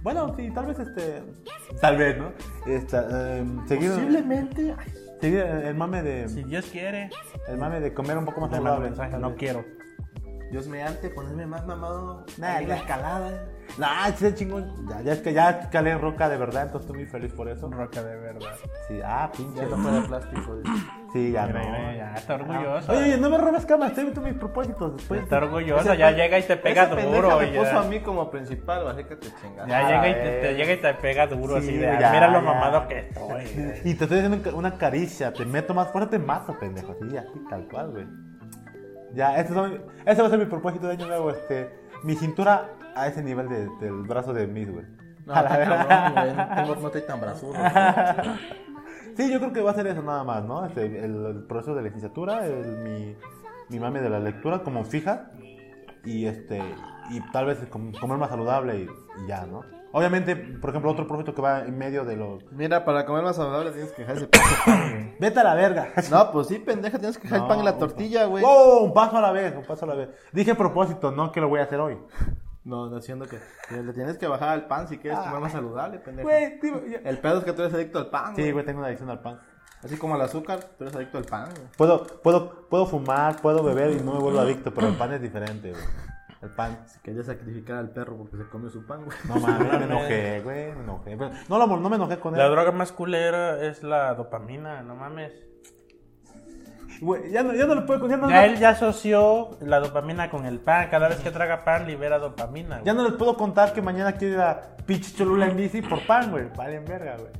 [SPEAKER 3] Bueno, sí, tal vez este. Tal vez, ¿no? Esta, em, seguir,
[SPEAKER 1] Posiblemente.
[SPEAKER 3] seguir el el mame de.
[SPEAKER 1] Si Dios quiere.
[SPEAKER 3] El mame de comer un poco más
[SPEAKER 1] Te mando
[SPEAKER 3] saludable.
[SPEAKER 1] mensaje.
[SPEAKER 3] tal
[SPEAKER 1] No
[SPEAKER 3] vez.
[SPEAKER 1] quiero.
[SPEAKER 4] Dios mediante, ponerme más mamado.
[SPEAKER 3] Nah,
[SPEAKER 4] Ahí
[SPEAKER 3] nah.
[SPEAKER 4] la escalada.
[SPEAKER 3] Nah, ese chingón. Ya, ya es que ya calé roca de verdad, entonces estoy muy feliz por eso.
[SPEAKER 1] Roca de verdad.
[SPEAKER 3] Sí, ah, pinche.
[SPEAKER 4] Ya no fue de
[SPEAKER 2] [LAUGHS]
[SPEAKER 4] plástico. dice.
[SPEAKER 3] Sí, ya
[SPEAKER 1] Mira,
[SPEAKER 3] no.
[SPEAKER 1] mira, ya, está
[SPEAKER 3] Ah.
[SPEAKER 1] orgulloso.
[SPEAKER 3] Oye, oye, no me robes cama, estoy tú mis propósitos después.
[SPEAKER 1] Está orgulloso.
[SPEAKER 4] Ese
[SPEAKER 1] Ya
[SPEAKER 4] pe-
[SPEAKER 1] llega y te pega
[SPEAKER 4] esa pendeja
[SPEAKER 1] duro.
[SPEAKER 4] me
[SPEAKER 1] y
[SPEAKER 4] puso
[SPEAKER 1] ya.
[SPEAKER 4] a mí como principal, así que te chingas.
[SPEAKER 1] Ya
[SPEAKER 3] Ah,
[SPEAKER 1] llega y te,
[SPEAKER 3] eh.
[SPEAKER 1] te llega y te pega duro
[SPEAKER 3] Sí,
[SPEAKER 1] así de, "Ah,
[SPEAKER 3] ya,
[SPEAKER 1] mira lo
[SPEAKER 3] ya".
[SPEAKER 1] mamado que estoy.
[SPEAKER 4] [LAUGHS]
[SPEAKER 1] güey".
[SPEAKER 3] Y te estoy haciendo ca- una caricia, te meto más fuerte, te mato, pendejo. Sí, así, tal cual, güey. Ya, este, son- este va a ser mi propósito de año nuevo, este. Mi cintura a ese nivel de- del brazo de mis, güey.
[SPEAKER 4] No,
[SPEAKER 3] A la
[SPEAKER 4] está
[SPEAKER 3] verga.
[SPEAKER 4] cabrón, güey. No, tengo- no estoy tan brazudo. güey.
[SPEAKER 3] Sí, yo creo que va a ser eso nada más, ¿no? Este, el, el proceso de licenciatura, el- mi, mi mame de la lectura como fija y este y tal vez com- comer más saludable y, y ya, ¿no? Obviamente, por ejemplo, otro proyecto que va en medio de los...
[SPEAKER 2] [LAUGHS] Mira, para comer más saludable tienes que dejar ese pinche pan, güey.
[SPEAKER 3] ¡Vete a la verga! [LAUGHS]
[SPEAKER 2] No, pues sí, pendeja, tienes que dejar el pan y la
[SPEAKER 3] No,
[SPEAKER 2] tortilla, güey.
[SPEAKER 3] ¡Wow! Oh, Un paso a la vez, un paso a la vez. Dije propósito, no que lo voy a hacer hoy. [LAUGHS]
[SPEAKER 2] No, no siendo que le tienes que bajar al pan si quieres comer más saludable, pendeja.
[SPEAKER 3] Güey,
[SPEAKER 4] Eh,
[SPEAKER 3] tío, yo-
[SPEAKER 2] El pedo es que tú eres adicto al pan,
[SPEAKER 3] Sí,
[SPEAKER 2] güey.
[SPEAKER 3] güey, tengo una adicción al pan.
[SPEAKER 2] Así como al azúcar, tú eres adicto al pan, güey.
[SPEAKER 3] Puedo, puedo, puedo fumar, puedo beber y no me vuelvo adicto, pero el pan es diferente, güey. El pan...
[SPEAKER 2] Si querías sacrificar al perro porque se comió su pan, güey.
[SPEAKER 3] No mames, me enojé, güey, me enojé. Pero No, lo, no me enojé con él.
[SPEAKER 1] La droga más culera es la dopamina, no mames.
[SPEAKER 3] Güey, ya no, ya no lo puedo, ya no,
[SPEAKER 1] Ya él ya asoció la dopamina con el pan. Cada vez que traga pan libera dopamina. güey.
[SPEAKER 3] ya no les puedo contar que mañana quiero ir a pinche Cholula en bici por pan, güey. Valen verga, güey.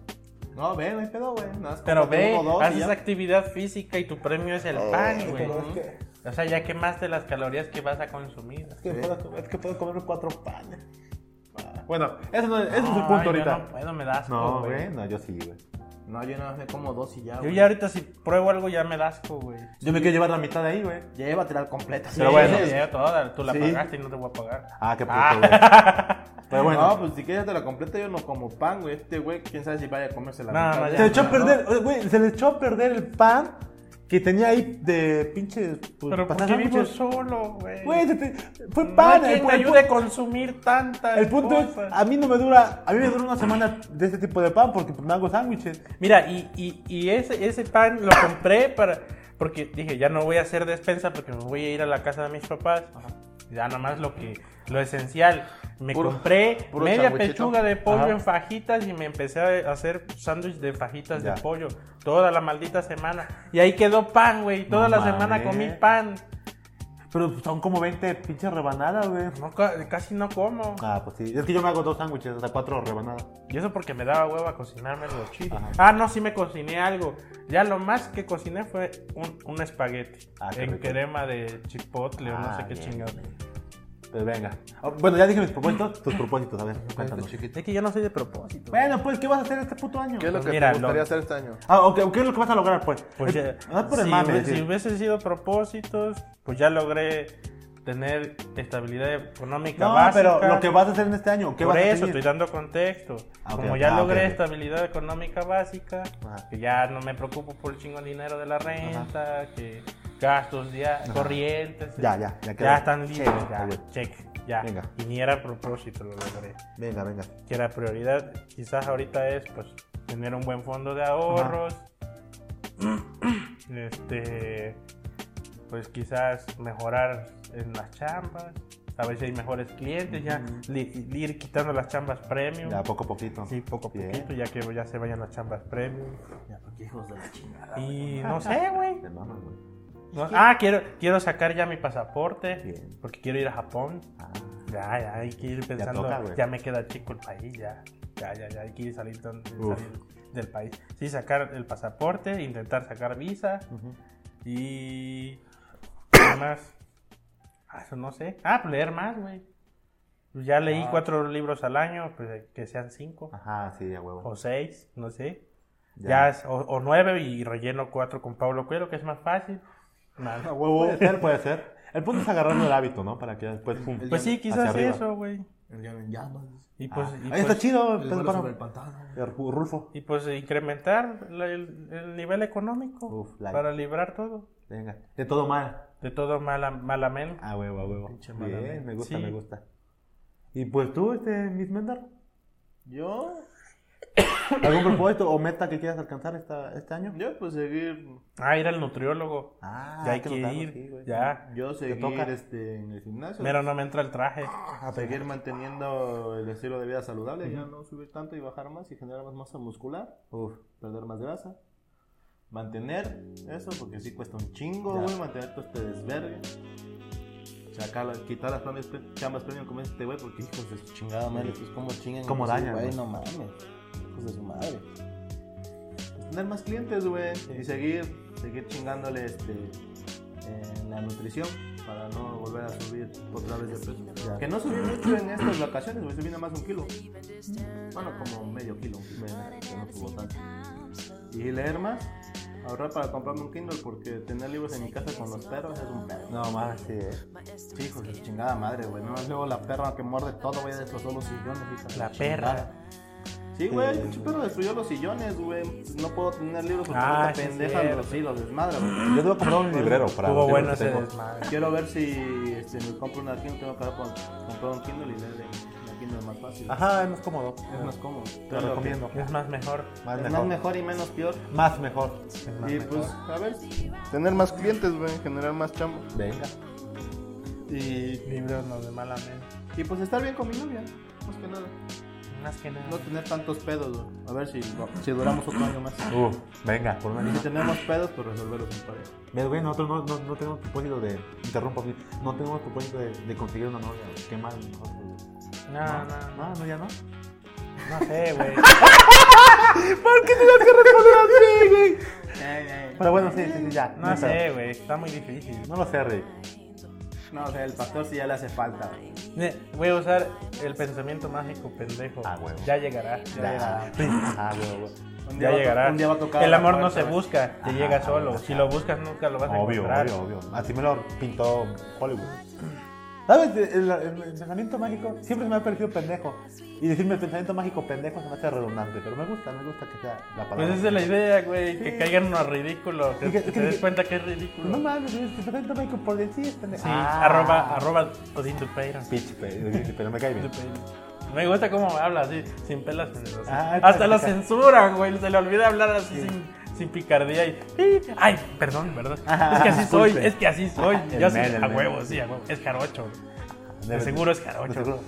[SPEAKER 2] No, ve, no hay pedo, güey. Nada más
[SPEAKER 1] Pero
[SPEAKER 2] cómprate
[SPEAKER 1] ve,
[SPEAKER 2] uno o dos y
[SPEAKER 1] haces
[SPEAKER 2] ya.
[SPEAKER 1] actividad física y tu premio es el
[SPEAKER 3] Oh.
[SPEAKER 1] pan, güey.
[SPEAKER 3] pero es que-
[SPEAKER 1] O sea, ya quemaste las calorías que vas a consumir.
[SPEAKER 3] Es que, puedo, comer- es que puedo comer cuatro panes. Ah, Bueno, eso no, ese es su punto
[SPEAKER 1] Ay, yo
[SPEAKER 3] ahorita.
[SPEAKER 1] No puedo, me das.
[SPEAKER 3] No,
[SPEAKER 2] [LAUGHS]
[SPEAKER 3] güey, no, yo sí, güey.
[SPEAKER 2] No, yo nada más me como dos y ya,
[SPEAKER 1] Yo
[SPEAKER 2] güey.
[SPEAKER 1] ya ahorita si pruebo algo ya me das, güey.
[SPEAKER 3] Yo me quiero llevar la mitad de ahí, güey.
[SPEAKER 2] Llévatela al completo.
[SPEAKER 3] Pero
[SPEAKER 1] Sí,
[SPEAKER 3] bueno.
[SPEAKER 1] sí, ya toda, tú la
[SPEAKER 3] Sí.
[SPEAKER 1] pagaste y no te voy a pagar.
[SPEAKER 3] Ah, qué puto,
[SPEAKER 1] Ah.
[SPEAKER 3] güey. Pero bueno.
[SPEAKER 2] No, pues si quieres te la completa, yo no como pan, güey. Este güey, quién sabe si vaya a comerse la
[SPEAKER 1] No,
[SPEAKER 2] mitad,
[SPEAKER 1] no,
[SPEAKER 2] güey.
[SPEAKER 3] se le echó a perder, oye, güey, se le echó a perder el pan que tenía ahí de pinche. pues,
[SPEAKER 1] Pero ¿por
[SPEAKER 3] pasar
[SPEAKER 1] qué vivo
[SPEAKER 3] sándwiches.
[SPEAKER 1] solo, güey?
[SPEAKER 3] Güey, se te- fue
[SPEAKER 1] No hay
[SPEAKER 3] pan.
[SPEAKER 1] quien
[SPEAKER 3] el-
[SPEAKER 1] me
[SPEAKER 3] el-
[SPEAKER 1] ayude a consumir tanta
[SPEAKER 3] El punto es, a mí no me dura, a mí me dura una semana de este tipo de pan porque me hago sándwiches.
[SPEAKER 1] Mira, y, y, y ese, ese pan lo compré para... Porque dije, ya no voy a hacer despensa porque me voy a ir a la casa de mis papás. Ya nomás lo que... Lo esencial. Me
[SPEAKER 2] Puro-
[SPEAKER 1] compré
[SPEAKER 2] puro
[SPEAKER 1] media
[SPEAKER 2] sandwichito.
[SPEAKER 1] pechuga de pollo
[SPEAKER 3] Ajá.
[SPEAKER 1] en fajitas y me empecé a hacer sándwich de fajitas
[SPEAKER 3] Ya.
[SPEAKER 1] de pollo. Toda la maldita semana. Y ahí quedó pan, güey. Toda
[SPEAKER 3] No
[SPEAKER 1] la semana
[SPEAKER 3] mames.
[SPEAKER 1] comí pan.
[SPEAKER 3] Pero son como 20 pinches rebanadas, güey.
[SPEAKER 1] No, ca- casi no como.
[SPEAKER 3] Ah, pues sí. Es que yo me hago dos sándwiches, o sea, cuatro rebanadas.
[SPEAKER 1] Y eso porque me daba hueva cocinarme algo chido. Ah, no, sí me cociné algo. Ya lo más que cociné fue un, un espagueti.
[SPEAKER 3] Ah, qué
[SPEAKER 1] en
[SPEAKER 3] rico.
[SPEAKER 1] crema de chipotle o no
[SPEAKER 3] Ah,
[SPEAKER 1] sé qué
[SPEAKER 3] bien,
[SPEAKER 1] chingado.
[SPEAKER 3] bien. Pues venga. Ah, Bueno, ya dije mis propósitos, tus propósitos, a ver, cuéntanos.
[SPEAKER 1] Es que yo no soy de propósito.
[SPEAKER 3] Bueno, pues, ¿qué vas a hacer este puto año?
[SPEAKER 2] ¿Qué es lo
[SPEAKER 1] Pues
[SPEAKER 2] que
[SPEAKER 1] mira,
[SPEAKER 2] te gustaría
[SPEAKER 1] lo-
[SPEAKER 2] hacer este año?
[SPEAKER 3] Ah, ok, ¿qué es lo que vas a lograr, pues?
[SPEAKER 1] Pues
[SPEAKER 3] Eh,
[SPEAKER 1] ya,
[SPEAKER 3] ah, por el
[SPEAKER 1] si,
[SPEAKER 3] mame,
[SPEAKER 1] hubie-
[SPEAKER 3] sí.
[SPEAKER 1] si hubiese sido propósitos, pues ya logré tener estabilidad económica
[SPEAKER 3] No,
[SPEAKER 1] básica.
[SPEAKER 3] pero lo que vas a hacer en este año, ¿qué
[SPEAKER 1] Por
[SPEAKER 3] vas a
[SPEAKER 1] eso
[SPEAKER 3] hacer?
[SPEAKER 1] estoy dando contexto.
[SPEAKER 3] Ah, ok,
[SPEAKER 1] Como
[SPEAKER 3] ok.
[SPEAKER 1] ya
[SPEAKER 3] Ah,
[SPEAKER 1] logré
[SPEAKER 3] ok, ok.
[SPEAKER 1] estabilidad económica básica,
[SPEAKER 3] Ajá.
[SPEAKER 1] que ya no me preocupo por el chingón dinero de la renta, que gastos ya, corrientes.
[SPEAKER 3] Ya,
[SPEAKER 1] eh,
[SPEAKER 3] ya, ya quedó.
[SPEAKER 1] Ya están libres,
[SPEAKER 3] Check,
[SPEAKER 1] ya,
[SPEAKER 3] güey.
[SPEAKER 1] check, ya.
[SPEAKER 3] Venga.
[SPEAKER 1] Y ni era propósito, lo logré.
[SPEAKER 3] Venga, venga.
[SPEAKER 1] Que la prioridad quizás ahorita es pues tener un buen fondo de ahorros.
[SPEAKER 3] [CLEARS THROAT]
[SPEAKER 1] Este pues quizás mejorar en las chambas, a ver si hay mejores clientes, ya li- ir quitando las chambas premium.
[SPEAKER 3] Ya, poco a poquito.
[SPEAKER 1] Sí, poco a
[SPEAKER 3] Bien.
[SPEAKER 1] poquito, ya que ya se vayan las chambas premium.
[SPEAKER 3] Ya, porque hijos de la chingada.
[SPEAKER 1] Y no sé, güey.
[SPEAKER 3] [LAUGHS] De mamá, güey.
[SPEAKER 1] No- ah, quiero, quiero sacar ya mi pasaporte,
[SPEAKER 3] Bien.
[SPEAKER 1] porque quiero ir a Japón.
[SPEAKER 3] Ah,
[SPEAKER 1] Ya, ya, hay que ir pensando.
[SPEAKER 3] toca,
[SPEAKER 1] Ya,
[SPEAKER 3] güey.
[SPEAKER 1] me queda chico el país, ya. Ya, ya, ya, hay que ir salir, don-
[SPEAKER 3] Uf.
[SPEAKER 1] salir del país. Sí, sacar el pasaporte, intentar sacar visa
[SPEAKER 3] ujú.
[SPEAKER 1] y. ¿Qué más? Ah, eso no sé. Ah, pues leer más, güey. Pues Ya leí
[SPEAKER 3] Ah.
[SPEAKER 1] cuatro libros al año, pues que sean cinco
[SPEAKER 3] Ajá, sí, a huevo.
[SPEAKER 1] o seis, no sé.
[SPEAKER 3] Ah, Ya.
[SPEAKER 1] Ya, es- o, o nueve y relleno cuatro con Pablo Cuero, que es más fácil.
[SPEAKER 3] [LAUGHS]
[SPEAKER 1] Mal.
[SPEAKER 3] A huevo. Puede ser, puede ser. El punto es agarrarlo del hábito, ¿no? Para que ya después, pum.
[SPEAKER 1] Pues sí, quizás
[SPEAKER 3] arriba.
[SPEAKER 1] eso, güey.
[SPEAKER 8] El diablo en llamas.
[SPEAKER 1] Y pues,
[SPEAKER 3] Ah,
[SPEAKER 1] y
[SPEAKER 3] ahí
[SPEAKER 1] pues-
[SPEAKER 3] está chido.
[SPEAKER 8] El
[SPEAKER 3] pues,
[SPEAKER 8] vuelo
[SPEAKER 3] para-
[SPEAKER 8] sobre el pantano.
[SPEAKER 3] el Ru- Rulfo.
[SPEAKER 1] Y pues incrementar la- el, el nivel económico
[SPEAKER 3] Uf, la-
[SPEAKER 1] para librar todo.
[SPEAKER 3] Venga. De todo mal.
[SPEAKER 1] De todo mala, malamente.
[SPEAKER 3] A huevo, a huevo.
[SPEAKER 1] Pinche
[SPEAKER 3] Bien,
[SPEAKER 1] malamente.
[SPEAKER 3] me gusta,
[SPEAKER 1] Sí.
[SPEAKER 3] me gusta. Y pues tú, este, Miss Mendar.
[SPEAKER 2] Yo,
[SPEAKER 3] ¿Algún propósito o meta que quieras alcanzar esta, este año?
[SPEAKER 2] yo pues seguir,
[SPEAKER 1] Ah, ir al nutriólogo.
[SPEAKER 3] Ah,
[SPEAKER 1] ya hay
[SPEAKER 3] hay que
[SPEAKER 1] que,
[SPEAKER 3] notarlo,
[SPEAKER 1] ir.
[SPEAKER 3] sí, güey.
[SPEAKER 1] ya.
[SPEAKER 2] yo seguir
[SPEAKER 3] toca.
[SPEAKER 2] este, en el gimnasio.
[SPEAKER 1] Mira, no me entra el traje.
[SPEAKER 2] seguir manteniendo el estilo de vida saludable, ya no subir tanto y bajar más y generar más masa muscular,
[SPEAKER 3] Uf.
[SPEAKER 2] perder más grasa. Mantener eso, porque sí cuesta un chingo, güey, mantener todo este desvergue. Sacar, las- quitar las planes, pre- chambas premium como este güey, porque hijos de su chingada madre, pues como chingan.
[SPEAKER 3] Cómo
[SPEAKER 2] esos,
[SPEAKER 3] dañan,
[SPEAKER 2] güey, no
[SPEAKER 3] ¿no?
[SPEAKER 2] mames, hijos de su madre. Pues, Tener más clientes, güey, y seguir, seguir chingándole este, en la nutrición para no volver a subir otra vez de peso. Que no [CLEARS THROAT] subí mucho en estas vacaciones, güey, subí nada más un kilo. Bueno, como medio kilo, un kilo, que no subo tanto. Y leer más, ahorrar para comprarme un Kindle porque tener libros en mi casa con los perros es un perro.
[SPEAKER 3] No, mames, sí. eh.
[SPEAKER 2] Sí, hijo de su chingada madre, güey. No, luego la perra que muerde todo, güey, destrozó los sillones. hija de
[SPEAKER 1] La
[SPEAKER 2] su
[SPEAKER 1] perra.
[SPEAKER 2] chingada. Sí, güey, el pinche perro destruyó los sillones, güey. No puedo tener libros con
[SPEAKER 1] Ah,
[SPEAKER 2] tanta
[SPEAKER 1] sí,
[SPEAKER 2] pendeja,
[SPEAKER 1] cierto.
[SPEAKER 2] los, sí, los desmadra, güey.
[SPEAKER 3] Yo debo comprar
[SPEAKER 4] pues,
[SPEAKER 3] un librero para.
[SPEAKER 1] Estuvo
[SPEAKER 3] los
[SPEAKER 1] bueno
[SPEAKER 3] libros que
[SPEAKER 1] ese
[SPEAKER 3] tengo.
[SPEAKER 1] desmadre.
[SPEAKER 2] Quiero ver si este, me compro una Kindle, tengo que ver con- comprar un Kindle y leer en la Kindle más fácil.
[SPEAKER 3] Ajá, es más cómodo.
[SPEAKER 2] Es más cómodo.
[SPEAKER 3] Ah, Te lo recomiendo.
[SPEAKER 1] Es más mejor.
[SPEAKER 3] Más
[SPEAKER 2] Es
[SPEAKER 3] mejor.
[SPEAKER 2] más mejor y menos peor.
[SPEAKER 3] Más mejor.
[SPEAKER 2] Y pues, a ver, tener más clientes, güey, generar más chamba.
[SPEAKER 3] Venga.
[SPEAKER 2] Y,
[SPEAKER 1] Libros no de malamente.
[SPEAKER 2] y pues estar bien con mi novia, más que nada.
[SPEAKER 1] Más que nada.
[SPEAKER 2] No tener tantos pedos, güey. A ver si, si duramos otro año más.
[SPEAKER 3] Uf, venga, por una
[SPEAKER 2] Y si
[SPEAKER 3] niña.
[SPEAKER 2] tenemos pedos, pues resolverlos en pareja.
[SPEAKER 3] Ves, güey, nosotros no, no, no tenemos propósito de. Interrumpo aquí. No tenemos propósito de, de conseguir una novia. güey. Qué mal nosotros. güey.
[SPEAKER 1] No, Ah, no, no.
[SPEAKER 3] No, no, [LAUGHS] ya no.
[SPEAKER 1] No sé,
[SPEAKER 3] [LAUGHS]
[SPEAKER 1] güey.
[SPEAKER 3] Pero bueno, sí, sí, sí, ya.
[SPEAKER 1] No sé, güey. Está muy difícil.
[SPEAKER 3] No lo sé, Rick.
[SPEAKER 2] No, o sea, el pastor sí ya le hace falta.
[SPEAKER 1] Ne- Voy a usar el pensamiento mágico, pendejo.
[SPEAKER 3] Ah, huevo.
[SPEAKER 1] Ya llegará. Ya llegará.
[SPEAKER 3] Ah, güey, güey.
[SPEAKER 2] Un
[SPEAKER 1] Ya
[SPEAKER 2] va a to-
[SPEAKER 1] llegará.
[SPEAKER 2] un día va a tocar
[SPEAKER 1] el
[SPEAKER 2] la
[SPEAKER 1] amor no
[SPEAKER 2] puerta,
[SPEAKER 1] se
[SPEAKER 2] güey.
[SPEAKER 1] busca, te llega solo. Si lo buscas nunca lo vas a
[SPEAKER 3] Obvio,
[SPEAKER 1] encontrar.
[SPEAKER 3] obvio, obvio. Así me lo pintó Hollywood. ¿Sabes? El, el- el pensamiento mágico siempre me ha parecido pendejo. Y decirme el pensamiento mágico pendejo se me hace redundante. Pero me gusta, me gusta que sea la palabra.
[SPEAKER 1] Pues esa es la idea, güey, que caigan unos ridículos, que,
[SPEAKER 3] Y que-
[SPEAKER 1] que
[SPEAKER 3] que-
[SPEAKER 1] te des cuenta que es ridículo.
[SPEAKER 3] No mames, el pensamiento mágico por decir es pendejo.
[SPEAKER 1] sí,
[SPEAKER 3] Ah.
[SPEAKER 1] arroba, arroba Odito Peiro.
[SPEAKER 3] Pitch, pe- pero me cae bien.
[SPEAKER 1] Me gusta cómo habla así, sin pelas en el hocico.
[SPEAKER 3] Ah,
[SPEAKER 1] Hasta lo
[SPEAKER 3] sí.
[SPEAKER 1] censuran, güey, se le olvida hablar así sin, sin picardía y... y- Ay, perdón, perdón. Es que así soy,
[SPEAKER 3] Disculpe.
[SPEAKER 1] es que así soy.
[SPEAKER 3] El
[SPEAKER 1] Yo sí,
[SPEAKER 3] men, el
[SPEAKER 1] a
[SPEAKER 3] men.
[SPEAKER 1] huevo, sí, a huevo. Es jarocho.
[SPEAKER 3] Debe-
[SPEAKER 1] seguro es
[SPEAKER 3] de
[SPEAKER 1] jarocho.
[SPEAKER 3] seguro.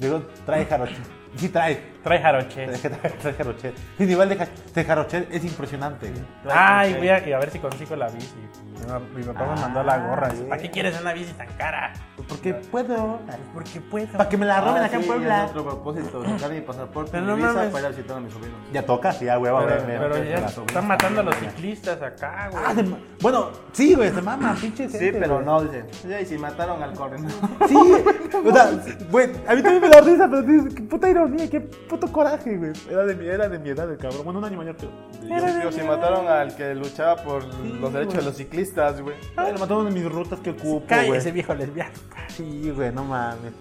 [SPEAKER 3] Digo, trae jarocho. Sí trae.
[SPEAKER 1] Trae jaroche.
[SPEAKER 3] Trae, trae, trae Jarochet. El nivel de, ja- de Jarochet es impresionante.
[SPEAKER 4] Trae
[SPEAKER 1] Ay, voy
[SPEAKER 4] jaroche.
[SPEAKER 1] a, a ver si consigo la bici. Mi ma- Mi papá me mandó la gorra. ¿eh? Dice, Ah, ¿Para qué quieres una bici tan cara?
[SPEAKER 3] Porque puedo.
[SPEAKER 1] Porque puedo. Ah,
[SPEAKER 3] Para que me la roben acá en
[SPEAKER 2] Ah, sí,
[SPEAKER 3] Puebla.
[SPEAKER 2] Es otro propósito, sacar mi pasaporte
[SPEAKER 1] Pero
[SPEAKER 2] y
[SPEAKER 1] no
[SPEAKER 2] mi visa
[SPEAKER 1] mames.
[SPEAKER 2] para ir a visitar a mis sobrinos.
[SPEAKER 3] Ya toca, sí, ya, huevo.
[SPEAKER 1] Pero,
[SPEAKER 3] ven, ven,
[SPEAKER 1] pero
[SPEAKER 3] ven,
[SPEAKER 1] ya
[SPEAKER 3] la
[SPEAKER 1] están matando a los ciclistas acá,
[SPEAKER 3] Ah,
[SPEAKER 1] güey.
[SPEAKER 3] se ma- bueno, sí, güey, se mama, pinche
[SPEAKER 2] Sí,
[SPEAKER 3] gente,
[SPEAKER 2] pero
[SPEAKER 3] güey.
[SPEAKER 2] no, dicen. Sí, y si mataron al [LAUGHS] corredor.
[SPEAKER 3] Sí, o sea, güey, a mí también me da risa, pero dices, qué puta ironía, qué puto coraje, güey. Era de mi, era de mi edad, el cabrón. Bueno, un año mayor, tío.
[SPEAKER 2] Digo, si mataron al que luchaba por los derechos
[SPEAKER 3] güey.
[SPEAKER 2] de los ciclistas, güey.
[SPEAKER 3] Ay, lo mataron en mis rutas que ocupo,
[SPEAKER 1] Calle
[SPEAKER 3] güey.
[SPEAKER 1] ese viejo lesbiano.
[SPEAKER 3] Sí, güey, no mames.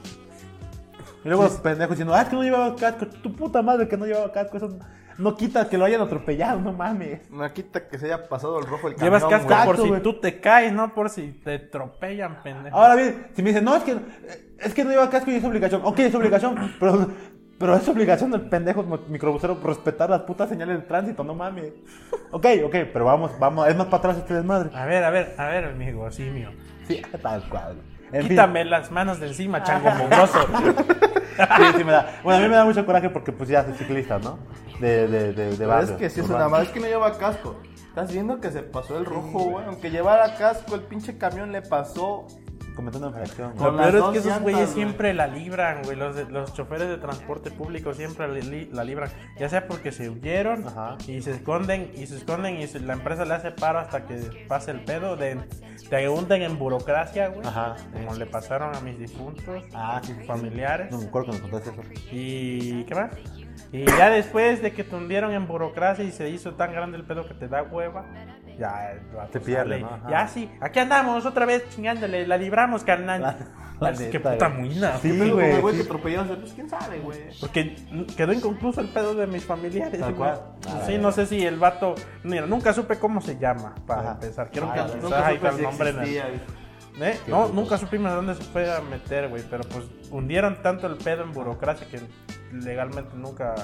[SPEAKER 3] Y luego los pendejos diciendo, ah, es que no llevaba casco. Tu puta madre que no llevaba casco. Eso no quita que lo hayan atropellado, no mames.
[SPEAKER 2] No quita que se haya pasado el rojo el camión,
[SPEAKER 1] Llevas casco
[SPEAKER 2] güey.
[SPEAKER 1] por
[SPEAKER 3] Exacto,
[SPEAKER 1] si
[SPEAKER 3] güey.
[SPEAKER 1] tú te caes, no por si te atropellan, pendejo.
[SPEAKER 3] Ahora bien, si me dicen, no, es que, es que no lleva casco y es obligación. Ok, es obligación, pero, pero es obligación del pendejo mo- microbusero respetar las putas señales de tránsito, no mames. Ok, ok, pero vamos, vamos, es más para atrás este desmadre.
[SPEAKER 1] A ver, a ver, a ver, amigo, simio.
[SPEAKER 3] Sí, tal cual. En fin.
[SPEAKER 1] Quítame las manos de encima, chango mongoso.
[SPEAKER 3] Sí, sí me da. Bueno, a mí me da mucho coraje porque pues ya soy ciclista, ¿no? De, de, de, de
[SPEAKER 2] Pero
[SPEAKER 3] barrio. Pues,
[SPEAKER 2] es que si es
[SPEAKER 3] urbano.
[SPEAKER 2] una madre, es que no lleva casco. Estás viendo que se pasó el rojo, güey. Aunque llevara casco, el pinche camión le pasó.
[SPEAKER 3] Cometiendo una infracción.
[SPEAKER 2] Con
[SPEAKER 1] Lo
[SPEAKER 2] las
[SPEAKER 1] peor es
[SPEAKER 2] dos
[SPEAKER 1] que esos
[SPEAKER 2] llantas,
[SPEAKER 1] güeyes
[SPEAKER 2] güey.
[SPEAKER 1] siempre la libran, güey. Los, de- los choferes de transporte público siempre la, li- la libran. Ya sea porque se huyeron
[SPEAKER 3] Ajá.
[SPEAKER 1] y se esconden y se esconden y se- la empresa le hace paro hasta que pase el pedo. De, te hunden en burocracia, güey.
[SPEAKER 3] Ajá.
[SPEAKER 1] Como le pasaron a mis difuntos,
[SPEAKER 3] Ah,
[SPEAKER 1] a
[SPEAKER 3] sí,
[SPEAKER 1] mis
[SPEAKER 3] sí.
[SPEAKER 1] familiares.
[SPEAKER 3] No me acuerdo cuando contaste eso.
[SPEAKER 1] ¿Y qué más? Y ya después de que te hundieron en burocracia y se hizo tan grande el pedo que te da hueva, ya el vato
[SPEAKER 3] Te pierde,
[SPEAKER 1] sale.
[SPEAKER 3] ¿no? Ajá.
[SPEAKER 1] Ya sí, aquí andamos otra vez chingándole, la libramos, carnal.
[SPEAKER 3] La- la
[SPEAKER 1] Así,
[SPEAKER 3] neta,
[SPEAKER 1] qué puta
[SPEAKER 3] güey.
[SPEAKER 1] muina.
[SPEAKER 3] Sí,
[SPEAKER 2] Pero como el
[SPEAKER 3] güey.
[SPEAKER 2] güey que
[SPEAKER 3] sí.
[SPEAKER 2] atropellaron, pues quién sabe, güey.
[SPEAKER 1] Porque quedó inconcluso el pedo de mis familiares.
[SPEAKER 3] Tal
[SPEAKER 1] güey. Pues
[SPEAKER 3] cual. Ah,
[SPEAKER 1] sí,
[SPEAKER 3] ya,
[SPEAKER 1] no sé si el vato. Mira, nunca supe cómo se llama para
[SPEAKER 3] Ajá.
[SPEAKER 1] empezar. Quiero
[SPEAKER 3] Ah,
[SPEAKER 1] que
[SPEAKER 3] ya,
[SPEAKER 1] quizás
[SPEAKER 2] Nunca
[SPEAKER 1] ahí
[SPEAKER 2] supe
[SPEAKER 1] está el
[SPEAKER 2] si
[SPEAKER 1] nombre en el-
[SPEAKER 2] existía, güey.
[SPEAKER 1] ¿Eh?
[SPEAKER 3] Qué
[SPEAKER 1] No,
[SPEAKER 3] brutos.
[SPEAKER 1] nunca supimos dónde se fue a meter, güey, pero pues hundieron tanto el pedo en burocracia que legalmente nunca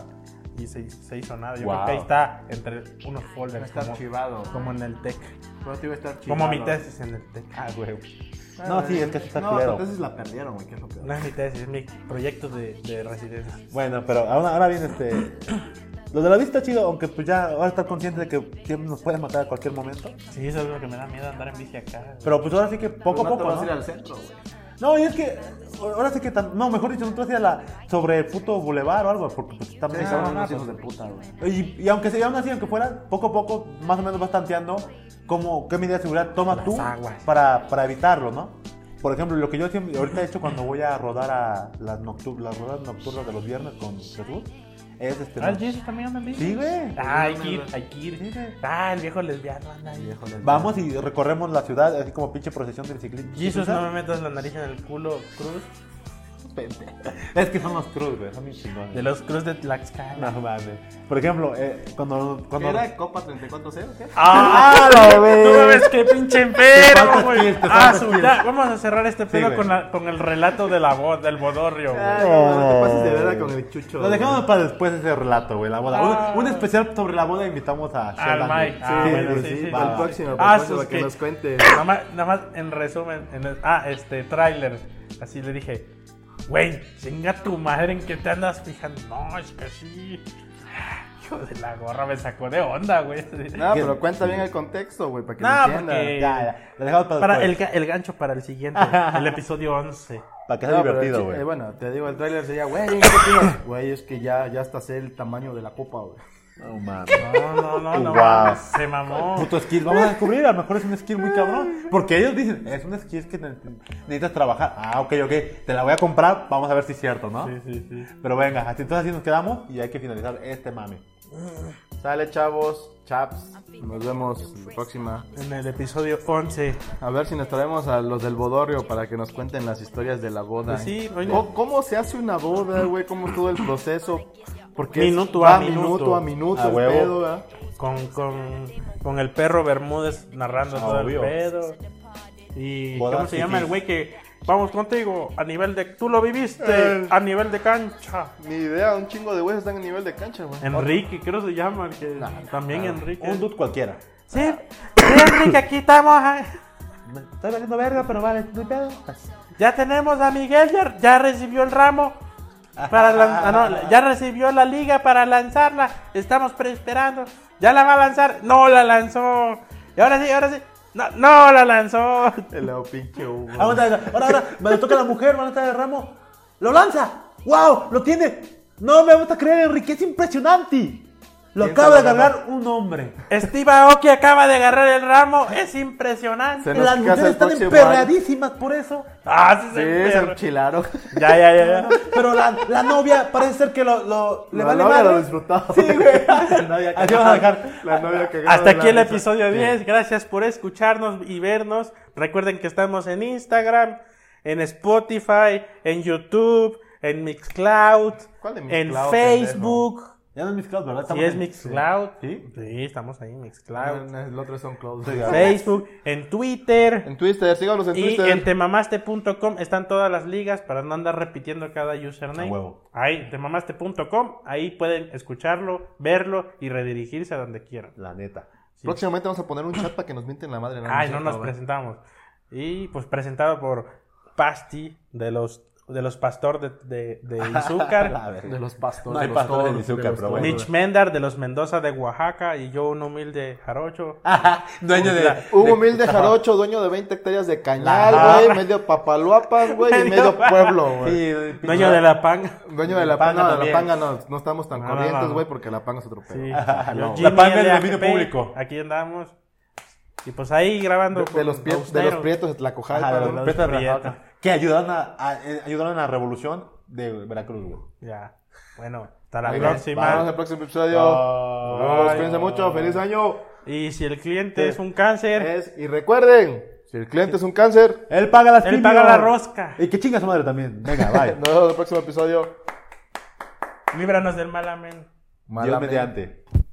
[SPEAKER 1] y se, se hizo nada. Yo creo
[SPEAKER 3] Wow.
[SPEAKER 1] que ahí está entre unos
[SPEAKER 2] No
[SPEAKER 1] folders
[SPEAKER 2] está
[SPEAKER 1] como,
[SPEAKER 2] archivado.
[SPEAKER 1] como en el TEC.
[SPEAKER 2] No te iba a estar archivado.
[SPEAKER 1] Como mi tesis en el TEC.
[SPEAKER 3] Ah, güey. No, sí, es que sí está
[SPEAKER 2] No,
[SPEAKER 3] culero.
[SPEAKER 2] la tesis la perdieron, güey. Qué es lo peor.
[SPEAKER 1] No es mi tesis, es mi proyecto de, de residencia.
[SPEAKER 3] Bueno, pero ahora, ahora bien, este. [CLEARS THROAT] Lo de la vista está chido, aunque pues ya ahora estar consciente de que siempre nos pueden matar a cualquier momento.
[SPEAKER 1] Sí, eso es lo que me da miedo andar en bici acá. güey.
[SPEAKER 3] Pero pues ahora sí que
[SPEAKER 2] Pues
[SPEAKER 3] poco
[SPEAKER 2] no
[SPEAKER 3] a
[SPEAKER 2] te
[SPEAKER 3] poco.
[SPEAKER 2] vas a ir
[SPEAKER 3] ¿no?
[SPEAKER 2] al centro, güey.
[SPEAKER 3] No, y es que ahora sí que tan- no, mejor dicho, no te vas a ir a la sobre el puto bulevar o algo, porque pues estamos
[SPEAKER 2] Sí,
[SPEAKER 3] bien
[SPEAKER 2] son
[SPEAKER 3] cabrón,
[SPEAKER 2] unos
[SPEAKER 3] ¿no?
[SPEAKER 2] hijos de puta, güey.
[SPEAKER 3] Y, y aunque sea aún así, aunque fuera, poco a poco, más o menos vas tanteando cómo, qué medida de seguridad toma
[SPEAKER 1] Las
[SPEAKER 3] tú
[SPEAKER 1] aguas.
[SPEAKER 3] para, para evitarlo, ¿no? Por ejemplo, lo que yo siempre, ahorita he hecho cuando voy a rodar a las, noctu- las rodas nocturnas de los viernes con Jesús, es este...
[SPEAKER 1] ¿Ah, el Jesus también anda en bici?
[SPEAKER 3] Sí, güey.
[SPEAKER 1] Ah, hay que ir, hay que ir.
[SPEAKER 3] Sí, güey.
[SPEAKER 1] Ah, el viejo lesbiano anda ahí.
[SPEAKER 2] Viejo del-
[SPEAKER 3] Vamos y recorremos la ciudad, así como pinche procesión de bicicletas.
[SPEAKER 1] Jesus, no me metas la nariz en el culo, Cruz.
[SPEAKER 3] Es que son los cruz, güey, son bien chingones.
[SPEAKER 1] De los Cruz de Tlaxcala.
[SPEAKER 3] No mames. Por ejemplo, eh, cuando... cuando...
[SPEAKER 2] ¿Era de Copa 34-0?
[SPEAKER 3] Eh.
[SPEAKER 2] ¿Qué?
[SPEAKER 1] [LAUGHS] ¡Ah,
[SPEAKER 3] la verga!
[SPEAKER 1] ¡Tú me ves qué pinche
[SPEAKER 3] Te
[SPEAKER 1] enfermo,
[SPEAKER 3] falta
[SPEAKER 1] güey!
[SPEAKER 3] skill, te
[SPEAKER 1] Ah,
[SPEAKER 3] falta
[SPEAKER 1] su-
[SPEAKER 3] skill.
[SPEAKER 1] ya, Vamos a cerrar este pedo
[SPEAKER 3] güey.
[SPEAKER 1] con, la- con el relato de la voz del bodorrio,
[SPEAKER 2] Ah,
[SPEAKER 1] güey.
[SPEAKER 2] no, no te pases de verga con el chucho.
[SPEAKER 3] Lo dejamos para después ese relato, güey, la boda. Un-
[SPEAKER 1] Ah.
[SPEAKER 3] Un, especial sobre la boda invitamos a Sheldon.
[SPEAKER 1] Mike.
[SPEAKER 3] güey.
[SPEAKER 1] Ah, bueno,
[SPEAKER 2] güey,
[SPEAKER 1] sí, sí,
[SPEAKER 3] va,
[SPEAKER 2] para
[SPEAKER 3] va.
[SPEAKER 2] el próximo,
[SPEAKER 1] Ah,
[SPEAKER 2] para el próximo,
[SPEAKER 1] sus
[SPEAKER 2] que
[SPEAKER 1] que-
[SPEAKER 2] nos cuente.
[SPEAKER 1] Nada más, nada más en resumen. en el- ah, este, tráiler. Así le dije, güey, chinga tu madre en que te andas fijando. No, es que sí. [SIGHS] Hijo de la gorra, me sacó de onda, güey.
[SPEAKER 2] No, pero cuenta bien el contexto, güey, para que
[SPEAKER 1] No,
[SPEAKER 2] lo entienda.
[SPEAKER 1] porque-
[SPEAKER 3] Ya, ya. Lo dejamos para,
[SPEAKER 1] Para el,
[SPEAKER 3] después.
[SPEAKER 1] ga- el gancho para el siguiente, el episodio 11.
[SPEAKER 3] Para que sea
[SPEAKER 2] No, pero
[SPEAKER 3] divertido,
[SPEAKER 2] el chi-
[SPEAKER 3] güey.
[SPEAKER 2] eh, bueno, te digo, el tráiler sería, güey, ¿qué
[SPEAKER 3] [COUGHS]
[SPEAKER 2] opinas? Güey, es que ya, ya hasta sé el tamaño de la copa, güey.
[SPEAKER 3] No mames.
[SPEAKER 1] No, no, no, no.
[SPEAKER 3] Guau.
[SPEAKER 1] mames, Se mamó.
[SPEAKER 3] Puto skill, vamos a descubrir, a lo mejor es un skill muy cabrón. Porque ellos dicen, es un skill que ne- necesitas trabajar. Ah, ok, ok, te la voy a comprar, vamos a ver si es cierto, ¿no?
[SPEAKER 1] Sí, sí, sí.
[SPEAKER 3] Pero venga, así- entonces así nos quedamos y hay que finalizar este mame.
[SPEAKER 2] Sale, chavos, chaps. Nos vemos en la próxima.
[SPEAKER 1] En el episodio 11.
[SPEAKER 2] A ver si nos traemos a los del Bodorrio para que nos cuenten las historias de la boda.
[SPEAKER 1] Pues sí,
[SPEAKER 2] ¿eh?
[SPEAKER 1] oye.
[SPEAKER 2] ¿Cómo, cómo se hace una boda, güey? ¿Cómo todo el proceso? Porque es-
[SPEAKER 1] Minuto
[SPEAKER 2] va
[SPEAKER 1] a minuto.
[SPEAKER 2] a minuto
[SPEAKER 3] A
[SPEAKER 2] el
[SPEAKER 3] huevo.
[SPEAKER 2] pedo, ¿verdad?
[SPEAKER 1] Con, con, con el perro Bermúdez narrando todo
[SPEAKER 3] Obvio.
[SPEAKER 1] el pedo. Y
[SPEAKER 3] Bodas
[SPEAKER 1] ¿cómo se llama
[SPEAKER 3] fifís.
[SPEAKER 1] el güey que vamos contigo a nivel de tú lo viviste
[SPEAKER 2] Eh.
[SPEAKER 1] a nivel de cancha?
[SPEAKER 2] Ni idea, un chingo de güeyes están a nivel de cancha, güey.
[SPEAKER 1] Enrique, creo se llama el que también Enrique.
[SPEAKER 3] Un dude cualquiera.
[SPEAKER 1] Sí, sí, Enrique, aquí estamos. ah.
[SPEAKER 3] Me Estoy valiendo verga, pero vale, no hay pedo.
[SPEAKER 1] Ya tenemos a Miguel, ya, ya recibió el ramo. Para lan- ah, no, ya recibió la liga para lanzarla. Estamos preesperando. Ya la va a lanzar. No la lanzó. Y ahora sí, ahora sí. No, no la lanzó.
[SPEAKER 2] El lado pinche Hugo.
[SPEAKER 3] Aguanta, aguanta. ahora, ahora, me le toca a la mujer, van a estar de ramo. ¡Lo lanza! ¡Wow! ¡Lo tiene! No me vas a creer, Enrique, es impresionante. Lo
[SPEAKER 2] ¿Quién
[SPEAKER 3] acaba de
[SPEAKER 2] se lo ganó?
[SPEAKER 3] ganar un hombre.
[SPEAKER 1] Steve Aoki acaba de agarrar el ramo. Es impresionante.
[SPEAKER 2] Se nos
[SPEAKER 3] Las
[SPEAKER 2] casa
[SPEAKER 3] mujeres
[SPEAKER 2] el
[SPEAKER 3] están
[SPEAKER 2] próximo
[SPEAKER 3] emperradísimas por eso.
[SPEAKER 1] Ah, sí,
[SPEAKER 2] Sí,
[SPEAKER 1] se
[SPEAKER 2] se
[SPEAKER 1] emperra.
[SPEAKER 2] enchilaron.
[SPEAKER 1] Ya, ya, ya. ya.
[SPEAKER 3] Pero la, la novia parece ser que lo, lo- le
[SPEAKER 2] Eh. La
[SPEAKER 3] vale
[SPEAKER 2] novia
[SPEAKER 3] madre.
[SPEAKER 2] lo disfrutaba.
[SPEAKER 3] [LAUGHS] Sí,
[SPEAKER 2] [LAUGHS]
[SPEAKER 3] güey.
[SPEAKER 2] La novia
[SPEAKER 3] Así vamos a dejar.
[SPEAKER 2] La novia cagada
[SPEAKER 1] Hasta
[SPEAKER 2] de la
[SPEAKER 1] aquí el
[SPEAKER 2] risa.
[SPEAKER 1] episodio
[SPEAKER 2] Sí.
[SPEAKER 1] 10. Gracias por escucharnos y vernos. Recuerden que estamos en Instagram, en Spotify, en YouTube, en Mixcloud,
[SPEAKER 2] ¿Cuál de
[SPEAKER 1] en
[SPEAKER 2] Mixcloud,
[SPEAKER 1] Facebook.
[SPEAKER 3] Ya no es Mixcloud, ¿verdad?
[SPEAKER 1] Si
[SPEAKER 3] Estamos
[SPEAKER 1] es
[SPEAKER 3] en-
[SPEAKER 1] Mixcloud.
[SPEAKER 3] Sí.
[SPEAKER 1] Sí, estamos ahí en Mixcloud.
[SPEAKER 2] No, no, El otro son close.
[SPEAKER 1] Facebook, en Twitter.
[SPEAKER 2] En Twitter, síganos en
[SPEAKER 1] Y
[SPEAKER 2] Twitter.
[SPEAKER 1] en temamaste.com están todas las ligas para no andar repitiendo cada username.
[SPEAKER 3] A huevo.
[SPEAKER 1] Ahí, temamaste.com, ahí pueden escucharlo, verlo y redirigirse a donde quieran.
[SPEAKER 3] La neta.
[SPEAKER 2] Próximamente vamos a poner un chat para que nos mienten la madre.
[SPEAKER 1] Ay, no
[SPEAKER 2] es
[SPEAKER 1] nos
[SPEAKER 2] cierto,
[SPEAKER 1] presentamos. Y pues presentado por Pasti de los de los Pastor de, de, de
[SPEAKER 3] [LAUGHS]
[SPEAKER 1] Izúcar,
[SPEAKER 3] La verga.
[SPEAKER 2] De los pastores.
[SPEAKER 3] No hay
[SPEAKER 2] de los
[SPEAKER 3] pastores
[SPEAKER 2] toros,
[SPEAKER 3] ni azúcar,
[SPEAKER 2] de los
[SPEAKER 3] pero
[SPEAKER 2] toros.
[SPEAKER 3] bueno.
[SPEAKER 1] Mitch Mendar de los Mendoza de Oaxaca y yo un humilde jarocho.
[SPEAKER 3] Ah, Dueño de la.
[SPEAKER 2] Hugo Humilde Jarocho, dueño de 20 hectáreas de
[SPEAKER 1] La-
[SPEAKER 2] cañal, güey, medio papaloapas, güey, y
[SPEAKER 1] Medio
[SPEAKER 2] medio
[SPEAKER 1] pa-
[SPEAKER 2] pueblo, güey.
[SPEAKER 1] Dueño de la
[SPEAKER 3] [LAUGHS]
[SPEAKER 1] panga.
[SPEAKER 2] Dueño de la
[SPEAKER 1] Panga
[SPEAKER 2] panga, no, de
[SPEAKER 1] también.
[SPEAKER 2] la panga no, no estamos tan
[SPEAKER 3] Ah,
[SPEAKER 1] No, no,
[SPEAKER 2] corrientes,
[SPEAKER 1] no.
[SPEAKER 2] güey, porque la panga es otro pedo. Ah,
[SPEAKER 1] Sí.
[SPEAKER 3] no.
[SPEAKER 1] Yo,
[SPEAKER 3] La
[SPEAKER 1] Jimmy
[SPEAKER 3] panga del
[SPEAKER 1] LAGP,
[SPEAKER 3] dominio público.
[SPEAKER 1] Aquí andamos. Y pues ahí grabando.
[SPEAKER 2] De, de los pie- de los prietos de Tlacojalpa,
[SPEAKER 3] Ajá, de
[SPEAKER 2] güey.
[SPEAKER 3] los
[SPEAKER 1] Prieto de
[SPEAKER 3] Prieto de
[SPEAKER 1] Oaxaca.
[SPEAKER 3] Oaxaca. Que ayudaron a, a- eh, ayudaron a la revolución de Veracruz, güey.
[SPEAKER 1] Ya. Bueno, hasta la
[SPEAKER 2] Muy bien, Nos vemos en el
[SPEAKER 1] próxima.
[SPEAKER 2] próximo episodio.
[SPEAKER 3] Bye.
[SPEAKER 2] Nos vemos, Cuídense mucho, feliz año.
[SPEAKER 1] Y si el cliente es un cáncer,
[SPEAKER 2] Es- y recuerden, si el cliente es un cáncer,
[SPEAKER 3] Él paga las
[SPEAKER 1] Él
[SPEAKER 3] quimios.
[SPEAKER 1] paga la rosca.
[SPEAKER 3] Y que chinga su madre también.
[SPEAKER 2] [LAUGHS]
[SPEAKER 3] Venga, bye.
[SPEAKER 2] nos vemos en el próximo episodio.
[SPEAKER 1] líbranos del mal amén.
[SPEAKER 3] Dios
[SPEAKER 2] Malamente.
[SPEAKER 3] mediante.